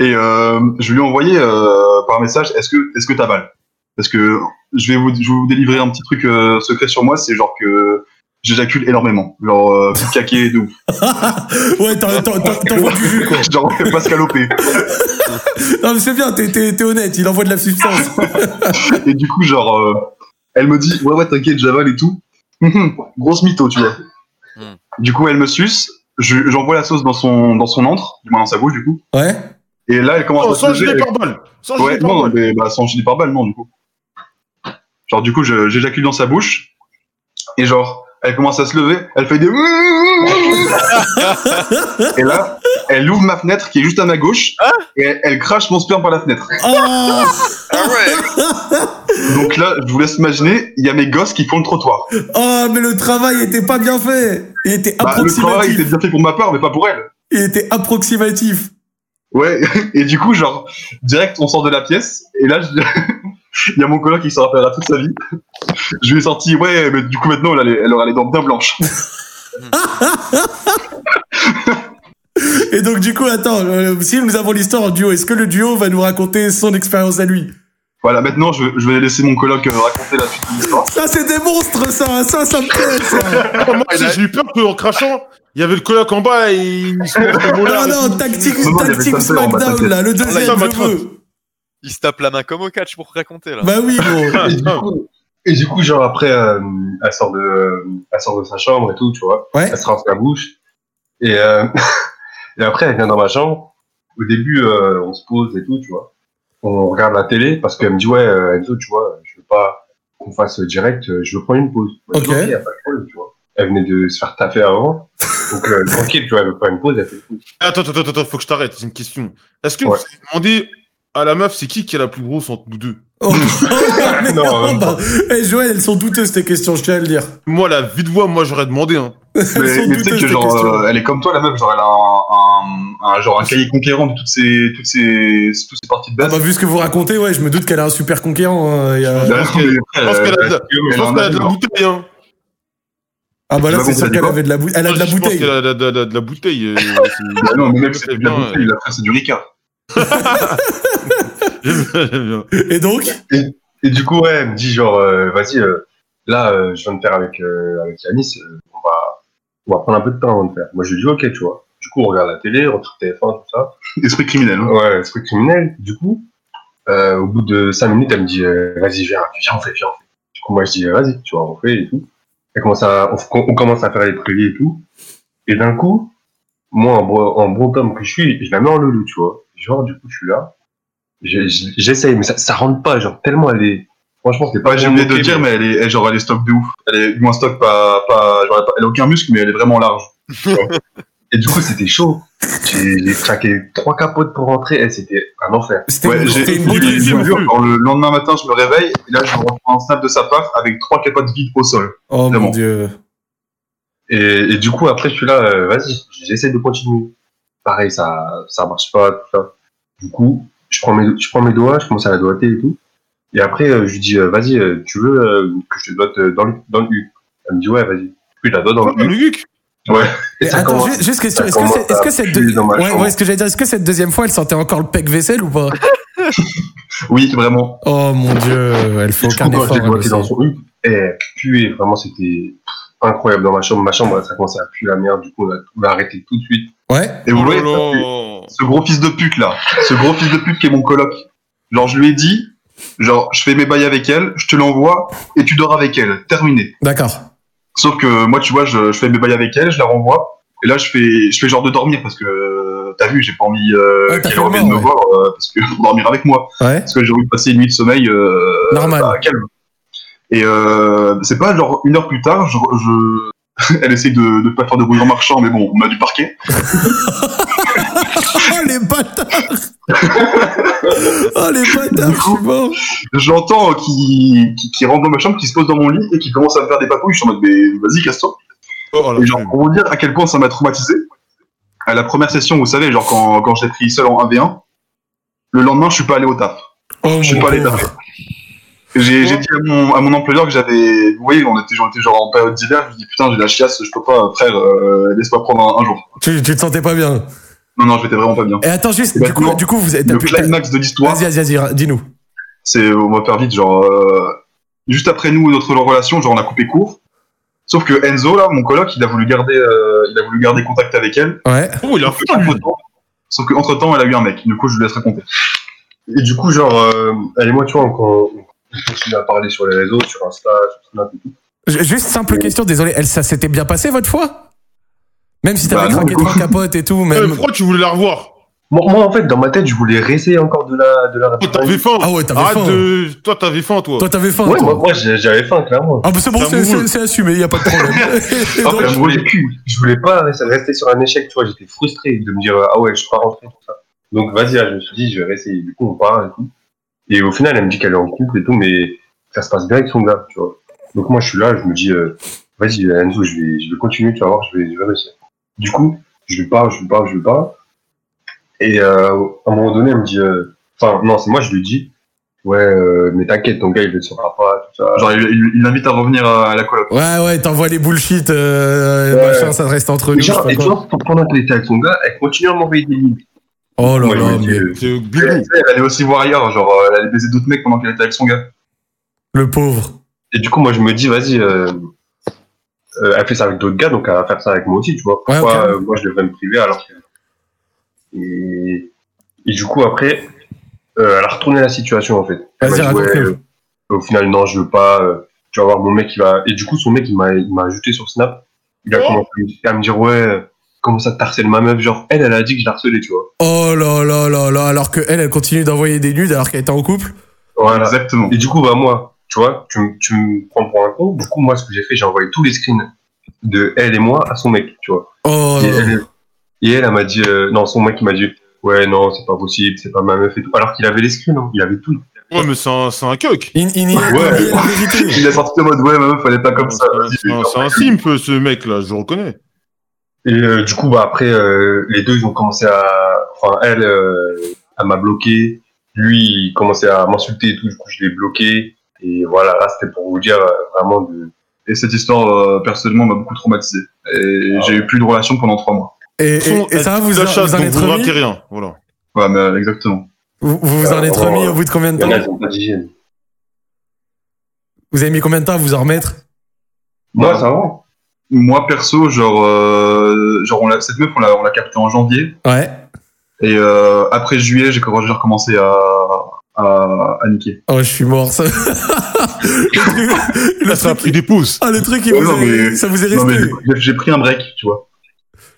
[SPEAKER 11] Et euh, je lui ai envoyé euh, par message est-ce que est-ce que t'avales Parce que je vais vous je vais vous délivrer un petit truc euh, secret sur moi, c'est genre que j'éjacule énormément, genre euh, caqué de
[SPEAKER 1] (laughs)
[SPEAKER 11] ouf.
[SPEAKER 1] ouais, t'en- t'en- t'en- t'envoies du jus, quoi.
[SPEAKER 11] Genre Pascal Opé.
[SPEAKER 1] Non, mais c'est bien, t'es- t'es t'es honnête, il envoie de la substance.
[SPEAKER 11] (laughs) Et du coup, genre, euh, elle me dit ouais ouais t'inquiète, j'avale et tout. Hum, hum, Grosse mytho, tu vois. Du coup, elle me suce, je- j'envoie la sauce dans son dans son antre, du moins dans sa bouche, du coup.
[SPEAKER 1] Ouais.
[SPEAKER 11] Et là, elle commence
[SPEAKER 2] Oh,
[SPEAKER 11] à se
[SPEAKER 2] sans
[SPEAKER 11] bouger,
[SPEAKER 2] gilet
[SPEAKER 11] elle-
[SPEAKER 2] pare-balles. Sans
[SPEAKER 11] ouais,
[SPEAKER 2] gilet
[SPEAKER 11] non,
[SPEAKER 2] pare-balles.
[SPEAKER 11] mais, bah, sans gilet pare-balles, non, du coup. Genre, du coup, je- j'éjacule dans sa bouche, et genre, elle commence à se lever, elle fait des. hum,
[SPEAKER 1] (laughs)
[SPEAKER 11] et là, elle ouvre ma fenêtre qui est juste à ma gauche,
[SPEAKER 2] Hein
[SPEAKER 11] et elle, elle crache mon sperme par la fenêtre.
[SPEAKER 1] Ah (laughs)
[SPEAKER 11] Donc là, je vous laisse imaginer, il y a mes gosses qui font le trottoir.
[SPEAKER 1] Oh, mais le travail était pas bien fait. Il était
[SPEAKER 11] Bah, le travail
[SPEAKER 1] approximatif.
[SPEAKER 11] était bien fait pour ma part, mais pas pour elle.
[SPEAKER 1] Il était approximatif.
[SPEAKER 11] Ouais, (laughs) et du coup, genre, direct, on sort de la pièce, et là, je- (laughs) il y a mon coloc qui s'en rappellera toute sa vie. Je lui ai sorti, ouais, mais du coup, maintenant, elle, a les- elle aura les dents bien blanches.
[SPEAKER 1] Et donc, du coup, attends, euh, si nous avons l'histoire en duo, est-ce que le duo va nous raconter son expérience à lui
[SPEAKER 11] Voilà, maintenant, je, je vais laisser mon coloc euh, raconter la
[SPEAKER 1] (laughs)
[SPEAKER 11] suite de l'histoire.
[SPEAKER 1] Ça, c'est des monstres, ça hein. Ça, ça me plaît, ça
[SPEAKER 2] Moi,
[SPEAKER 11] Ah,
[SPEAKER 2] tu sais, j'ai eu peur qu'en crachant, il y avait le coloc en bas et il se
[SPEAKER 1] Ah non, tactique, tactique SmackDown, là, le deuxième, je veux.
[SPEAKER 3] Il se tape la main comme au catch pour raconter
[SPEAKER 1] Bah
[SPEAKER 3] là. (laughs)
[SPEAKER 2] Ah,
[SPEAKER 11] Et du
[SPEAKER 3] Oh.
[SPEAKER 11] coup- Et du coup, genre, après, euh, elle, sort de, euh, elle sort de sa chambre et tout, tu vois. Elle se rince la bouche. Et, euh, (laughs) et après, elle vient dans ma chambre. Au début, euh, on se pose et tout, tu vois. On regarde la télé parce qu'elle me dit, ouais, euh, Enzo, tu vois, je veux pas qu'on fasse direct, euh, je veux prendre une pause. Moi, je dis, Ok. y a pas de problème, tu vois. Elle venait de se faire taffer avant. Donc,
[SPEAKER 1] (laughs)
[SPEAKER 11] euh, tranquille, tu vois, elle veut prendre une pause, elle fait tout.
[SPEAKER 2] Eh, Attends, attends, attends, attends, faut que je t'arrête, c'est une question. Est-ce que
[SPEAKER 11] Ouais.
[SPEAKER 2] vous avez demandé à la meuf, c'est qui qui est la plus grosse entre nous deux
[SPEAKER 1] Oh, (laughs)
[SPEAKER 11] (laughs)
[SPEAKER 1] Mais non, bah, eh, Joël, elles sont douteuses, tes questions, je tiens à le dire.
[SPEAKER 2] Moi, la vie de voix, moi, j'aurais demandé. Hein.
[SPEAKER 11] Mais, mais tu sais que genre, euh, elle est comme toi, la meuf, genre, elle a un, un- un- genre, un cahier conquérant de toutes ces, toutes ces, toutes ces parties de
[SPEAKER 1] Ah
[SPEAKER 11] base.
[SPEAKER 1] bah, vu ce que vous racontez, ouais, je me doute qu'elle a un super conquérant. hein, il y a-
[SPEAKER 11] Je pense qu'elle-
[SPEAKER 2] Je pense qu'elle a de la- je pense qu'elle a de la
[SPEAKER 11] énorme.
[SPEAKER 2] bouteille. Hein.
[SPEAKER 1] Ah bah là,
[SPEAKER 2] Tu m'as
[SPEAKER 1] c'est sûr
[SPEAKER 2] compris,
[SPEAKER 1] qu'elle
[SPEAKER 2] quoi
[SPEAKER 1] avait de la bouteille. Elle a de la
[SPEAKER 2] Je pense
[SPEAKER 1] bouteille.
[SPEAKER 2] qu'elle a de la- de la- de la bouteille. euh, c'est-
[SPEAKER 11] (laughs) Bah non, mais même si c'est de la
[SPEAKER 2] Bien, euh.
[SPEAKER 11] bouteille, la fin, c'est du Ricard.
[SPEAKER 1] Et donc
[SPEAKER 11] et, et du coup, ouais, elle me dit genre, euh, vas-y, euh, là, euh, je viens de faire avec, euh, avec Yanis, euh, on, va, on va prendre un peu de temps avant de faire. Moi, je lui dis, ok, tu vois. Du coup, on regarde la télé, on retrouve TF1, tout ça. Esprit criminel. Ouais, esprit criminel. Du coup, euh, au bout de 5 minutes, elle me dit, euh, vas-y, viens, viens, on fait, viens, on fait. Du coup, moi, je dis, vas-y, tu vois, on fait et tout. Elle commence à, on, f- on commence à faire les prélis et tout. Et d'un coup, moi, en, bro- en bon homme que je suis, je la mets en loulou, tu vois. Genre, du coup, je suis là. Je- je- J'essaye, mais ça, ça rentre pas, genre, tellement elle est. Franchement, c'est pas. J'ai oublié de dire, mais elle est, genre, elle est stock de ouf. Elle est, du moins, stock, pas. pas genre, elle a pas- elle a aucun muscle, mais elle est vraiment (laughs) large. tu vois. et du coup, c'était chaud. J'ai j'ai craqué trois capotes pour rentrer, et c'était un enfer. Ouais, j'ai-
[SPEAKER 1] c'était une
[SPEAKER 11] je vous
[SPEAKER 1] bonne
[SPEAKER 11] le
[SPEAKER 1] idée,
[SPEAKER 11] jure, quand le lendemain matin, je me réveille, et là, je reprends un snap de sa part avec trois capotes vides au sol.
[SPEAKER 1] Oh
[SPEAKER 11] Vraiment.
[SPEAKER 1] mon dieu.
[SPEAKER 11] Et, et du coup, après, je suis là, euh, vas-y, j'essaie de continuer. Pareil, ça, ça marche pas, tout ça. Du coup, je prends, mes, je prends mes doigts, je commence à la doigter et tout. Et après, euh, je lui dis, euh, vas-y, euh, tu veux euh, que je te doite euh, dans le, dans le huc Elle me dit, ouais, vas-y. Puis je la dois dans le huc. Ouais.
[SPEAKER 1] Et
[SPEAKER 11] ça
[SPEAKER 1] attends,
[SPEAKER 11] commence-
[SPEAKER 1] ju- juste question,
[SPEAKER 11] ça
[SPEAKER 1] est-ce que,
[SPEAKER 11] commence
[SPEAKER 1] c'est- est-ce que
[SPEAKER 11] à
[SPEAKER 1] cette
[SPEAKER 11] puer
[SPEAKER 1] deuxième,
[SPEAKER 11] dans ma
[SPEAKER 1] ouais,
[SPEAKER 11] chambre.
[SPEAKER 1] ouais, ce que j'allais dire, est-ce que cette deuxième fois, elle sentait encore le pec vaisselle
[SPEAKER 11] (laughs)
[SPEAKER 1] ou pas
[SPEAKER 11] Oui, vraiment.
[SPEAKER 1] Oh mon dieu, elle fait
[SPEAKER 11] Du coup,
[SPEAKER 1] aucun
[SPEAKER 11] quand je
[SPEAKER 1] effort. hein,
[SPEAKER 11] l'ai
[SPEAKER 1] elle
[SPEAKER 11] doigté dans
[SPEAKER 1] aussi.
[SPEAKER 11] son huc, et puer, vraiment, c'était.
[SPEAKER 12] incroyable dans ma chambre. Ma chambre, ça commençait à puer la merde, du coup, on a, on a arrêté tout de suite.
[SPEAKER 1] Ouais.
[SPEAKER 12] Et vous voyez, ce gros fils de pute là, ce gros fils de pute qui est mon coloc, genre, je lui ai dit, genre, je fais mes bails avec elle, je te l'envoie et tu dors avec elle. Terminé.
[SPEAKER 1] D'accord.
[SPEAKER 12] Sauf que moi, tu vois, je, je fais mes bails avec elle, je la renvoie. Et là, je fais, je fais genre de dormir parce que euh, t'as vu, j'ai pas envie euh, qu'elle revienne me voir euh, parce que (laughs) pour dormir avec moi. Parce que j'ai envie de passer une nuit de sommeil euh,
[SPEAKER 1] Normal.
[SPEAKER 12] bah, calme. Et euh, c'est pas genre une heure plus tard, je, je- (laughs) elle essaie de ne pas faire de bruit en marchant, mais bon, on a du parquet. (laughs)
[SPEAKER 1] (laughs) oh les bâtards Oh les bâtards, je suis mort
[SPEAKER 12] J'entends qui, qui, qui rentre dans ma chambre, qui se pose dans mon lit et qui commence à me faire des papouilles. Je suis en mode, mais vas-y, casse-toi. et genre, pour vous dire à quel point ça m'a traumatisé, à la première session, vous savez, genre quand, quand je l'ai pris seul en 1v1, le lendemain, je suis pas allé au taf. je suis pas allé taper. J'ai j'ai dit à mon, à mon employeur que j'avais. Vous voyez, on était, on était genre en période d'hiver, je lui dis putain, j'ai la chiasse, je peux pas, frère, euh, laisse-moi prendre un, un jour.
[SPEAKER 1] Tu, tu te sentais pas bien
[SPEAKER 12] Non, non, je m'étais vraiment pas bien.
[SPEAKER 1] Et attends, juste,
[SPEAKER 12] Et
[SPEAKER 1] du coup,
[SPEAKER 12] maintenant,
[SPEAKER 1] du coup, vous êtes.
[SPEAKER 12] Le climax de l'histoire.
[SPEAKER 1] Vas-y, vas-y, vas-y, dis-nous.
[SPEAKER 12] c'est on va faire vite genre euh, juste après nous notre relation genre on a coupé court sauf que Enzo là mon coloc il a voulu garder euh, il a voulu garder contact avec elle
[SPEAKER 1] ouais
[SPEAKER 12] il a sauf que entre temps elle a eu un mec du coup je lui laisse raconter Et du coup, genre, euh, elle et moi, tu vois, on, on- on continue à parler sur les réseaux, sur Insta, sur Snap et tout.
[SPEAKER 1] Ju- Juste simple question, désolé, elle, ça s'était bien passé votre fois Même si
[SPEAKER 12] Bah
[SPEAKER 1] t'avais
[SPEAKER 12] non,
[SPEAKER 1] craqué
[SPEAKER 12] du coup.
[SPEAKER 1] trois capotes et tout, même.
[SPEAKER 12] pourquoi
[SPEAKER 2] tu voulais la revoir
[SPEAKER 12] Moi, moi, en fait, dans ma tête, je voulais réessayer encore de la. De la...
[SPEAKER 2] T'avais faim
[SPEAKER 1] Ah ouais, t'avais
[SPEAKER 2] Arrête
[SPEAKER 1] faim.
[SPEAKER 2] de- Toi, t'avais faim, toi
[SPEAKER 1] Toi, t'avais faim,
[SPEAKER 12] Ouais,
[SPEAKER 1] toi.
[SPEAKER 12] moi, moi, j'ai- j'avais faim, clairement.
[SPEAKER 1] Ah, bah c'est bon, c'est- c'est c'est assumé, y a pas de problème.
[SPEAKER 12] (laughs)
[SPEAKER 1] (laughs) Et
[SPEAKER 12] Ah,
[SPEAKER 1] donc-
[SPEAKER 12] bah, je, voulais,
[SPEAKER 1] je
[SPEAKER 12] voulais pas rester sur un échec, tu vois, j'étais frustré de me dire ah ouais, je suis pas rentré, tout ça. Donc vas-y, là, je me suis dit, je vais réessayer. Du coup, on part et tout. Et au final, elle me dit qu'elle est en couple et tout, mais ça se passe bien avec son gars, tu vois. Donc moi, je suis là, je me dis, euh, vas-y, Enzo, je vais, je vais continuer, tu vas voir, je vais, je vais réussir. Du coup, je lui parle, je lui parle, je lui parle. Et euh, à un moment donné, elle me dit, euh, enfin, non, c'est moi, je lui dis, ouais, euh, mais t'inquiète, ton gars, il le saura pas, tout ça. Genre, il l'invite à revenir à la coloc.
[SPEAKER 1] Ouais, ouais, t'envoies les bullshit, euh,
[SPEAKER 12] Ouais.
[SPEAKER 1] machin, ça reste entre nous.
[SPEAKER 12] Et genre,
[SPEAKER 1] je sais
[SPEAKER 12] et
[SPEAKER 1] pas
[SPEAKER 12] tu
[SPEAKER 1] quoi.
[SPEAKER 12] vois, pendant qu'elle était avec son gars, elle continue à m'envoyer des lignes.
[SPEAKER 1] Oh là
[SPEAKER 12] Moi, je
[SPEAKER 1] là,
[SPEAKER 12] me dis,
[SPEAKER 1] mais-
[SPEAKER 12] euh, elle, elle allait aussi voir ailleurs, genre, euh, elle allait baiser d'autres mecs pendant qu'elle était avec son gars.
[SPEAKER 1] Le pauvre.
[SPEAKER 12] Et du coup, moi, je me dis, vas-y, euh, euh, elle fait ça avec d'autres gars, donc elle va faire ça avec moi aussi, tu vois. Pourquoi euh, moi, je devrais me priver alors que. Et, et du coup, après, euh, elle a retourné la situation, en fait. Elle m'a
[SPEAKER 1] Vas-y,
[SPEAKER 12] dit, ouais,
[SPEAKER 1] raconte-nous.
[SPEAKER 12] euh, au final, non, je veux pas. euh, tu vas voir mon mec, qui va. Et du coup, son mec, il m'a il m'a ajouté sur Snap. Il a commencé à me- à me dire, ouais, euh, comment ça t'harcèle ma meuf Genre, elle, elle a dit que je la harcelais, tu vois.
[SPEAKER 1] Oh là là là là, alors que elle, elle continue d'envoyer des nudes alors qu'elle était en couple.
[SPEAKER 12] Voilà. Exactement. Et du coup, bah, moi, tu vois, tu, me- tu me prends pour un con. Du coup, moi, ce que j'ai fait, j'ai envoyé tous les screens de elle et moi à son mec, tu vois.
[SPEAKER 1] Oh.
[SPEAKER 12] Et elle, et elle, elle m'a dit, euh, non, son mec, il m'a dit, ouais, non, c'est pas possible, c'est pas ma meuf et tout. Alors qu'il avait les screens, hein, il avait tout.
[SPEAKER 2] Ouais, mais c'est un, c'est un coq.
[SPEAKER 1] Il, il,
[SPEAKER 2] ouais.
[SPEAKER 12] il a sorti en mode, ouais, ma meuf, elle est pas comme ça.
[SPEAKER 2] C'est un- c'est un simp, ce mec-là, je le reconnais.
[SPEAKER 12] Et euh, du coup, bah, après, euh, les deux, ils ont commencé à. Enfin, elle, euh, elle m'a bloqué. Lui, il commençait à m'insulter et tout. Du coup, je l'ai bloqué. Et voilà, là, c'était pour vous dire euh, vraiment de.
[SPEAKER 11] Et cette histoire, euh, (laughs) personnellement, m'a beaucoup traumatisé. Et
[SPEAKER 12] Ah.
[SPEAKER 11] j'ai eu plus de relation pendant trois mois.
[SPEAKER 1] Et, et- et ça, vous, vous en êtes remis
[SPEAKER 2] rien, voilà.
[SPEAKER 11] Ouais, mais euh, exactement.
[SPEAKER 1] Vous vous,
[SPEAKER 11] Euh,
[SPEAKER 1] vous en êtes remis au bout de combien de temps Vous avez mis combien de temps à vous en remettre
[SPEAKER 11] Moi, ça va. Moi, perso, genre, euh, genre on l'a- cette meuf, on l'a, on l'a captée en janvier.
[SPEAKER 1] Ouais.
[SPEAKER 11] Et euh, après juillet, j'ai j'ai recommencé à, à, à niquer.
[SPEAKER 1] Oh, je suis mort, ça. (laughs) le truc,
[SPEAKER 2] pris des pouces.
[SPEAKER 1] Ah, le truc, il vous est- ça vous est
[SPEAKER 11] Non,
[SPEAKER 1] resté.
[SPEAKER 11] mais j'ai- j'ai pris un break, tu vois.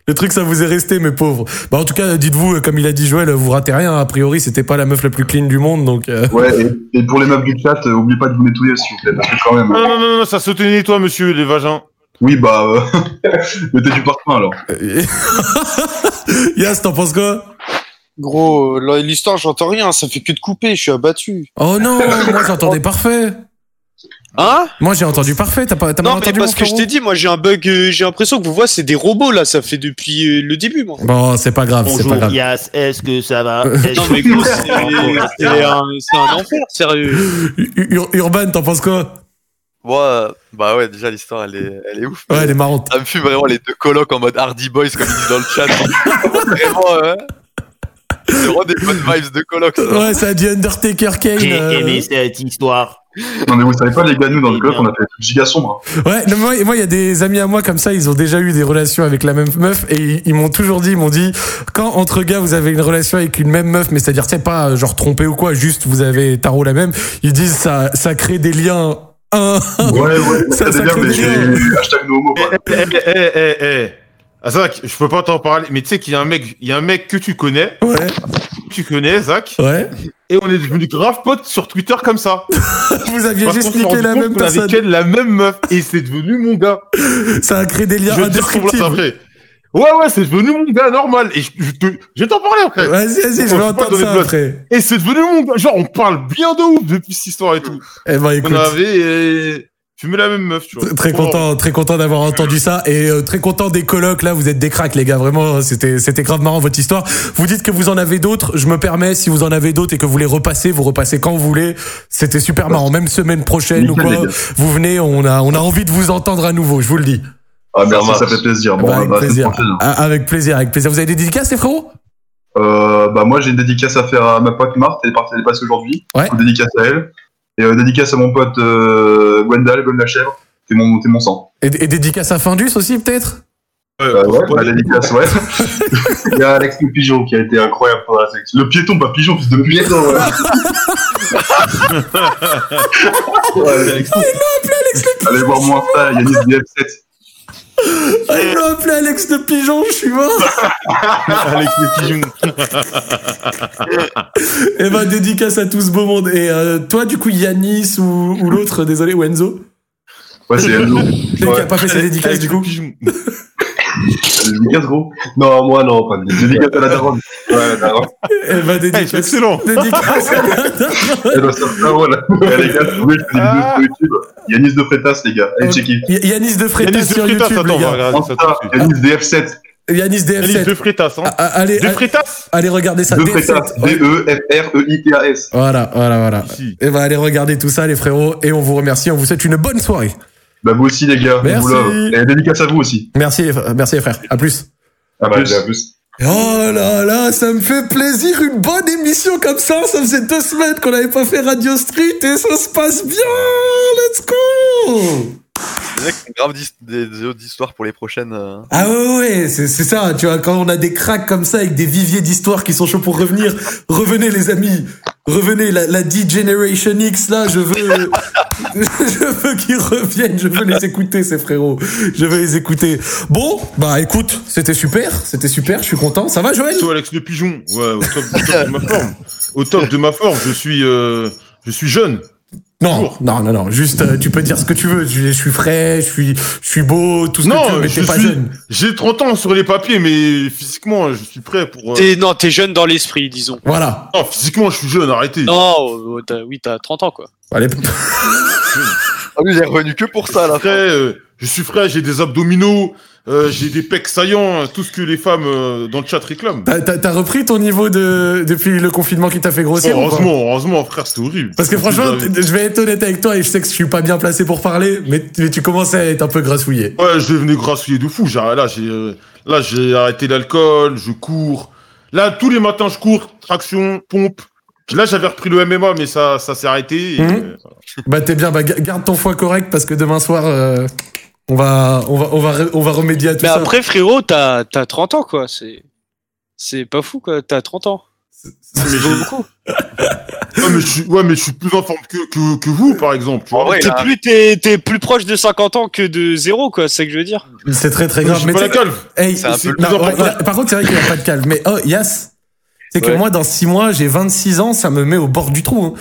[SPEAKER 1] Le truc, ça vous est resté, mes pauvres. Bah, en tout cas, dites-vous, comme il a dit Joël, vous ratez rien. A priori, c'était pas la meuf la plus clean du monde, donc. euh,
[SPEAKER 11] Ouais, et, et pour les meufs du chat, euh, oubliez pas de vous nettoyer, s'il vous plaît, parce que quand même. hein.
[SPEAKER 2] Non, non, non, non, ça se tenait, toi, monsieur, les vagins.
[SPEAKER 11] Oui, bah, euh, (laughs) mettez du parfum
[SPEAKER 1] (laughs)
[SPEAKER 11] alors.
[SPEAKER 1] Yas, t'en penses
[SPEAKER 5] (laughs)
[SPEAKER 1] quoi
[SPEAKER 5] euh,
[SPEAKER 7] Gros, là, l'histoire, j'entends rien, ça fait que de couper, je suis abattu.
[SPEAKER 1] Oh non, moi
[SPEAKER 5] (laughs)
[SPEAKER 1] j'entendais parfait.
[SPEAKER 7] Hein
[SPEAKER 1] Moi j'ai entendu parfait, t'as pas, t'as
[SPEAKER 7] Non,
[SPEAKER 1] mal
[SPEAKER 7] mais
[SPEAKER 1] entendu
[SPEAKER 7] parce
[SPEAKER 1] mon
[SPEAKER 7] que je
[SPEAKER 1] frérot
[SPEAKER 7] t'ai dit, moi j'ai un bug, euh, j'ai l'impression que vous voyez, c'est des robots là, ça fait depuis euh, le début, moi.
[SPEAKER 1] Bon, c'est pas grave, c'est pas grave.
[SPEAKER 13] Yas, est-ce que ça va
[SPEAKER 7] Non, mais gros, c'est c'est un, c'est un enfer, sérieux.
[SPEAKER 1] Ur- Urban, t'en penses quoi
[SPEAKER 3] Moi, bah ouais, déjà l'histoire elle est, elle est ouf.
[SPEAKER 1] Ouais, elle est marrante.
[SPEAKER 3] Ça me fume vraiment les deux colocs en mode Hardy Boys comme ils disent dans le chat. vraiment, euh, c'est vraiment des bonnes vibes de colocs. ça.
[SPEAKER 1] Ouais, ça a dit Undertaker Kane.
[SPEAKER 13] J'ai
[SPEAKER 1] euh,
[SPEAKER 13] aimé cette histoire.
[SPEAKER 11] Non, mais vous savez pas, les gars, nous, dans le club, on a fait des trucs giga sombres. hein.
[SPEAKER 1] Ouais, non, moi, moi, il y a des amis à moi comme ça, ils ont déjà eu des relations avec la même meuf et ils, ils m'ont toujours dit, ils m'ont dit, quand entre gars vous avez une relation avec une même meuf, mais c'est-à-dire, tu sais, pas euh, genre trompé ou quoi, juste vous avez tarot la même, ils disent ça, ça crée des liens. Ouais,
[SPEAKER 2] (laughs) ouais,
[SPEAKER 1] ça, ça crée des liens.
[SPEAKER 11] hashtag no homo.
[SPEAKER 2] Eh, eh, eh, eh, eh. Ah, Zach, je peux pas t'en parler, mais tu sais qu'il y a un mec, il y a un mec que tu connais.
[SPEAKER 1] Ouais.
[SPEAKER 2] Tu connais, Zach.
[SPEAKER 1] Ouais.
[SPEAKER 2] Et on est devenus grave potes sur Twitter comme ça.
[SPEAKER 1] (laughs) Vous aviez
[SPEAKER 2] Parce
[SPEAKER 1] juste
[SPEAKER 2] qu'on s'est rendu
[SPEAKER 1] niqué la
[SPEAKER 2] compte
[SPEAKER 1] même
[SPEAKER 2] qu'on avait
[SPEAKER 1] personne.
[SPEAKER 2] ken la même meuf et c'est devenu mon gars.
[SPEAKER 1] Ça a créé des liens
[SPEAKER 2] Je vais te dire
[SPEAKER 1] indescriptibles.
[SPEAKER 2] comment ça a fait. Ouais, ouais, c'est devenu mon gars normal. Et je, je te- je vais t'en parler après.
[SPEAKER 1] Vas-y, vas-y, je
[SPEAKER 2] Bon,
[SPEAKER 1] veux
[SPEAKER 2] vais Oh, pas
[SPEAKER 1] entendre
[SPEAKER 2] donner
[SPEAKER 1] ça
[SPEAKER 2] de blot.
[SPEAKER 1] après.
[SPEAKER 2] Et c'est devenu mon gars. Genre, on parle bien de ouf depuis cette histoire et tout.
[SPEAKER 1] Eh ben, écoute.
[SPEAKER 2] On avait euh, fumé la même meuf, tu vois.
[SPEAKER 1] Très
[SPEAKER 2] Bon,
[SPEAKER 1] content, très content d'avoir entendu ça et euh, très content des colloques là. Vous êtes des cracks les gars, vraiment. C'était c'était grave marrant votre histoire. Vous dites que vous en avez d'autres. Je me permets si vous en avez d'autres et que vous les repassez, vous repassez quand vous voulez. C'était super marrant. Même semaine prochaine ou
[SPEAKER 11] Nickel,
[SPEAKER 1] quoi,
[SPEAKER 11] les gars.
[SPEAKER 1] vous venez. On a on a envie de vous entendre à nouveau. Je vous le dis.
[SPEAKER 11] Ah, merci, ça fait plaisir. Bon,
[SPEAKER 1] Bah,
[SPEAKER 11] bah,
[SPEAKER 1] avec
[SPEAKER 11] bah, c'est
[SPEAKER 1] plaisir.
[SPEAKER 11] prochaine.
[SPEAKER 1] Ah, Avec plaisir, avec plaisir. Vous avez des dédicaces les frérots
[SPEAKER 11] Euh, bah moi j'ai une dédicace à faire à ma pote Marthe, elle est partie elle passe aujourd'hui.
[SPEAKER 1] Ouais.
[SPEAKER 11] Une Dédicace à elle. Et euh, dédicace à mon pote euh, Gwendal, Gwendal Chèvre, t'es mon, t'es mon sang.
[SPEAKER 1] et, et dédicaces à Findus aussi peut-être.
[SPEAKER 11] Euh, ouais, bah, dédicace,
[SPEAKER 1] (laughs)
[SPEAKER 11] ouais. Il y a Alex le pigeon qui a été incroyable pendant la sélection. Le piéton, pas pigeon, fils de piéton. Ouais. Allez voir mon Insta, Yannis DF7.
[SPEAKER 1] (laughs) Ah, il m'a appelé Alex de Pigeon, je suis mort.
[SPEAKER 2] (laughs) Alex le pigeon.
[SPEAKER 1] et ben dédicace à tout ce beau monde. Et euh, toi du coup Yanis ou, ou l'autre, désolé, ou Enzo.
[SPEAKER 11] Ouais, c'est Enzo.
[SPEAKER 1] Celui qui a pas fait ses dédicaces du coup.
[SPEAKER 11] Dédicace gros Non, moi non, pas de dédicace. Dédicace à la daronne. Ouais, la daronne.
[SPEAKER 1] (laughs) Eh ben dédicace.
[SPEAKER 2] excellent.
[SPEAKER 1] Dédicace à la
[SPEAKER 11] Elle doit sortir, ah,
[SPEAKER 2] (laughs)
[SPEAKER 11] voilà. Eh, les gars, trouvez, je fais des vidéos sur YouTube. Yannis de Freitas, les gars. Allez, checker.
[SPEAKER 1] Euh,
[SPEAKER 11] Ah,
[SPEAKER 1] Y- Yanis de Freitas
[SPEAKER 2] Ah. Yanis de
[SPEAKER 1] sur
[SPEAKER 2] Freitas, attends,
[SPEAKER 1] YouTube,
[SPEAKER 2] on va
[SPEAKER 1] les gars.
[SPEAKER 2] regarder ça tout de suite.
[SPEAKER 11] Yannis DF7.
[SPEAKER 1] Yanis DF7.
[SPEAKER 2] Yanis de Freitas, hein.
[SPEAKER 1] Ah, allez,
[SPEAKER 2] De
[SPEAKER 1] allez-
[SPEAKER 2] Freitas
[SPEAKER 1] Allez regarder ça.
[SPEAKER 11] De
[SPEAKER 1] DF7.
[SPEAKER 11] Freitas. E D-E-F-R-E-I-T-A-S.
[SPEAKER 1] Voilà, voilà, voilà.
[SPEAKER 2] Ici.
[SPEAKER 1] Et ben allez regarder tout ça, les frérots. Et on vous remercie. On vous souhaite une bonne soirée.
[SPEAKER 11] Bah vous aussi les gars, on
[SPEAKER 1] Merci.
[SPEAKER 11] vous love. Et dédicace à vous aussi.
[SPEAKER 1] Merci, les fr- merci les frères. À plus.
[SPEAKER 11] À
[SPEAKER 2] Bah,
[SPEAKER 11] plus. À plus.
[SPEAKER 1] Oh là là, ça me fait plaisir, une bonne émission comme ça. Ça faisait deux semaines qu'on n'avait pas fait Radio Street et ça se passe bien. Let's go.
[SPEAKER 3] C'est vrai que c'est grave dis- des, des autres histoires pour les prochaines. euh.
[SPEAKER 1] Ah ouais, ouais, ouais, c'est c'est ça, tu vois, quand on a des cracks comme ça avec des viviers d'histoires qui sont chauds
[SPEAKER 2] (laughs)
[SPEAKER 1] pour revenir, revenez les amis, revenez, la, la D-Generation X là,
[SPEAKER 2] (laughs)
[SPEAKER 1] je veux, je veux qu'ils reviennent, je veux les écouter ces frérots, je veux les écouter. Bon, bah écoute, c'était super, c'était super, je suis content, ça va Joël
[SPEAKER 2] Toi, Alex le pigeon. Ouais, au top, au top de ma forme. Au top de ma forme, je suis, euh, je suis jeune.
[SPEAKER 1] Non, non, non, non, juste euh, tu peux dire ce que tu veux, je, je suis frais, je suis, je suis beau, tout ce que tu veux,
[SPEAKER 2] Non,
[SPEAKER 1] mais
[SPEAKER 2] Oh, je
[SPEAKER 1] t'es pas
[SPEAKER 2] suis-
[SPEAKER 1] jeune.
[SPEAKER 2] J'ai 30 ans sur les papiers, mais physiquement, je suis prêt pour. euh,
[SPEAKER 5] T'es- non, t'es jeune dans l'esprit, disons.
[SPEAKER 1] Voilà.
[SPEAKER 2] Non, physiquement, je suis jeune, arrêtez.
[SPEAKER 5] Non, euh, t'as- oui, t'as 30 ans, quoi.
[SPEAKER 2] (laughs)
[SPEAKER 1] Allez.
[SPEAKER 3] Ah oui, il est revenu que pour ça là.
[SPEAKER 2] Après, euh, je suis frais, j'ai des abdominaux, euh, j'ai des pecs saillants, euh, tout ce que les femmes euh, dans le chat réclament.
[SPEAKER 1] T'as- T'as t'as repris ton niveau de depuis le confinement qui t'a fait
[SPEAKER 2] Bon,
[SPEAKER 1] grossir ou pas
[SPEAKER 2] heureusement, heureusement, frère, c'était horrible.
[SPEAKER 1] Parce que franchement,
[SPEAKER 2] Ouais,
[SPEAKER 1] je vais être honnête avec toi et je sais que je suis pas bien placé pour parler, mais tu, mais tu commences à être un peu grassouillé.
[SPEAKER 2] je devenais grassouillé de fou. J'ai- Là, j'ai, euh, là, j'ai arrêté l'alcool, je cours. Là, tous les matins, je cours, traction, pompe. Là, j'avais repris le MMA, mais ça, ça s'est arrêté. et,
[SPEAKER 1] Mhm.
[SPEAKER 2] euh,
[SPEAKER 1] Bah t'es bien, bah ga- garde ton foie correct parce que demain soir, euh, on va, on va, on va, re- on va remédier à tout
[SPEAKER 5] Mais
[SPEAKER 1] ça.
[SPEAKER 5] après, frérot, t'as t'as 30 ans, quoi. C'est c'est pas fou, quoi. T'as 30 ans. C'est pas beaucoup.
[SPEAKER 2] ouais, mais je suis, ouais, mais je suis plus en forme que, que, que vous, par exemple. Tu
[SPEAKER 3] En
[SPEAKER 2] vois.
[SPEAKER 3] vrai,
[SPEAKER 5] T'es
[SPEAKER 3] Ah là,
[SPEAKER 5] plus, t'es- t'es plus proche de 50 ans que de zéro, quoi. C'est ce que je veux dire.
[SPEAKER 1] c'est très très
[SPEAKER 2] Je
[SPEAKER 1] grave.
[SPEAKER 2] suis
[SPEAKER 1] Mais
[SPEAKER 2] pas la
[SPEAKER 1] t'sais-
[SPEAKER 2] calve.
[SPEAKER 1] hey,
[SPEAKER 3] C'est un peu
[SPEAKER 1] non,
[SPEAKER 2] plus
[SPEAKER 1] ouais,
[SPEAKER 2] important.
[SPEAKER 1] il a- par contre, c'est vrai qu'il n'y a pas de calme. Mais oh, Yas, c'est que
[SPEAKER 5] Ouais.
[SPEAKER 1] moi, dans 6 mois, j'ai 26 ans, ça me met au bord du trou. hein.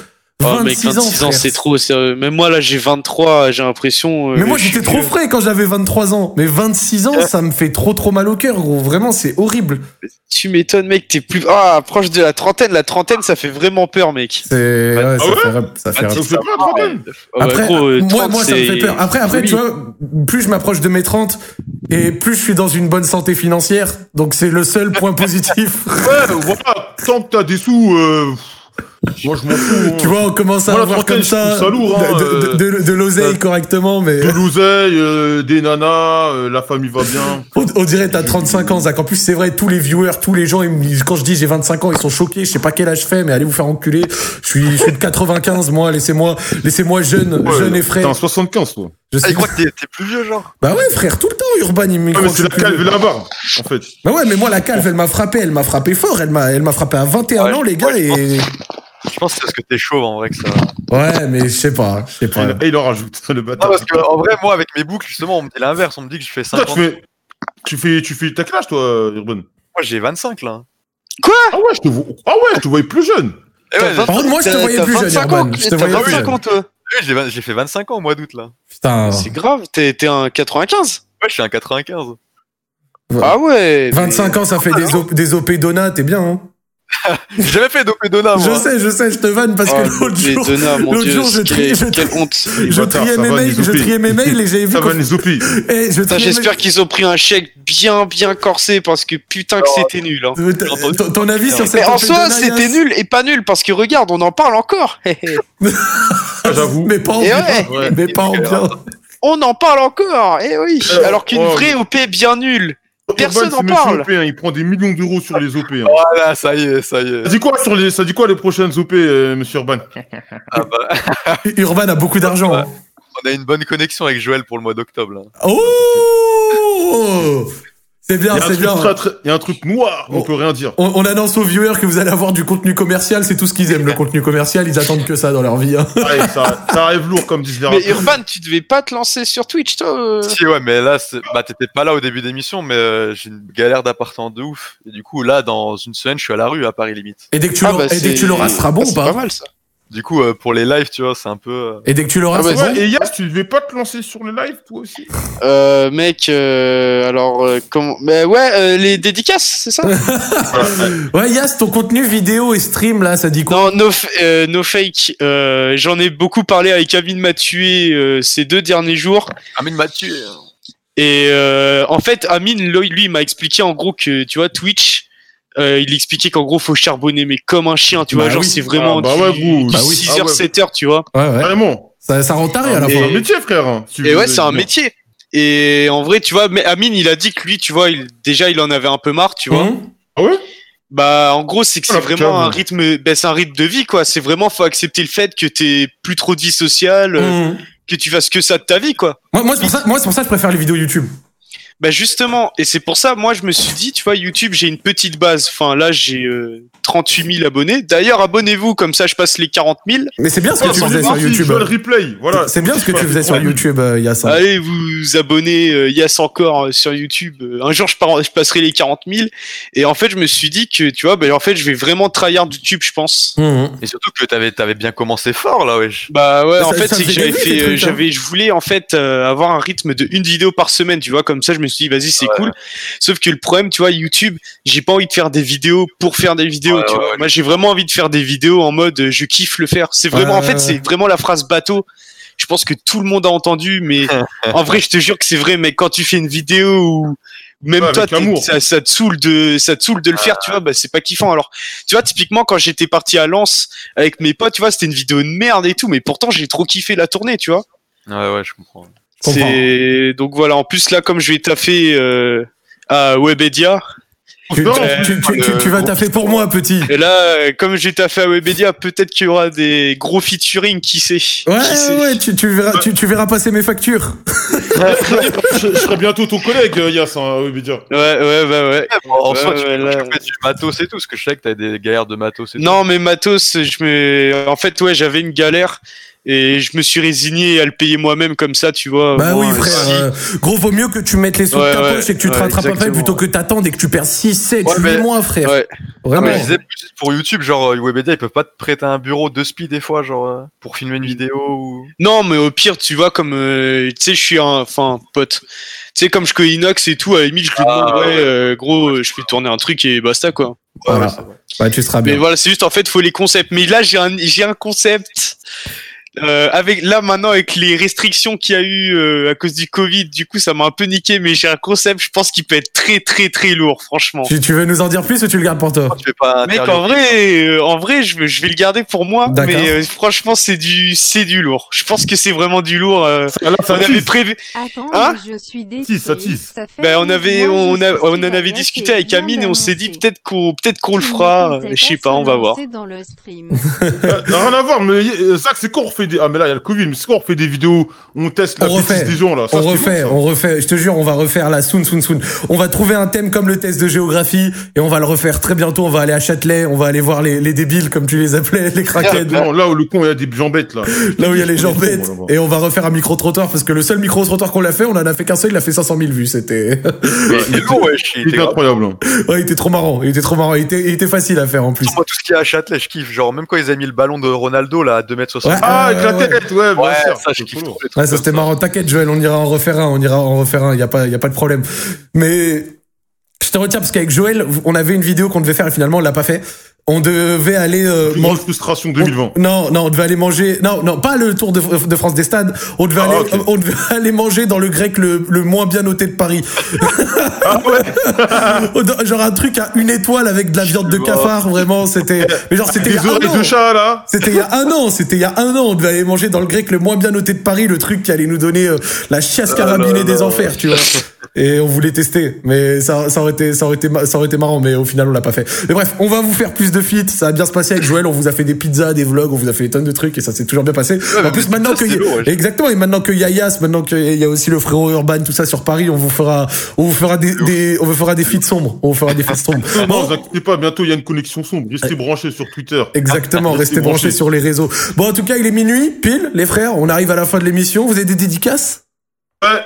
[SPEAKER 5] Oh, mec, 26 ans,
[SPEAKER 1] frère.
[SPEAKER 5] c'est trop. sérieux. Même moi, là, j'ai 23, j'ai l'impression. euh,
[SPEAKER 1] Mais moi
[SPEAKER 5] je
[SPEAKER 1] j'étais
[SPEAKER 5] suis
[SPEAKER 1] trop
[SPEAKER 5] vieux.
[SPEAKER 1] frais quand j'avais 23 ans. Mais 26 ans, ça me fait trop trop mal au cœur, gros. Vraiment, c'est horrible.
[SPEAKER 5] Tu m'étonnes, mec. T'es plus. Ah, proche de la trentaine. La trentaine, ça fait vraiment peur, mec.
[SPEAKER 1] C'est ouais, ça
[SPEAKER 2] ouais
[SPEAKER 1] fait rap- ça fait
[SPEAKER 2] Ah,
[SPEAKER 1] rap-
[SPEAKER 2] donc c'est pas un problème.
[SPEAKER 5] Ah, bah,
[SPEAKER 1] Après,
[SPEAKER 5] gros, euh,
[SPEAKER 1] moi,
[SPEAKER 5] 30,
[SPEAKER 1] moi, ça me fait
[SPEAKER 5] c'est-
[SPEAKER 1] peur. Après, après,
[SPEAKER 5] Oui.
[SPEAKER 1] tu vois, plus je m'approche de mes 30 et plus je suis dans une bonne santé financière. Donc c'est le seul point positif.
[SPEAKER 2] Ouais, voilà, tant que t'as des sous, euh, Moi, je m'en fous.
[SPEAKER 1] Tu vois, on commence à
[SPEAKER 2] Moi, la
[SPEAKER 1] avoir
[SPEAKER 2] trentaine,
[SPEAKER 1] comme
[SPEAKER 2] je
[SPEAKER 1] ça,
[SPEAKER 2] trouve ça lourd, hein,
[SPEAKER 1] de, de- de- de- de l'oseille correctement, mais
[SPEAKER 2] De l'oseille, euh, des nanas, euh, la famille va bien.
[SPEAKER 1] on, on dirait t'as 35 ans, Zach. En plus, c'est vrai, tous les viewers, tous les gens, ils me- quand je dis j'ai 25 ans, ils sont choqués. Je sais pas quel âge je fais, mais allez vous faire enculer. Je suis, je suis de 95, moi. Laissez-moi, laissez-moi jeune,
[SPEAKER 2] Ouais,
[SPEAKER 1] jeune et
[SPEAKER 2] T'es en
[SPEAKER 1] frère.
[SPEAKER 2] 75, toi.
[SPEAKER 1] Je sais.
[SPEAKER 3] crois que t'es- t'es plus vieux, genre.
[SPEAKER 1] Bah ouais, frère, tout le temps, Urban, il me
[SPEAKER 2] Ah,
[SPEAKER 1] croit
[SPEAKER 2] mais
[SPEAKER 1] que
[SPEAKER 2] c'est
[SPEAKER 1] je
[SPEAKER 2] la
[SPEAKER 1] suis
[SPEAKER 2] calve
[SPEAKER 1] plus-
[SPEAKER 2] et la barbe, en fait.
[SPEAKER 1] Bah ouais, mais moi, la calve, elle m'a frappé, elle m'a frappé fort. Elle m'a, elle m'a frappé à 21 ans, les gars, et.
[SPEAKER 3] Je pense que c'est parce que t'es chauve en vrai que ça.
[SPEAKER 1] Ouais, mais je sais pas, je sais pas.
[SPEAKER 2] Et il en rajoute, le
[SPEAKER 3] Non,
[SPEAKER 5] Ah
[SPEAKER 2] bâtard.
[SPEAKER 3] parce que en vrai, moi, avec mes boucles, justement, on me dit l'inverse. On me dit que je fais
[SPEAKER 2] Toi,
[SPEAKER 3] 50.
[SPEAKER 2] tu fais. Tu fais. Tu fais. T'as quel âge, toi, Urban
[SPEAKER 3] Moi, j'ai 25 là.
[SPEAKER 2] Quoi Ah ouais, je te vois. Ah ouais, je te voyais plus jeune.
[SPEAKER 3] Eh ouais,
[SPEAKER 1] Par contre, moi, je te voyais plus jeune, Urban. Je te voyais plus jeune.
[SPEAKER 3] Oui, j'ai vingt- J'ai fait 25 ans au mois d'août là.
[SPEAKER 1] Putain.
[SPEAKER 5] C'est grave, t'es t'es un 95
[SPEAKER 3] Ouais, je suis un 95.
[SPEAKER 5] (laughs) Ah ouais
[SPEAKER 1] 25 ans, ça fait des, op- des OP Dona, t'es bien, hein
[SPEAKER 3] J'ai jamais fait d'opédona,
[SPEAKER 1] Je
[SPEAKER 3] moi.
[SPEAKER 1] sais, je sais, je te vanne parce
[SPEAKER 5] Ah,
[SPEAKER 1] que l'autre jour, l'autre jour, je triais, je,
[SPEAKER 5] quelle honte.
[SPEAKER 1] je triais mes mails, je triais mes mails et j'ai vu. qu'on- (laughs) Eh, je
[SPEAKER 5] Putain,
[SPEAKER 1] triais mes-
[SPEAKER 5] J'espère qu'ils ont pris un chèque bien bien corsé parce que putain que c'était nul. hein.
[SPEAKER 1] Euh, t- ton- Ton avis sur cette
[SPEAKER 5] Mais en
[SPEAKER 1] OP
[SPEAKER 5] soi,
[SPEAKER 1] Dona,
[SPEAKER 5] c'était
[SPEAKER 1] Yass
[SPEAKER 5] nul et pas nul parce que regarde, on en parle encore. (laughs)
[SPEAKER 2] J'avoue.
[SPEAKER 1] hein Mais pas en
[SPEAKER 5] Et
[SPEAKER 1] bien.
[SPEAKER 5] ouais. Ouais.
[SPEAKER 1] Mais pas en bien.
[SPEAKER 5] on en parle encore. Et oui.
[SPEAKER 2] Euh,
[SPEAKER 5] Alors qu'une
[SPEAKER 2] oh,
[SPEAKER 5] vraie
[SPEAKER 2] mais-
[SPEAKER 5] OP bien nulle, personne
[SPEAKER 2] Urban,
[SPEAKER 5] n'en
[SPEAKER 2] c'est monsieur
[SPEAKER 5] parle.
[SPEAKER 2] OP, hein, il prend des millions d'euros sur les OP. hein.
[SPEAKER 3] Voilà, ça y est, ça y est.
[SPEAKER 2] Ça dit quoi sur les, ça dit quoi les prochaines OP, euh, monsieur Urban
[SPEAKER 3] Ah bah,
[SPEAKER 1] (laughs) Urban a beaucoup d'argent. hein.
[SPEAKER 3] on a une bonne connexion avec Joël pour le mois d'octobre. là.
[SPEAKER 1] Oh C'est bien,
[SPEAKER 2] Il y a un
[SPEAKER 1] c'est
[SPEAKER 2] truc
[SPEAKER 1] bien. Oh.
[SPEAKER 2] très, très- il y a un truc noir, on peut rien dire.
[SPEAKER 1] On, on annonce aux viewers que vous allez avoir du contenu commercial, c'est tout ce qu'ils aiment, le contenu commercial, ils attendent que ça dans
[SPEAKER 2] (laughs)
[SPEAKER 1] leur vie. hein. (laughs)
[SPEAKER 2] Ouais, ça, ça arrive lourd comme disent les
[SPEAKER 5] Mais
[SPEAKER 2] rappeurs.
[SPEAKER 5] Urban, tu devais pas te lancer sur Twitch, toi. euh.
[SPEAKER 3] Si, ouais, mais là, c'est- bah, t'étais pas là au début d'émission, mais euh, j'ai une galère d'appartement de ouf. Et du coup, là, dans une semaine, je suis à la rue à Paris Limite.
[SPEAKER 1] Et dès que tu
[SPEAKER 5] Ah
[SPEAKER 1] l'auras-
[SPEAKER 5] bah,
[SPEAKER 1] et dès que tu
[SPEAKER 5] c'est-
[SPEAKER 1] l'auras, ce sera bon
[SPEAKER 5] ah,
[SPEAKER 1] ou
[SPEAKER 5] c'est
[SPEAKER 1] pas
[SPEAKER 5] pas mal ça.
[SPEAKER 3] Du coup, euh, pour les lives, tu vois, c'est un peu. euh,
[SPEAKER 1] Et dès que tu l'auras,
[SPEAKER 5] Ah bah,
[SPEAKER 1] c'est
[SPEAKER 2] Ouais,
[SPEAKER 1] bon
[SPEAKER 2] et Yass, tu devais pas te lancer sur le live, toi aussi
[SPEAKER 5] Euh, mec, euh, alors euh, comment Bah ouais, euh, les dédicaces, c'est ça
[SPEAKER 1] (laughs) Ouais, Yass, ton contenu vidéo et stream, là, ça dit
[SPEAKER 5] Non,
[SPEAKER 1] quoi
[SPEAKER 5] no, f- euh, no fake. euh, J'en ai beaucoup parlé avec Amine Mathieu euh, ces deux derniers jours.
[SPEAKER 3] Amine Mathieu. euh,
[SPEAKER 5] Et euh, en fait, Amine, lui, lui, il m'a expliqué en gros que, tu vois, Twitch, euh, il expliquait qu'en gros, faut charbonner, mais comme un chien, tu vois,
[SPEAKER 1] Bah
[SPEAKER 5] genre,
[SPEAKER 1] oui.
[SPEAKER 5] c'est vraiment
[SPEAKER 2] Ah, bah ouais, vous. Bah oui.
[SPEAKER 5] 6h,
[SPEAKER 2] Ah ouais.
[SPEAKER 5] 7h, tu vois.
[SPEAKER 1] Ouais, ouais.
[SPEAKER 2] Vraiment
[SPEAKER 1] Ça, ça rend taré à la
[SPEAKER 2] Ah, C'est
[SPEAKER 1] fois.
[SPEAKER 2] un métier, frère. hein, si
[SPEAKER 5] Et
[SPEAKER 2] vous
[SPEAKER 5] ouais,
[SPEAKER 2] voulez
[SPEAKER 5] c'est un
[SPEAKER 2] dire.
[SPEAKER 5] métier. Et en vrai, tu vois, mais Amine, il a dit que lui, tu vois, il, déjà, il en avait un peu marre, tu vois.
[SPEAKER 1] Hein
[SPEAKER 2] Ah ouais
[SPEAKER 5] Bah, en gros, c'est que c'est
[SPEAKER 2] Ah,
[SPEAKER 5] vraiment
[SPEAKER 2] putain.
[SPEAKER 5] un rythme, bah, c'est un rythme de vie, quoi. C'est vraiment, faut accepter le fait que t'es plus trop dissocial, euh,
[SPEAKER 2] Hum.
[SPEAKER 1] Mmh.
[SPEAKER 5] que tu fasses que ça de ta vie, quoi.
[SPEAKER 1] Moi, moi c'est pour ça, moi, c'est pour ça que je préfère les vidéos YouTube.
[SPEAKER 5] Bah justement, et c'est pour ça, moi je me suis dit, tu vois, YouTube, j'ai une petite base. Enfin, là, j'ai euh, 38 000 abonnés. D'ailleurs, abonnez-vous, comme ça je passe les 40 000.
[SPEAKER 1] Mais c'est bien ce que
[SPEAKER 2] Ah,
[SPEAKER 1] tu
[SPEAKER 2] sans
[SPEAKER 1] faisais sur
[SPEAKER 2] démarrer,
[SPEAKER 1] YouTube.
[SPEAKER 2] je vois le replay, voilà.
[SPEAKER 1] C'est bien ce que tu faisais sur
[SPEAKER 2] Ouais.
[SPEAKER 1] YouTube, euh, Yass. hein.
[SPEAKER 5] Allez vous abonner, euh, Yass encore euh, sur YouTube. Euh, Un jour, je, par- je passerai les 40 000. Et en fait, je me suis dit que, tu vois, bah, en fait, je vais vraiment tryhard YouTube, je pense.
[SPEAKER 1] Mmh.
[SPEAKER 3] Et surtout que t'avais avais bien commencé fort, là, wesh.
[SPEAKER 5] Bah ouais,
[SPEAKER 1] Ça-
[SPEAKER 5] en fait,
[SPEAKER 1] ça
[SPEAKER 5] c'est que
[SPEAKER 1] faisait
[SPEAKER 5] j'avais
[SPEAKER 1] des vues,
[SPEAKER 5] fait,
[SPEAKER 1] ces
[SPEAKER 5] euh,
[SPEAKER 1] trucs, hein.
[SPEAKER 5] j'avais, je voulais en fait euh, avoir un rythme de une vidéo par semaine, tu vois, comme ça, je me suis dit, vas-y, c'est cool. Sauf que le problème, tu vois, YouTube, j'ai pas envie de faire des vidéos pour faire des vidéos,
[SPEAKER 3] Ouais,
[SPEAKER 5] tu
[SPEAKER 3] ouais,
[SPEAKER 5] vois.
[SPEAKER 3] ouais.
[SPEAKER 5] Moi, j'ai vraiment envie de faire des vidéos en mode, euh, je kiffe le faire. C'est vraiment, en
[SPEAKER 1] Ouais,
[SPEAKER 5] fait,
[SPEAKER 1] ouais,
[SPEAKER 5] c'est vraiment la phrase bateau. Je pense que tout le monde a entendu,
[SPEAKER 3] (laughs)
[SPEAKER 5] mais en vrai, je te jure que c'est vrai, mais quand tu fais une vidéo ou même
[SPEAKER 2] Ouais,
[SPEAKER 5] toi,
[SPEAKER 2] avec
[SPEAKER 5] t'es-
[SPEAKER 2] amour.
[SPEAKER 5] ça, ça te saoule de, ça te saoule de le faire, tu vois, bah, c'est pas kiffant. Alors, tu vois, typiquement, quand j'étais parti à Lens avec mes potes, tu vois, c'était une vidéo de merde et tout, mais pourtant, j'ai trop kiffé la tournée, tu vois.
[SPEAKER 3] Ouais, ouais, je comprends.
[SPEAKER 1] Je comprends.
[SPEAKER 5] C'est, donc voilà, en plus, là, comme je vais taffer, euh, à Webedia,
[SPEAKER 1] Tu,
[SPEAKER 2] Non,
[SPEAKER 1] tu- tu- tu- tu- tu vas taffer pour moi, petit.
[SPEAKER 5] et là, euh, comme j'ai taffé à Webedia, peut-être qu'il y aura des gros featuring, qui sait.
[SPEAKER 1] Ouais,
[SPEAKER 5] Qui sait.
[SPEAKER 1] ouais, ouais, tu, tu verras, tu, tu verras passer mes factures.
[SPEAKER 2] Bah. je, je serai bientôt ton collègue, euh, Yass, hein, oui, mais dire.
[SPEAKER 5] Ouais, ouais, bah ouais.
[SPEAKER 3] En
[SPEAKER 5] Ouais,
[SPEAKER 3] soi, tu
[SPEAKER 5] ouais,
[SPEAKER 3] peux
[SPEAKER 5] là.
[SPEAKER 3] choper du matos et tout, parce que je sais que t'as des galères de matos et tout.
[SPEAKER 5] (laughs) Non, mais matos, je me, en fait, ouais, j'avais une galère et je me suis résigné à le payer moi-même comme ça, tu vois.
[SPEAKER 1] Bah
[SPEAKER 5] Moi,
[SPEAKER 1] oui, frère.
[SPEAKER 5] si-
[SPEAKER 1] euh, gros, vaut mieux que tu mettes les sous de
[SPEAKER 5] Ouais,
[SPEAKER 1] ta
[SPEAKER 5] ouais,
[SPEAKER 1] poche et que tu te
[SPEAKER 5] ouais,
[SPEAKER 1] rattrapes après
[SPEAKER 5] exactement.
[SPEAKER 1] plutôt que t'attends et que tu perds 6, 7,
[SPEAKER 5] Ouais,
[SPEAKER 1] 8
[SPEAKER 5] mais-
[SPEAKER 1] mois, Eh, frère.
[SPEAKER 5] Ouais.
[SPEAKER 1] Vraiment.
[SPEAKER 3] Ah, Mais je disais, pour YouTube, genre, euh, Webedia, ils peuvent pas te prêter un bureau de spi des fois, genre, euh, pour filmer une vidéo ou.
[SPEAKER 5] Non, mais au pire, tu vois, comme, euh, tu sais, je suis un, enfin, pote. Tu sais, comme je connais Inox et tout, à la limite, je lui
[SPEAKER 3] Ah,
[SPEAKER 5] demande, ouais,
[SPEAKER 3] ouais.
[SPEAKER 5] euh, gros, euh, je fais tourner un truc et basta, quoi.
[SPEAKER 1] Voilà. Ouais, tu seras
[SPEAKER 5] Mais
[SPEAKER 1] bien.
[SPEAKER 5] voilà, c'est juste, en fait, faut les concepts. Mais là, j'ai un, j'ai un concept Euh, avec là maintenant avec les restrictions qu'il y a eu euh, à cause du Covid, du coup ça m'a un peu niqué, mais j'ai un concept, je pense qu'il peut être très très très lourd, franchement.
[SPEAKER 1] Tu, tu veux nous en dire plus ou tu le gardes pour toi
[SPEAKER 5] Mec, en vrai, euh, en vrai, je, vais- je vais le garder pour moi,
[SPEAKER 1] D'accord.
[SPEAKER 5] mais euh, franchement c'est du c'est du lourd. Je pense que c'est vraiment du lourd. euh, on avait prévu.
[SPEAKER 13] Attends,
[SPEAKER 5] Hein
[SPEAKER 13] je suis
[SPEAKER 5] Si,
[SPEAKER 13] déçue.
[SPEAKER 5] ça tisse.
[SPEAKER 13] Ça fait
[SPEAKER 5] Ben, on avait,
[SPEAKER 13] moi,
[SPEAKER 5] on,
[SPEAKER 13] je
[SPEAKER 5] a-
[SPEAKER 13] suis
[SPEAKER 5] on en
[SPEAKER 13] pas
[SPEAKER 5] avait
[SPEAKER 13] bien
[SPEAKER 5] discuté
[SPEAKER 13] et
[SPEAKER 5] avec
[SPEAKER 13] bien
[SPEAKER 5] Amine et on s'est dit
[SPEAKER 13] balancé.
[SPEAKER 5] peut-être qu'on, peut-être qu'on le fera.
[SPEAKER 13] Vous
[SPEAKER 5] euh,
[SPEAKER 13] êtes
[SPEAKER 5] Je sais pas, on va voir.
[SPEAKER 13] lancé dans le stream.
[SPEAKER 2] Euh, rien à voir, mais euh, Zach, c'est quoi on refait des. Ah, mais là, il y a le Covid, mais c'est quoi on refait des vidéos, où on teste la
[SPEAKER 1] on refait,
[SPEAKER 2] bêtise des gens, là Ça,
[SPEAKER 1] on
[SPEAKER 2] c'était
[SPEAKER 1] refait,
[SPEAKER 2] bon, ça.
[SPEAKER 1] on refait. Je te jure, on va refaire la soon, soon, soon. On va trouver un thème comme le test de géographie et on va le refaire très bientôt. On va aller à Châtelet, on va aller voir les, les débiles comme tu les appelais, les craquettes.
[SPEAKER 2] Non, là où le con, il y a des gens bêtes, là.
[SPEAKER 1] Là où il y a les gens
[SPEAKER 2] Des cons,
[SPEAKER 1] bêtes.
[SPEAKER 2] là-bas.
[SPEAKER 1] Et on va refaire un micro-trottoir parce que le seul micro-trottoir qu'on l'a fait, on en a fait qu'un seul, il a fait 500 000 vues. C'était. (laughs)
[SPEAKER 3] C'est lourd, wesh.
[SPEAKER 2] Il était incroyable. hein.
[SPEAKER 1] Ouais, il était trop marrant. Il était trop marrant. Il était, il était facile à faire en plus.
[SPEAKER 3] Moi, tout ce qui est à Châtelet, je kiffe. Genre, même quand ils avaient mis le ballon de Ronaldo, là, à 2m60.
[SPEAKER 1] Ouais, Ah, avec la ouais.
[SPEAKER 2] tête, ouais,
[SPEAKER 3] bien sûr. Ça, je kiffe trop. les trucs
[SPEAKER 1] Ouais, Ah, ça c'était marrant. T'inquiète, Joël, on ira en refaire un. On ira en refaire un. Il y a pas, y a pas de problème. Mais je te retiens parce qu'avec Joël, on avait une vidéo qu'on devait faire et finalement on l'a pas fait. On devait aller. Euh,
[SPEAKER 2] Plus grande frustration 2020.
[SPEAKER 1] Non, non, on devait aller manger. Non, non, pas le Tour de, de France des stades. On
[SPEAKER 2] Ah,
[SPEAKER 1] devait, aller, euh, on devait (laughs) aller manger dans le grec le, le moins bien noté de Paris.
[SPEAKER 2] Ah,
[SPEAKER 1] (laughs) genre un truc à une étoile avec de la viande de
[SPEAKER 2] vois.
[SPEAKER 1] cafard. Vraiment, c'était. Mais genre c'était.
[SPEAKER 2] Des
[SPEAKER 1] il y a un
[SPEAKER 2] oreilles de
[SPEAKER 1] an.
[SPEAKER 2] chat, là.
[SPEAKER 1] C'était il y a un an. C'était il y a un an. On devait aller manger dans le grec le moins bien noté de Paris, le truc qui allait nous donner euh, la chiasse
[SPEAKER 2] Ah,
[SPEAKER 1] carabinée
[SPEAKER 2] là,
[SPEAKER 1] des
[SPEAKER 2] là.
[SPEAKER 1] enfers, tu vois. Et on voulait tester, mais ça, ça aurait été, ça aurait été, ma- ça aurait été marrant, mais au final on l'a pas fait. Mais bref, on va vous faire plus de feats. Ça a bien se passé avec Joël. On vous a fait des pizzas, des vlogs, on vous a fait des tonnes de trucs et ça s'est toujours bien passé. en plus maintenant que exactement et maintenant que Yayas, maintenant qu'il y a aussi le frérot Urban, tout ça sur Paris, on vous fera, on vous fera des, des- on vous fera des feats sombres. On vous fera des
[SPEAKER 2] (laughs)
[SPEAKER 1] feats sombres.
[SPEAKER 2] Ah Non, vous inquiétez pas, bientôt il y a une connexion sombre. Restez branchés sur Twitter.
[SPEAKER 1] Euh,
[SPEAKER 2] (laughs)
[SPEAKER 1] Exactement, restez branchés sur les réseaux. Bon, en tout cas, il est minuit, pile, les frères, on arrive à la fin de l'émission. Vous avez des dédicaces
[SPEAKER 2] Ouais.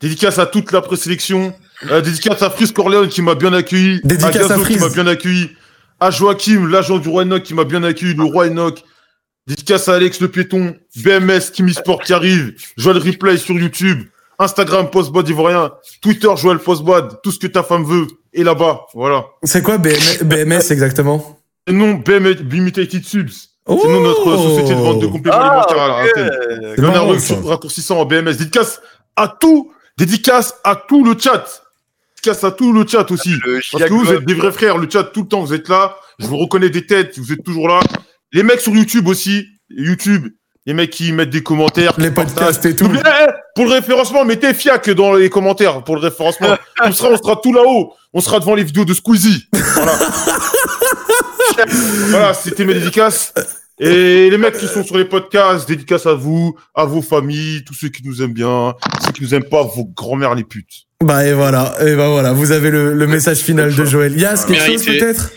[SPEAKER 2] Dédicace à toute la présélection. Euh, dédicace à Fris Corleone qui m'a bien accueilli.
[SPEAKER 1] Dédicace à
[SPEAKER 2] Gazo
[SPEAKER 1] Frizz.
[SPEAKER 2] qui m'a bien accueilli. À Joachim, l'agent du roi Enoch qui m'a bien accueilli, le roi Enoch. Dédicace à Alex le piéton, BMS, Kimi Sport qui arrive, Joël Replay sur YouTube, Instagram Postbod Ivoirien, Twitter Joël Postbod, tout ce que ta femme veut est là-bas. Voilà.
[SPEAKER 1] C'est quoi
[SPEAKER 2] (laughs)
[SPEAKER 1] BM- BMS exactement
[SPEAKER 2] Et non, BM Limited Subs.
[SPEAKER 1] Oh
[SPEAKER 2] c'est nous, notre société de vente de compléments
[SPEAKER 1] Ah,
[SPEAKER 2] alimentaires à la
[SPEAKER 1] ok.
[SPEAKER 2] Athènes.
[SPEAKER 1] C'est
[SPEAKER 2] Et on a
[SPEAKER 1] marrant,
[SPEAKER 2] un
[SPEAKER 1] ça.
[SPEAKER 2] raccourcissant en BMS. Dédicace à tout, dédicace à tout le chat. Dédicace à tout le chat aussi. Parce que vous, vous êtes des vrais frères, le chat, tout le temps, vous êtes là. Je vous reconnais des têtes, vous êtes toujours là. Les mecs sur YouTube aussi, YouTube. Les mecs qui mettent des commentaires.
[SPEAKER 1] Les podcasts et tout.
[SPEAKER 2] eh, pour le référencement, mettez FIAC dans les commentaires pour le référencement. on, sera, on sera tout là-haut. On sera devant les vidéos de Squeezie. Voilà, c'était mes dédicaces. Et les mecs qui sont sur les podcasts, dédicaces à vous, à vos familles, tous ceux qui nous aiment bien, ceux qui nous aiment pas, vos grand-mères les putes.
[SPEAKER 1] Bah et voilà, et bah voilà, vous avez le, le message final de Joël. Yas, quelque chose
[SPEAKER 5] Mérité.
[SPEAKER 1] peut-être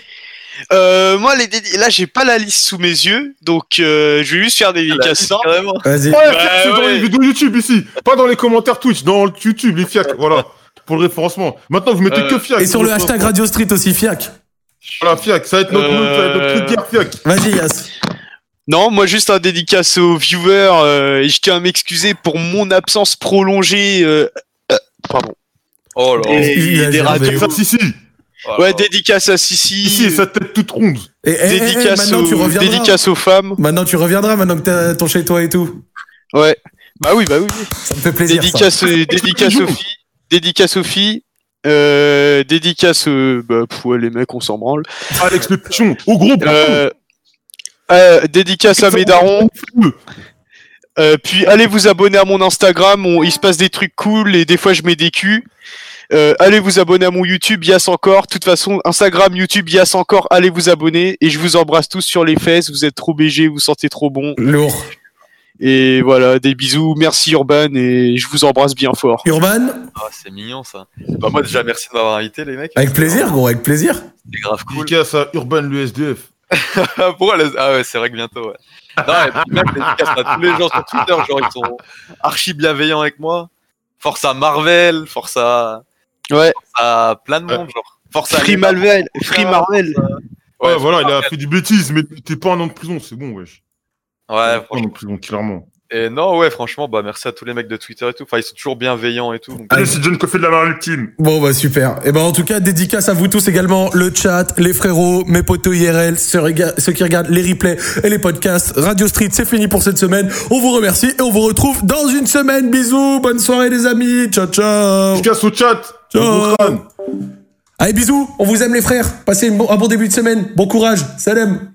[SPEAKER 5] Euh, moi, les dédi- là, j'ai pas la liste sous mes yeux, donc euh, je vais juste faire des dédicaces. simples.
[SPEAKER 1] Ah bah, Vas-y.
[SPEAKER 2] Ouais,
[SPEAKER 5] Bah,
[SPEAKER 2] c'est dans les
[SPEAKER 5] ouais.
[SPEAKER 2] vidéos YouTube ici, pas dans les commentaires Twitch, dans YouTube, les fiacs, voilà, pour le référencement. Maintenant, vous
[SPEAKER 5] Euh.
[SPEAKER 2] mettez que fiac.
[SPEAKER 1] Et sur le hashtag Radio Street aussi, fiac.
[SPEAKER 2] Voilà, fiac, ça va être notre,
[SPEAKER 5] Euh,
[SPEAKER 2] notre- ça va être notre truc guerre, fiac.
[SPEAKER 1] Vas-y, Yas.
[SPEAKER 5] Non, moi juste un dédicace aux viewers euh, et je tiens à m'excuser pour mon absence prolongée. euh, euh, pardon.
[SPEAKER 3] Oh
[SPEAKER 5] là. Et-
[SPEAKER 2] Il a
[SPEAKER 5] des
[SPEAKER 2] jamais
[SPEAKER 5] radios.
[SPEAKER 2] eu. Si, si.
[SPEAKER 5] ouais, dédicace à Sissi.
[SPEAKER 2] Sissi, sa tête toute ronde.
[SPEAKER 1] Et, eh, eh, eh,
[SPEAKER 5] dédicace,
[SPEAKER 1] maintenant,
[SPEAKER 5] aux,
[SPEAKER 1] tu reviendras.
[SPEAKER 5] dédicace aux femmes.
[SPEAKER 1] Maintenant tu reviendras, maintenant que t'as ton chez toi et tout.
[SPEAKER 5] Ouais. Bah oui, bah oui.
[SPEAKER 1] Ça me fait plaisir.
[SPEAKER 5] Dédicace,
[SPEAKER 1] ça.
[SPEAKER 5] euh, dédicace aux filles. Dédicace aux filles. Euh, dédicace, euh, bah, pff, ouais, les mecs, on s'en branle.
[SPEAKER 2] Alex le pichon, au groupe.
[SPEAKER 5] Euh, euh, dédicace à mes darons. Euh, puis allez vous abonner à mon Instagram, on- il se passe des trucs cool et des fois je mets des culs. Euh, allez vous abonner à mon YouTube, Yass encore. De toute façon, Instagram, YouTube, Yass encore. Allez vous abonner et je vous embrasse tous sur les fesses. Vous êtes trop BG, vous sentez trop bon.
[SPEAKER 1] Lourd.
[SPEAKER 5] Et voilà, des bisous. Merci Urban et je vous embrasse bien fort.
[SPEAKER 1] Urban,
[SPEAKER 3] Ah, c'est mignon ça. Bah, moi, déjà, merci de m'avoir invité, les mecs.
[SPEAKER 1] avec plaisir, gros, avec plaisir.
[SPEAKER 3] C'est grave cool.
[SPEAKER 2] Dédicace à Urban l'USDF.
[SPEAKER 3] Pourquoi les- Ah ouais, c'est vrai que bientôt, ouais. Non, et puis même, dédicace à tous les gens sur Twitter, genre, ils sont archi bienveillants avec moi. Force à Marvel, force à.
[SPEAKER 5] Ouais.
[SPEAKER 3] Force à plein de monde, genre. Force à.
[SPEAKER 5] Free Marvel, Free Marvel.
[SPEAKER 2] Ouais, voilà, il a fait du bêtise, mais t'es pas un an de prison, c'est bon, wesh.
[SPEAKER 3] Ouais,
[SPEAKER 2] franchement. Pas un an de prison, clairement.
[SPEAKER 3] Et Et non, ouais, franchement, bah merci à tous les mecs de Twitter et tout. Enfin, ils sont toujours bienveillants et tout. donc-
[SPEAKER 2] Allez, c'est John Coffey de la Marvel Team.
[SPEAKER 1] Bon bah super. Et ben en tout cas dédicace à vous tous également le chat, les frérots, mes potos IRL, ceux, rega- ceux qui regardent les replays et les podcasts. Radio Street, c'est fini pour cette semaine. On vous remercie et on vous retrouve dans une semaine. Bisous, bonne soirée les amis. Ciao ciao.
[SPEAKER 2] Dédicace au chat.
[SPEAKER 1] Ciao. Allez bisous, on vous aime les frères. Passez une bon- un bon début de semaine. Bon courage. Salam.